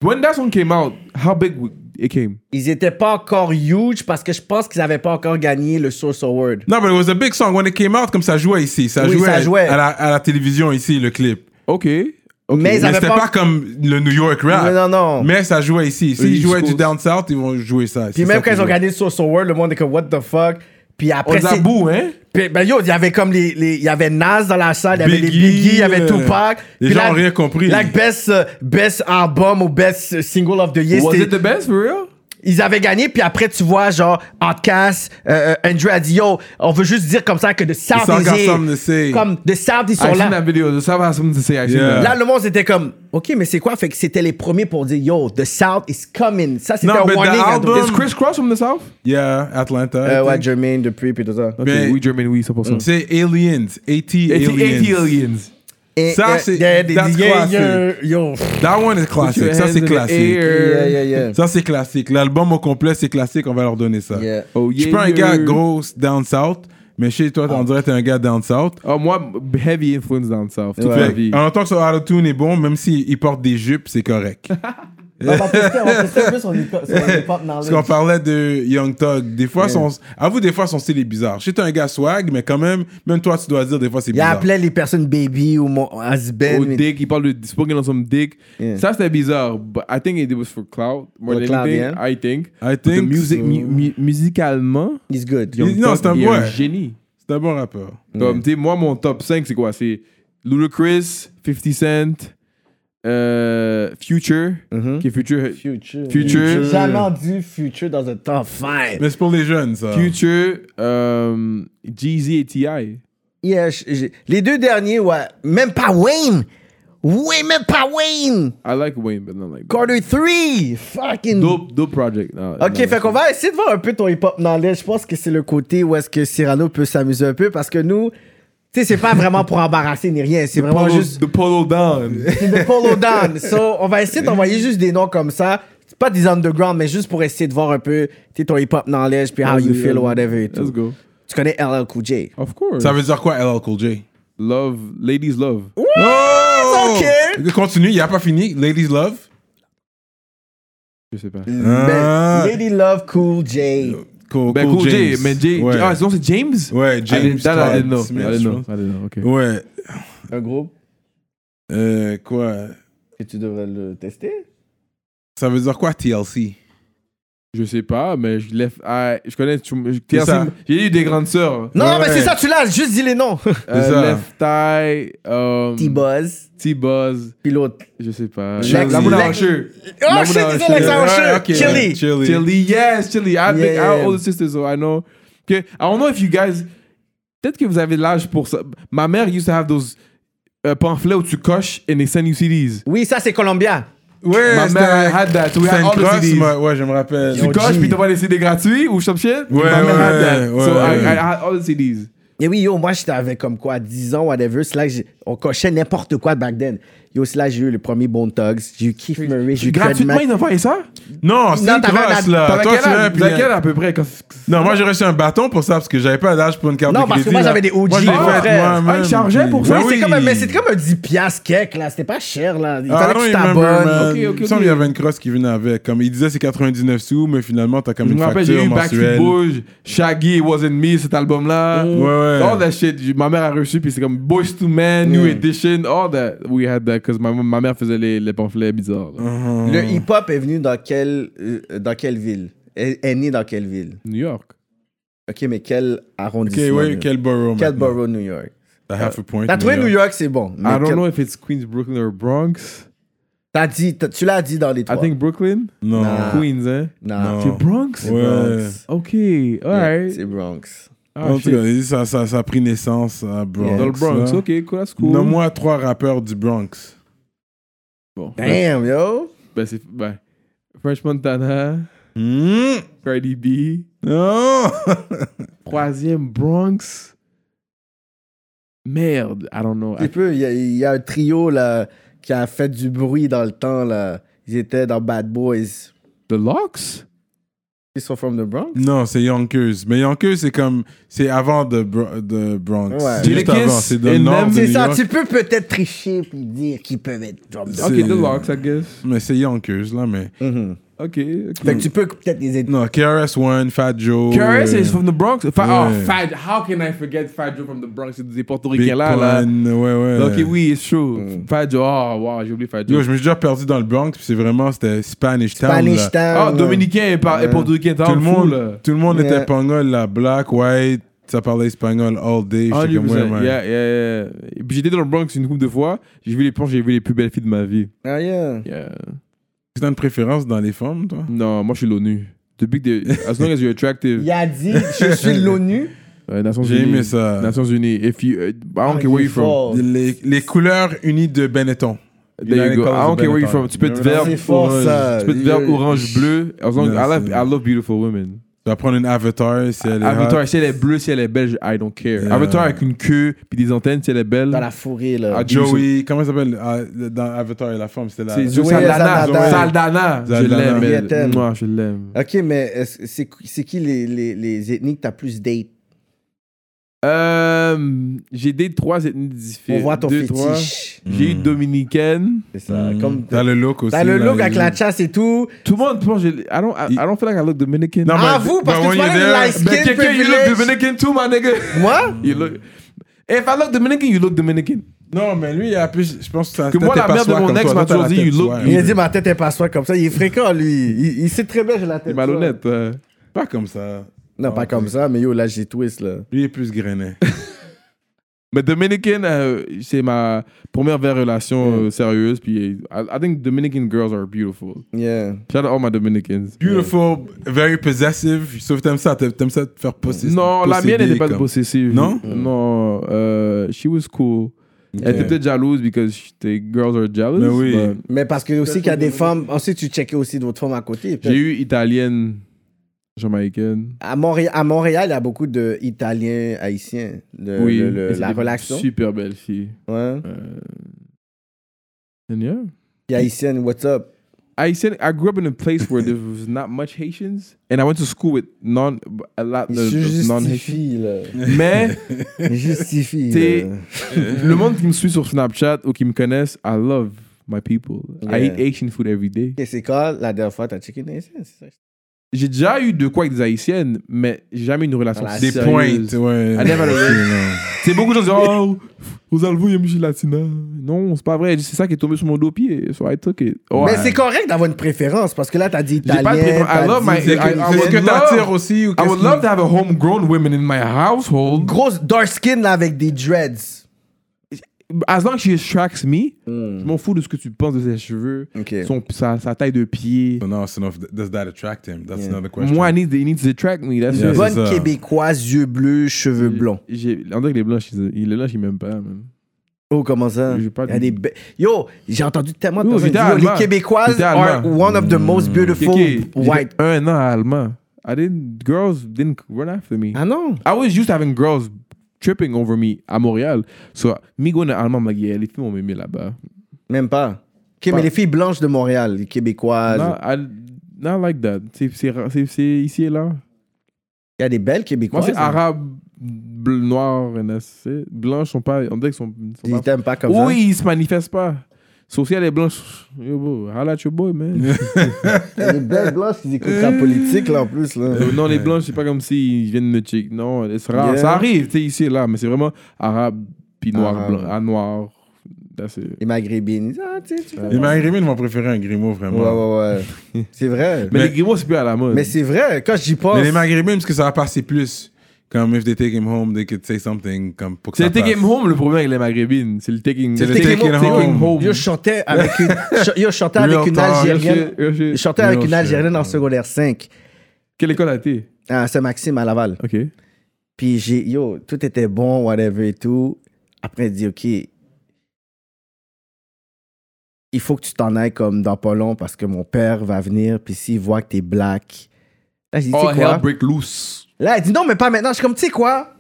[SPEAKER 4] When that song came out, how big w- it came?
[SPEAKER 5] Ils étaient pas encore huge parce que je pense qu'ils avaient pas encore gagné le Source Award.
[SPEAKER 2] Non, but it was a big song. When it came out, comme ça jouait ici. Ça
[SPEAKER 5] Oui,
[SPEAKER 2] jouait,
[SPEAKER 5] ça jouait.
[SPEAKER 2] À, la, à la télévision ici, le clip.
[SPEAKER 4] Ok. ok.
[SPEAKER 5] Mais ils
[SPEAKER 2] Mais
[SPEAKER 5] avaient
[SPEAKER 2] c'était
[SPEAKER 5] pas-
[SPEAKER 2] pas... comme le New York rap.
[SPEAKER 5] Non, non, non.
[SPEAKER 2] Ah, Mais ça jouait ici.
[SPEAKER 4] Oui,
[SPEAKER 2] S'ils jouaient
[SPEAKER 4] je
[SPEAKER 2] du
[SPEAKER 4] pense.
[SPEAKER 2] Down South, ils vont jouer ça.
[SPEAKER 5] Puis même quand ils ont gagné sur Source World, le monde est comme, what the fuck? Puis
[SPEAKER 4] On
[SPEAKER 5] après,
[SPEAKER 4] les a
[SPEAKER 5] c'est.
[SPEAKER 4] bouts, hein?
[SPEAKER 5] Puis, ben yo, il y avait comme les, les. Il y avait Nas dans la salle, il y avait les
[SPEAKER 2] Biggie,
[SPEAKER 5] Biggie, il y avait
[SPEAKER 2] euh,
[SPEAKER 5] Tupac.
[SPEAKER 2] les
[SPEAKER 5] Puis
[SPEAKER 2] gens
[SPEAKER 5] la-
[SPEAKER 2] ont rien compris.
[SPEAKER 5] La best, euh, best album ou best euh, single of the year,
[SPEAKER 4] Was
[SPEAKER 5] c'était-
[SPEAKER 4] it the best, for real?
[SPEAKER 5] Ils avaient gagné, puis après, tu vois, genre, Outcast, euh, euh, Andrew a dit, yo, on veut juste dire comme ça que de South
[SPEAKER 2] South
[SPEAKER 5] is
[SPEAKER 2] got
[SPEAKER 5] here.
[SPEAKER 2] something to say.
[SPEAKER 5] Comme de South, ils sont
[SPEAKER 4] I
[SPEAKER 2] Ah,
[SPEAKER 5] là.
[SPEAKER 4] seen that video. Ça va, something to say, I seen
[SPEAKER 2] Yeah.
[SPEAKER 4] that.
[SPEAKER 5] Là, le monde, c'était comme, OK, mais c'est quoi? Fait que c'était les premiers pour dire, yo, the South is coming. Ça, c'était
[SPEAKER 2] Non,
[SPEAKER 5] un
[SPEAKER 2] but the
[SPEAKER 5] warning. à tout-
[SPEAKER 2] album-
[SPEAKER 4] Is Chris Cross from the South?
[SPEAKER 2] Yeah, Atlanta. I
[SPEAKER 5] Euh, ouais,
[SPEAKER 2] think.
[SPEAKER 5] Jermaine, Dupree, puis tout ça.
[SPEAKER 4] Ok,
[SPEAKER 2] Ben-
[SPEAKER 4] oui, German, oui, 100%.
[SPEAKER 2] C'est Aliens. 80
[SPEAKER 4] It's
[SPEAKER 2] Aliens.
[SPEAKER 4] 80 aliens.
[SPEAKER 5] Et-
[SPEAKER 2] Ça,
[SPEAKER 5] et-
[SPEAKER 2] c'est-
[SPEAKER 5] y a des-
[SPEAKER 2] that's
[SPEAKER 5] y a-
[SPEAKER 2] classic.
[SPEAKER 5] y a- Yo.
[SPEAKER 2] That one is
[SPEAKER 5] Ah,
[SPEAKER 4] Put
[SPEAKER 2] classic.
[SPEAKER 4] your
[SPEAKER 2] Ça,
[SPEAKER 4] hands
[SPEAKER 2] c'est
[SPEAKER 4] in the
[SPEAKER 2] classique.
[SPEAKER 4] air.
[SPEAKER 5] Yeah, yeah, yeah.
[SPEAKER 2] Ça, c'est classique. L'album au complet, c'est classique. On va leur donner ça.
[SPEAKER 5] Yeah.
[SPEAKER 4] Oh,
[SPEAKER 2] Je suis
[SPEAKER 4] yeah,
[SPEAKER 2] pas un gars
[SPEAKER 4] yeah.
[SPEAKER 2] gros down south, mais chez toi, t'en dirais que t'es un gars down south.
[SPEAKER 4] Oh, moi, heavy influence down south. Toute ma
[SPEAKER 2] Fait
[SPEAKER 4] vie.
[SPEAKER 2] que, En tant que son autotune est bon, même s'il porte des jupes, c'est correct.
[SPEAKER 5] On va tester, on va tester un peu sur les co- sur les pop
[SPEAKER 2] Parce
[SPEAKER 5] knowledge.
[SPEAKER 2] qu'on parlait de Young Thug. Des fois, son, avoue, des fois, son style est bizarre. Je sais, t'es un gars swag, mais quand même, même toi, tu dois dire, des fois, c'est
[SPEAKER 5] Il a
[SPEAKER 2] bizarre.
[SPEAKER 5] appelé les personnes baby ou mon
[SPEAKER 4] Au
[SPEAKER 5] husband. mais-
[SPEAKER 4] dick, il parle de spoken on some dick.
[SPEAKER 5] Yeah.
[SPEAKER 4] Ça, c'était bizarre. But I think it was for cloud more
[SPEAKER 5] For
[SPEAKER 4] than
[SPEAKER 5] clout,
[SPEAKER 4] anything.
[SPEAKER 5] yeah.
[SPEAKER 4] I think.
[SPEAKER 2] I
[SPEAKER 4] But the
[SPEAKER 2] think
[SPEAKER 4] music,
[SPEAKER 2] so.
[SPEAKER 4] mu- mu- musicalement,
[SPEAKER 5] He's good.
[SPEAKER 4] Young
[SPEAKER 2] non,
[SPEAKER 4] Thug,
[SPEAKER 2] c'est un-
[SPEAKER 4] il est
[SPEAKER 2] ouais.
[SPEAKER 4] génie.
[SPEAKER 2] C'est un bon rappeur.
[SPEAKER 4] Comme, tu sais, moi, mon top 5, c'est quoi C'est Ludacris, 50 Cent, euh, Future, qui est Future.
[SPEAKER 5] Mm-hmm. Future.
[SPEAKER 4] Future.
[SPEAKER 5] J'ai jamais entendu Future dans un top 5.
[SPEAKER 2] Mais c'est pour les jeunes, ça.
[SPEAKER 4] Future, euh, Jeezy et T.I.
[SPEAKER 5] Yeah, j- j- les deux derniers, ouais. Même pas Wayne. Oui, même pas Wayne.
[SPEAKER 4] I like Wayne, but not like that.
[SPEAKER 5] Carter 3. Fucking.
[SPEAKER 4] Dope, dope project. No,
[SPEAKER 5] Ok,
[SPEAKER 4] no,
[SPEAKER 5] fait qu'on va essayer de voir un peu ton hip-hop knowledge. Je pense que c'est le côté où est-ce que Cyrano peut s'amuser un peu parce que nous, tu sais, c'est pas vraiment pour embarrasser ni rien. C'est vraiment
[SPEAKER 4] Polo-
[SPEAKER 5] juste.
[SPEAKER 4] The Polo Down.
[SPEAKER 5] C'est de Polo Down. So, on va essayer d'envoyer juste des noms comme ça. C'est pas des underground, mais juste pour essayer de voir un peu t'sais, ton hip-hop knowledge, puis how you feel, whatever et
[SPEAKER 4] Let's
[SPEAKER 5] tout.
[SPEAKER 4] go.
[SPEAKER 5] Tu connais LL Cool J.
[SPEAKER 4] Of course.
[SPEAKER 2] Ça veut dire quoi, LL Cool J?
[SPEAKER 4] Love, ladies love.
[SPEAKER 2] Oh!
[SPEAKER 5] ok.
[SPEAKER 2] Continue, il a pas fini. Ladies Love.
[SPEAKER 4] Je sais pas.
[SPEAKER 2] Ah.
[SPEAKER 5] Ben, Lady Love Cool J.
[SPEAKER 2] Cool,
[SPEAKER 4] Ben, cool J, mais J.
[SPEAKER 2] Ouais,
[SPEAKER 4] Ah, sinon c'est James?
[SPEAKER 2] Ouais,
[SPEAKER 4] I
[SPEAKER 2] James.
[SPEAKER 4] didn't- that I didn't know.
[SPEAKER 2] Todd Smith,
[SPEAKER 4] I
[SPEAKER 2] je
[SPEAKER 4] didn't
[SPEAKER 2] pense.
[SPEAKER 4] know. I didn't know. Okay.
[SPEAKER 2] Ouais.
[SPEAKER 5] Un groupe
[SPEAKER 2] Euh, quoi?
[SPEAKER 5] que tu devrais le tester.
[SPEAKER 2] Ça veut dire quoi, TLC?
[SPEAKER 4] Je sais pas, mais je lève. ah, je connais. tu-
[SPEAKER 2] C'est ça.
[SPEAKER 4] J'ai eu des grandes sœurs.
[SPEAKER 5] Non,
[SPEAKER 2] Ouais.
[SPEAKER 5] mais c'est ça, tu l'as. Juste dis les noms.
[SPEAKER 4] Euh,
[SPEAKER 2] ça.
[SPEAKER 4] Left Eye, euh,
[SPEAKER 5] T-Buzz,
[SPEAKER 4] T-Buzz,
[SPEAKER 5] pilote.
[SPEAKER 4] je sais pas.
[SPEAKER 5] Lex-
[SPEAKER 2] La moule en
[SPEAKER 5] Lex-
[SPEAKER 2] cheveux.
[SPEAKER 5] Oh shit,
[SPEAKER 4] Lamouna,
[SPEAKER 5] c'est
[SPEAKER 4] Chili.
[SPEAKER 5] Lex
[SPEAKER 2] Ouais,
[SPEAKER 5] Archer.
[SPEAKER 2] ok.
[SPEAKER 5] Chili.
[SPEAKER 2] Chili.
[SPEAKER 4] Chili, yes, Chili. I have
[SPEAKER 5] Yeah,
[SPEAKER 4] big- I
[SPEAKER 5] yeah,
[SPEAKER 4] have
[SPEAKER 5] yeah.
[SPEAKER 4] older sisters, so I know. Okay. I don't know if you guys. Peut-être que vous avez l'âge pour ça. Ma mère used to have those euh, pamphlets où tu coches and they send you CDs.
[SPEAKER 5] Oui, ça, c'est Colombia.
[SPEAKER 2] Ouais,
[SPEAKER 4] Ma
[SPEAKER 2] c'était
[SPEAKER 4] mère had that. We had
[SPEAKER 2] Saint
[SPEAKER 4] all the
[SPEAKER 2] Cross,
[SPEAKER 4] CDs.
[SPEAKER 2] moi, ouais, je me rappelle.
[SPEAKER 4] Tu coches puis t'as des CD gratuits ou some shit.
[SPEAKER 2] Ouais,
[SPEAKER 4] Ma mère
[SPEAKER 2] ouais,
[SPEAKER 4] had that.
[SPEAKER 2] ouais,
[SPEAKER 4] so I,
[SPEAKER 2] ouais.
[SPEAKER 4] I had all the CDs.
[SPEAKER 5] Et oui, yo, moi, j'étais avec comme quoi, 10 ans, whatever. C'est là que j'ai- on cochait n'importe quoi back then. Yo, c'est là que j'ai eu le premier Bone Thugs. J'ai eu Keith Murray. J'ai eu Craig
[SPEAKER 4] Gratuitement,
[SPEAKER 5] Mack.
[SPEAKER 4] ils envoyaient ça?
[SPEAKER 2] Non, c'est
[SPEAKER 5] Non,
[SPEAKER 2] une
[SPEAKER 5] t'avais
[SPEAKER 2] crosse,
[SPEAKER 5] la-
[SPEAKER 2] là.
[SPEAKER 4] T'avais
[SPEAKER 2] Toi,
[SPEAKER 4] quel
[SPEAKER 2] tu l'as,
[SPEAKER 4] âge?
[SPEAKER 2] puis-
[SPEAKER 4] T'avais quel à peu près? Quand...
[SPEAKER 2] Non, moi, j'ai reçu un bâton pour ça, parce que j'avais pas d'âge pour une carte
[SPEAKER 5] Non,
[SPEAKER 2] de
[SPEAKER 5] parce que
[SPEAKER 2] crédit.
[SPEAKER 5] moi,
[SPEAKER 2] là.
[SPEAKER 5] j'avais des OG,
[SPEAKER 2] Moi, je l'ai
[SPEAKER 5] mon
[SPEAKER 2] fait
[SPEAKER 5] frère.
[SPEAKER 2] moi-même,
[SPEAKER 4] Ah, ils chargeaient pour
[SPEAKER 2] puis- Ben
[SPEAKER 4] ça?
[SPEAKER 5] Oui, c'est
[SPEAKER 2] oui.
[SPEAKER 5] comme, un- mais c'était comme un 10 piastres cake, là. C'était pas cher, là. Il
[SPEAKER 2] Ah,
[SPEAKER 5] fallait
[SPEAKER 2] non,
[SPEAKER 5] que
[SPEAKER 2] il
[SPEAKER 5] tu
[SPEAKER 2] remember,
[SPEAKER 5] t'abonnes.
[SPEAKER 2] man.
[SPEAKER 4] Ok, ok,
[SPEAKER 2] Il me semble
[SPEAKER 4] ok.
[SPEAKER 2] qu'il y avait une crosse qui venait avec. Comme il disait, c'est 99 sous, mais finalement, t'as comme
[SPEAKER 4] Je
[SPEAKER 2] une
[SPEAKER 4] me rappelle, j'ai
[SPEAKER 2] facture
[SPEAKER 4] eu
[SPEAKER 2] mensuelle.
[SPEAKER 4] Backstreet Boys, Shaggy, It Wasn't Me, cet album-là.
[SPEAKER 2] Ouais, ouais. Mm.
[SPEAKER 4] All that shit. j- Ma mère a reçu, puis c'est comme Boys to Men, New Edition, all that. We had that, because ma, ma mère faisait les, les pamphlets bizarres. là.
[SPEAKER 2] Uh-huh. mm.
[SPEAKER 5] Le hip-hop est venu dans quelle, euh, dans quelle ville? Est, est né dans quelle ville?
[SPEAKER 2] Mm.
[SPEAKER 4] New York.
[SPEAKER 5] OK, mais quel
[SPEAKER 2] Ok,
[SPEAKER 5] arrondissement?
[SPEAKER 2] ouais,
[SPEAKER 5] là?
[SPEAKER 2] quel borough,
[SPEAKER 5] Quel
[SPEAKER 2] maintenant?
[SPEAKER 5] borough de New York?
[SPEAKER 2] T'as half a point.
[SPEAKER 5] T'as trouvé New York, c'est bon. mais
[SPEAKER 4] I don't
[SPEAKER 5] quel-
[SPEAKER 4] know if it's Queens, Brooklyn or Bronx.
[SPEAKER 5] T'as dit, t'as- tu l'as dit dans les trois.
[SPEAKER 4] I think Brooklyn.
[SPEAKER 2] Non.
[SPEAKER 5] Nah. Ah.
[SPEAKER 4] Queens, hein.
[SPEAKER 5] Non.
[SPEAKER 2] Non.
[SPEAKER 4] C'est Bronx?
[SPEAKER 5] C'est Bronx.
[SPEAKER 2] Ouais.
[SPEAKER 4] Ok, alright.
[SPEAKER 5] C'est Bronx.
[SPEAKER 4] Ah,
[SPEAKER 2] En tout
[SPEAKER 4] shit.
[SPEAKER 2] cas, ça, ça, ça a pris naissance à Bronx.
[SPEAKER 4] Dans le Bronx,
[SPEAKER 2] là.
[SPEAKER 4] ok, cool, that's cool.
[SPEAKER 2] Nomme-moi trois rappeurs du Bronx.
[SPEAKER 4] Bon.
[SPEAKER 5] Damn, yo!
[SPEAKER 4] Ben, c'est. Ben. French Montana,
[SPEAKER 2] Hmm?
[SPEAKER 4] Cardi B.
[SPEAKER 2] Non!
[SPEAKER 4] Troisième Bronx. Merde, I don't know.
[SPEAKER 5] Tu peux, il y, a- il y a un trio, là, qui a fait du bruit dans le temps, là. Ils étaient dans Bad Boys.
[SPEAKER 4] The Locks?
[SPEAKER 5] Ils sont from the Bronx?
[SPEAKER 2] non, c'est Yonkers. Mais Yonkers, c'est comme. C'est avant de, Bro- de Bronx.
[SPEAKER 5] Ouais.
[SPEAKER 2] C'est Juste
[SPEAKER 4] Jadakiss
[SPEAKER 2] avant, c'est dans
[SPEAKER 4] et
[SPEAKER 2] le nord.
[SPEAKER 4] Nam-
[SPEAKER 2] de
[SPEAKER 5] C'est
[SPEAKER 2] New
[SPEAKER 5] ça,
[SPEAKER 2] York.
[SPEAKER 5] tu peux peut-être tricher puis dire qu'ils peuvent être from the Bronx.
[SPEAKER 4] Ok,
[SPEAKER 2] C'est-
[SPEAKER 4] The Locks, I guess.
[SPEAKER 2] Mais c'est Yonkers, là, mais.
[SPEAKER 5] Mhm.
[SPEAKER 4] Ok, ok.
[SPEAKER 5] Fait que tu peux peut-être les aider.
[SPEAKER 2] Non, KRS-One, Fat Joe.
[SPEAKER 4] Curious
[SPEAKER 2] euh,
[SPEAKER 4] is from the Bronx. Fa-
[SPEAKER 2] Ouais.
[SPEAKER 4] Oh, Fad, how can I forget Fat Joe from the Bronx? C'est des
[SPEAKER 2] Big
[SPEAKER 4] Portoricains là, là.
[SPEAKER 2] Pun, ouais, ouais.
[SPEAKER 4] Ok, oui, it's true. Fat Joe, oh, wow, j'ai oublié Fat
[SPEAKER 2] Yo,
[SPEAKER 4] Joe.
[SPEAKER 2] je me suis déjà perdu dans le Bronx, puis c'est vraiment, c'était Spanish Town.
[SPEAKER 5] Spanish
[SPEAKER 2] là.
[SPEAKER 5] Town.
[SPEAKER 4] Ah, Dominicain et, par- et Portoricain,
[SPEAKER 2] Tout le monde,
[SPEAKER 4] là.
[SPEAKER 2] tout le monde
[SPEAKER 5] Yeah.
[SPEAKER 2] était pangol, là. Black, white, ça parlait espagnol all day.
[SPEAKER 4] Ah,
[SPEAKER 2] J'étais comme, ouais,
[SPEAKER 4] 100%.
[SPEAKER 2] man.
[SPEAKER 4] Yeah, yeah, yeah. Et puis j'étais dans le Bronx une couple de fois. J'ai vu les planches, j'ai vu les plus belles filles de ma vie.
[SPEAKER 5] Ah, yeah.
[SPEAKER 2] Euh.
[SPEAKER 4] Yeah.
[SPEAKER 2] T'as une préférence dans les femmes, toi?
[SPEAKER 4] Non, moi je suis l'ONU. Depuis que t'es- as long as you're attractive.
[SPEAKER 5] Il a dit, je suis de l'ONU.
[SPEAKER 4] Euh, Nations
[SPEAKER 2] J'ai
[SPEAKER 4] Unies.
[SPEAKER 2] aimé ça.
[SPEAKER 4] Nations Unies. If you, uh, I don't care
[SPEAKER 5] Ah, il
[SPEAKER 4] where
[SPEAKER 5] est
[SPEAKER 4] you from.
[SPEAKER 5] fort.
[SPEAKER 2] Les, les couleurs unies de Benetton.
[SPEAKER 4] There you go. I don't care where you from. Tu peux être vert,
[SPEAKER 5] C'est fort,
[SPEAKER 4] orange.
[SPEAKER 5] ça.
[SPEAKER 4] Tu peux être vert, orange, bleu. As long as- I, love,
[SPEAKER 2] Merci.
[SPEAKER 4] I love beautiful women.
[SPEAKER 2] Tu vas prendre une avatar si elle est
[SPEAKER 4] Avatar,
[SPEAKER 2] hot.
[SPEAKER 4] si elle est bleue, si elle est belge, I don't care.
[SPEAKER 2] Yeah.
[SPEAKER 4] Avatar avec une queue puis des antennes, si elle est belle.
[SPEAKER 5] Dans la forêt, là.
[SPEAKER 4] Ah,
[SPEAKER 2] Joey, comment elle s'appelle ah, dans Avatar la femme? C'était la.
[SPEAKER 4] C'est Zoé
[SPEAKER 5] Zoé
[SPEAKER 4] Saldana.
[SPEAKER 5] Saldana.
[SPEAKER 4] Saldana. Je
[SPEAKER 2] Saldana.
[SPEAKER 4] l'aime.
[SPEAKER 5] Je t'aime.
[SPEAKER 4] elle. Moi, je l'aime.
[SPEAKER 5] Ok, mais est-ce- c'est c'est qui les, les, les ethnies que t'as plus date?
[SPEAKER 4] Euh, J'ai des trois ethnies différentes.
[SPEAKER 5] On voit ton
[SPEAKER 4] Deux, trois.
[SPEAKER 5] fétiche. Hmm.
[SPEAKER 4] J'ai eu dominicaine.
[SPEAKER 5] C'est ça. Comme
[SPEAKER 2] Hmm. T'as le look aussi.
[SPEAKER 5] t'as le
[SPEAKER 2] là,
[SPEAKER 5] look avec
[SPEAKER 2] les-
[SPEAKER 5] la chasse et tout.
[SPEAKER 4] Tout le monde pense que je. I don't, I, I don't feel like I look Dominican.
[SPEAKER 2] Non,
[SPEAKER 5] Ah,
[SPEAKER 2] mais-
[SPEAKER 5] vous, parce
[SPEAKER 2] but
[SPEAKER 4] ben
[SPEAKER 5] que
[SPEAKER 2] when
[SPEAKER 5] tu parles
[SPEAKER 2] you're there-
[SPEAKER 5] de light
[SPEAKER 4] But
[SPEAKER 5] skin
[SPEAKER 4] quelqu'un, you look
[SPEAKER 5] privilege.
[SPEAKER 4] Dominican too, my nigga.
[SPEAKER 5] Moi?
[SPEAKER 4] You look. If I look Dominican, you look Dominican.
[SPEAKER 2] Non, mais lui, il a plus- je pense que ça.
[SPEAKER 4] Que moi, la mère de mon ex m'a toujours dit, you look-
[SPEAKER 5] Il a dit, ma tête est pas soie comme ça. Il est fréquent, lui. Il, il sait très bien, j'ai la tête.
[SPEAKER 4] C'est malhonnête. euh.
[SPEAKER 2] Pas comme ça.
[SPEAKER 5] soie. Non, pas comme ça, mais yo, là, j'ai twist, là.
[SPEAKER 2] Lui, il est plus grainé.
[SPEAKER 4] Mais Dominican, euh, c'est ma première vraie relation euh, sérieuse. Puis, euh, I, I think Dominican girls are beautiful.
[SPEAKER 5] Yeah.
[SPEAKER 4] Shout out all my Dominicans.
[SPEAKER 2] Beautiful, very possessive. Sauf que t'aimes ça, t'a- t'aimes ça te faire posséder.
[SPEAKER 4] Non, la mienne, elle n'était pas
[SPEAKER 2] comme-
[SPEAKER 4] possessive.
[SPEAKER 2] Non?
[SPEAKER 4] Non. euh, she was cool. Elle était peut-être jalouse because she- the girls are jealous.
[SPEAKER 2] Mais oui.
[SPEAKER 4] but-
[SPEAKER 5] Mais parce que aussi qu'il y a des femmes. Ensuite, tu checkais aussi d'autres femmes à côté.
[SPEAKER 4] J'ai eu italienne, jamaïcaine.
[SPEAKER 5] À Montréal, à Montréal, il y a beaucoup d'Italiens, Haïtiens. Le-
[SPEAKER 4] oui.
[SPEAKER 5] Euh, le- le-
[SPEAKER 4] et c'est
[SPEAKER 5] la
[SPEAKER 4] des
[SPEAKER 5] relaxation.
[SPEAKER 4] Super belle fille.
[SPEAKER 5] Ouais.
[SPEAKER 4] Euh, and yeah.
[SPEAKER 5] Puis Haïtienne, what's up?
[SPEAKER 4] I said I grew up in a place where there was not much Haitians, and I went to school with non a lot
[SPEAKER 5] Il
[SPEAKER 4] of
[SPEAKER 5] se
[SPEAKER 4] non Haitians.
[SPEAKER 5] justifie, là.
[SPEAKER 4] Mais
[SPEAKER 5] Il justifie.
[SPEAKER 4] T'es-
[SPEAKER 5] là.
[SPEAKER 4] le monde qui me suit sur Snapchat ou qui me connaissent, I love my people. I
[SPEAKER 5] Yeah.
[SPEAKER 4] eat Haitian food every day.
[SPEAKER 5] Ok, c'est quoi la dernière fois t'as checké une Haïtienne? c'est ça?
[SPEAKER 4] j'ai déjà eu de quoi avec des haïtiennes, mais j'ai jamais eu une relation
[SPEAKER 5] Voilà,
[SPEAKER 2] Des
[SPEAKER 4] sérieuse.
[SPEAKER 2] pointes, ouais.
[SPEAKER 4] I never really- C'est beaucoup de gens qui disent Oh, vous avez vu, il y a Michel Latina. Non, c'est pas vrai. C'est ça qui est tombé sur mon dos pied. So I took it. Oh,
[SPEAKER 5] Mais
[SPEAKER 4] I-
[SPEAKER 5] c'est correct d'avoir une préférence parce que là, t'as dit
[SPEAKER 4] J'ai
[SPEAKER 5] italien.
[SPEAKER 4] pas de préférence. I
[SPEAKER 5] t'as
[SPEAKER 4] love
[SPEAKER 5] dit-
[SPEAKER 4] my-
[SPEAKER 2] C'est
[SPEAKER 4] I- I
[SPEAKER 2] que- c'est ce
[SPEAKER 4] would
[SPEAKER 2] que
[SPEAKER 4] love-
[SPEAKER 2] t'attires aussi ou
[SPEAKER 4] I
[SPEAKER 2] qu'est-ce
[SPEAKER 4] would
[SPEAKER 2] qui-
[SPEAKER 4] love to have a homegrown woman in my household.
[SPEAKER 5] Grosse dark skin là avec des dreads.
[SPEAKER 4] As long as she attracts me,
[SPEAKER 5] Hmm.
[SPEAKER 4] je m'en fous de ce que tu penses de ses cheveux,
[SPEAKER 5] Ok.
[SPEAKER 4] son, sa, sa taille de pied.
[SPEAKER 2] But no, it's enough. Does that attract him? That's
[SPEAKER 5] Yeah.
[SPEAKER 2] another question.
[SPEAKER 4] Moi, I need, they need to attract me. That's
[SPEAKER 2] Yeah,
[SPEAKER 4] it.
[SPEAKER 2] c'est
[SPEAKER 5] Bonne
[SPEAKER 2] ça.
[SPEAKER 5] québécoise, yeux bleus, cheveux blonds.
[SPEAKER 4] J'ai- On dirait que les blancs, ils- ils- les blancs, ils m'aiment pas. man.
[SPEAKER 5] Oh, comment ça?
[SPEAKER 4] J'ai pas
[SPEAKER 5] Il y a
[SPEAKER 4] de-
[SPEAKER 5] des be- Yo, j'ai entendu tellement de
[SPEAKER 4] Yo,
[SPEAKER 5] personnes
[SPEAKER 4] j'étais
[SPEAKER 5] dire, yo,
[SPEAKER 4] allemand.
[SPEAKER 5] les Québécoises
[SPEAKER 4] J'étais
[SPEAKER 5] are
[SPEAKER 4] allemand. Mm.
[SPEAKER 5] one of the most beautiful
[SPEAKER 4] Ok, j'étais
[SPEAKER 5] white.
[SPEAKER 4] Un an à allemand. I didn't, girls didn't run after me.
[SPEAKER 5] Ah non?
[SPEAKER 4] I was used to having girls tripping over me à Montréal. So, me going to Allemand, I'm like, yeah, les filles vont m'aimer là-bas.
[SPEAKER 5] Même pas. Ok,
[SPEAKER 4] Pas-
[SPEAKER 5] mais les filles blanches de Montréal, les Québécoises.
[SPEAKER 4] Not, I- not like that. C'est- C'est ra- c'est- c'est ici et là.
[SPEAKER 5] Il y a des belles
[SPEAKER 4] Moi,
[SPEAKER 5] Québécoises.
[SPEAKER 4] c'est
[SPEAKER 5] hein.
[SPEAKER 4] arabe, bl- noir, and that's it. Blanches sont pas. On dirait qu'ils sont, sont
[SPEAKER 5] Ils
[SPEAKER 4] pas-
[SPEAKER 5] t'aiment pas comme
[SPEAKER 4] Oui, ils se manifestent pas. Sauf si elle est blanche. Yo, bro, holla at your boy, man.
[SPEAKER 5] ça. Les belles blanches, ils écoutent la politique, là, en plus. Là.
[SPEAKER 4] Euh, non, les blanches, c'est pas comme s'ils viennent de check. Non, c'est rare.
[SPEAKER 5] Yeah.
[SPEAKER 4] Ça arrive, tu sais, ici et là, mais c'est vraiment arabe, puis noir,
[SPEAKER 5] Arabe.
[SPEAKER 4] blanc, à noir. That's it.
[SPEAKER 5] Les maghrébines. ils disent, Ah, tu sais, tu fais-
[SPEAKER 2] Les Maghrébins ils vont préférer un Grimaud,
[SPEAKER 5] Ouais,
[SPEAKER 2] vraiment.
[SPEAKER 5] ouais, ouais. c'est vrai.
[SPEAKER 4] Mais,
[SPEAKER 2] Mais-
[SPEAKER 4] les grimoires, c'est plus à la mode.
[SPEAKER 5] Mais c'est vrai, quand j'y pense.
[SPEAKER 2] Mais les Maghrébins, parce que ça va passer plus. Comme if they take him home, they could say something comme pour que
[SPEAKER 4] C'est
[SPEAKER 2] ça
[SPEAKER 4] le take
[SPEAKER 2] passe.
[SPEAKER 4] him home le problème avec les maghrébines. C'est le taking
[SPEAKER 2] C'est le
[SPEAKER 5] Take
[SPEAKER 2] take,
[SPEAKER 5] him
[SPEAKER 2] it
[SPEAKER 5] home.
[SPEAKER 2] home.
[SPEAKER 5] Yo, je chantais avec une, ch- yo, je chantais
[SPEAKER 2] Real
[SPEAKER 5] avec une
[SPEAKER 2] talk.
[SPEAKER 5] Algérienne. Je chantais avec
[SPEAKER 2] Yo,
[SPEAKER 5] une
[SPEAKER 2] shit.
[SPEAKER 5] Algérienne en secondaire 5
[SPEAKER 4] Quelle école a été
[SPEAKER 5] à Saint-Maxime à Laval.
[SPEAKER 4] Ok.
[SPEAKER 5] Puis j'ai, yo, tout était bon, whatever et tout. Après, elle dit, OK, il faut que tu t'en ailles comme dans pas long parce que mon père va venir. Puis s'il voit que t'es black. Là, j'ai dit,
[SPEAKER 2] Oh,
[SPEAKER 5] tu sais quoi?
[SPEAKER 4] break loose.
[SPEAKER 5] Là, elle dit, non, mais pas maintenant. Je suis comme, tu sais quoi?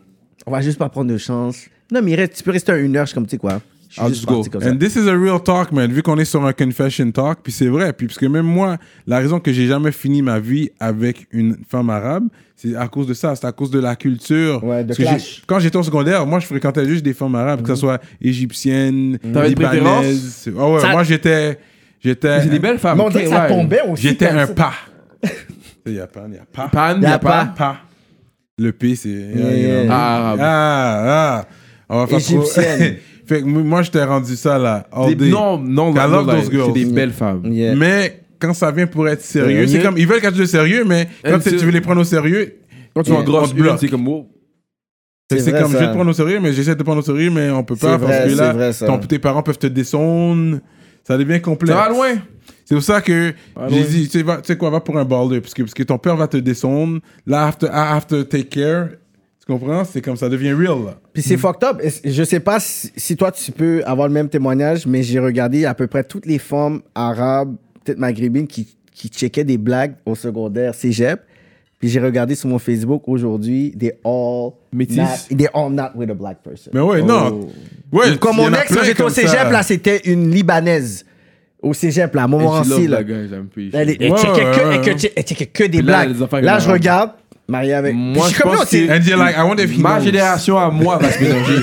[SPEAKER 5] On va juste pas prendre de chance. Non, mais il reste- tu peux rester à une heure. Je suis comme, tu sais quoi? Je suis
[SPEAKER 4] I'll
[SPEAKER 5] juste
[SPEAKER 4] just go.
[SPEAKER 5] parti comme ça.
[SPEAKER 2] And this is a real talk, man. Vu qu'on est sur un confession talk, puis c'est vrai. Puis parce que même moi, la raison que j'ai jamais fini ma vie avec une femme arabe, c'est à cause de ça. C'est à cause de la culture.
[SPEAKER 5] Ouais, de
[SPEAKER 2] Parce que
[SPEAKER 5] clash. Mhm.
[SPEAKER 2] j'ai- Quand j'étais au secondaire, moi, je fréquentais juste des femmes arabes, que ce soit égyptienne,
[SPEAKER 4] T'avais une
[SPEAKER 2] libanaise. Ah ouais,
[SPEAKER 5] Ça-
[SPEAKER 2] moi, j'étais, j'étais,
[SPEAKER 4] C'est des belles femmes.
[SPEAKER 5] Mais on dirait que ça
[SPEAKER 4] Ouais.
[SPEAKER 5] tombait aussi.
[SPEAKER 2] j'étais
[SPEAKER 5] comme
[SPEAKER 2] un
[SPEAKER 5] ça.
[SPEAKER 2] pas. Il y a pas, il y a pas.
[SPEAKER 4] Pan,
[SPEAKER 5] Y a
[SPEAKER 4] y'a
[SPEAKER 5] pas.
[SPEAKER 4] pas.
[SPEAKER 2] Pas. Le P, c'est.
[SPEAKER 5] yeah.
[SPEAKER 4] Ah,
[SPEAKER 2] Ah, ah. On va faire trop-
[SPEAKER 5] Égyptienne.
[SPEAKER 2] fait que moi, je t'ai rendu ça là. all
[SPEAKER 4] Des-
[SPEAKER 2] day.
[SPEAKER 4] Non, non,
[SPEAKER 2] I
[SPEAKER 4] non,
[SPEAKER 2] love
[SPEAKER 4] non,
[SPEAKER 2] those girls.
[SPEAKER 4] C'est des belles femmes.
[SPEAKER 5] Yeah.
[SPEAKER 2] Mais quand ça vient pour être sérieux,
[SPEAKER 5] Sérieux.
[SPEAKER 2] c'est comme. Ils veulent qu'être sérieux, mais quand
[SPEAKER 4] And
[SPEAKER 2] tu
[SPEAKER 4] tu-
[SPEAKER 2] veux les prendre au sérieux,
[SPEAKER 4] Quand tu
[SPEAKER 2] Yeah.
[SPEAKER 4] en grosses
[SPEAKER 2] On te bloque.
[SPEAKER 4] une, c'est comme oh.
[SPEAKER 2] c'est
[SPEAKER 5] C'est
[SPEAKER 2] c'est
[SPEAKER 5] vrai,
[SPEAKER 2] comme
[SPEAKER 5] ça.
[SPEAKER 2] je vais te prendre au sérieux, mais j'essaie de te prendre au sérieux, mais on peut
[SPEAKER 5] C'est
[SPEAKER 2] pas
[SPEAKER 5] vrai,
[SPEAKER 2] parce que là,
[SPEAKER 5] c'est vrai, ça.
[SPEAKER 2] ton- tes parents peuvent te descendre. Ça devient complexe.
[SPEAKER 4] Ça va loin.
[SPEAKER 2] C'est pour ça que
[SPEAKER 4] Ah,
[SPEAKER 2] j'ai
[SPEAKER 4] ouais.
[SPEAKER 2] dit, tu sais, va- tu sais quoi, va pour un baller, parce que, parce que ton père va te descendre. Là, after, I have to take care. Tu comprends? C'est comme ça devient real. Là.
[SPEAKER 5] Puis c'est fucked up. Et Je sais pas si, si toi tu peux avoir le même témoignage, mais j'ai regardé à peu près toutes les femmes arabes, peut-être maghrébines, qui, qui checkaient des blagues au secondaire cégep. Puis j'ai regardé sur mon Facebook aujourd'hui des all
[SPEAKER 4] Métis.
[SPEAKER 5] not- des all not with a black person. Oh.
[SPEAKER 2] Mais ouais, non. Ouais,
[SPEAKER 5] Comme
[SPEAKER 2] il y
[SPEAKER 5] mon
[SPEAKER 2] en a
[SPEAKER 5] ex, quand
[SPEAKER 2] plein
[SPEAKER 5] j'étais au
[SPEAKER 2] comme
[SPEAKER 5] cégep,
[SPEAKER 2] ça.
[SPEAKER 5] là, c'était une Libanaise. Au cégep, là, à
[SPEAKER 4] And she
[SPEAKER 5] Montmorency,
[SPEAKER 4] love
[SPEAKER 5] là.
[SPEAKER 4] that guy, j'aime plus.
[SPEAKER 5] Elle, elle
[SPEAKER 2] Ouais,
[SPEAKER 5] checkait que,
[SPEAKER 2] ouais,
[SPEAKER 5] elle que-
[SPEAKER 2] ouais.
[SPEAKER 5] elle checkait que des
[SPEAKER 4] Puis là,
[SPEAKER 5] blagues.
[SPEAKER 4] les affaires
[SPEAKER 5] Là,
[SPEAKER 4] avec
[SPEAKER 5] je
[SPEAKER 4] Arabes.
[SPEAKER 5] regarde, mariée avec. Puis
[SPEAKER 4] Moi,
[SPEAKER 5] je
[SPEAKER 4] je
[SPEAKER 5] suis comme, non,
[SPEAKER 4] pense
[SPEAKER 5] c'est-
[SPEAKER 2] And you're like, I wonder if he
[SPEAKER 4] Ma
[SPEAKER 2] knows.
[SPEAKER 4] génération à moi va se mélanger.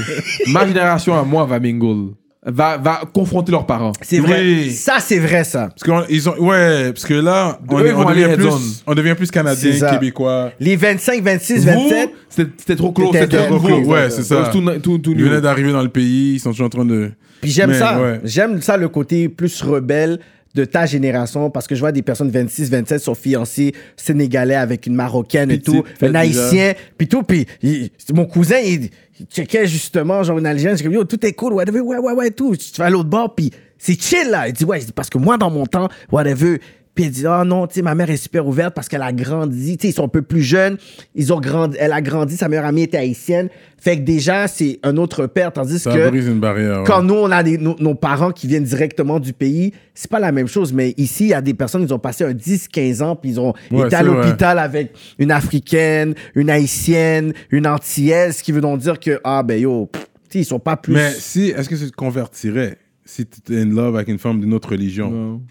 [SPEAKER 4] Ma génération à moi va mingle. Va, va confronter leurs parents.
[SPEAKER 5] c'est vrai.
[SPEAKER 2] Oui.
[SPEAKER 5] Ça, c'est vrai, ça.
[SPEAKER 2] Parce qu'on, ils ont, ouais, parce que là, on,
[SPEAKER 4] Eux,
[SPEAKER 2] est-
[SPEAKER 4] ils
[SPEAKER 2] on
[SPEAKER 4] vont aller
[SPEAKER 2] devient
[SPEAKER 4] head on.
[SPEAKER 2] plus, on devient plus
[SPEAKER 5] C'est
[SPEAKER 2] canadien,
[SPEAKER 5] ça.
[SPEAKER 2] québécois.
[SPEAKER 5] Les 25, 26,
[SPEAKER 4] Vous,
[SPEAKER 5] 27.
[SPEAKER 4] c'était c'était trop close.
[SPEAKER 5] C'était
[SPEAKER 4] C'était
[SPEAKER 5] trop
[SPEAKER 4] trop
[SPEAKER 5] close,
[SPEAKER 4] close.
[SPEAKER 2] ouais, c'est ça.
[SPEAKER 4] Tout, tout, tout
[SPEAKER 2] Ils
[SPEAKER 4] new.
[SPEAKER 2] venaient d'arriver dans le pays, ils sont toujours en train de.
[SPEAKER 5] Puis j'aime
[SPEAKER 2] Mais,
[SPEAKER 5] ça.
[SPEAKER 2] ouais.
[SPEAKER 5] J'aime ça, le côté plus rebelle de ta génération, parce que je vois des personnes 26, 27 sont fiancées sénégalais avec une marocaine et
[SPEAKER 4] Petite
[SPEAKER 5] tout,
[SPEAKER 4] fête
[SPEAKER 5] un haïtien, puis tout. Puis il- mon cousin, il, il checkait justement, genre une algérienne, j'ai comme, yo, tout est cool, whatever, ouais, ouais, ouais, et tout. Tu vas à l'autre bord, puis c'est chill, là. Il dit, ouais, je dis, parce que moi, dans mon temps, whatever. Puis il dit, ah non, tu sais, ma mère est super ouverte parce qu'elle a grandi, tu sais, ils sont un peu plus jeunes, ils ont grandi, elle a grandi, sa meilleure amie était haïtienne. Fait que déjà, c'est un autre père, tandis
[SPEAKER 2] Ça
[SPEAKER 5] que
[SPEAKER 2] brise une barrière. Ah ouais.
[SPEAKER 5] quand nous, on a des- nos, nos parents qui viennent directement du pays, c'est pas la même chose. Mais ici, il y a des personnes, ils ont passé un 10, 15 ans, puis ils ont
[SPEAKER 2] Ouais,
[SPEAKER 5] été à
[SPEAKER 2] c'est
[SPEAKER 5] l'hôpital avec une Africaine, une Haïtienne, une Antillaise, ce qui veut donc dire que, ah, ben yo, pff, tu sais, ils sont pas plus.
[SPEAKER 2] Mais si, est-ce que tu te convertirais si tu étais in love avec une femme d'une autre religion?
[SPEAKER 4] Non.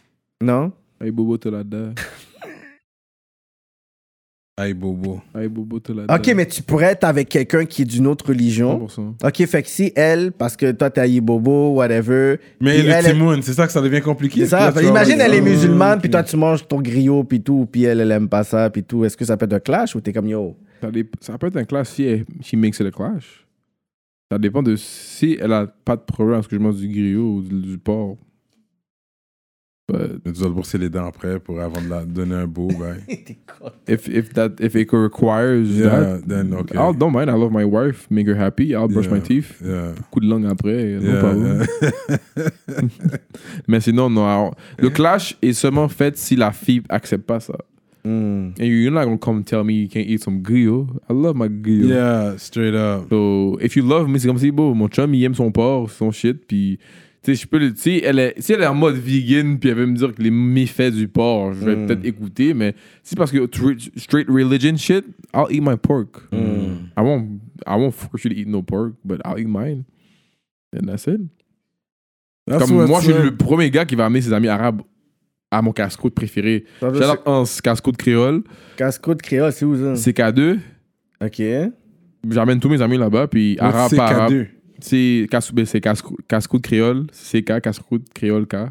[SPEAKER 5] Non?
[SPEAKER 4] Hey, Bobo, t'es là-dedans.
[SPEAKER 2] Aïe, Bobo.
[SPEAKER 4] Aïe, Bobo, t'es là.
[SPEAKER 5] Ok, mais tu pourrais être avec quelqu'un qui est d'une autre religion.
[SPEAKER 4] 100%.
[SPEAKER 5] Ok, fait que si elle, parce que toi t'as Yibobo, whatever.
[SPEAKER 2] Mais
[SPEAKER 5] puis
[SPEAKER 2] le
[SPEAKER 5] elle, elle-
[SPEAKER 2] Timoun, c'est ça que ça devient compliqué.
[SPEAKER 5] C'est ça.
[SPEAKER 2] Là,
[SPEAKER 5] Fait
[SPEAKER 2] tu vas-
[SPEAKER 5] imagine, elle est
[SPEAKER 2] Ah,
[SPEAKER 5] musulmane, puis toi, tu manges ton griot, puis tout, puis elle, elle aime pas ça, puis tout. Est-ce que ça peut être un clash ou t'es comme yo?
[SPEAKER 4] Ça, dé- ça peut être un clash si elle she makes it a clash. Ça dépend de si elle a pas de problème parce que je mange du griot ou du, du porc. But
[SPEAKER 2] Mais tu dois te brosser les dents après pour avant de la donner un beau, ben.
[SPEAKER 4] if if that if it requires
[SPEAKER 2] Yeah,
[SPEAKER 4] that,
[SPEAKER 2] then okay.
[SPEAKER 4] I'll don't mind. I love my wife, make her happy. I'll brush my
[SPEAKER 2] Yeah.
[SPEAKER 4] teeth.
[SPEAKER 2] Yeah.
[SPEAKER 4] Coup de langue après, no
[SPEAKER 2] Yeah,
[SPEAKER 4] problem.
[SPEAKER 2] yeah.
[SPEAKER 4] Mais sinon, non. alors, le clash est seulement fait si la fille accepte pas ça. And you're not gonna come tell me you can't eat some griot. I love my griot.
[SPEAKER 2] Yeah, straight up.
[SPEAKER 4] So, if you love me, c'est comme si, bon, mon chum, il aime son porc, son shit, puis, tu sais, je peux le, tu sais, elle est, si elle est en mode vegan, puis elle veut me dire que les méfaits du porc, je vais
[SPEAKER 2] Mm.
[SPEAKER 4] peut-être écouter, mais c'est parce que tr- straight religion shit, I'll eat my pork.
[SPEAKER 2] Mm.
[SPEAKER 4] I won't, I won't force you to eat no pork, but I'll eat mine. And that's it.
[SPEAKER 2] That's
[SPEAKER 4] comme
[SPEAKER 2] what's
[SPEAKER 4] moi, je suis
[SPEAKER 2] up.
[SPEAKER 4] le premier gars qui va amener ses amis arabes à mon casse-croûte préféré.
[SPEAKER 5] Ça veut Hum.
[SPEAKER 4] Shout out Hans, casse-croûte créole,
[SPEAKER 5] Casse-croûte créole, c'est où ça?
[SPEAKER 4] CK2.
[SPEAKER 5] Ok.
[SPEAKER 4] J'amène tous mes amis là-bas, puis arabe par arabe.
[SPEAKER 2] CK2.
[SPEAKER 4] C'est casse- ben, c'est casse- casse-croûte créole, CK, casse-croûte créole K.
[SPEAKER 2] Ok.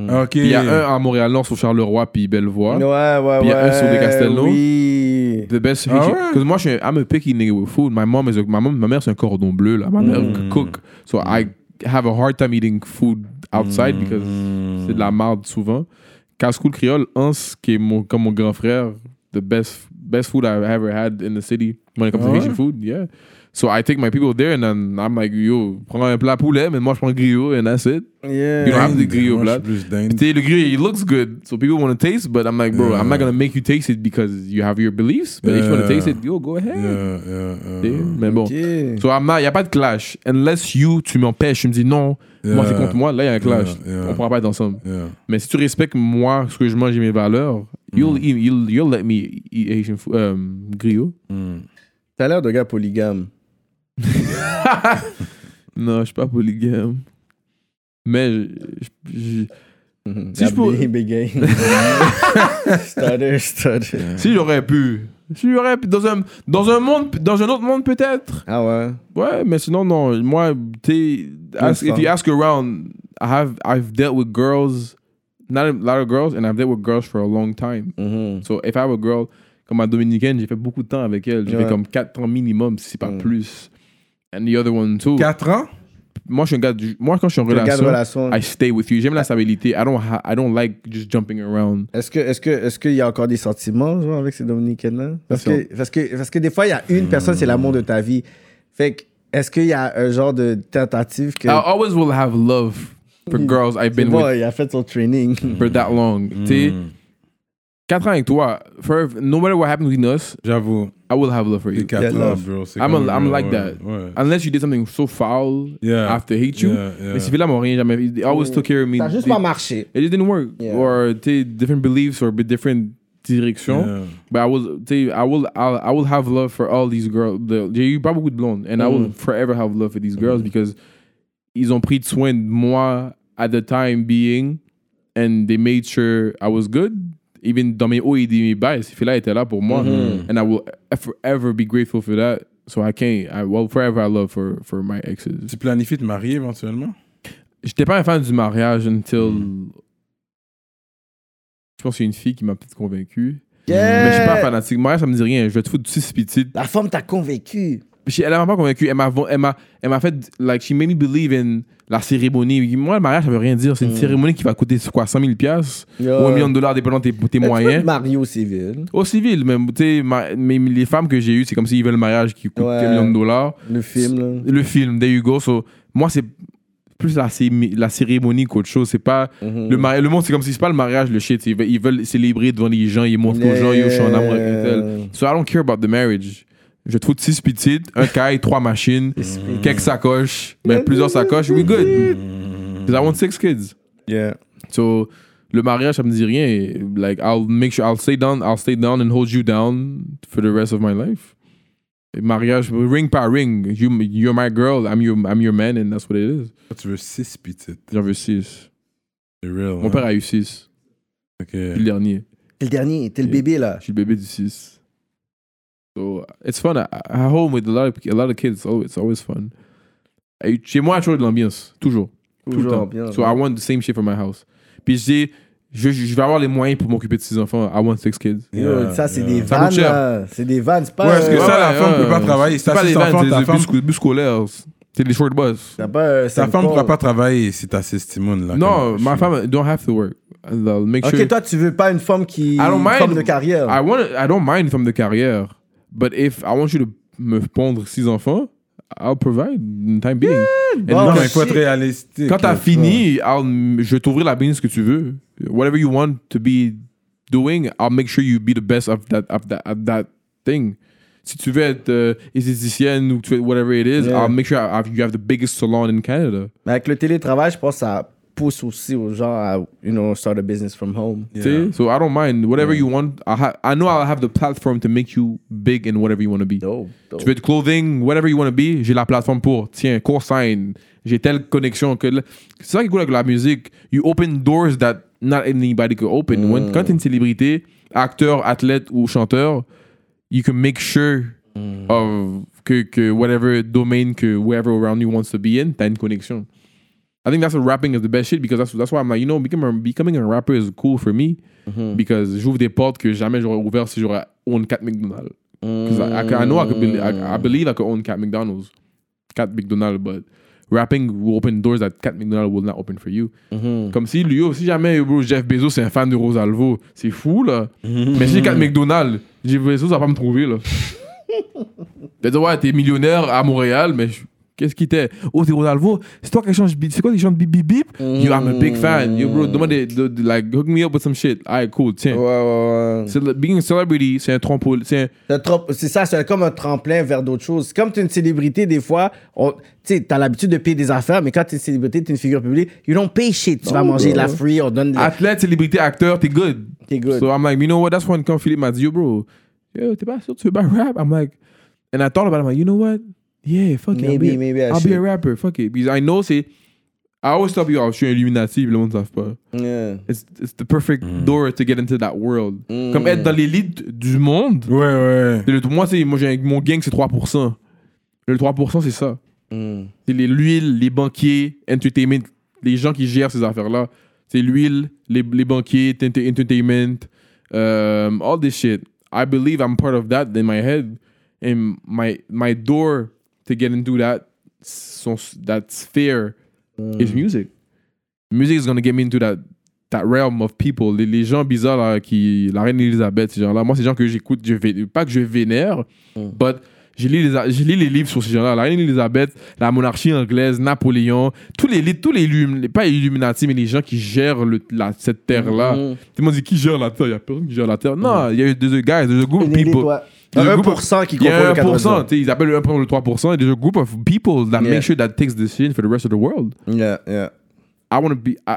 [SPEAKER 4] Hmm. Puis il y a un à Montréal-Nord sur Charleroi, puis Bellevoie.
[SPEAKER 5] Ouais, ouais, ouais.
[SPEAKER 4] Ah. Puis il y a un sur des Castelnau.
[SPEAKER 5] Oui.
[SPEAKER 4] The best
[SPEAKER 2] Ah
[SPEAKER 4] Parce
[SPEAKER 2] ouais?
[SPEAKER 4] que moi, je suis un, I'm a picky nigga with food. My mom is a- ma, mom- ma mère, c'est un cordon bleu, là. Ma mère
[SPEAKER 2] Mm.
[SPEAKER 4] cook. So I have a hard time eating food outside because
[SPEAKER 2] Mm.
[SPEAKER 4] c'est de la marde souvent. Casse-croûte créole, Hans, qui est mon, comme mon grand frère, the best, best food I've ever had in the city when it comes
[SPEAKER 2] Ah
[SPEAKER 4] to
[SPEAKER 2] ouais?
[SPEAKER 4] Haitian food, yeah. So I take my people there and then I'm like, yo, prends un plat poulet, mais moi, je prends griot and that's it.
[SPEAKER 5] Yeah.
[SPEAKER 4] You don't have the
[SPEAKER 2] Dinde.
[SPEAKER 4] griot,
[SPEAKER 2] Moi, je suis
[SPEAKER 4] black.
[SPEAKER 2] plus dinde.
[SPEAKER 4] T'sais, le grill, it looks good, so people want to taste, but I'm like, bro, I'm not gonna make you taste it because you have your beliefs. But if you want to
[SPEAKER 2] Yeah.
[SPEAKER 4] taste it, yo, go ahead.
[SPEAKER 2] Yeah, yeah, yeah.
[SPEAKER 4] T'sais, Mais bon,
[SPEAKER 5] Ok.
[SPEAKER 4] so I'm not, y a pas de clash. Unless you, tu m'empêches, tu me dis non, moi c'est
[SPEAKER 2] Yeah.
[SPEAKER 4] contre moi. Là, y a un clash.
[SPEAKER 2] Yeah, yeah.
[SPEAKER 4] On pourra pas être ensemble.
[SPEAKER 2] euh, Yeah.
[SPEAKER 4] Mais si tu respectes moi, ce que je mange et mes valeurs,
[SPEAKER 2] Mm.
[SPEAKER 4] you'll, eat- you'll, you'll let me eat Asian food, um, griot.
[SPEAKER 5] T'as l'air de gars polygame.
[SPEAKER 4] Non, je suis pas polygame. Mais je- je- je- Si je peux-
[SPEAKER 5] Bégaye. Stutter, stutter.
[SPEAKER 4] si j'aurais pu, si j'aurais pu dans un dans un monde, dans un autre monde peut-être.
[SPEAKER 5] Ah ouais.
[SPEAKER 4] Ouais, mais sinon, non. Moi, tu sais, ask- if you ask around, I have, I've dealt with girls, not a lot of girls, and I've dealt with girls for a long time.
[SPEAKER 5] Mhm.
[SPEAKER 4] So if I have a girl, comme à Dominicaine, j'ai fait beaucoup de temps avec elle. J'ai
[SPEAKER 5] Ouais. Mm.
[SPEAKER 4] fait comme 4 ans minimum, si c'est pas plus. And the other one too.
[SPEAKER 2] Quatre ans?
[SPEAKER 4] Moi, je suis un gars, du- moi, quand je suis en
[SPEAKER 5] T'es un gars de
[SPEAKER 4] relation,
[SPEAKER 5] relation.
[SPEAKER 4] I stay with you. J'aime la stabilité. I don't, ha- I don't like just jumping around.
[SPEAKER 5] Est-ce que est-ce que est-ce qu'il y a encore des sentiments genre, avec ces dominicaines là parce
[SPEAKER 4] Bien
[SPEAKER 5] que, parce que parce que des fois il y a une personne c'est l'amour de ta vie. Fait que est-ce qu'il y a un genre de tentative que
[SPEAKER 4] I always will have love for girls I've
[SPEAKER 5] Mm. C'est
[SPEAKER 4] been with
[SPEAKER 5] bon, il a fait son training.
[SPEAKER 4] for that long. Tu sais,
[SPEAKER 2] Mm.
[SPEAKER 4] 4 ans avec toi, for, no matter what happens between us,
[SPEAKER 2] J'avoue.
[SPEAKER 4] I will have love for
[SPEAKER 2] C'est
[SPEAKER 4] you.
[SPEAKER 2] quatre
[SPEAKER 5] Yeah,
[SPEAKER 2] ans,
[SPEAKER 5] love.
[SPEAKER 2] bro. c'est
[SPEAKER 4] I'm,
[SPEAKER 2] comme-
[SPEAKER 4] a, I'm like
[SPEAKER 2] ouais,
[SPEAKER 4] that.
[SPEAKER 2] ouais.
[SPEAKER 4] Unless you did something so foul,
[SPEAKER 2] Yeah.
[SPEAKER 4] I have to hate you.
[SPEAKER 2] Yeah, yeah.
[SPEAKER 4] Mais ces filles-là m'ont rien jamais. They always took care of me.
[SPEAKER 5] Ça a Oh. juste
[SPEAKER 4] They-
[SPEAKER 5] pas marché.
[SPEAKER 4] It just didn't work.
[SPEAKER 5] Yeah.
[SPEAKER 4] Or t'es different beliefs or different directions.
[SPEAKER 2] Yeah.
[SPEAKER 4] But I will, t'es, I will, I'll, I will have love for all these girls. The- J'ai eu pas beaucoup de blondes, and I will forever have love for these girls because ils ont pris soin de moi at the time being, and they made sure I was good. Even dans mes hauts et des mes bas, ces filles-là étaient là pour moi, and I will forever be grateful for that. So I can't, I will forever have love for for my exes.
[SPEAKER 2] Tu planifies de te marier éventuellement?
[SPEAKER 4] J'étais pas un fan du mariage until.
[SPEAKER 5] Hmm.
[SPEAKER 4] Je pense qu'il y a une fille qui m'a peut-être convaincu. Mais je suis pas
[SPEAKER 5] Yeah.
[SPEAKER 4] fanatique. Mariage, ça me dit rien. Je vais te foutre du six petites.
[SPEAKER 5] La femme t'a convaincu.
[SPEAKER 4] Puis Elle m'a pas convaincu. Elle m'a, elle m'a, elle m'a fait, like, she made me believe in la cérémonie. Moi, le mariage, ça veut rien dire. C'est une
[SPEAKER 5] Hmm.
[SPEAKER 4] cérémonie qui va coûter quoi, 100 000 piastres
[SPEAKER 5] Yeah.
[SPEAKER 4] ou un million de dollars, dépendant de tes, tes
[SPEAKER 5] Est-ce que
[SPEAKER 4] moyens.
[SPEAKER 5] Mario Civil,
[SPEAKER 4] Au civil, même, tu sais, ma- mais les femmes que j'ai eues, c'est comme s'ils veulent le mariage qui coûte
[SPEAKER 5] Ouais.
[SPEAKER 4] un million de dollars.
[SPEAKER 5] le film là.
[SPEAKER 4] Le film, there you go. So, moi, c'est plus la, cémi- la cérémonie qu'autre chose. C'est pas le mariage. Le monde, c'est comme si c'est pas le mariage, le shit. Ils veulent, ils veulent célébrer devant les gens. Ils montrent aux gens, yo, je suis en amour avec un tel. So, I don't care about the marriage. Je trouve six petites, un caille, trois machines, quelques sacoches, mais plusieurs sacoches. We good. Because I want six kids.
[SPEAKER 5] Yeah.
[SPEAKER 4] So, le mariage, ça me dit rien. Like, I'll make sure I'll stay down, I'll stay down and hold you down for the rest of my life. Mariage, ring par ring. You, you're my girl, I'm your, I'm your man, and that's what it is.
[SPEAKER 2] Toi, tu veux six petites.
[SPEAKER 4] J'en veux six.
[SPEAKER 2] C'est real.
[SPEAKER 4] Mon
[SPEAKER 2] hein?
[SPEAKER 4] père a eu six.
[SPEAKER 2] Ok.
[SPEAKER 4] Puis le dernier.
[SPEAKER 5] T'es le dernier, t'es le bébé là.
[SPEAKER 4] Je suis le bébé du six. So it's fun at, at home with a lot of, a lot of kids. Oh, it's always fun. Et chez moi, toujours de l'ambiance. Toujours. Tout le
[SPEAKER 5] Toujours
[SPEAKER 4] temps.
[SPEAKER 5] ambiance,
[SPEAKER 4] so I want the same shit for my house. Puis je dis, je, je vais avoir les moyens pour m'occuper de six enfants. I want six kids.
[SPEAKER 5] Yo, ça, c'est des
[SPEAKER 4] Ça coûte
[SPEAKER 5] vannes,
[SPEAKER 4] cher.
[SPEAKER 5] là. C'est des vannes, c'est pas...
[SPEAKER 2] Ouais, parce que
[SPEAKER 5] euh,
[SPEAKER 2] ça, la femme peut pas travailler.
[SPEAKER 4] C'est
[SPEAKER 2] Ça,
[SPEAKER 4] pas
[SPEAKER 2] c'est
[SPEAKER 4] les
[SPEAKER 2] ton enfant,
[SPEAKER 4] vans, c'est
[SPEAKER 2] ta
[SPEAKER 4] des
[SPEAKER 2] femme-
[SPEAKER 4] bus, sco- bus scolaires. C'est des short bus.
[SPEAKER 5] T'as pas... euh,
[SPEAKER 2] Ta
[SPEAKER 5] cinq
[SPEAKER 2] femme
[SPEAKER 5] pôles.
[SPEAKER 2] pourra pas travailler si t'as ces stimons là.
[SPEAKER 4] No,
[SPEAKER 2] comme-
[SPEAKER 4] my family don't have to work. They'll make sure.
[SPEAKER 5] Ok, toi, tu veux pas une femme qui...
[SPEAKER 4] I don't
[SPEAKER 5] une
[SPEAKER 4] mind.
[SPEAKER 5] femme de carrière.
[SPEAKER 4] I want. I don't mind from the carrière, but if I want you to me pondre six enfants, I'll provide in time being. And
[SPEAKER 5] bon,
[SPEAKER 2] Non,
[SPEAKER 4] quand-
[SPEAKER 2] mais il faut être réaliste.
[SPEAKER 4] quand t'as fini, I'll- je vais t'ouvrir la business que tu veux. Whatever you want to be doing, I'll make sure you be the best of that of that of that thing. Si tu veux être euh, esthéticienne ou tu veux- whatever it is,
[SPEAKER 5] Yeah.
[SPEAKER 4] I'll make sure I have- you have the biggest salon in Canada.
[SPEAKER 5] Mais avec le télétravail, je pense que ça pousse aussi aux gens à, you know, start a business from home.
[SPEAKER 4] See? So I don't mind whatever you want. I ha- I know I'll have the platform to make you big in whatever you want to be.
[SPEAKER 5] Dope, dope.
[SPEAKER 4] Tu veux du clothing, whatever you want to be, j'ai la plateforme pour. Tiens, consigne. J'ai telle connexion que. là- C'est ça qui est cool avec la musique. You open doors that not anybody could open. When- quand t'es une célébrité, acteur, athlète ou chanteur, you can make sure of que, que whatever domain que whoever around you wants to be in, t'as une connexion. I think that's what rapping is the best shit because that's, that's why I'm like, you know, becoming a, becoming a rapper is cool for me because j'ouvre des portes que jamais j'aurais ouvert si j'aurais own 4 McDonald's. Because I, I, can- I know I could be, I, I believe I could own Cat McDonald's, Cat McDonald's, but rapping will open doors that Cat McDonald will not open for you. Comme si lui, oh, si jamais bro, Jeff Bezos c'est un fan de Rosalvo, c'est fou là. Mais si j'ai Cat McDonald's, Jeff Bezos va pas me trouver là. T'as dit ouais, t'es millionnaire à Montréal, mais je- qu'est-ce qui t'est Oh, c'est Rosalvo, c'est toi qui chante, c'est quoi qui chante bip bip bip You, I'm a big fan. Yo bro, demande des- de- de- like hook me up with some shit. Alright, cool, tiens.
[SPEAKER 5] Ouais, ouais, ouais.
[SPEAKER 4] C'est le- Being a celebrity, c'est un trompeau, c'est un
[SPEAKER 5] Le trop- C'est ça, c'est comme un tremplin vers d'autres choses. Comme t'es une célébrité, des fois, on- tu sais, t'as l'habitude de payer des affaires, mais quand t'es une célébrité, t'es une figure publique, you don't pay shit. Tu vas manger de la free, on donne de la...
[SPEAKER 4] athlète, célébrité, acteur, t'es good.
[SPEAKER 5] T'es good.
[SPEAKER 4] So I'm like, you know what? That's when quand Philippe m'a dit, yo, bro, yo, t'es pas sûr que tu veux pas rap? I'm like, and I thought about it, I'm like, you know what? Yeah, fuck it. I'll
[SPEAKER 5] Maybe,
[SPEAKER 4] be,
[SPEAKER 5] maybe I
[SPEAKER 4] I'll be
[SPEAKER 5] should.
[SPEAKER 4] a rapper, fuck it. Because I know c'est, I always tell people, oh, je suis un Illuminati, puis le monde ne savent pas.
[SPEAKER 5] Yeah.
[SPEAKER 4] It's, it's the perfect door to get into that world.
[SPEAKER 5] Mm.
[SPEAKER 4] Comme être dans l'élite du monde,
[SPEAKER 2] Ouais, ouais.
[SPEAKER 4] le, moi, c'est, moi j'ai, mon gang, c'est 3%. Le 3%, c'est ça. C'est les, l'huile, les banquiers, entertainment, les gens qui gèrent ces affaires-là. C'est l'huile, les, les banquiers, tent- entertainment, um, all this shit. I believe I'm part of that in my head. And my, my door to get into that, son, that sphere is music. Music is going to get me into that, that realm of people. Les, les gens bizarres, là, qui, la reine Elisabeth, ces gens-là, moi, c'est des gens que j'écoute, je vais, pas que je vénère, but je lis, les, je lis les livres sur ces gens-là. La reine Elisabeth, la monarchie anglaise, Napoléon, tous les, li- tous les, illum- les- pas Illuminati, mais les gens qui gèrent le- la- cette terre-là. Tout le monde dit qui gère la terre Il n'y a personne qui gère la terre. Non, il y a eu deux gars, deux groupes de people.
[SPEAKER 5] Aidez-toi.
[SPEAKER 4] There's a
[SPEAKER 5] Un
[SPEAKER 4] group of-
[SPEAKER 5] 1% qui
[SPEAKER 4] Il y
[SPEAKER 5] contrôle
[SPEAKER 4] a
[SPEAKER 5] le
[SPEAKER 4] 1%,
[SPEAKER 5] 80%.
[SPEAKER 4] tu sais, ils appellent le 1% le 3%, there's a group of people that
[SPEAKER 5] Yeah.
[SPEAKER 4] make sure that takes decision for the rest of the world.
[SPEAKER 5] Yeah, yeah.
[SPEAKER 4] I want to be, I,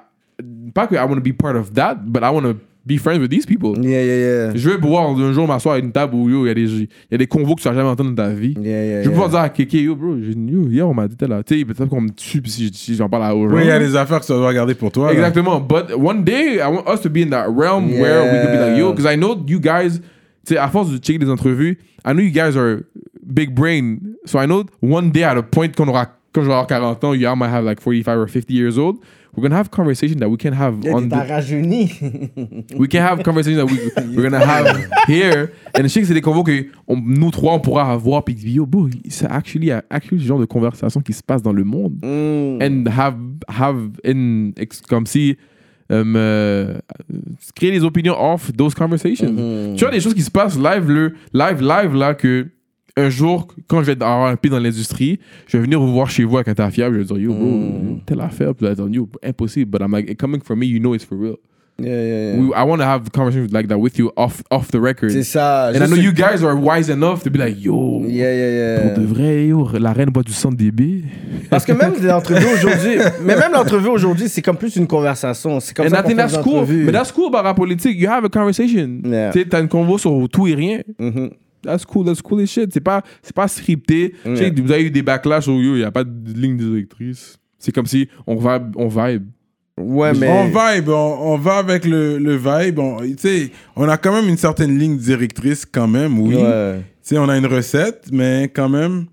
[SPEAKER 4] pas que I want to be part of that, but I want to be friends with these people.
[SPEAKER 5] Yeah, yeah, yeah.
[SPEAKER 4] Je veux pouvoir un jour m'asseoir à une table où yo, il y, a des- il y a des convos que tu vas jamais entendre dans ta vie.
[SPEAKER 5] Yeah, yeah,
[SPEAKER 4] je veux
[SPEAKER 5] yeah.
[SPEAKER 4] pouvoir dire à Kéké, yo bro, j'ai- yo, hier on m'a dit tel, tu sais, peut-être qu'on me tue puis si, si j'en parle à Orange.
[SPEAKER 2] Oui, il y a des affaires que ça doit regarder pour toi. là.
[SPEAKER 4] Exactement. But one day, I want us to be in that realm where we could be like, yo,
[SPEAKER 5] Yeah.
[SPEAKER 4] because I know you guys, tu sais, à force de checker des entrevues, I know you guys are big brain. So I know one day at a point qu'on aura, quand je vais avoir 40 ans, you all might have like 45 or 50 years old, we're gonna have conversation that we can have
[SPEAKER 5] Yeah,
[SPEAKER 4] on
[SPEAKER 5] T'as
[SPEAKER 4] the,
[SPEAKER 5] rajeuni.
[SPEAKER 4] we can have conversation that we, we're gonna have here. And je sais que c'est des convos que on- nous trois on pourra avoir puis yo, bro, c'est actually, actually le genre de conversation qui se passe dans le monde
[SPEAKER 5] Mm.
[SPEAKER 4] and have have in ex- comme si um, euh, créer des opinions off those conversations. Tu vois des choses qui se passent live le live live là que un jour quand je vais avoir un pied dans l'industrie, je vais venir vous voir chez vous avec un tas fiable, je vais dire yo bro, telle affaire, puis là, ils vont dire, yo impossible, but I'm like it coming from me, you know it's for real.
[SPEAKER 5] Yeah, yeah, yeah.
[SPEAKER 4] We, I want to have conversations like that with you off off the record.
[SPEAKER 5] C'est ça.
[SPEAKER 4] And I
[SPEAKER 5] juste
[SPEAKER 4] know you
[SPEAKER 5] une-
[SPEAKER 4] guys are wise enough to be like yo.
[SPEAKER 5] Yeah, yeah, yeah.
[SPEAKER 4] Pour de vrai, yo, la reine boit du sang de bébé.
[SPEAKER 5] Parce que même l'entrevue aujourd'hui, mais même l'entrevue aujourd'hui, c'est comme plus une conversation. C'est comme
[SPEAKER 4] And
[SPEAKER 5] ça
[SPEAKER 4] I
[SPEAKER 5] qu'on fait
[SPEAKER 4] think
[SPEAKER 5] des
[SPEAKER 4] that's cool.
[SPEAKER 5] entrevues.
[SPEAKER 4] But that's cool about la politique. You have a conversation.
[SPEAKER 5] Yeah.
[SPEAKER 4] Tu sais, T'as une convo sur tout et rien.
[SPEAKER 5] Mhm.
[SPEAKER 4] That's cool, that's cool as shit. C'est pas, c'est pas scripté.
[SPEAKER 5] Mm.
[SPEAKER 4] Tu sais, oh, Vous avez eu des backlash où il n'y a pas de ligne directrice. C'est comme si on vibe, on vibe.
[SPEAKER 5] Ouais, mais.
[SPEAKER 2] On vibe, on, on va avec le, le vibe. On, tu sais, on a quand même une certaine ligne directrice, quand même, oui.
[SPEAKER 5] Ouais.
[SPEAKER 2] Tu sais, on a une recette, mais quand même.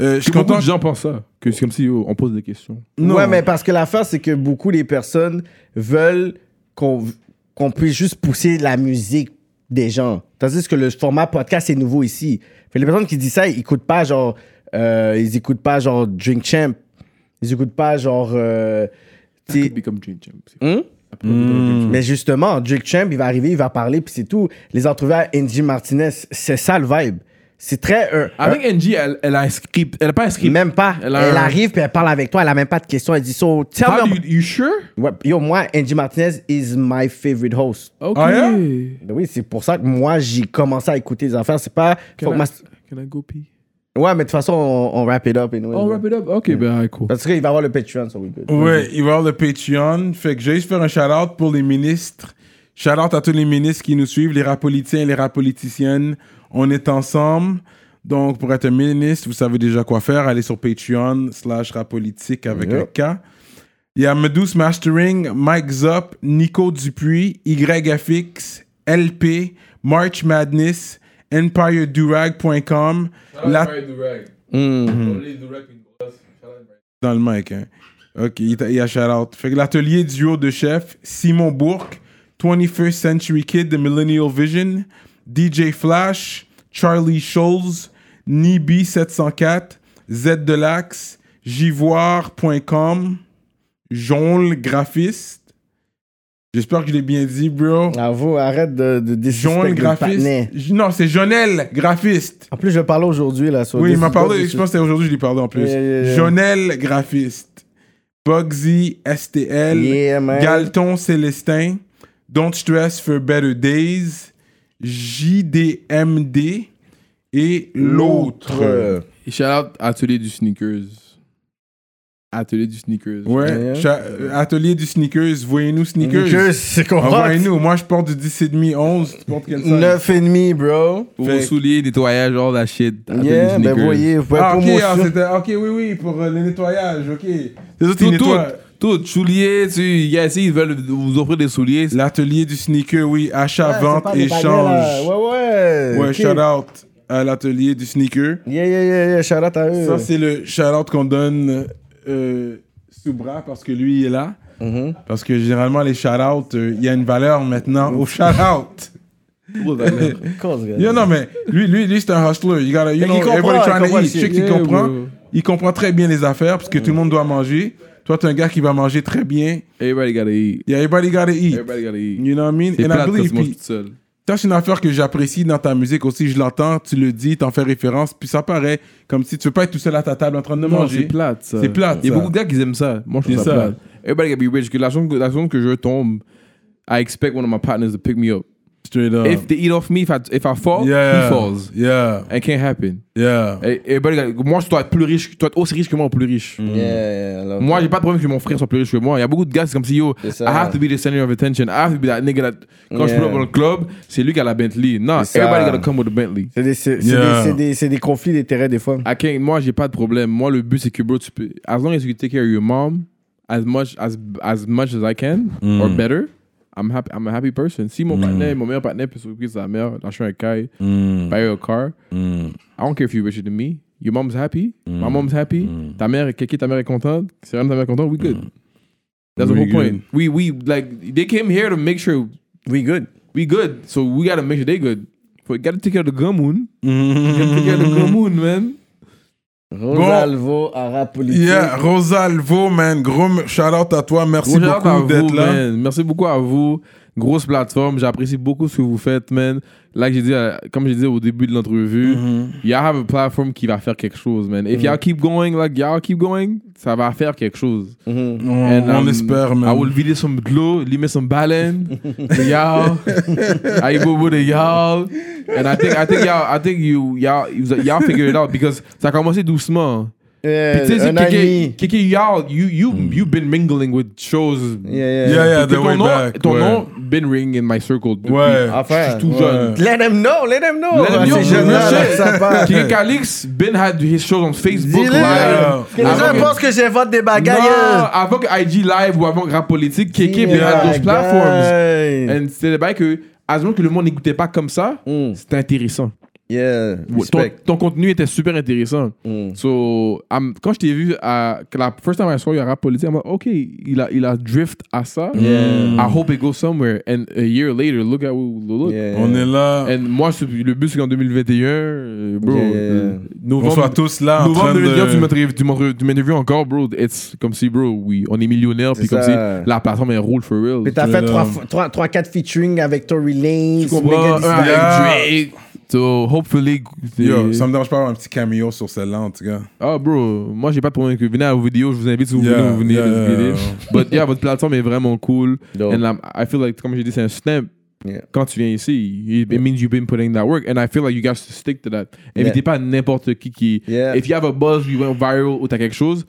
[SPEAKER 2] euh, je suis
[SPEAKER 4] Beaucoup
[SPEAKER 2] content.
[SPEAKER 4] de gens pensent ça. Que c'est comme si oh, on pose des questions.
[SPEAKER 2] Non.
[SPEAKER 5] Ouais, mais parce que l'affaire, c'est que beaucoup des personnes veulent qu'on qu'on puisse juste pousser la musique des gens. Tandis que le format podcast est nouveau ici. Fait que les personnes qui disent ça, ils écoutent pas genre. euh, ils écoutent pas genre Drink Champ. Ils écoutent pas genre. euh, tu sais-
[SPEAKER 4] Could become dream champ.
[SPEAKER 5] Hum?
[SPEAKER 4] Après, become dream champ.
[SPEAKER 5] Mais justement, Drake Champ, il va arriver, il va parler, puis c'est tout. Les entrevues à Angie Martinez, c'est ça le vibe. C'est très. euh,
[SPEAKER 6] Avec Angie, elle, elle a un script. Elle a pas un
[SPEAKER 5] euh,
[SPEAKER 6] script.
[SPEAKER 5] même pas. Elle,
[SPEAKER 6] Ah Elle a un-
[SPEAKER 5] arrive, puis elle parle avec toi, elle a même pas de questions. Elle dit So, tell
[SPEAKER 6] How
[SPEAKER 5] me.
[SPEAKER 6] do you, you sure?
[SPEAKER 5] Ouais, yo, moi, Angie Martinez is my favorite host.
[SPEAKER 6] Ok.
[SPEAKER 2] Ah, yeah?
[SPEAKER 5] Ben Oui, c'est pour ça que moi, j'ai commencé à écouter les affaires. C'est pas. faut
[SPEAKER 6] Can,
[SPEAKER 5] que
[SPEAKER 6] I,
[SPEAKER 5] ma-
[SPEAKER 6] can I go pee?
[SPEAKER 5] Ouais, mais de toute façon, on, on wrap it up. anyway.
[SPEAKER 6] Oh, wrap it up. Ok, ben, alright, cool.
[SPEAKER 5] Parce qu'il va y avoir le Patreon, so we're good.
[SPEAKER 2] Ouais, il va y avoir le Patreon. Fait que je vais juste faire un shout-out pour les ministres. Shout-out à tous les ministres qui nous suivent, les rats politiciens, les rats politiciennes. On est ensemble. Donc, pour être ministre, vous savez déjà quoi faire. Allez sur Patreon slash rap politique avec
[SPEAKER 5] Yep.
[SPEAKER 2] un K. Il y a Medus Mastering, Mike Zop, Nico Dupuis, YFX, LP, March Madness, EmpireDurag.com. La- dans le mic. Hein. Ok, il t'a- il a shout out. Fait que l'atelier duo de chef, Simon Bourque, 21st Century Kid de Millennial Vision, DJ Flash, Charlie Scholes, Nibi704, Z Delax, Jivoire.com, Jonle Graphiste. J'espère que je l'ai bien dit, bro.
[SPEAKER 5] Bravo, arrête de, de disrespect
[SPEAKER 2] Jonle
[SPEAKER 5] le
[SPEAKER 2] Graphiste.
[SPEAKER 5] partenaire.
[SPEAKER 2] J- Non, c'est Jonel Graphiste.
[SPEAKER 5] En plus, je vais parler aujourd'hui, là. so
[SPEAKER 2] Oui, il
[SPEAKER 5] this
[SPEAKER 2] m'a
[SPEAKER 5] is
[SPEAKER 2] parlé,
[SPEAKER 5] good, this
[SPEAKER 2] je pense que c'est aujourd'hui que je lui parlais en plus.
[SPEAKER 5] Yeah, yeah, yeah.
[SPEAKER 2] Jonel Graphiste. Bugsy STL.
[SPEAKER 5] Yeah, man.
[SPEAKER 2] Galton Célestin. Don't Stress for Better Days. JDMD. Et l'autre.
[SPEAKER 5] L'autre.
[SPEAKER 4] Et shout out Atelier du Sneakers. Atelier du Sneakers.
[SPEAKER 2] Ouais.
[SPEAKER 5] Yeah.
[SPEAKER 2] cha- euh, Atelier du sneakers. Voyez-nous sneakers.
[SPEAKER 5] Sneakers, c'est qu'on
[SPEAKER 2] Envoyez-nous. Moi, je porte du 10,5, 11. Tu portes quel size?
[SPEAKER 5] 9,5, bro.
[SPEAKER 4] Pour
[SPEAKER 2] Fait-
[SPEAKER 4] vos souliers, nettoyage, all that shit. Atelier
[SPEAKER 5] Yeah,
[SPEAKER 4] du
[SPEAKER 5] ben
[SPEAKER 4] Sneakers.
[SPEAKER 5] voyez, vous pouvez
[SPEAKER 2] Ah, ok, ah,
[SPEAKER 5] promotion.
[SPEAKER 2] c'était- ok, oui, oui, pour euh, le nettoyage, ok. Les autres, ils
[SPEAKER 4] Tout, tout,
[SPEAKER 2] nettoient.
[SPEAKER 4] tout, souliers, tu, yes, ils veulent vous offrir des souliers.
[SPEAKER 2] L'atelier du sneaker, oui, achat,
[SPEAKER 5] Ah, c'est
[SPEAKER 2] vente,
[SPEAKER 5] pas des
[SPEAKER 2] échange.
[SPEAKER 5] baguettes, là. Ouais, ouais.
[SPEAKER 2] Ouais,
[SPEAKER 5] ok.
[SPEAKER 2] shout out à l'atelier du sneaker.
[SPEAKER 5] Yeah, yeah, yeah, yeah, shout out à eux.
[SPEAKER 2] Ça, c'est le shout out qu'on donne euh, sous bras parce que lui, il est là.
[SPEAKER 5] Mhm.
[SPEAKER 2] Parce que généralement, les shout out, euh, il y a une valeur maintenant au shout out.
[SPEAKER 5] Cause, gars.
[SPEAKER 2] Yo, non, mais lui, lui, lui c'est un hustler. You gotta, you
[SPEAKER 5] Fait qu'il
[SPEAKER 2] know,
[SPEAKER 5] comprend,
[SPEAKER 2] everybody
[SPEAKER 5] il
[SPEAKER 2] trying to
[SPEAKER 5] comprend
[SPEAKER 2] eat.
[SPEAKER 5] le
[SPEAKER 2] Je sais
[SPEAKER 5] shit.
[SPEAKER 2] qu'il
[SPEAKER 5] Yeah,
[SPEAKER 2] comprend.
[SPEAKER 4] ouais, ouais.
[SPEAKER 2] Il comprend très bien les affaires parce que
[SPEAKER 4] Mm.
[SPEAKER 2] tout le monde doit manger. Toi, t'es un gars qui va manger très bien.
[SPEAKER 4] Everybody gotta eat.
[SPEAKER 2] Yeah, everybody gotta eat.
[SPEAKER 4] Everybody gotta eat.
[SPEAKER 2] You know what I mean?
[SPEAKER 4] C'est
[SPEAKER 2] And I
[SPEAKER 4] plate quand
[SPEAKER 2] believe-
[SPEAKER 4] tu manges
[SPEAKER 2] puis-
[SPEAKER 4] tout seul.
[SPEAKER 2] Ça, c'est une affaire que j'apprécie dans ta musique aussi. Je l'entends, tu le dis, t'en fais référence. Puis ça paraît comme si tu veux pas être tout seul à ta table en train de
[SPEAKER 6] Non,
[SPEAKER 2] manger.
[SPEAKER 6] c'est plate, ça.
[SPEAKER 2] C'est plate,
[SPEAKER 4] Il y a
[SPEAKER 2] ça.
[SPEAKER 4] beaucoup de gars qui aiment ça. Moi, je trouve
[SPEAKER 2] C'est
[SPEAKER 4] ça,
[SPEAKER 2] ça.
[SPEAKER 4] plate. Everybody gotta be rich. Que la seconde, que- la seconde que je tombe, I expect one of my partners to pick me up.
[SPEAKER 2] Straight up.
[SPEAKER 4] If they eat off me, if I, if I fall,
[SPEAKER 2] Ah. yeah.
[SPEAKER 4] he falls.
[SPEAKER 2] Yeah.
[SPEAKER 4] It can't happen.
[SPEAKER 2] Yeah.
[SPEAKER 4] Eh, everybody gotta- moi, je dois être plus riche. Tu dois être aussi riche que moi ou plus riche.
[SPEAKER 5] Yeah, yeah, love
[SPEAKER 4] Moi,
[SPEAKER 5] that.
[SPEAKER 4] j'ai pas de problème que mon frère soit plus riche que moi. Il y a beaucoup de gars, c'est comme si yo,
[SPEAKER 5] C'est
[SPEAKER 4] I
[SPEAKER 5] ça.
[SPEAKER 4] have to be the center of attention. I have to be that nigga that. Quand je
[SPEAKER 5] Yeah.
[SPEAKER 4] pull up dans le club, c'est lui qui a la Bentley. Non,
[SPEAKER 5] C'est ça.
[SPEAKER 4] everybody gotta come with a Bentley.
[SPEAKER 5] C'est des, c'est- c'est
[SPEAKER 2] Yeah.
[SPEAKER 5] des, c'est des, c'est des conflits d'intérêts des fois.
[SPEAKER 4] I can't, moi, j'ai pas de problème. Moi, le but, c'est que, bro, tu peux. As long as you take care of your mom as much as, as, much as I can, or better, I'm, happy, I'm a happy person. Si mon partenaire, mon meilleur partenaire peut s'occuper de sa mère, lâcher un caille, buy her a car, I don't care if you're richer than me. Your mom's happy, my mom's happy, ta mère, quelqu'un, ta mère est contente, c'est vraiment ta mère est contente, we good. That's
[SPEAKER 2] We
[SPEAKER 4] the whole point. We, we, like, they came here to make sure
[SPEAKER 5] We good.
[SPEAKER 4] we good, so we gotta make sure they good. We gotta take care of the gamoon. We gotta take care of the gamoon, man.
[SPEAKER 5] Rosalvo, Ara Politique.
[SPEAKER 2] Yeah. Rosalvo, man. Gros m- shout out à toi. Merci
[SPEAKER 4] Gros shout-out à
[SPEAKER 2] beaucoup d'être
[SPEAKER 4] vous,
[SPEAKER 2] là.
[SPEAKER 4] man. Merci beaucoup à vous. Grosse plateforme. J'apprécie beaucoup ce que vous faites, man. Là, que j'ai dit, euh, comme j'ai dit au début de l'entrevue,
[SPEAKER 2] Mm-hmm.
[SPEAKER 4] y'all have a platform qui va faire quelque chose, man. If y'all keep going, like y'all keep going, ça va faire quelque chose.
[SPEAKER 2] On,
[SPEAKER 4] And,
[SPEAKER 2] Mm-hmm. on
[SPEAKER 4] um,
[SPEAKER 2] espère, man.
[SPEAKER 4] I will vider some glow, leave me some ballon to y'all. I go with y'all. And I think, I think y'all, I think you, y'all, y'all figure it out because ça a commencé doucement.
[SPEAKER 5] Yeah,
[SPEAKER 4] Puis tu
[SPEAKER 2] Euh,
[SPEAKER 4] sais,
[SPEAKER 5] Euh, un an et demi.
[SPEAKER 4] Kiki, Kiki y'all, you, you, you've been mingling with shows.
[SPEAKER 5] Yeah, yeah.
[SPEAKER 2] Mm. Yeah, Ah, yeah,
[SPEAKER 4] Puis
[SPEAKER 2] the
[SPEAKER 4] ton
[SPEAKER 2] way
[SPEAKER 4] nom,
[SPEAKER 2] back.
[SPEAKER 4] ton
[SPEAKER 2] ouais.
[SPEAKER 4] nom, been ringing in my circle depuis.
[SPEAKER 2] Ouais.
[SPEAKER 5] Affaire,
[SPEAKER 4] Je suis tout
[SPEAKER 5] ouais.
[SPEAKER 4] jeune.
[SPEAKER 5] Let them know, let them know.
[SPEAKER 4] Let them
[SPEAKER 5] Ah,
[SPEAKER 4] know,
[SPEAKER 5] ces jeunes-là,
[SPEAKER 4] real shit.
[SPEAKER 5] ça part.
[SPEAKER 4] Kiki Calix, Ben had his shows on Facebook.
[SPEAKER 5] Dis-le.
[SPEAKER 4] live.
[SPEAKER 5] Parce que les gens
[SPEAKER 4] Avant-
[SPEAKER 5] pensent que j'invente des bagailles.
[SPEAKER 4] euh, Non,
[SPEAKER 5] hein.
[SPEAKER 4] avant que IG Live ou avant que Rap Politique, Kiki Ben had those
[SPEAKER 5] Bagailles.
[SPEAKER 4] platforms. And C'était le bail que, à ce moment que le monde n'écoutait pas comme ça,
[SPEAKER 5] Mm.
[SPEAKER 4] c'était intéressant.
[SPEAKER 5] Yeah,
[SPEAKER 4] Ton,
[SPEAKER 5] respect.
[SPEAKER 4] ton contenu était super intéressant.
[SPEAKER 5] Mm.
[SPEAKER 4] So, I'm- quand je t'ai vu, à, que la first time I saw you à Rap Politique, I'm like, OK, il a, il a drift à ça.
[SPEAKER 5] Mm.
[SPEAKER 4] I hope it goes somewhere. And a year later, look at what look.
[SPEAKER 5] Yeah.
[SPEAKER 2] On est là.
[SPEAKER 4] And moi, c'est- le but, c'est qu'en 2021, euh, bro,
[SPEAKER 5] Yeah, yeah, yeah.
[SPEAKER 4] euh,
[SPEAKER 2] On
[SPEAKER 4] novembre,
[SPEAKER 2] soit tous là en
[SPEAKER 4] novembre
[SPEAKER 2] train
[SPEAKER 4] 2021, tu
[SPEAKER 2] de.
[SPEAKER 4] m'interviews- tu m'interviews- tu m'interviews encore, bro. It's comme si, bro, oui, on est millionnaire,
[SPEAKER 5] C'est
[SPEAKER 4] puis comme si
[SPEAKER 5] ça.
[SPEAKER 4] la plateforme, elle roule for real.
[SPEAKER 5] Puis t'as
[SPEAKER 2] Je
[SPEAKER 5] fait
[SPEAKER 2] l'ai.
[SPEAKER 5] 3-4 featuring avec Tory Lanez,
[SPEAKER 4] Tu comprends? Un
[SPEAKER 5] Megan Thee
[SPEAKER 4] avec Drake. So, hopefully...
[SPEAKER 2] Yo,
[SPEAKER 4] c'est-
[SPEAKER 2] ça me dérange pas d'avoir un petit cameo sur celle-là, en tout cas.
[SPEAKER 4] Ah, bro, moi, j'ai pas de problème que venez à vos vidéos. Je vous invite si vous
[SPEAKER 2] Yeah,
[SPEAKER 4] voulez, vous venez.
[SPEAKER 2] yeah,
[SPEAKER 4] vous venez.
[SPEAKER 2] yeah.
[SPEAKER 4] But yeah, votre plateforme est vraiment cool.
[SPEAKER 5] Dope.
[SPEAKER 4] And I'm- I feel like, comme j'ai dit, c'est un snap.
[SPEAKER 5] Yeah.
[SPEAKER 4] Quand tu viens ici, it, it means you've been putting that work. And I feel like you guys should stick to that. Invitez pas n'importe qui qui.
[SPEAKER 5] Yeah.
[SPEAKER 4] If you have a buzz, you went viral ou t'as quelque chose,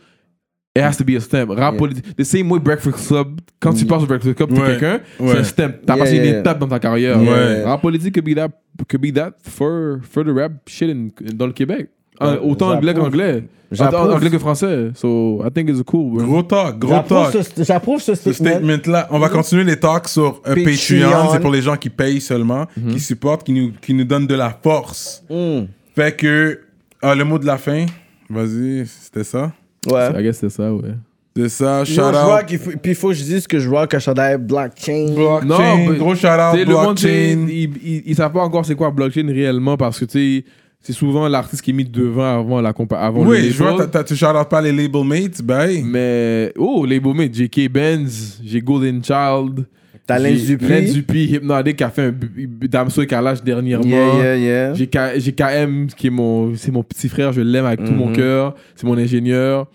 [SPEAKER 4] it has to be a stamp. Rap
[SPEAKER 5] Yeah. Mm.
[SPEAKER 4] politi- The same way Breakfast Club, quand tu passes au Breakfast Club, t'es
[SPEAKER 2] Ouais.
[SPEAKER 4] quelqu'un, c'est
[SPEAKER 2] Ouais.
[SPEAKER 4] un stamp. T'as
[SPEAKER 5] Yeah,
[SPEAKER 4] passé
[SPEAKER 5] yeah,
[SPEAKER 4] une
[SPEAKER 5] yeah.
[SPEAKER 4] étape dans ta carrière.
[SPEAKER 5] Yeah.
[SPEAKER 4] Rap politique could be that, could be that for, for the rap shit in- dans le Québec. En- autant anglais
[SPEAKER 5] j'approuve.
[SPEAKER 4] qu'anglais.
[SPEAKER 5] J'approuve.
[SPEAKER 4] Autant anglais que français. So I think it's cool. bro.
[SPEAKER 2] Gros talk, gros
[SPEAKER 5] J'approuve
[SPEAKER 2] talk.
[SPEAKER 5] ce- J'approuve ce
[SPEAKER 2] ce
[SPEAKER 5] statement.
[SPEAKER 2] statement-là. On va continuer les talks sur un
[SPEAKER 5] Patreon.
[SPEAKER 2] Mhm. Patreon. C'est pour les gens qui payent seulement, qui supportent, qui nous, qui nous donnent de la force.
[SPEAKER 5] Mm.
[SPEAKER 2] Fait que, ah, le mot de la fin, vas-y, c'était ça.
[SPEAKER 5] Ouais.
[SPEAKER 4] I guess c'est ça, ouais.
[SPEAKER 2] C'est ça, shout
[SPEAKER 5] Yo, je vois
[SPEAKER 2] out.
[SPEAKER 5] qu'il faut, puis il faut que je dise que je vois que Shaddai blockchain.
[SPEAKER 2] Blockchain,
[SPEAKER 4] mais-
[SPEAKER 2] gros shout out,
[SPEAKER 4] T'sais, Le monde, t'sais,
[SPEAKER 2] blockchain.
[SPEAKER 4] ils, ils, ils savent pas encore c'est quoi blockchain réellement parce que tu sais, c'est souvent l'artiste qui est mis devant avant la compa avant le
[SPEAKER 2] Oui, je vois,
[SPEAKER 4] label.
[SPEAKER 2] t'as- t'as- tu shout out pas les label mates, bye.
[SPEAKER 4] Mais oh, les beaux mates, J.K. Benz, j'ai Golden Child.
[SPEAKER 5] T'as
[SPEAKER 4] j'ai
[SPEAKER 5] Lens Dupuis.
[SPEAKER 4] Lens Dupuis, Hypnotic qui a fait un bu- bu- Damso et Kalash dernièrement.
[SPEAKER 5] Yeah, yeah, yeah.
[SPEAKER 4] J'ai K- j'ai KM qui est mon, c'est mon petit frère, je l'aime avec tout mon cœur, c'est mon ingénieur.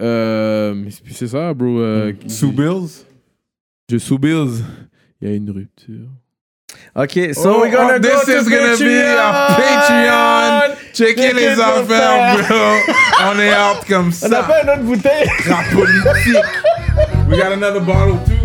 [SPEAKER 4] Euh, mais c'est- c'est ça, bro. euh,
[SPEAKER 2] Sous Bills.
[SPEAKER 4] Je sous Bills. Il y a une rupture.
[SPEAKER 5] Ok, so we're gonna
[SPEAKER 2] oh,
[SPEAKER 5] go
[SPEAKER 2] this
[SPEAKER 5] to
[SPEAKER 2] is gonna be our
[SPEAKER 5] Patreon.
[SPEAKER 2] Patreon. Checkez
[SPEAKER 5] Checkez
[SPEAKER 2] les
[SPEAKER 5] nos
[SPEAKER 2] affaires, bro. On est out comme
[SPEAKER 5] On a
[SPEAKER 2] ça.
[SPEAKER 5] pas une autre bouteille.
[SPEAKER 2] Rap politique. We got another bottle too.